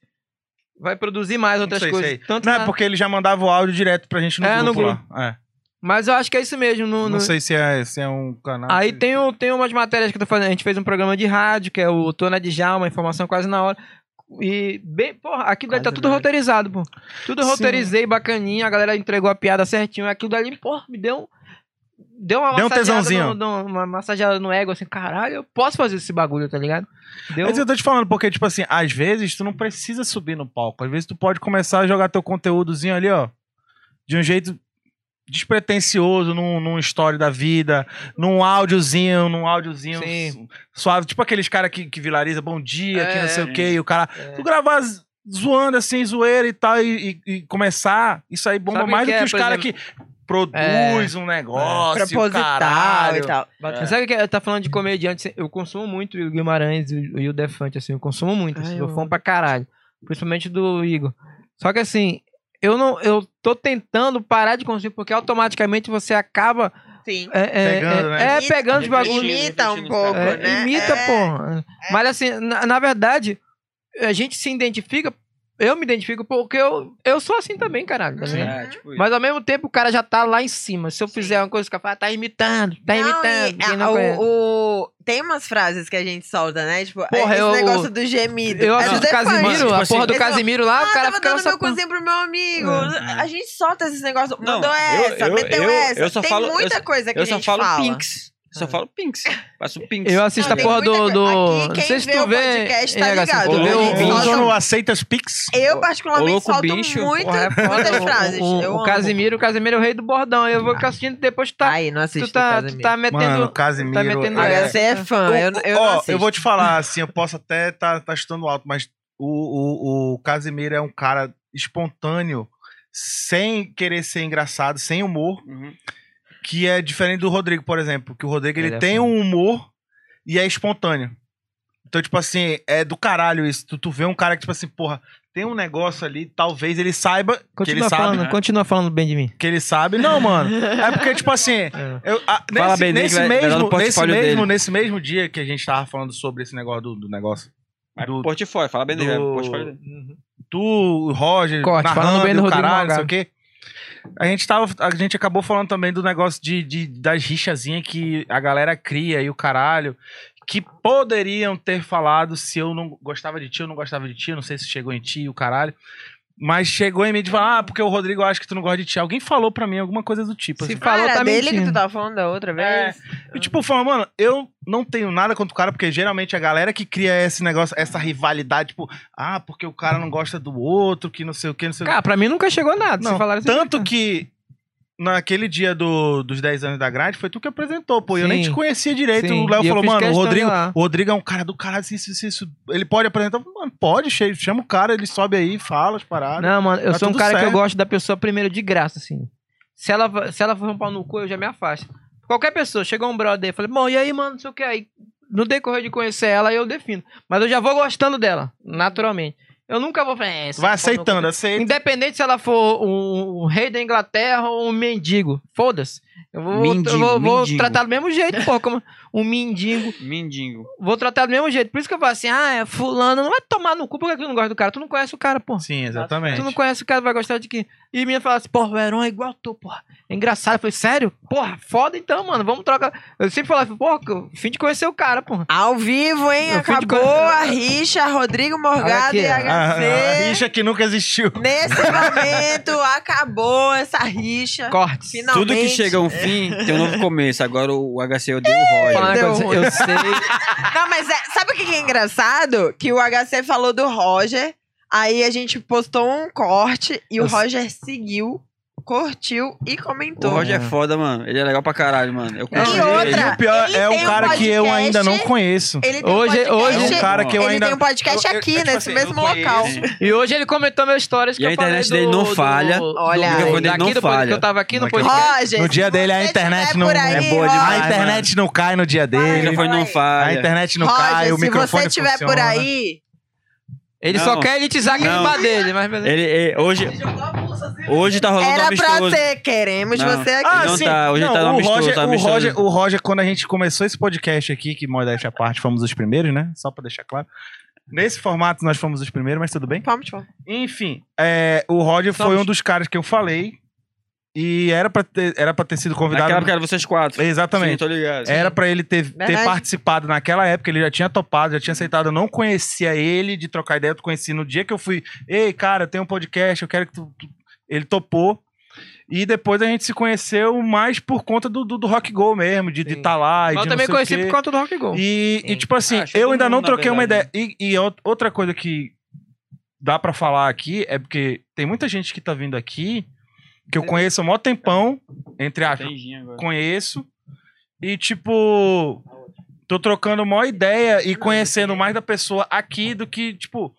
Vai produzir mais outras sei, coisas. sei. Tanto Não, na- é porque ele já mandava o áudio direto pra gente no É, grupo, no lá. É. Mas eu acho que é isso mesmo. no- Não no- sei se é, se é um canal. Aí se- tem, o, tem umas matérias que eu tô fazendo. A gente fez um programa de rádio, que é o Tona de Jalma, informação quase na hora. E, bem, porra, aquilo daí tá Quase tudo na hora. roteirizado, pô. Tudo Sim. roteirizei, bacaninha, a galera entregou a piada certinho. Aquilo dali, porra, me deu. um, Deu uma Deu um massageada no- tesãozinho. no- uma massageada no ego, assim, caralho, eu posso fazer esse bagulho, tá ligado? Deu. Mas eu tô te falando, porque, tipo assim, às vezes tu não precisa subir no palco. Às vezes tu pode começar a jogar teu conteúdozinho ali, ó. De um jeito despretensioso, num, num story da vida, num áudiozinho, num áudiozinho Sim. su- suave. Tipo aqueles caras que, que vilariza bom dia, que É, não sei é. o quê, e o cara. É. Tu gravar z- zoando assim, zoeira e tal, e, e- e começar, isso aí bomba Sabe o mais que do que é, os por é. caras que produz um negócio, Proposital caralho. e tal. Mas Sabe o que é? tá falando de comediante? assim, Eu consumo muito o Guimarães e o, e o Defante, assim, eu consumo muito. Ai, assim, Ah, eu sou fã amo. pra caralho. Principalmente do Igor. Só que assim, eu não. Eu tô tentando parar de consumir, porque automaticamente você acaba. Sim. É, é, é, Pegando, né? é, pegando os bagulhos. Imita um Refletindo, pouco, É, né? Imita, É, porra. Mas assim, na, na verdade, a gente se identifica. Eu me identifico porque eu, eu sou assim também, caralho. tá ligado? É, tipo isso. Mas ao mesmo tempo o cara já tá lá em cima. Se eu fizer uma coisa, o cara fala, tá imitando, tá Não, imitando. e, quem não ah, conhece. o, o- tem umas frases que a gente solta, né? Tipo, Porra, esse eu- negócio do gemido. Eu é acho do que o Defante. Casimiro, Tipo a assim, porra do eles não- Casimiro lá, o Ah, cara tava ficava dando essa meu porra. cozinho pro meu amigo. É. A gente solta esses negócios. Não, Mandou eu- essa, eu- meteu eu- essa. eu só tem falo- eu muita só- coisa que a Eu gente só falo fala. pinks. Só Ah. falo pinks. Faço pinks. Eu assisto Não, a tem porra muita do. coisa. do... Aqui, não quem sei se vê tu o vê. podcast tá hein, Gabi, se tu ligado. vê Ô, o- ouvinte. Então Solta- não aceita os pics? Tá Eu, particularmente, Ô, louco solto bicho. Porra, é muitas, foda, muitas o- frases. O, eu um, o amo. Casimiro, o Casimiro é o rei do bordão. Eu vou ficar assistindo depois tu tá. Ai, não assisti tu tá, tu Casimiro. tá metendo. Mano, Casimiro. tá metendo- é- Ah, você é fã. Eu, O- eu ó, não assisto. eu vou te falar, assim, eu posso até tá, tá chutando alto, mas o, o, o Casimiro é um cara espontâneo, sem querer ser engraçado, sem humor, Uhum. que é diferente do Rodrigo, por exemplo. Que o Rodrigo, ele, Ele é tem foda. um humor e é espontâneo. Então, tipo assim, é do caralho isso. Tu, tu vê um cara que, tipo assim, porra, tem um negócio ali, talvez ele saiba que Continua ele falando, sabe. né? continua falando bem de mim. Que ele sabe. Não, mano. É porque, tipo assim, É. eu, a- nesse, Fala bem dele nesse que vai- vai dar mesmo, no nesse, portfólio mesmo, dele. nesse mesmo dia que a gente tava falando sobre esse negócio do, do negócio. Vai Do- pro portfólio, fala bem dele, vai pro portfólio dele. do... Uhum. Tu, o Roger, Corte, narrando falando bem do e o Rodrigo caralho, não sei Morgado. o quê. A gente, tava, a gente acabou falando também do negócio de, de- das rixazinhas que a galera cria e o caralho. Que poderiam ter falado se eu não gostava de ti, eu não gostava de ti, eu não sei se chegou em ti e o caralho. Mas chegou em mim de falar, ah, porque o Rodrigo acha que tu não gosta de ti. Alguém falou pra mim alguma coisa do tipo. Se assim. falou, ah, era tá dele mentindo. que tu tava falando da outra É. vez? E tipo, fala, mano, eu não tenho nada contra o cara, porque geralmente a galera que cria esse negócio, essa rivalidade, tipo, ah, porque o cara não gosta do outro, que não sei o que, não sei o que. Cara, pra mim nunca chegou nada. Não, se falaram assim, Tanto que naquele dia do- dos 10 anos da grade, foi tu que apresentou, pô. Eu nem Sim. te conhecia direito. Sim, O Léo e eu falou, fiz mano, o questão de Rodrigo, ir lá. o Rodrigo é um cara do cara, isso, isso, isso, isso. Ele pode apresentar. Eu falei, Mano, pode, che- chama o cara, ele sobe aí, fala as paradas. Não, mano, eu Tá sou um tudo cara que certo. eu gosto da pessoa primeiro de graça, assim. Se ela, va- se ela for um pau no cu, eu já me afasto. Qualquer pessoa, chegou um brother, eu falei, bom, e aí, mano, não sei o que, aí no decorrer de conhecer ela, eu defino. Mas eu já vou gostando dela, naturalmente. Eu nunca vou falar, é, esse Vai pau no cu aceitando, aceita. Independente se ela for um, um rei da Inglaterra ou um mendigo. Foda-se. Eu vou, Mendigo, eu vou, vou mendigo. tratar do mesmo jeito, pô. Como um mendigo. Mindingo. Vou tratar do mesmo jeito. Por isso que eu falo assim: ah, é fulano, não vai tomar no cu porque tu não gosta do cara. Tu não conhece o cara, pô. Sim, exatamente. Tu não conhece o cara, vai gostar de quem? E minha fala assim, porra, o Heron é igual tu, porra. É engraçado. Eu falei, sério? Porra, foda então, mano. Vamos trocar. Eu sempre falava, porra, que- fim de conhecer o cara, porra. Ao vivo, hein? Eu fui de Acabou co- a rixa, Rodrigo Morgado Olha aqui, e ó. ah. Ah, a HC. rixa que nunca existiu. Nesse momento, acabou essa rixa. Cortes. Finalmente. Tudo que chega a um fim tem um novo começo. Agora o HC odeia o Roger. Falar uma deu coisa, ruim. eu sei. Não, mas é, sabe o que que é engraçado? Que o HC falou do Roger, aí a gente postou um corte e o Eu- Roger seguiu, curtiu e comentou. O Roger é foda, mano. Ele é legal pra caralho, mano. Eu curto E ele. E outra, o pior ele é tem um um cara que eu podcast- ainda não conheço. Ele tem Hoje- um podcast, hoje- É um cara que eu ele ainda. tem um podcast Eu- eu- aqui, é tipo nesse assim, eu mesmo conheço. local. E hoje ele comentou minhas histórias que E a eu falei internet dele do- não do- falha. Olha do- aí. daqui, Ele não do- falha. Que eu tava aqui no Como é que podcast. Roger, No se dia dele, a você internet estiver não- por é aí, boa Roger, demais, A internet não cai no dia O é, dele. microfone não A falha. internet não Roger, cai, o se microfone você estiver funciona. por aí, Ele Não. só quer elitizar a clima dele, mas É, beleza. Ele, ele- hoje, hoje tá rolando um era pra amistoso. ser. Queremos Não. você aqui. Ah, Não sim. tá, hoje não, tá no o, amistoso, Roger, tá o, amistoso. Roger, o Roger, quando a gente começou esse podcast aqui, que modéstia à parte, fomos os primeiros, né? Só pra deixar claro. Nesse formato nós fomos os primeiros, mas tudo bem. Vamos, tipo, Enfim, é, o Roger foi Somos. um dos caras que eu falei e era pra ter, era pra ter sido convidado. Naquela época era vocês quatro. Sim, Exatamente. tô ligado. Era pra ele ter, ter Verdade. participado naquela época, ele já tinha topado, já tinha aceitado. Eu não conhecia ele de trocar ideia, eu conheci no dia que eu fui. Ei, cara, tem um podcast, eu quero que tu. tu-" Ele topou. E depois a gente se conheceu mais por conta do, do, do Rock Go mesmo, de Sim. estar lá e Mas eu de não também sei o conheci quê. por conta do Rock Go. E, e, Sim. tipo assim, Ah, acho que eu todo ainda não mundo, na troquei uma ideia. verdade, E, e é out- outra coisa que dá pra falar aqui é porque tem muita gente que tá vindo aqui que eu conheço há mó tempão, entre aspas, Tem gin agora. conheço. E, tipo, tô trocando mó ideia e conhecendo mais da pessoa aqui do que, tipo,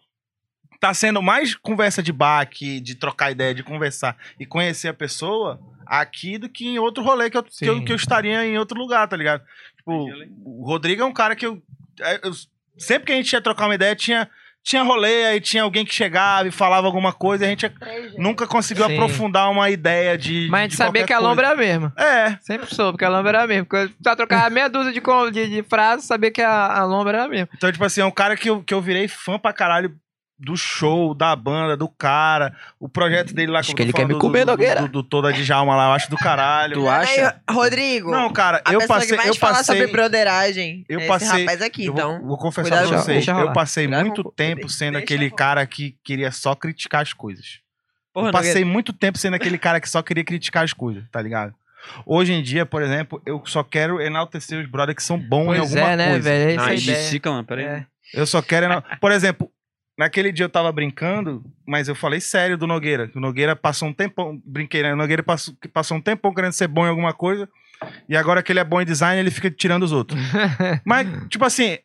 tá sendo mais conversa de bar aqui, de trocar ideia, de conversar e conhecer a pessoa aqui do que em outro rolê que eu, que eu, Sim. que eu estaria em outro lugar, tá ligado? Tipo, o Rodrigo é um cara que eu, é, eu- Sempre que a gente ia trocar uma ideia, tinha. Tinha rolê, aí tinha alguém que chegava e falava alguma coisa, e a gente nunca conseguiu Sim. aprofundar uma ideia de. Mas a gente de sabia qualquer que a coisa. lombra era a mesma. É, Sempre soube que a lombra era a mesma. Quando tu trocava meia dúzia de, com- de, de frases, sabia que a, a lombra era a mesma. Então, tipo assim, é um cara que eu, que eu virei fã pra caralho do show, da banda, do cara, o projeto dele lá Acho como que eu ele tô quer me falando comer, do, do, Nogueira. do, do Toda de Jalma lá, eu acho do caralho. Tu acha? Aí, Rodrigo, Não, cara, a eu pessoa que passei. vai Eu te falar sobre passei. broderagem eu é passei- esse rapaz aqui, Eu então. vou, vou confessar Cuidado pra com- vocês, deixa eu rolar. passei Cuidado muito com- tempo sendo deixa aquele rolar. cara que queria só criticar as coisas. Porra, eu passei muito tempo sendo aquele cara que só queria criticar as coisas, tá ligado? Hoje em dia, por exemplo, eu só quero enaltecer os brothers que são bons em Pois alguma é, né, coisa. velho? É Não, essa a é ideia. Sica, mano, peraí. É. Eu só quero. é não- Por exemplo, naquele dia eu tava brincando, mas eu falei sério do Nogueira. que O Nogueira passou um tempão. Brinquei, né? O Nogueira passou, que passou um tempão querendo ser bom em alguma coisa. E agora que ele é bom em design, ele fica tirando os outros. mas, tipo assim,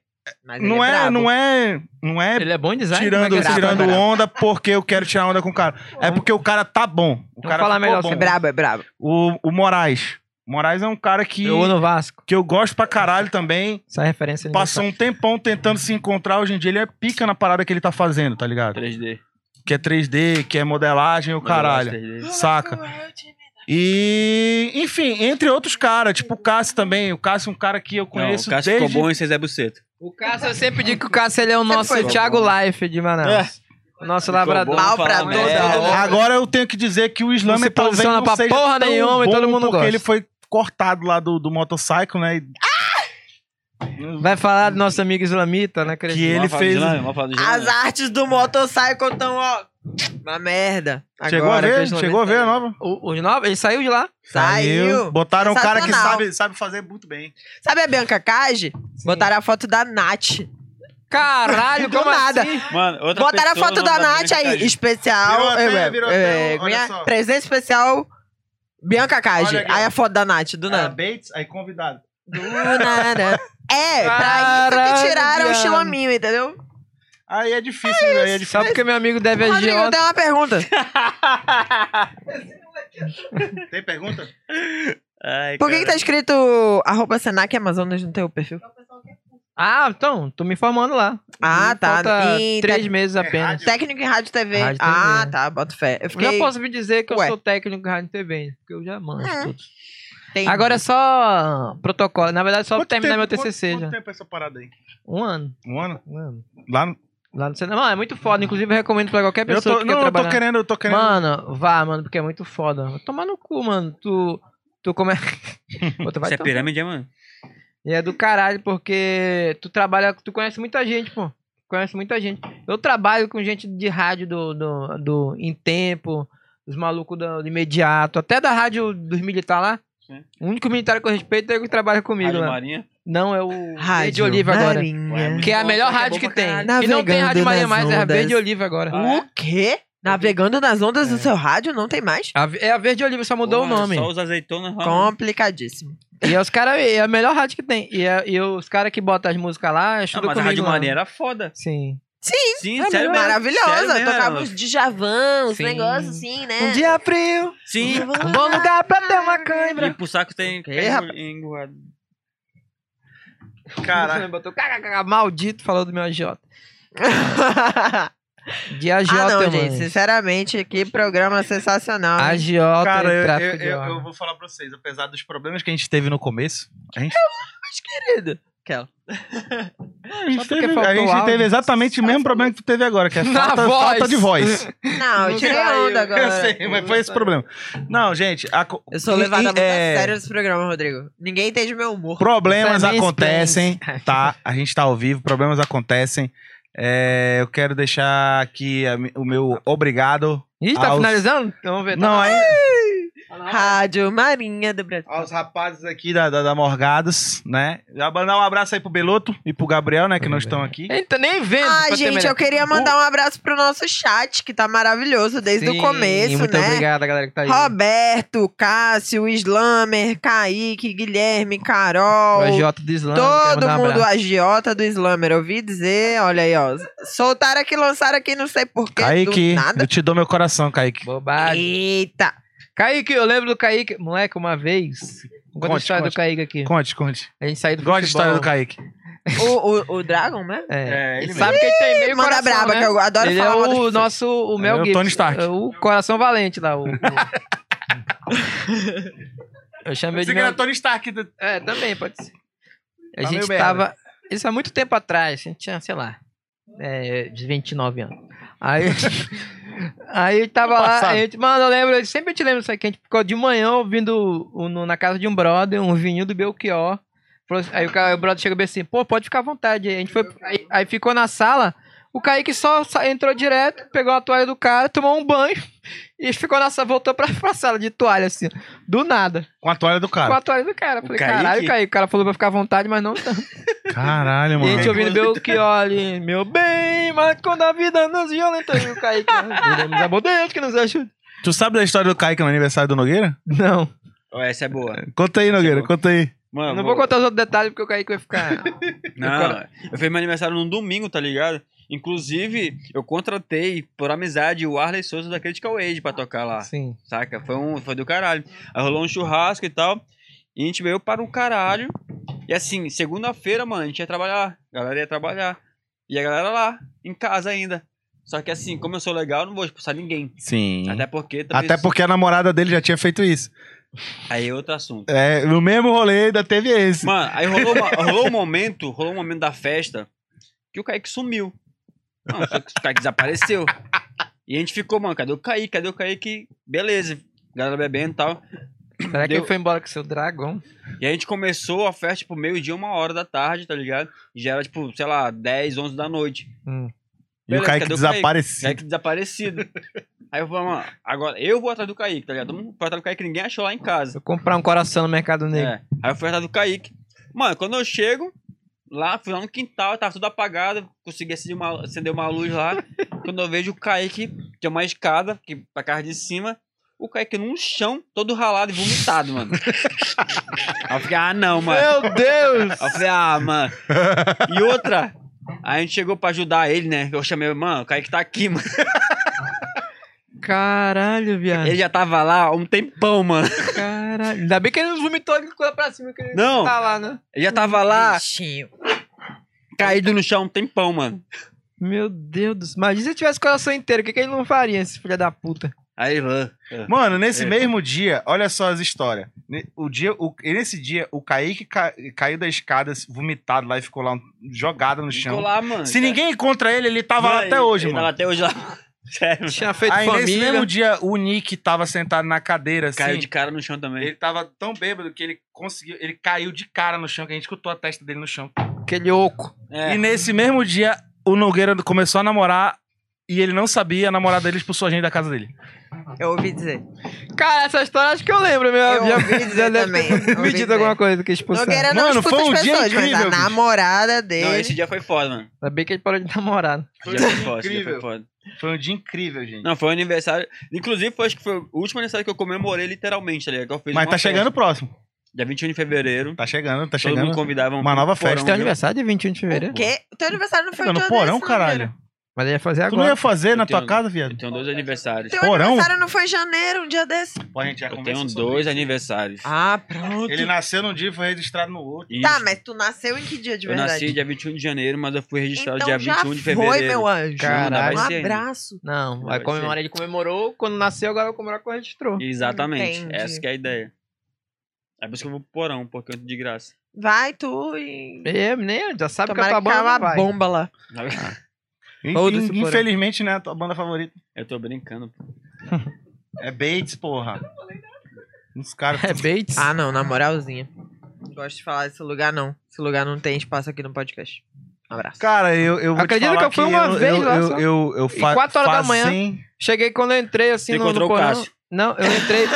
Mas ele não é, brabo. não é. Não é. Ele é bom em design? Tirando, Como é que ele- tirando Brabo, onda porque eu quero tirar onda com o cara. É porque o cara tá bom. O Vamos cara falar ficou Então melhor bom. sobre- É brabo, é brabo. O, o Moraes. Moraes é um cara que Eu vou no Vasco. que eu gosto pra caralho também. Essa referência ninguém Passou um tempão tentando se encontrar. Hoje em dia ele é pica na parada que ele tá fazendo, tá ligado? 3D. Que é 3D, que é modelagem, o caralho. 3D. Saca. E, enfim, entre outros caras, tipo o Cássio também. O Cássio é um cara que eu conheço Não, o Cássio desde... ficou bom em César Buceta. O Cássio, eu sempre digo que o Cássio ele é o nosso Thiago Life de Manaus. É. O nosso labrador. bom Mal falar pra merda. toda É, hora. Agora eu tenho que dizer que o Islam Não se talvez posiciona não pra seja porra tão nenhuma e bom todo mundo porque gosta. ele foi cortado lá do, do motorcycle, né? E- Vai falar do nosso amigo islamita, né, Que Crescimento? ele Vamos falar do fez... Islã, vamos falar do Islã. As artes do motorcycle estão, ó, uma merda. Chegou Agora, a ver? Crescimento. Chegou a ver a nova? O, os novos, ele saiu de lá. Saiu. Botaram um cara que Sensacional. sabe, sabe fazer muito bem. Sabe a Bianca Cage? Botaram a foto da Nath. Caralho, Do como nada. assim? Mano, outra Botaram a pessoa foto no da nome Nath Bianca aí, Caju. especial. Virou até, é, virou é, até, um, olha minha- só. Presença especial Bianca Cage. Olha aqui, ó. Aí a foto da Nath, do Era nada. É, Bates, aí convidado. Do nada. É, pra isso Caralho, que tiraram o Bianca. Chilaminho, entendeu? Aí é difícil, aí é difícil. Sabe porque meu amigo deve agir Rodrigo, ontem? tem uma pergunta. Tem pergunta? Ai, Por que, que cara. tá escrito arroba Senac Amazonas no teu perfil? Ah, então, tô me informando lá. Ah, tá. Falta Em três tec- É meses apenas. Técnico em Rádio e TV. Rádio e TV. ah, tá, bota fé. Eu Eu fiquei... Já posso me dizer que Ué. eu sou técnico de rádio e TV, porque eu já manjo É. tudo. Entendi. Agora é só protocolo. Na verdade, só Quanto terminar tempo- meu TCC quanto, já. Quanto tempo é essa parada aí? Um ano. Um ano? Um ano. Lá no... Lá no cinema. Mano, é muito foda. Inclusive, eu recomendo pra qualquer Eu pessoa tô, que não, quer eu tô trabalhar. querendo, eu tô querendo. Mano, vá, mano, porque é muito foda. Vai Tomar no cu, mano. Tu, tu come... Pô, tu vai Isso é tomar- pirâmide, é, mano? E é do caralho, porque tu trabalha, tu conhece muita gente, pô. Conhece muita gente. Eu trabalho com gente de rádio do, do, do Em Tempo, dos malucos do, do Imediato, até da rádio dos militares lá. Sim. O único militar que eu respeito é o que trabalha comigo Rádio lá. Marinha. Não, é o Rádio Verde Oliva agora. Ué, Marinha. muito Que é a bom, melhor que é rádio bom que pra tem. E caralho. não tem Navegando rádio Marinha nas mais, é a ondas. Verde Oliva agora. Ah, é? O quê? Navegando nas ondas do seu rádio não tem mais? A- é a Verde Oliva, só mudou Porra, o nome. Só os azeitonas lá. mano. Ah, Complicadíssimo. E é os caras, é a melhor rádio que tem. E, é- e os caras que botam as músicas lá, Não, estudam mas a comigo. Rádio lá. Marinha era foda. Sim. Sim, Sim, É sério mesmo. Ah, maravilhosa. Sério mesmo, Tocava ela- uns Djavan, uns Sim. negócios assim, né? Um dia frio, Sim. Bom lugar pra ter uma E cãibra. pro saco tem rapaz. engurrado. Caralho. Botou kkk, maldito, falou do meu agiota. De ah, agiota, não, mano. gente. Sinceramente, que programa sensacional. hein? Agiota Cara, e eu, tráfico eu, de eu- órgãos. eu vou falar pra vocês, apesar dos problemas que a gente teve no começo, a gente, Querido. Aquela. É, a gente porque teve, a faltou gente áudio. teve exatamente o mesmo problema que tu teve agora, que é Na falta, voz. É, falta de voz. Não, eu tirei a onda agora. Eu sei, mas foi esse o problema. Não, gente, a co- Eu sou levada e- muito é, a sério nesse programa, Rodrigo. Ninguém entende meu humor. Problemas Isso é minha acontecem, tá? A gente tá ao vivo, problemas acontecem. É, eu quero deixar aqui a mi- o meu obrigado Ih, tá Aos- finalizando? Então vamos ver. Não, tá... aí, Rádio Marinha do Brasil. aos rapazes aqui da, da, da Morgados, né? Já mandar um abraço aí pro Beloto e pro Gabriel, né? Que não estão aqui. Eita, nem vendo. pra Ah, ter gente, melhor. eu queria mandar um abraço pro nosso chat, que tá maravilhoso desde Sim, o começo, Muito né? obrigada, galera, que tá aí. Roberto, Cássio, Slammer, Kaique, Guilherme, O Carol. agiota do Islã. quero Todo mandar um mundo abraço. agiota do Slammer, ouvi dizer, olha aí, ó. Soltaram aqui, lançaram aqui, não sei porquê, Kaique, do nada. eu te dou meu coração, Kaique. Bobagem. Eita! Kaique, eu lembro do Kaique. Moleque, uma vez. Conta a Conte, história conte. do Kaique aqui. Conte, conte. A gente saiu do Gosto de futebol. história do Kaique. O, o, o Dragon, né? É, É, ele ele sabe que ele tem meio Manda coração, braba, né? que eu adoro ele falar mal é das o pessoas. nosso, o Mel Ele é o Gibson. Tony Stark. É o coração valente lá. O, o- Eu chamo ele de Mel... Tony Stark. do- É, também, pode ser. A Tá gente meio merda. tava... Isso há muito tempo atrás. A gente tinha, sei lá, é, de 29 anos. Aí... Aí eu tava lá, Passado. a gente, mano, eu lembro, eu sempre te lembro isso aqui, a gente ficou de manhã ouvindo o- no- na casa de um brother, um vinil do Belchior. Falou assim- Aí o, cara, o brother chegou bem assim, pô, pode ficar à vontade. Aí, a gente foi, aí, aí ficou na sala, o Kaique só sa- entrou direto, pegou a toalha do cara, tomou um banho e ficou na sala, voltou pra, pra sala de toalha, assim, do nada. Com a toalha do Com a cara. toalha do cara. Eu Falei, Kaique? caralho, Kaique, o cara falou pra ficar à vontade, mas não tá. Caralho, E a gente mano. ouvindo Belchior ali, meu bem, mas quando a vida nos violenta, aí o Kaique, né? nos abundante que nos ajude. Tu sabe da história do Kaique no aniversário do Nogueira? Não. Ó, Essa é boa. Conta aí, Nogueira, conta aí. Mano, Não vou contar os outros detalhes porque o Kaique vai ficar. Não, eu fiz meu aniversário num domingo, tá ligado? Inclusive, eu contratei, por amizade, o Arley Souza da Critical Age pra tocar lá, Sim. saca? Foi, um, foi do caralho. Aí rolou um churrasco e tal. E a gente veio para o caralho. E assim, segunda-feira, mano, a gente ia trabalhar. A galera ia trabalhar. E a galera lá, em casa ainda. Só que assim, como eu sou legal, eu não vou expulsar ninguém. Sim. Até porque. também- Até porque a namorada dele já tinha feito isso. Aí é outro assunto. É, no mesmo rolê ainda teve esse. Mano, aí rolou, uma- rolou um momento, rolou um momento da festa que o Kaique sumiu. Não, só que o Kaique desapareceu. E a gente ficou, mano, cadê o Kaique? Cadê o Kaique? Beleza, galera bebendo e tal. Será que Deu- ele foi embora com seu dragão? E a gente começou a festa, tipo, meio-dia, uma hora da tarde, tá ligado? E já era, tipo, sei lá, 10, 11 da noite. Hum. e o Beleza, Kaique cadê desapareceu. Kaique desaparecido. Aí eu falei, mano, agora eu vou atrás do Kaique, tá ligado? Todo mundo foi atrás do Kaique, ninguém achou lá em casa. Se eu comprar um coração no Mercado Negro. É. Aí eu fui atrás do Kaique. Mano, quando eu chego, lá, fui lá no quintal, tava tudo apagado, consegui acender uma, acender uma luz lá. quando eu vejo o Kaique, tinha uma escada que, pra casa de cima, o Kaique num chão, todo ralado e vomitado, mano. Aí eu fiquei, ah, não, mano. Meu Deus! Aí eu falei, ah, mano. E outra, aí a gente chegou pra ajudar ele, né? Eu chamei, mano, o Kaique tá aqui, mano. Caralho, viado. Ele já tava lá há um tempão, mano. Caralho. Ainda bem que ele não vomitou ele ficou lá pra cima, que ele Não. tá lá, né? Ele já tava lá, Bichinho. caído no chão há um tempão, mano. Meu Deus do céu. Imagina se ele tivesse o coração inteiro, o que, que ele não faria, esse filho da puta? Aí, mano. Mano, nesse É. mesmo dia, olha só as histórias. Ne- O dia, o- e nesse dia, o Kaique ca- caiu da escada vomitado lá e ficou lá jogado no Ficou chão. lá, mano. Se Cara, ninguém encontra ele, ele tava lá é. Não, até ele- hoje, ele mano. Tava até hoje lá. Sério. Tinha feito Aí nesse família. mesmo dia, o Nick tava sentado na cadeira, assim. Caiu de cara no chão também. Ele tava tão bêbado que ele conseguiu. Ele caiu de cara no chão, que a gente escutou a testa dele no chão. Aquele oco. É. E nesse mesmo dia, o Nogueira começou a namorar e ele não sabia, a namorada dele expulsou a gente da casa dele. Eu ouvi dizer. Cara, essa história acho que eu lembro, meu. Eu já- ouvi já dizer deve também. ter ouvi Me dizer. dito alguma coisa que tipo, expulsou. Nogueira não Mano, escuta foi um as dia pessoas, incrível, mas a bicho. namorada dele. Não, esse dia foi foda, mano. Ainda bem que ele parou de namorar. né? Esse dia foi Foi um foda, esse dia foi incrível. foda. Foi um dia incrível, gente. Não, foi um aniversário. Inclusive, foi, acho que foi o último aniversário que eu comemorei literalmente, tá ligado? Que eu fiz Mas uma tá festa. chegando o próximo. Dia 21 de fevereiro. Tá chegando, tá Todo chegando. mundo convidava. um- Uma nova um porão, festa. Teu viu? aniversário é dia 21 de fevereiro? Quê? O teu aniversário não foi Tá um no dia porão, desse, caralho. Nogueira? Mas ele ia fazer Tu não agora. ia fazer na Eu tua tenho- casa, Eu viado? tenho dois aniversários. Teu Porão? aniversário não foi em janeiro, um dia desse. Pô, a gente já Eu conversou tenho sobre dois isso. aniversários. Ah, pronto. Ele nasceu num dia e foi registrado no outro. Isso. Tá, mas tu nasceu em que dia de Eu nasci verdade? dia 21 de janeiro, mas eu fui registrado então dia já 21 de fevereiro. foi, meu anjo. Caralho. Um Vai ser ainda. abraço. Não, Vai a ser. comemora ele comemorou quando nasceu, agora vai comemorar quando registrou. Exatamente. Entendi. Essa que é a ideia. É por isso que eu vou pro porão, porque eu tô de graça. Vai tu e... É, né? Já sabe Tomara que a tua que banda caia não uma vai. bomba lá. Ah. Foda-se, In- porão. Infelizmente, né? A tua banda favorita. Eu tô brincando. É Bates, porra. Uns caras. É Bates? Ah, não, na moralzinha. Não gosto de falar desse lugar, não. Esse lugar não tem espaço aqui no podcast. Um abraço. Cara, eu, eu vou te Acredita falar que eu fui uma eu, vez eu, lá eu, só. eu, eu E fa- quatro horas da faço manhã. em- Cheguei quando eu entrei, assim, Você no, no encontrou o porão. Cássio? Não, eu entrei.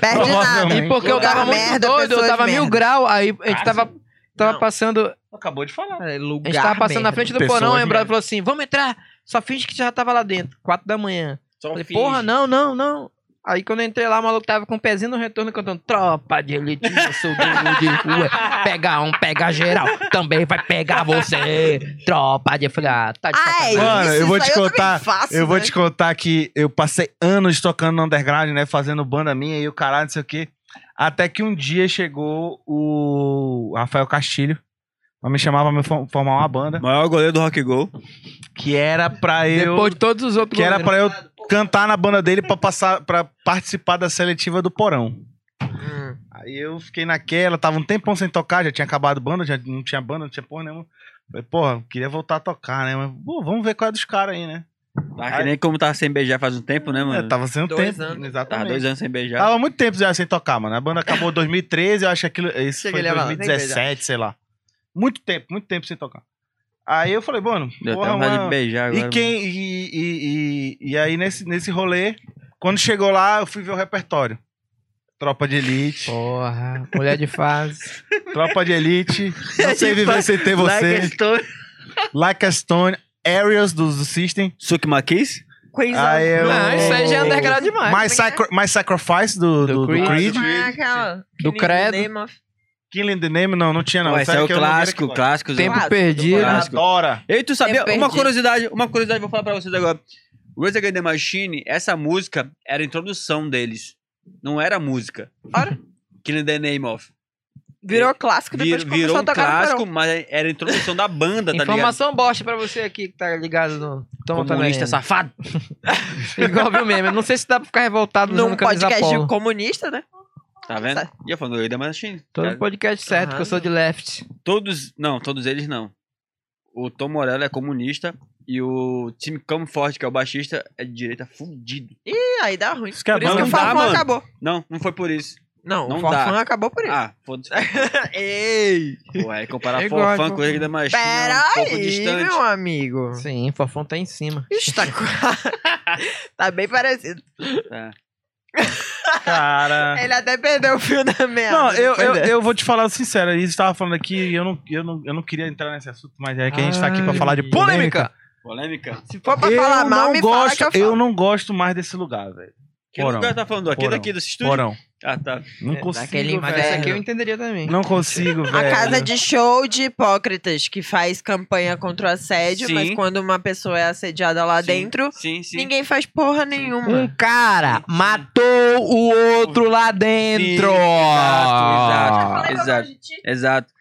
Perde nada. Provavelmente. E porque eu Lugar tava muito Ah, merda, doido, eu pessoas tava mil merda. grau, aí a gente Cássio? tava, tava Não. passando. Ah, Acabou de falar. É, A Lugar gente tava passando na merda. frente do Pessoas porão, aí o merda. brother falou assim: vamos entrar. Só finge que já tava lá dentro, quatro da manhã. Só um Falei, finge. porra, não, não, não. Aí quando eu entrei lá, o maluco tava com o pezinho no retorno cantando Tropa de elite, eu sou dono de rua Pega um, pega geral Também vai pegar você Tropa de... Eu falei, ah, tá de Ah, sacanagem. é isso. Mano, eu vou isso te aí também contar, faço, Eu vou né? te contar que eu passei anos tocando no underground, né? Fazendo banda minha e o caralho, não sei o quê. Até que um dia chegou o Rafael Castilho. pra Me chamar pra me for- formar uma banda. Maior goleiro do Rock Go. Que era pra eu. Depois de todos os outros Que era goleiros. pra eu cantar na banda dele pra, passar, pra participar da seletiva do Porão. Hum. Aí eu fiquei naquela, tava um tempão sem tocar, já tinha acabado a banda, já não tinha banda, não tinha porra nenhuma. Falei, porra, queria voltar a tocar, né? Mas, pô, vamos ver qual é dos caras aí, né? Tá que nem como tava sem beijar faz um tempo, né, É, Tá mano? tava sem um Dois tempo. anos. Tava Exatamente. dois anos sem beijar. Tava muito tempo já sem tocar, mano. A banda acabou em 2013, eu acho que aquilo. Isso Cheguei foi a em levar lá, nem 2017, sei lá. Muito tempo, muito tempo sem tocar. Aí eu falei, mano, Deu até porra, vontade mano. de beijar agora. E quem. E, e, e, e aí, nesse, nesse rolê, quando chegou lá, eu fui ver o repertório. Tropa de Elite. Porra, mulher de fase Tropa de Elite. Não sei viver sem ter você. Like a Stone. Aerials do, do System. Suki Makis? Coisa Aí eu- Não, isso aí já é underground demais My, sacri My Sacrifice do, do, do Creed. Ah, aquela- Do Credo. Nemo. Killing the Name, não, não tinha não. Não, esse é o que eu não era que clássico, gosta. clássico. Tempo Zé. Quase, perdido temporada. Adora. Ei, tu sabia? Eu perdi. Uma curiosidade, uma curiosidade, vou falar pra vocês agora. Rage Against the Machine, essa música era a introdução deles. Não era música. Ora. Killing the Name of. Virou clássico depois Vir, que virou começou um a tocar clássico, no mas era a introdução da banda, tá ligado? Informação bosta pra você aqui que tá ligado no Toma Comunista Tamerene. safado. Igual viu mesmo. Eu Não sei se dá pra ficar revoltado Perão. Num usando camisa podcast polo. de comunista, né? Tá vendo? Tá. E eu falando, eu ainda mais achei. Todo podcast certo, Aham. que eu sou de left. Todos. Não, todos eles não. O Tom Morello é comunista e o Tim Comfort, que é o baixista, é de direita fudido. E aí dá ruim. Isso que é Por isso bom. que o Não dá, Fafão mano. acabou. Não, não foi por isso. Não, Não o Fafão dá. acabou por isso. Ah, foda-se. Ei! Pô, é comparar Eu gosto, Forfã com ele ainda mais. Pera um pouco aí, distante. meu amigo. Sim, Fofão tá em cima. Isso tá... co- tá bem parecido. Cara. Ele até perdeu o fio da merda. Não, eu, foi eu, dessa. eu vou te falar sincero, isso tava falando aqui e eu não, eu, não, eu não queria entrar nesse assunto, mas é que a gente tá aqui pra Ai. falar de polêmica. Polêmica. Se for pra eu falar mal, não me gosto, fala que eu eu, falo. não gosto mais desse lugar, velho. Que Porão. lugar tá falando? Aqui Porão. daqui desse estúdio? Porão. Ah, tá. Não consigo. Daquele, é mas é velho. essa aqui eu entenderia também. um Não consigo, velho. A casa é de show de hipócritas que faz campanha contra o assédio, Sim. mas quando uma pessoa é assediada lá Sim, dentro, Sim, sim. ninguém faz porra nenhuma. Hum. Um cara matou o outro lá dentro. é exato, exato. Exato. Exato.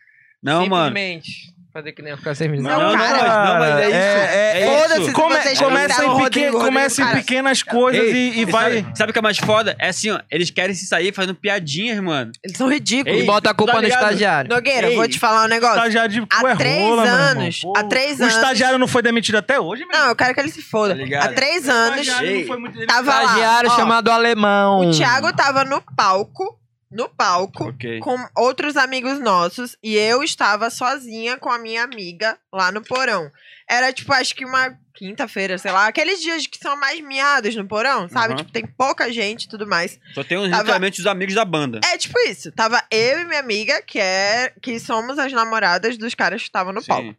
Não, mano. Simplesmente. Fazer que nem eu ficar sem me Não, é um não, cara. mas- não, mas é isso. É, é- é Foda-se isso. se Come- vocês gritaram começa em, pequen- Rodrigo, Rodrigo, começa em cara. pequenas coisas Ei, e, e vai. Sabe, sabe o que é mais foda? É assim, ó. Eles querem se sair fazendo piadinhas, mano. Eles são ridículos. E bota a culpa tá no ligado? estagiário. Nogueira, Ei. vou te falar um O negócio. estagiário de cu Há é três rola, meu irmão. anos. Pô, Há três O anos. estagiário não foi demitido até hoje, meu Não, eu quero que ele se foda. Tá ligado? Há três anos, estagiário Ei. não foi muito tava lá. Estagiário ó, chamado alemão. O Thiago tava no palco, no palco, Ok. com outros amigos nossos, e eu estava sozinha com a minha amiga lá no porão. Era, tipo, acho que uma quinta-feira, sei lá, aqueles dias que são mais miados no porão, sabe? Uhum. Tipo, tem pouca gente e tudo mais. Só tem uns, Tava- literalmente os amigos da banda. É tipo isso. Tava eu e minha amiga, que é. que somos as namoradas dos caras que estavam no Sim. palco.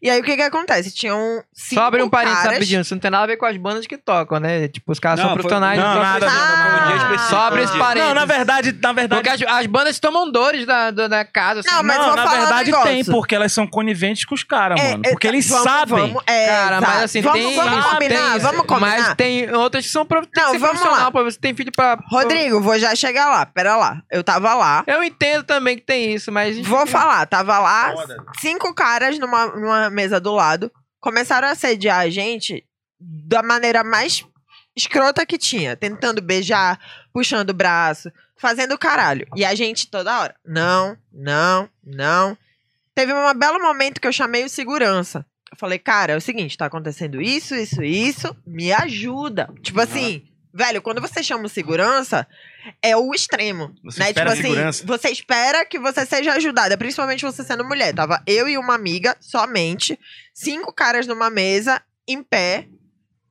E aí o que que acontece? Tinham cinco Só abrir um parênteses caras... rapidinho, isso não tem nada a ver com as bandas que tocam, né? Tipo, os caras Não, são foi- profissionais. não, só- nada. Foi um dia Ah. específico, Só foi abre um esse dia. parênteses. Não, na verdade, na verdade. Porque as, as bandas tomam dores da, da, da casa, assim. Não, mas não, vou na falar um verdade negócio. tem, porque elas são coniventes com os caras, É, mano. é, Porque eles vamos- sabem. Vamos, é, Cara, mas exato. assim, vamos, tem... vamos tem- combinar, vamos combinar. Mas tem outras que são prof... tem Não, que ser vamos profissional, lá. pô. Você tem filho pra... Rodrigo, vou já chegar lá. Pera lá. Eu tava lá. Eu entendo também que tem isso, mas... Vou falar, tava lá Foda. cinco caras numa, numa mesa do lado. Começaram a assediar a gente da maneira mais escrota que tinha. Tentando beijar, puxando o braço, fazendo o caralho. E a gente toda hora, não, não, não. Teve um belo momento que eu chamei o segurança. Eu falei, cara, é o seguinte, tá acontecendo isso, isso, isso, me ajuda. Tipo assim, velho, quando você chama o segurança, é o extremo. Você né? espera Tipo assim, segurança. você espera que você seja ajudada, principalmente você sendo mulher. Tava eu e uma amiga, somente, cinco caras numa mesa, em pé,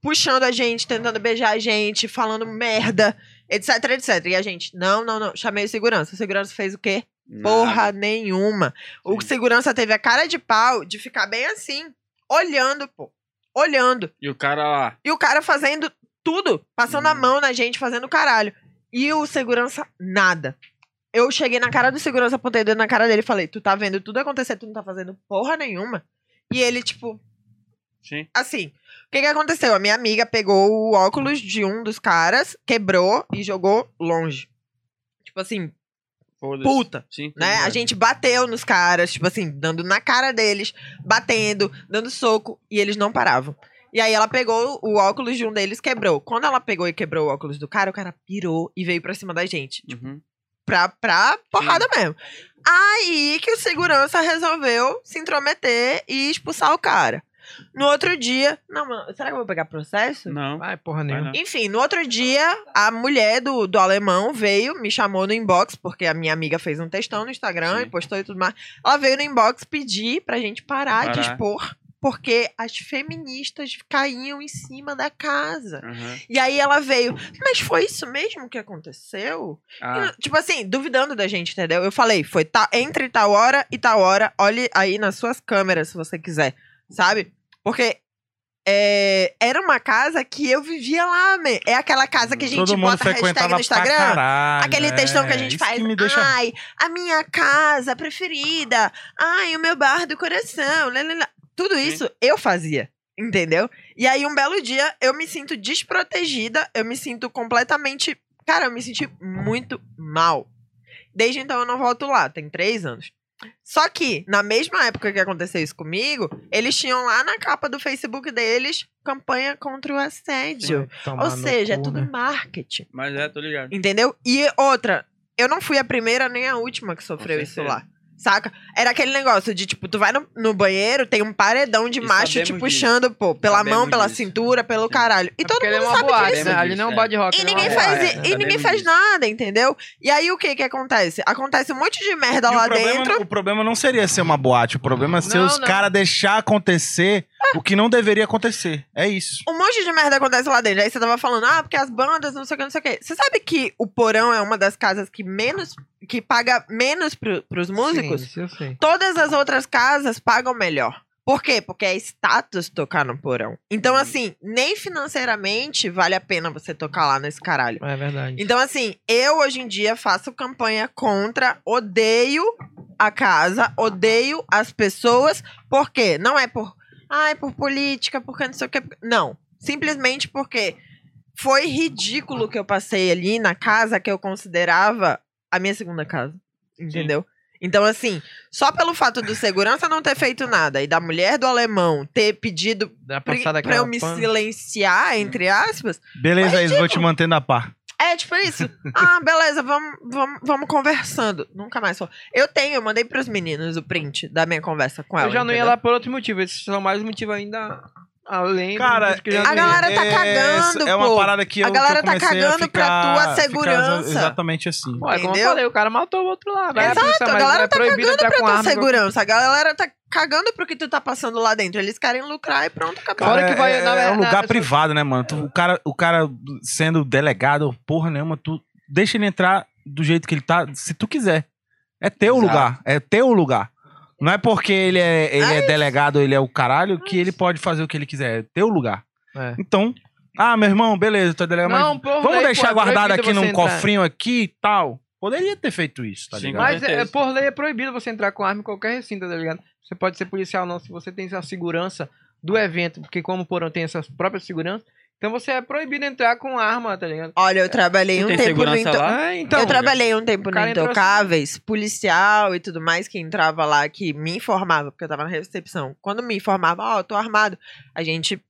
puxando a gente, tentando beijar a gente, falando merda, etc, etc. E a gente, não, não, não, chamei o segurança. O segurança fez o quê? Porra nenhuma. O Sim. segurança teve a cara de pau de ficar bem assim, olhando, pô. Olhando. E o cara lá. E o cara fazendo tudo, passando a mão na gente, fazendo caralho. E o segurança, nada. Eu cheguei na cara do segurança, apontei o dedo na cara dele e falei: Tu tá vendo tudo acontecer, tu não tá fazendo porra nenhuma. E ele, tipo, Sim. assim. O que que aconteceu? A minha amiga pegou o óculos de um dos caras, quebrou e jogou longe. Tipo assim, Foda-se. puta Sim. tá né? A ligado. gente bateu nos caras, tipo assim, dando na cara deles, batendo, dando soco, e eles não paravam. E aí ela pegou o óculos de um deles, quebrou. Quando ela pegou e quebrou o óculos do cara, o cara pirou e veio pra cima da gente. Uhum. Pra, pra porrada mesmo. Aí que o segurança resolveu se intrometer e expulsar o cara. No outro dia. Não, mano, será que eu vou pegar processo? Não. Ai, porra nenhuma. não. Enfim, no outro dia, a mulher do, do alemão veio, me chamou no inbox, porque a minha amiga fez um textão no Instagram e Sim. postou e tudo mais. Ela veio no inbox pedir pra gente parar, Parar. de expor, porque as feministas caíam em cima da casa. Uhum. E aí ela veio, mas foi isso mesmo que aconteceu? E Ah, não- Tipo assim, duvidando da gente, entendeu? Eu falei, foi ta- entre tal hora e tal hora, olhe aí nas suas câmeras se você quiser, sabe? Porque é, era uma casa que eu vivia lá, man. é aquela casa que a gente Todo mundo bota hashtag frequentava no pra Instagram. caralho. Aquele textão que a é, gente isso faz. "Ah, Que me deixa... Ai, a minha casa preferida. Ai, o meu bar do coração. lá, lá, lá." Tudo isso eu fazia, entendeu? E aí, um belo dia, eu me sinto desprotegida, eu me sinto completamente Cara, eu me senti muito mal. Desde então eu não volto lá, tem três anos. Só que, na mesma época que aconteceu isso comigo, eles tinham lá na capa do Facebook deles campanha contra o assédio. Ou seja, é né? tudo marketing. Mas é, tô ligado. Entendeu? E outra, eu não fui a primeira nem a última que sofreu Com isso certeza. lá. Saca? Era aquele negócio de, tipo, tu vai no, no banheiro, tem um paredão de E macho te sabemos puxando, pô, pela Sabemos mão, pela disso. cintura, pelo Sim. caralho. E todo porque ele é mundo uma sabe boate, disso. né? Ali não é um É. bar de rock. E ele é ninguém uma faz, é, i- e sabemos ninguém faz disso. nada, entendeu? E aí o que que acontece? Acontece um monte de merda E lá o, problema, dentro. o problema não seria ser uma boate, o problema é ser Não, os não. caras deixar acontecer o que não deveria acontecer. É isso. Um monte de merda acontece lá dentro. Aí você tava falando, ah, porque as bandas, não sei o que, não sei o que. Você sabe que o Porão é uma das casas que menos. que paga menos pro, pros músicos? Sim, isso eu sei. Todas as outras casas pagam melhor. Por quê? Porque é status tocar no porão. Então, assim, nem financeiramente vale a pena você tocar lá nesse caralho. É verdade. Então, assim, eu hoje em dia faço campanha contra, odeio a casa, odeio as pessoas, porque não é por, ai, por política, porque não sei o que. Não, simplesmente porque foi ridículo que eu passei ali na casa que eu considerava a minha segunda casa, entendeu? Então, assim, só pelo fato do segurança não ter feito nada e da mulher do alemão ter pedido Dá pra passar pra, pra daquela eu me pan- silenciar, entre aspas, Beleza, tipo, Isa, vou te manter na par. é, tipo isso. Ah, beleza, vamos, vamos, vamos conversando. Nunca mais falou. Eu tenho, eu mandei pros meninos o print da minha conversa com Ah, ela. Eu já não ia entendeu? lá por outro motivo. Esses são mais motivos ainda além Cara, assim, dos que eu já a não ia. galera tá cagando, É uma pô. parada que eu A galera que eu tá comecei a cagando pra ficar- tua ficar exa- segurança. exatamente assim. Ué, como eu Entendeu? falei, o cara matou o outro lá. Vai Exato, polícia, a mas galera é tá proibido cagando entrar pra com tua arma. segurança. A galera tá cagando pro que tu tá passando lá dentro. Eles querem lucrar e pronto, acabou. Fora Cara, que vai- é, na é um verdade, lugar eu- privado, né, mano? Tu- o, cara, o cara sendo delegado, porra nenhuma, tu deixa ele entrar do jeito que ele tá, se tu quiser. É teu Exato. lugar, é teu lugar. Não é porque ele é, ele É é delegado, ele é o caralho, que ele pode fazer o que ele quiser. É teu lugar. É. Então, ah, meu irmão, beleza, tu é delegado, mas Não, porra, vamos lei, deixar pô, é guardado proibido aqui num você entrar. cofrinho aqui e tal. Poderia ter feito isso, tá Sim, ligado? Mas Com é, certeza. por lei é proibido você entrar com arma em qualquer recinto, tá ligado? Você pode ser policial ou não, se você tem a segurança do evento, porque como o porão tem essas próprias seguranças, então você é proibido entrar com arma, tá ligado? Olha, eu trabalhei Não um tem tempo no segurança Into- lá? Ah, então. eu trabalhei um tempo o no cara entrou assim- Intocáveis, policial e tudo mais, que entrava lá, que me informava, porque eu tava na recepção. Quando me informava, ó, eu tô armado, a gente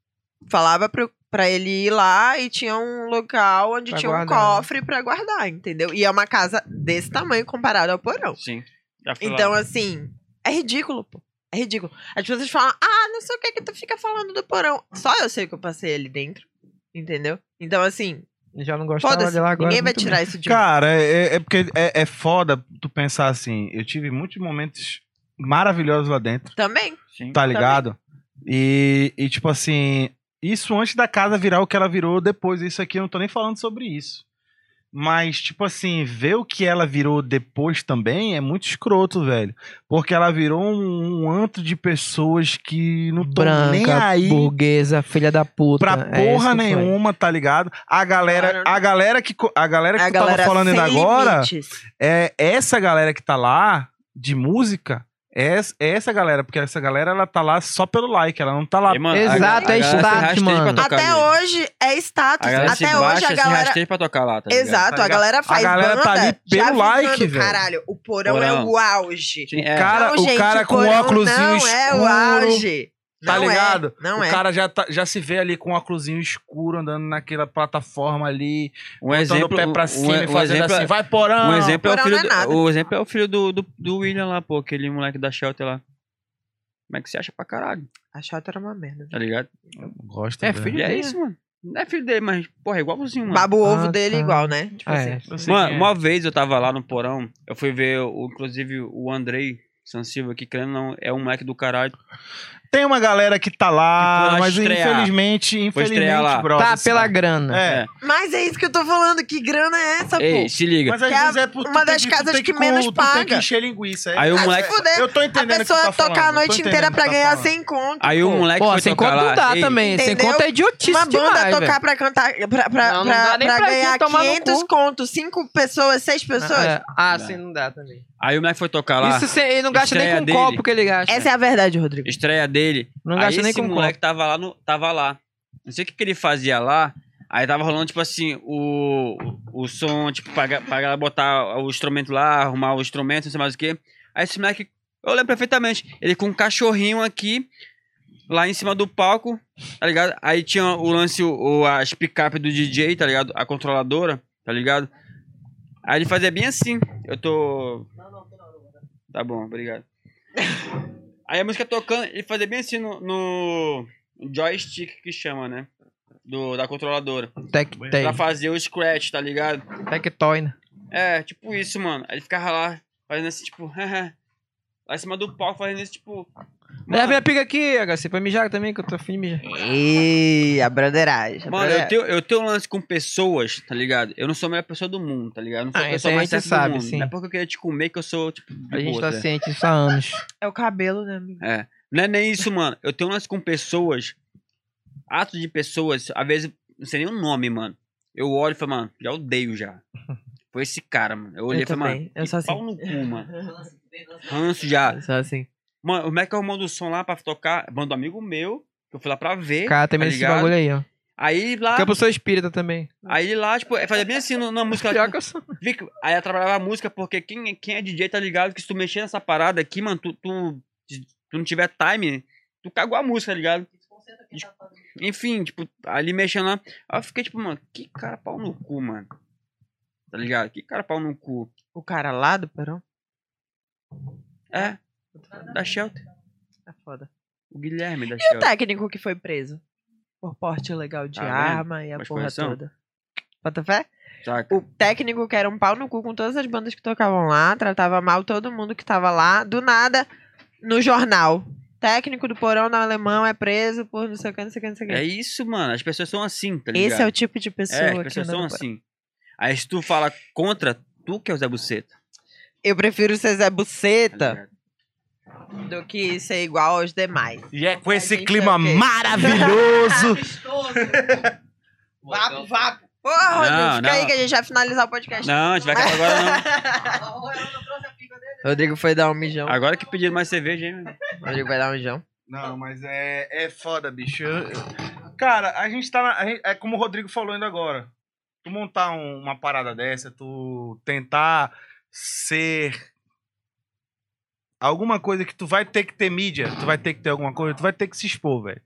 falava pro, pra ele ir lá e tinha um local onde Pra tinha guardar, um né? cofre pra guardar, entendeu? E é uma casa desse tamanho comparado ao porão. Sim. Já fui Então, lá. assim, é ridículo, pô. É ridículo. As pessoas falam, ah, não sei o que que tu fica falando do porão. Só eu sei que eu passei ali dentro, entendeu? Então, assim, Já não gostava foda-se, de lá agora. ninguém vai muito tirar isso de mim. Cara, é, é porque é, é foda tu pensar assim. Eu tive muitos momentos maravilhosos lá dentro, Também. Sim. tá ligado? E, e, tipo assim, isso antes da casa virar o que ela virou depois. Isso aqui eu não tô nem falando sobre isso. Mas, tipo assim, ver o que ela virou depois também é muito escroto, velho. Porque ela virou um, um antro de pessoas que não bem. tão nem Branca, aí burguesa, filha da puta. pra é isso porra que foi. nenhuma, tá ligado? A galera, Claro. a galera que co- a galera que a tu tava galera falando ainda sem agora, limites. é essa galera que tá lá de música, é, es- é essa galera, porque essa galera ela tá lá só pelo like, ela não tá lá. E, mano, Exato, é galera se status, rasteja mano. pra tocar Até ali. hoje é status. A galera se Até hoje baixa, a se galera. rasteja pra tocar lá, tá ligado? Exato, Tá a ligado? galera faz galera banda. tá ali já pelo like, visando, velho. Caralho, o porão, é Porão. o auge. Sim, é. Cara, Não, o gente, cara com porão óculosinho Não é o escuro, auge. tá Não é, ligado? não o é. cara já, tá- já se vê ali com um óculosinho escuro andando naquela plataforma ali, Um dando exemplo, o pé pra um- cima um, e fazendo exemplo, assim, vai porão. Um exemplo, é o Porão filho não é do, nada. o exemplo é o filho do, do, do William lá, pô, aquele moleque da Shelter lá. Como é que você acha pra caralho, A chata era uma merda. É tá ligado? Gosta, É velho. filho E é dele. isso, mano. Não é filho dele, mas, porra, é igualzinho, mano. Baba o ovo Ah, dele tá. igual, né? Tipo Ah, assim. é. Mano, uma vez eu tava lá no porão, eu fui ver, o, inclusive, o Andrei Sansilva, que querendo ou não, é um moleque do caralho. Tem uma galera que tá lá, Que foi lá mas estrear. infelizmente, Foi estrear infelizmente, lá. brother. Tá pela grana. É. Mas é isso que eu tô falando. Que grana é essa, Ei, pô? se liga. Mas às Que é vezes é por tu uma tem das tu casas tem que menos tu tem que paga. encher linguiça. é Aí o isso. Ah, moleque- se fuder. Eu tô A entendendo o que tu pessoa tá falando. tocar a eu tô noite entendendo inteira o que tu pra tá ganhar falando. 100 conto. Aí pô. o moleque Pô, é foi sem tocar conta não lá. dá Ei, também. Sem Entendeu? conta é idiotice Uma banda demais, velho. tocar pra cantar pra, pra, Não, não pra- dá nem pra pra quem ganhar tomar no 500 cu. conto, cinco pessoas, seis pessoas. Ah, é. Ah, sim, não dá também. Aí o moleque foi tocar lá. Isso sem- ele não gasta nem Estreia com dele. copo que ele gasta. Essa é a verdade, Rodrigo. Estreia dele. Não aí gasta nem esse com copo. moleque tava lá, no, tava lá. Não sei o que, que ele fazia lá. Aí tava rolando, tipo assim, o, o som, tipo, pra, pra ela botar o instrumento lá, arrumar o instrumento, não sei mais o quê. Aí esse moleque, eu lembro perfeitamente, ele com um cachorrinho aqui, lá em cima do palco, tá ligado? Aí tinha o lance, o, o- as picape do DJ, tá ligado? A controladora, tá ligado? Aí ele fazia bem assim. Eu tô. Tá bom, obrigado. Aí a música tocando, ele fazia bem assim no, no joystick que chama, né? Do, da controladora. Tec Pra fazer o scratch, tá ligado? Tectoina. É, tipo isso, mano. Aí ele ficava lá, fazendo assim, tipo, lá em cima do palco, fazendo isso, tipo. Leva minha pica aqui, HC, pra mijar também, que eu tô afim de mijar. Ih, a broderagem. a Mano, eu é. broderagem. tenho, eu tenho um lance com pessoas, tá ligado? Eu não sou a melhor pessoa do mundo, tá ligado? Eu não sou Ah, a isso pessoa aí mais a gente certa sabe, do mundo. sim. Não é porque eu queria te comer que eu sou, tipo, de A gente boa, tá tá ligado? ciente disso há anos. É o cabelo, né, amigo? É. Não é nem isso, mano. Eu tenho um lance com pessoas. Atos de pessoas, às vezes, não sei nem o nome, mano. Eu olho e falo, mano, já odeio já. Foi esse cara, mano. Eu olhei e falei, também, mano, eu que sou assim. pau no cu, mano. Ranço já. Só assim. Mano, o Mac arrumando o som lá pra tocar, manda um amigo meu, que eu fui lá pra ver. Cara, também tá esse ligado? bagulho aí, ó. Aí lá, Campo sou espírita também. aí lá, tipo, fazia bem assim no- na música. Pior que eu sou. Vi que- Aí ela trabalhava a música, porque quem, quem é DJ tá ligado que se tu mexer nessa parada aqui, mano, tu, tu, tu não tiver time, tu cagou a música, tá ligado? Enfim, tipo, ali mexendo lá. Aí eu fiquei tipo, mano, que cara pau no cu, mano. Tá ligado? Que cara pau no cu. O cara lá do Perão? É, da Shelter. Tá foda. O Guilherme da E o Shelter. técnico que foi preso? Por porte ilegal Ah, de né? Tá vendo? arma e a Mas porra correção. toda. Bota fé? Saca? O técnico que era um pau no cu com todas as bandas que tocavam lá, tratava mal todo mundo que tava lá. Do nada, no jornal. Técnico do porão na alemão é preso por não sei o que, não sei o que, não sei o que. É isso, mano. As pessoas são assim, tá ligado? Esse é o tipo de pessoa É, as que pessoas anda são no porão. assim. Aí se tu fala contra, tu que é o Zé Buceta. Eu prefiro ser Zé tá Buceta ligado? do que ser igual aos demais. E é com A esse gente clima é o quê? maravilhoso. Vapo, vapo. Porra, Rodrigo, Não, fica não. aí que a gente vai finalizar o podcast. Não, a gente vai acabar agora não. Rodrigo foi dar um mijão. Agora que pediram mais cerveja, hein? Rodrigo vai dar um mijão. Não, mas é, é foda, bicho. Eu- eu- Cara, a gente tá. na- a gente- é como o Rodrigo falou ainda agora. Tu montar um- uma parada dessa, tu tentar ser alguma coisa que tu vai ter que ter mídia, tu vai ter que ter alguma coisa, tu vai ter que se expor, velho.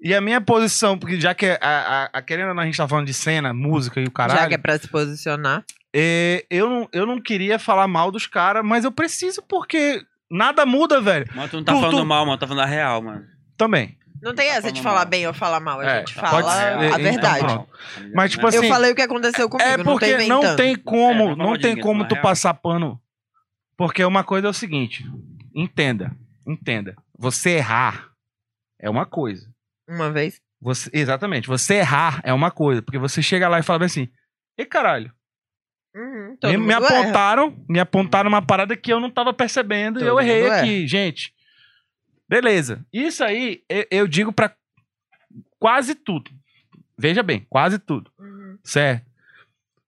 E a minha posição, porque já que a, a, a querendo ou não, a gente tá falando de cena, música e o caralho. Já que é pra se posicionar. É, eu, não, eu não queria falar mal dos caras, mas eu preciso porque nada muda, velho. Mano, tu não tá Tu- falando tu- mal, mano. Tá falando a real, mano. Também. Não tem essa de falando falar mal. bem ou falar mal, a Tá É, gente Tá fala pode falando ser, a então verdade. pronto. Tá ligado? Mas, tipo Não é- assim, eu falei o que aconteceu comigo, É não tô porque inventando. não tem É, como, não não fala tem ninguém, como mas tu real. passar pano. Porque uma coisa é o seguinte, entenda, entenda. Você errar é uma coisa. Uma vez. Você, exatamente, você errar é uma coisa, porque você chega lá e fala bem assim: "E caralho, Uhum, todo me, me mundo erra. apontaram, me apontaram uma parada que eu não tava percebendo e Todo eu errei mundo aqui, gente". Beleza. Isso aí eu, eu digo pra quase tudo. Veja bem, quase tudo. Uhum. Certo.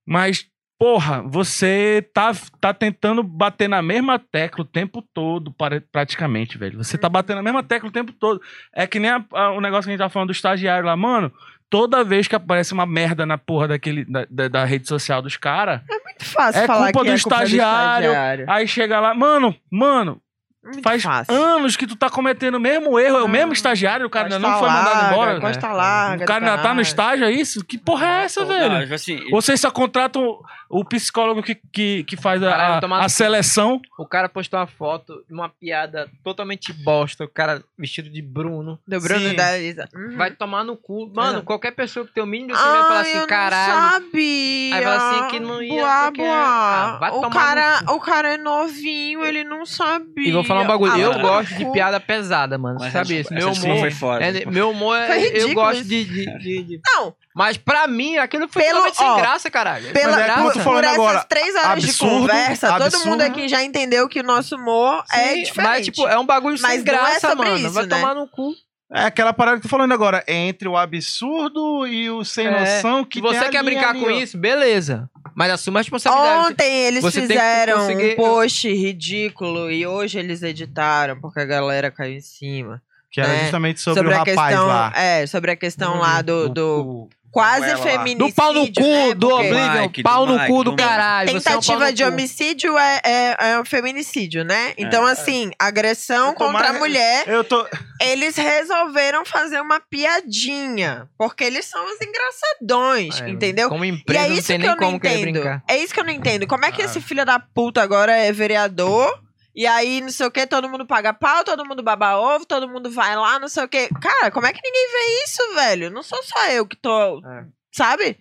Mas, porra, você tá, tá tentando bater na mesma tecla o tempo todo, para- praticamente, velho. Você tá batendo na mesma tecla o tempo todo. É que nem a- a- o negócio que a gente tá falando do estagiário lá, mano. Toda vez que aparece uma merda na porra daquele, da, da- da rede social dos caras, Muito fácil É falar culpa que do é estagiário. do estagiário. É. aí chega lá, mano, mano, Muito faz fácil. anos que tu tá cometendo o mesmo erro, é o Ah, né, mesmo estagiário, o cara ainda Costa não foi mandado larga, embora. Costa larga, O cara ainda tá no caralho. estágio, é isso? Que porra é essa, velho? Não, tipo assim, Ou Vocês só contratam o psicólogo que, que, que faz a- Caralho, a, tomar a no cu. seleção. O cara postou uma foto de uma piada totalmente bosta. O cara vestido de Bruno. Do Bruno Sim. e da Elisa. Uhum. Vai tomar no cu. Mano, qualquer pessoa que tem o mínimo de sentimento vai falar Ah, eu assim, não caralho. sabia. Aí fala assim que não ia, Boa, porque- Ah, boa. vai tomar o, no cara, o cara é novinho, ele não sabia. E vou falar um bagulho. Ah, eu vai gosto no de cu. piada pesada, mano. Você mas sabe essa- isso? essa Meu desculpa humor. foi né? fora. é- meu humor é. Foi ridículo eu gosto isso. de, de- de- de- Não, Mas pra mim, aquilo foi Pelo- totalmente sem ó, graça, caralho. pela, Mas é como por, eu tô falando por agora, essas três horas de absurdo, conversa, todo absurdo. mundo aqui já entendeu que o nosso humor é Sim, diferente. Mas, tipo, é um bagulho Mas sem não é graça, sobre mano. isso, vai né? tomar no cu. É aquela parada que eu tô falando agora. É entre o absurdo e o sem É, noção Se que você tem quer ali, brincar ali, com ó. isso, beleza. Mas assuma a responsabilidade. Ontem eles você tem que fizeram conseguir- um post ridículo e hoje eles editaram porque a galera caiu em cima. Que era né? justamente sobre, o rapaz a questão, lá. É, sobre a questão Hum, lá do, O- do o- quase ela lá. feminicídio. Do pau no cu, né? do Porque Oblivion, Mike, do pau no Mike, cu do, do Mike. caralho. você é um pau Tentativa no de cu. homicídio é, é, é um feminicídio, né? Então, assim, agressão Eu tô contra É. mais- a mulher, Eu tô. eles resolveram fazer uma piadinha. Porque eles são os engraçadões, É, entendeu? Como E empresa, é não isso tem que eu nem não como querer entendo. brincar. É isso que eu não entendo. Como é que Ah. esse filho da puta agora é vereador? E aí, não sei o que, todo mundo paga pau, todo mundo baba ovo, todo mundo vai lá, não sei o que. Cara, como é que ninguém vê isso, velho? Não sou só eu que tô. É. Sabe?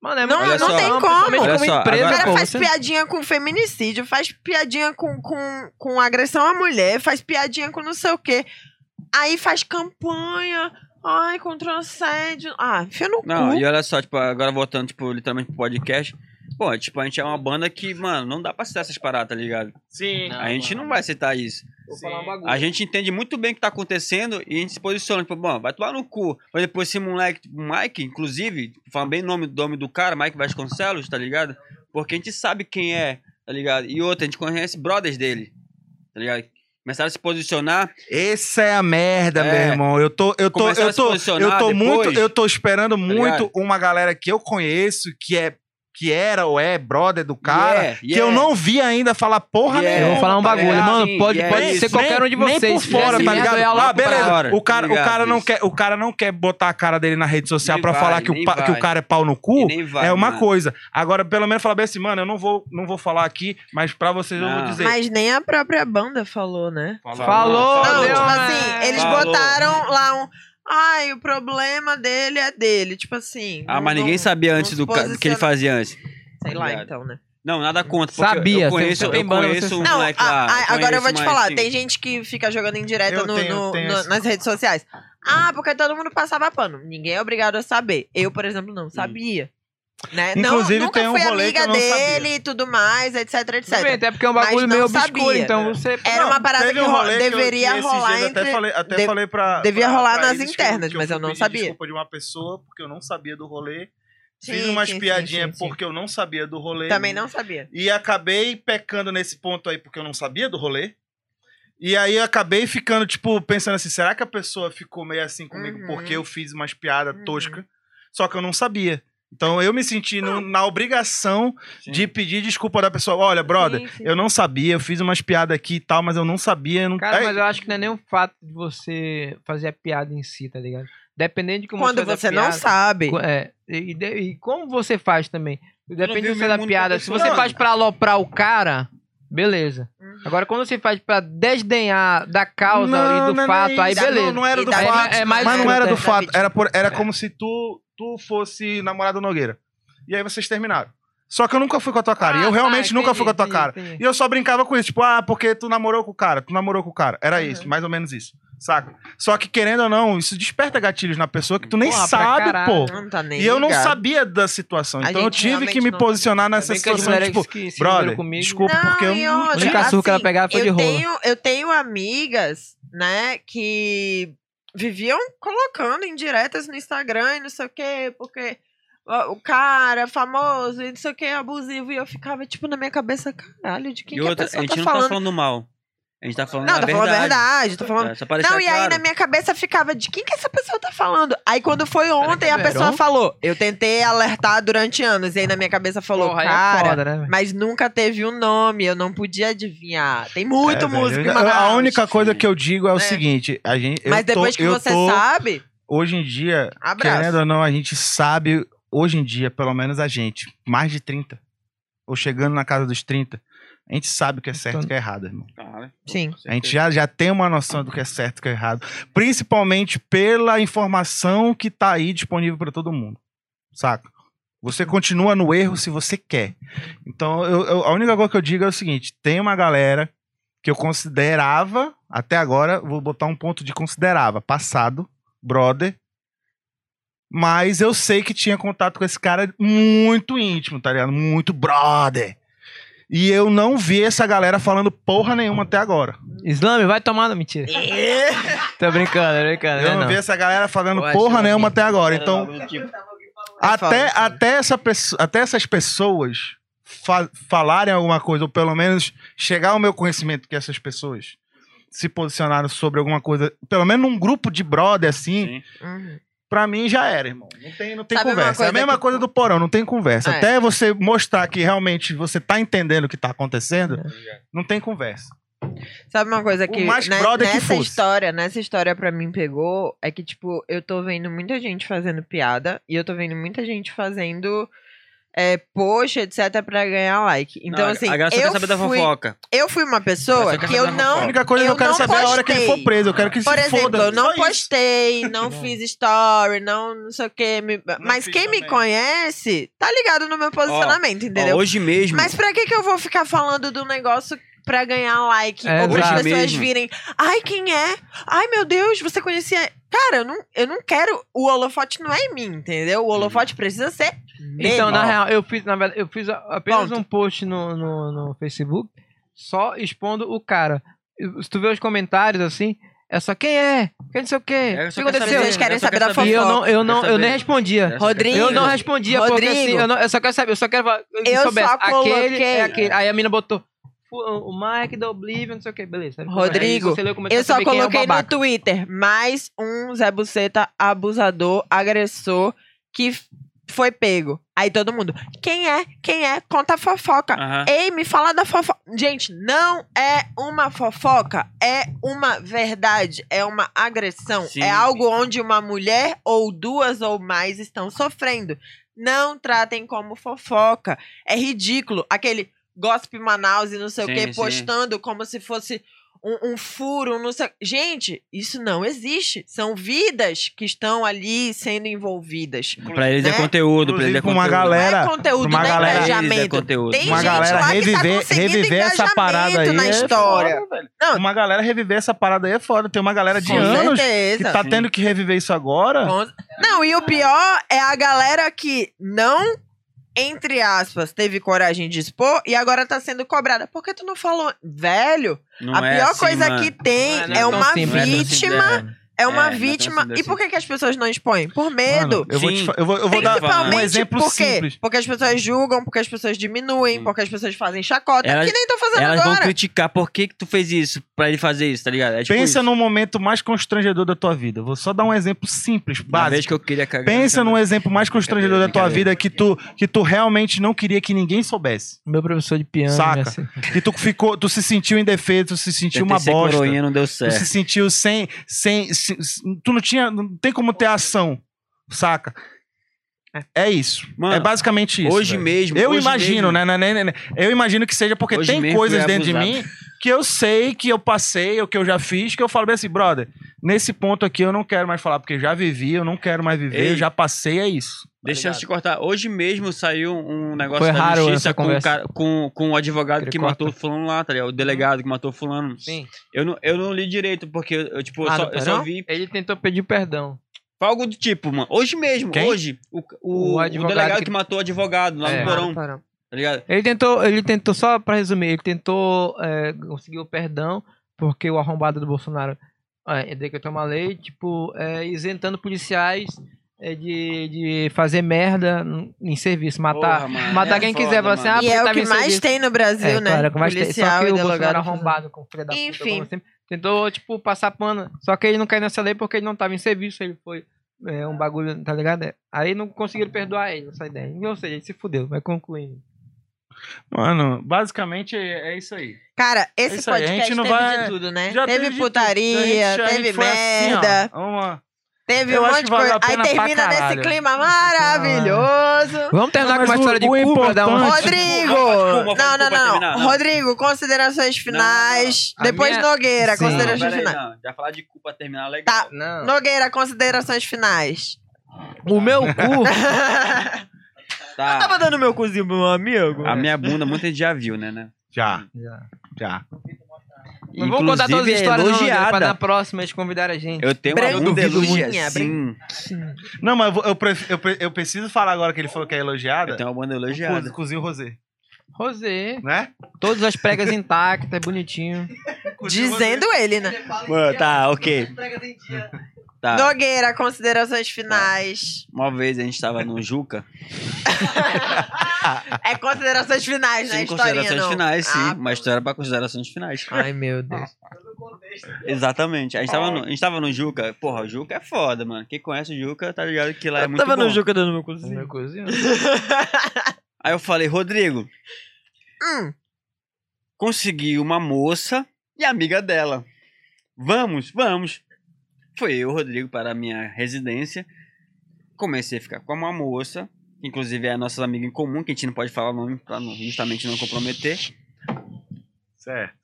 Mano, é Não, muito- não tem principalmente como. como Olha só, empresa, O cara agora- pô, faz você- piadinha com feminicídio, faz piadinha com, com, com agressão à mulher, faz piadinha com não sei o quê. Aí faz campanha. Ai, contra o assédio. Ah, enfia no Não, cu. e olha só, tipo, agora voltando, tipo, literalmente pro podcast. Pô, tipo, a gente é uma banda que, mano, não dá pra citar essas paradas, tá ligado? Sim. a gente não vai citar isso. Vou falar um bagulho. A gente entende muito bem o que tá acontecendo e a gente se posiciona, tipo, bom, vai tomar no cu. Mas depois esse moleque, tipo, Mike, inclusive, falando bem o nome, nome do cara, Mike Vasconcelos, tá ligado? Porque a gente sabe quem é, tá ligado? E outra, a gente conhece brothers dele, tá ligado? Começaram a se posicionar. Essa é a merda, É. meu irmão. Eu tô, eu tô, Começar a eu se tô, posicionar eu tô depois, Tá muito, eu tô esperando muito ligado? uma galera que eu conheço, que é que era ou é brother do cara, Yeah, que eu yeah. não vi ainda falar porra Yeah. nenhuma. Eu vou É, falar um tá bagulho, ligado? mano. Sim, Pode, e é pode isso. ser qualquer um de vocês. Nem por Se fora, tivesse tá merda, eu ia ligado? lá Ah, pra beleza. fora. O cara, o Obrigado, cara não isso. quer, o cara não quer botar a cara dele na rede social Nem pra vai, falar que o, nem pa- que o vai. cara é pau no E cu. nem vai, é uma mano. coisa. Agora, pelo menos falar bem assim, mano, eu não vou, não vou falar aqui, mas pra vocês eu vou Não. dizer. Mas nem a própria banda falou, né? Falou, Não, Deus, tipo né? assim, eles Falou. botaram lá um. Ai, o problema dele é dele. Tipo assim. Ah, não- mas ninguém não- sabia não antes se do, ca- do que ele posiciona- fazia antes. Sei lá, Obrigado. então, né? Não, nada contra. porque Sabia, Eu você- conheço, você tem eu banda, conheço você um Não, moleque a- lá. a- agora eu vou te conheço, mas, falar. assim, Tem gente que fica jogando indireta Eu no, tenho- no- tenho no- esse- nas redes sociais. Ah, porque todo mundo passava pano. Ninguém é obrigado a saber. Eu, por exemplo, Hum. não sabia. Né? Não- Inclusive, nunca tem um fui rolê que eu amiga não dele e tudo mais, etc, etc. Até porque é um Mas bagulho não meio sabia. É, obscuro, então você. Era uma parada que, Teve um ro- rolê que eu- deveria que esses rolar dias eu entre. Até falei, até de- falei pra. devia pra- rolar pra nas eles que internas, que mas fui eu não pedir sabia. Desculpa de uma pessoa, porque eu não sabia do rolê. Fiz Sim, umas sim, sim, piadinhas sim, sim. porque eu não sabia do rolê. Também não sabia. E acabei pecando nesse ponto aí porque eu não sabia do rolê. E aí eu acabei ficando, tipo, pensando assim, será que a pessoa ficou meio assim comigo Uhum. porque eu fiz umas piadas Uhum. toscas? Só que eu não sabia. Então eu me senti no- na obrigação Sim. de pedir desculpa da pessoa. Olha, brother, Sim, sim. eu não sabia, eu fiz umas piadas aqui e tal, mas eu não sabia. Eu não... Cara, Ai, mas eu acho que não é nem o fato de você fazer a piada em si, tá ligado? Dependendo de como Quando faz a você não piada- sabe. Co- É, e, e de- e como você faz também. vi Depende o do você meu da mundo piada. Se você pessoal. faz pra aloprar o cara, beleza. Uhum. Agora, quando você faz pra desdenhar da causa e do não, não é fato, aí isso. beleza. Não, não era E do daí fato. é mais mas não era escroto, do é, fato. rapidinho. Era, por- era como se tu, tu fosse namorado do Nogueira. E aí vocês terminaram. Só que eu nunca fui com a tua cara. e eu Ah, realmente tá, nunca entendi, fui com a tua entendi, cara. entendi. E eu só brincava com isso. Tipo, ah, porque tu namorou com o cara. Tu namorou com o cara. Era Uhum. isso. Mais ou menos isso. Saca? Só que querendo ou não, isso desperta gatilhos na pessoa que tu nem Porra, pra sabe, caralho. pô. Não tá nem E eu não ligado. sabia da situação. A Então eu gente tive que realmente me não- posicionar Ainda nessa bem que as situação. mulheres Tipo, que se brother, envolveram comigo- desculpa, porque eu e não outra, assim, única surra que ela pegava foi de eu rola. Tenho, eu tenho amigas, né, que viviam colocando indiretas no Instagram e não sei o quê, porque ó, o cara famoso e não sei o quê, abusivo, e eu ficava, tipo, na minha cabeça, caralho, de quem E que outra, a a pessoa gente tá não tá falando? falando mal. A gente tá falando não, a tô falando a verdade, tô falando... É, só pra Não, deixar e aí claro. na minha cabeça ficava de quem que essa pessoa tá falando? Aí quando foi ontem, a Verão? pessoa falou. Eu tentei alertar durante anos, e aí na minha cabeça falou, Porra, aí cara, é foda, né? velho? mas nunca teve um nome, eu não podia adivinhar. Tem muito É, velho, músico em eu- Manaus. A única coisa Sim. que eu digo é o É. seguinte: a gente, eu Mas depois tô, que eu você tô- sabe, Hoje em dia, abraço. querendo ou não, a gente sabe, hoje em dia, pelo menos a gente, mais de 30, ou chegando na casa dos 30, a gente sabe o que é certo e o que é errado, irmão. Claro. Sim. A gente já, já tem uma noção do que é certo e o que é errado. Principalmente pela informação que tá aí disponível para todo mundo. Saca? Você continua no erro se você quer. Então, eu- eu- a única coisa que eu digo é o seguinte: tem uma galera que eu considerava, até agora, vou botar um ponto de considerava, passado, brother. Mas eu sei que tinha contato com esse cara muito íntimo, tá ligado? Muito brother. E eu não vi essa galera falando porra nenhuma até agora. Islame, vai tomar. Não, mentira. Tô brincando, tô brincando. né, Eu não não. vi essa galera falando Eu acho porra que- nenhuma até agora. Então, Algo do tipo. até, foda, foda. até, essa pesso- até essas pessoas fa- falarem alguma coisa, ou pelo menos chegar ao meu conhecimento que essas pessoas se posicionaram sobre alguma coisa, pelo menos num grupo de brother assim, Sim. Uhum. Pra mim já era, irmão. Não tem, não tem Sabe uma conversa. É a coisa mesma que- coisa do porão, não tem conversa. É. Até você mostrar que realmente você tá entendendo o que tá acontecendo, É. não tem conversa. Sabe uma coisa O que mais né- brother que nessa fosse. história, nessa história pra mim pegou é que tipo, eu tô vendo muita gente fazendo piada e eu tô vendo muita gente fazendo é, poxa, etc, pra ganhar like. Então, Não, a- assim, a galera só eu, quer saber da fui, fofoca. eu fui uma pessoa Só quer que eu saber da A não fofoca. única coisa que eu eu quero não saber é a hora que ele postei. for preso. Eu quero que ele Por se exemplo, foda. eu não Só isso. postei, não fiz story, não, não sei o que. mas fiz quem me também. conhece tá ligado no meu posicionamento, entendeu? Ó, hoje mesmo. Mas pra que, que eu vou ficar falando do negócio pra ganhar like? É, ou para exato. as pessoas Mesmo. virem. Ai, quem é? Ai, meu Deus, você conhecia. Cara, eu não, eu não quero. O holofote não é em mim, entendeu? O holofote precisa ser. Então, Ei, na ó. real, eu fiz, na verdade, eu fiz a- apenas Ponto. um post no, no, no Facebook só expondo o cara. Eu- Se tu vê os comentários assim, é só quem é? Quem não sei o quê? É, O só que quero aconteceu? Vocês querem Eu só saber quero da E fofoca. saber. eu não, eu não, Quero eu nem saber. respondia. Rodrigo. Eu não respondia, porque Rodrigo. assim, eu, não- eu só quero saber, eu só quero falar, que Eu só soubesse, aquele coloquei. é aquele. Aí a mina botou "Fu- o Mike da Oblivion, não sei o que, beleza. Aí Rodrigo, você leu o comentário, Eu só saber quem é o coloquei no babaca. Twitter mais um Zé Buceta abusador, agressor, que f- foi pego. Aí todo mundo, quem é? Quem é? Conta a fofoca. Aham. Ei, me fala da fofoca. Gente, não é uma fofoca, é uma verdade, é uma agressão. Sim. É algo onde uma mulher ou duas ou mais estão sofrendo. Não tratem como fofoca. É ridículo. Aquele gossip Manaus e não sei Sim, o quê, sim. postando como se fosse um, um furo, um não sei. Gente, isso não existe. São vidas que estão ali sendo envolvidas. Pra eles é né? conteúdo, pra eles Inclusive, é pra uma conteúdo. galera. não é conteúdo, pra uma não é galera- é engajamento. conteúdo. Tem Uma gente galera lá que reviver- tá conseguindo reviver essa engajamento parada aí na é história. Não. Uma galera reviver essa parada aí é foda. Tem uma galera de Com anos que certeza. tá tendo que reviver isso agora. Com- Não, e o pior é a galera que não, entre aspas, teve coragem de expor e agora tá sendo cobrada. Por que tu não falou? Velho, Não a é pior assim, coisa mano. que tem Não é- não é, é tão uma simples, não é tão vítima. É É, uma não é tão vítima. simples E por que, que as pessoas não expõem? Por Mano, medo. eu, vou te Sim. fa- eu vou, eu vou dar Principalmente um exemplo por quê? simples. Porque as pessoas julgam, porque as pessoas diminuem, Sim. porque as pessoas fazem chacota, Elas- que nem estão fazendo Elas vão agora. criticar por que, que tu fez isso, pra ele fazer isso, tá ligado? É tipo Pensa isso. num momento mais constrangedor da tua vida. Vou só dar um exemplo simples, Uma vez básico. que eu queria cagar. Pensa no num exemplo mais constrangedor É, da tua vida que tu, que tu realmente não queria que ninguém soubesse. Meu professor de piano, Saca. minha se- Que tu ficou, tu se sentiu indefeito, tu se sentiu uma bosta. coroinha, é. não deu Tu se certo. sentiu sem, sem, se- se- Tu não tinha. Não tem como ter ação, saca? É isso. Mano, é basicamente isso. hoje velho. mesmo. Eu hoje imagino, mesmo, né, né, né, né, né? Eu imagino que seja porque Hoje tem mesmo coisas fui dentro de abusado. mim que eu sei que eu passei, ou que eu já fiz, que eu falo bem assim, brother, nesse ponto aqui eu não quero mais falar, porque eu já vivi, eu não quero mais viver, Ei. eu já passei, é isso. Deixa eu te cortar. Hoje mesmo saiu um negócio Tá Foi da raro justiça essa com o, conversa. cara, com, com o advogado Ele que corta. matou fulano lá, tá ligado? O delegado que matou fulano. Sim. Eu não, eu não li direito, porque eu, eu, tipo, eu Ah, só, no eu só Perão? vi Ele tentou pedir perdão. foi algo do tipo, mano. Hoje mesmo, Quem? hoje, o, o, O o advogado delegado que... que- matou o advogado lá É. no porão, tá ligado? Ele tentou, ele tentou, só pra resumir, ele tentou é, conseguir o perdão, porque o arrombado do Bolsonaro é, decretou uma lei, tipo, é, isentando policiais é, de, de fazer merda n- em serviço, matar, Porra, mano, matar é quem foda, quiser, falar assim, mano. ah, E porque é o tava que em mais serviço. tem no Brasil, É, né? claro, que mais tem, só Policial que e o Bolsonaro é delegado. arrombado com o filho da puta, Enfim. como sempre, tentou, tipo, passar pano, só que ele não caiu nessa lei porque ele não tava em serviço, ele foi é, um bagulho, tá ligado? É, Aí não conseguiram perdoar ele, essa ideia. Ou seja, ele se fudeu, vai concluindo. Mano, basicamente é, é isso aí. Cara, esse É isso aí, a podcast gente não teve vai- de tudo, né? Já Teve de tudo. putaria, A gente- a gente teve foi assim, ó. merda, Uma- teve Eu um acho monte que de valeu coisa. a Aí pena pra termina nesse caralho. clima maravilhoso. Vamos terminar Não, com uma mas história o- de o Cuba, dar uma... importante- Rodrigo! Desculpa, Não, desculpa, não, terminar, não. não. Rodrigo, considerações Não, não, não. finais. A Depois minha- Nogueira, Sim. Não, considerações pera aí, finais. não. Já falar de cu pra terminar é legal. Tá. Não. Nogueira, considerações finais. O meu cu... Tá. dando meu cozinho pro meu amigo. Ah, A minha bunda, muita gente já viu, né? né? Já, Já. já. Mas vamos contar todas as Inclusive, é histórias não, pra na elogiada. próxima eles convidarem a gente. Eu tenho uma Branco, bunda branquinha, elogiada, sim. Não, mas eu, vou- eu, pref- eu, pre- eu preciso falar agora que ele falou que é Eu elogiada. tenho uma bunda Cozinho elogiada. Cozinho Rosé, Rosé, né? todas as pregas intactas, bonitinho. Cozinho Dizendo ele, né? Mano, tá, ok. Ah. Tá. Nogueira, considerações finais. Uma vez a gente tava no Juca. Ah. É considerações finais, né? Sim, Historinha, considerações não. finais, sim. Ah, Uma história pra considerações finais. Ai, meu Deus. Exatamente. A gente, tava no, a gente tava no Juca. Porra, o Juca é foda, mano. Quem conhece o Juca tá ligado que lá é eu muito tava bom. no Juca dando meu cozinho. Meu cozinho. Aí eu falei, Rodrigo, Hum, consegui uma moça e amiga dela. Vamos, vamos. Foi eu, Rodrigo, para a minha residência. Comecei a ficar com uma moça, que inclusive é a nossa amiga em comum, que a gente não pode falar o nome pra não- justamente não comprometer. Certo,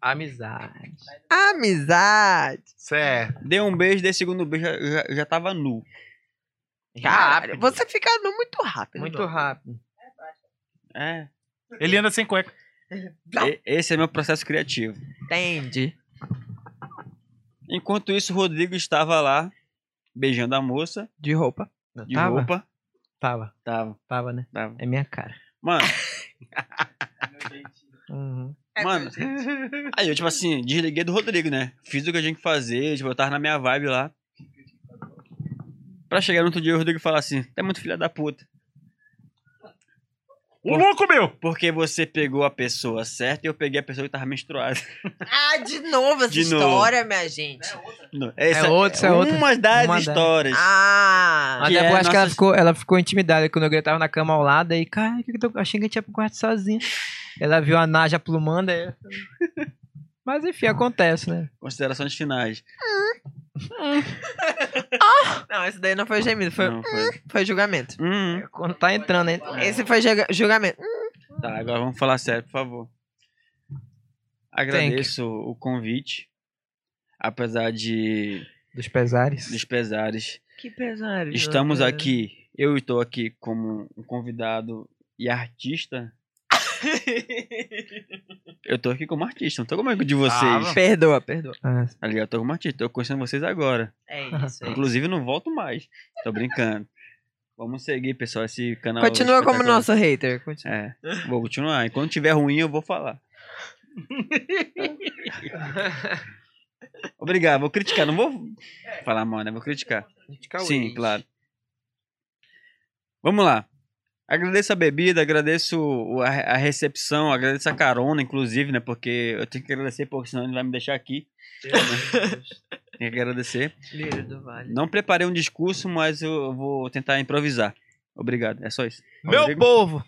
Amizade. amizade. certo. Dei um beijo, dei segundo beijo, eu já, eu já tava nu. Caralho, você fica nu muito rápido. Muito rápido. É. Ele anda sem cueca. E- esse é meu processo criativo. Entende? Enquanto isso, o Rodrigo estava lá, beijando a moça, De roupa. de tava? roupa. Tava. Tava, Tava, né? tava. É minha cara. Mano, Uhum. Mano, aí eu, tipo assim, desliguei do Rodrigo, né? Fiz o que eu tinha que fazer, tipo, eu tava na minha vibe lá. Pra chegar no outro dia, o Rodrigo fala assim, tá muito filha da puta. O louco, meu! Porque você pegou a pessoa certa e eu peguei a pessoa que tava menstruada. Ah, de novo essa De novo. história, minha gente. Não, É outra, isso é outra. Uma das Uma das. histórias. Ah, Mas Que é depois acho que ela nossas- ficou, ela ficou intimidada quando eu gritava na cama ao lado aí, cara, que que eu tô- achei que a gente ia pro quarto sozinha. Ela viu a Naja plumando aí. Mas enfim, acontece, né? Considerações finais. não, esse daí não foi gemido, foi, Não, É. foi. foi julgamento. Hum, Quando tá entrando, né? Esse foi julga- julgamento. Hum, tá, agora vamos falar sério, por favor. Agradeço o convite. Apesar de Dos pesares. dos pesares. Que pesar. Estamos É. aqui, eu estou aqui como um convidado e artista. eu tô aqui como artista, não tô como amigo de vocês. Perdoa, perdoa. Ah, Tá ligado? Eu tô como artista, tô conhecendo vocês agora. É isso aí. Inclusive, não volto mais. Tô brincando. Vamos seguir, pessoal, esse canal. Continua como espetacular. nosso hater. Continua. É, vou continuar. Enquanto tiver ruim, eu vou falar. Obrigado, vou criticar, não vou falar mal, né? Vou criticar. Sim, claro. Vamos lá. Agradeço a bebida, agradeço o- a, a recepção, agradeço a carona, inclusive, né? Porque eu tenho que agradecer, porque senão ele vai me deixar aqui. Tenho que agradecer. Lírio do Vale. Não preparei um discurso, mas eu vou tentar improvisar. Obrigado, é só isso. Meu Rodrigo? povo!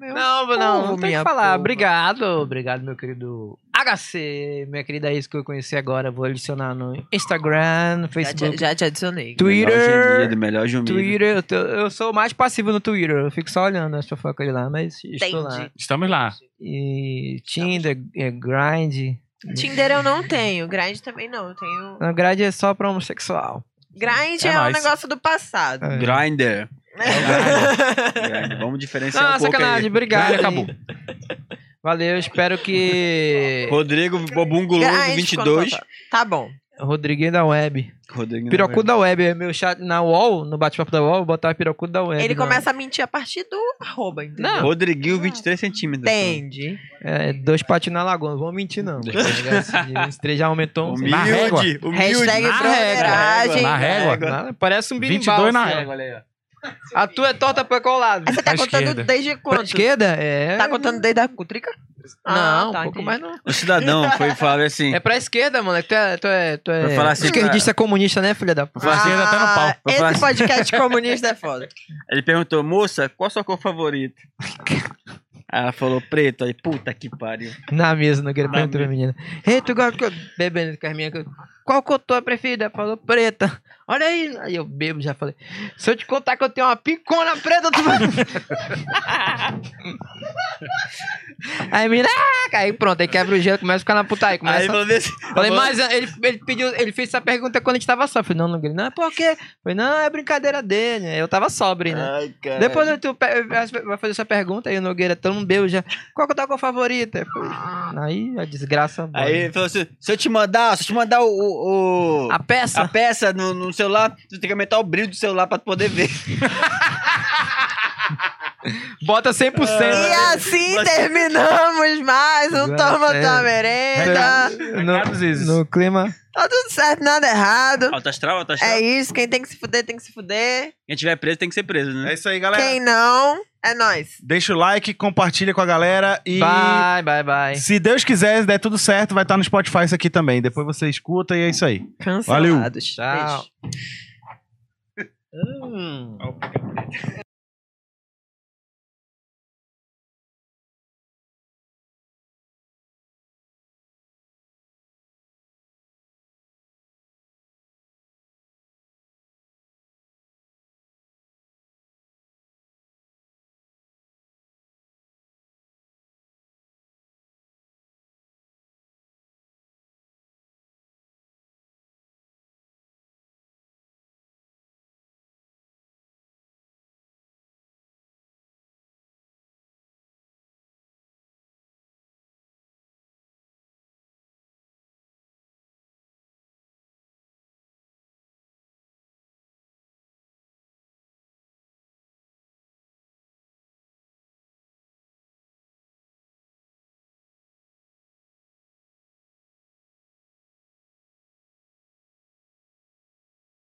Não, não, não, povo, tem minha que falar. pova. Obrigado, obrigado, meu querido HC, minha querida ex que eu conheci agora. Vou adicionar no Instagram, no Já te, Facebook, já te adicionei. Melhor Twitter. gemido, melhor gemido. Twitter, eu, tô- eu sou mais passivo no Twitter, eu fico só olhando as fofocas de lá, mas estou lá. Entendi. Estamos lá. E Tinder, é, Grind. Tinder eu não tenho. Grind também não. Eu tenho. Na Grind é só pra homossexual. Grind É é, um nóis. negócio do passado. É. Grinder. É. Grindr. Vamos diferenciar Ah, um pouco sacanagem, aí. obrigado. Grind acabou. hein. Valeu, espero que. Rodrigo Bobunguloso Ah, Grind, quando 22. passar. Tá bom. Rodriguinho da Web. Rodrigo não Pirocudo da Web, é meu chat na UOL, no bate-papo da UOL, botar Pirocudo da É Web. Ele na- começa a mentir a partir do arroba, entendeu? Não, Rodriguinho, 23 centímetros. Entende? é, dois patinhos na lagoa, não vou mentir não. Esse 23 já aumentou um. Na régua. Humilde, humilde. Hashtag na broderagem. Na régua. Nada, Parece um birimbau. 22 na assim, ó. régua, A tua é torta pra qual lado? Você tá Pra contando esquerda. desde Pra quando? esquerda? É. Tá contando desde a cutrica? Não, Ah, tá, um pouco entendi. mais não. O cidadão foi falar assim. É pra esquerda, moleque. Tu é, tu é, tu é Vai falar assim, esquerdista comunista, né, filha da p... Pra esquerda até tá no pau. Pra Ah, Esse frase. podcast comunista é foda. Ele perguntou, moça, qual a sua cor favorita? Aí Ela falou, preto. Aí, puta que pariu. Na mesa, não queria Na perguntar pra menina. Ei, tu gosta que eu... Bebendo com as minhas... co- Qual que eu tô preferida? Falou, preta. Olha aí. Aí eu bebo, já falei. Se eu te contar que eu tenho uma picona preta, tu vai... aí a menina... Ah! Aí pronto, aí quebra o gelo, começa a ficar na putaria. Começa Aí falou assim, desse. Falei, mas eh, ele, ele pediu, ele fez essa pergunta quando a gente tava sóbrio. Falei, não, não, não, por quê? Falei, não, é brincadeira dele, né? Eu tava sóbrio, né? Ai, cara. Depois eu- tu pe- vai fazer essa pergunta aí, o Nogueira, todo mundo beu já. Qual que é a tua cor favorita? Eu falei, "Ah, aí a desgraça. boa, Aí né? ele falou assim: se eu te mandar, se eu te mandar o. o- o- A peça? a peça no, no celular, tu tem que aumentar o brilho do celular pra tu poder ver. Bota 100%. E assim terminamos mais um Toma é. Tua Merenda. Recados Isis. Ah, No clima. Tá tudo certo, nada errado. Alta astral, alta astral. É isso, quem tem que se fuder, tem que se fuder. Quem tiver preso tem que ser preso, né? É isso aí, galera. Quem não, é nós. Deixa o like, compartilha com a galera e. Bye, bye, bye. Se Deus quiser, se der tudo certo, vai estar no Spotify isso aqui também. Depois você escuta e é isso aí. Cancelados. Tchau. Beijo.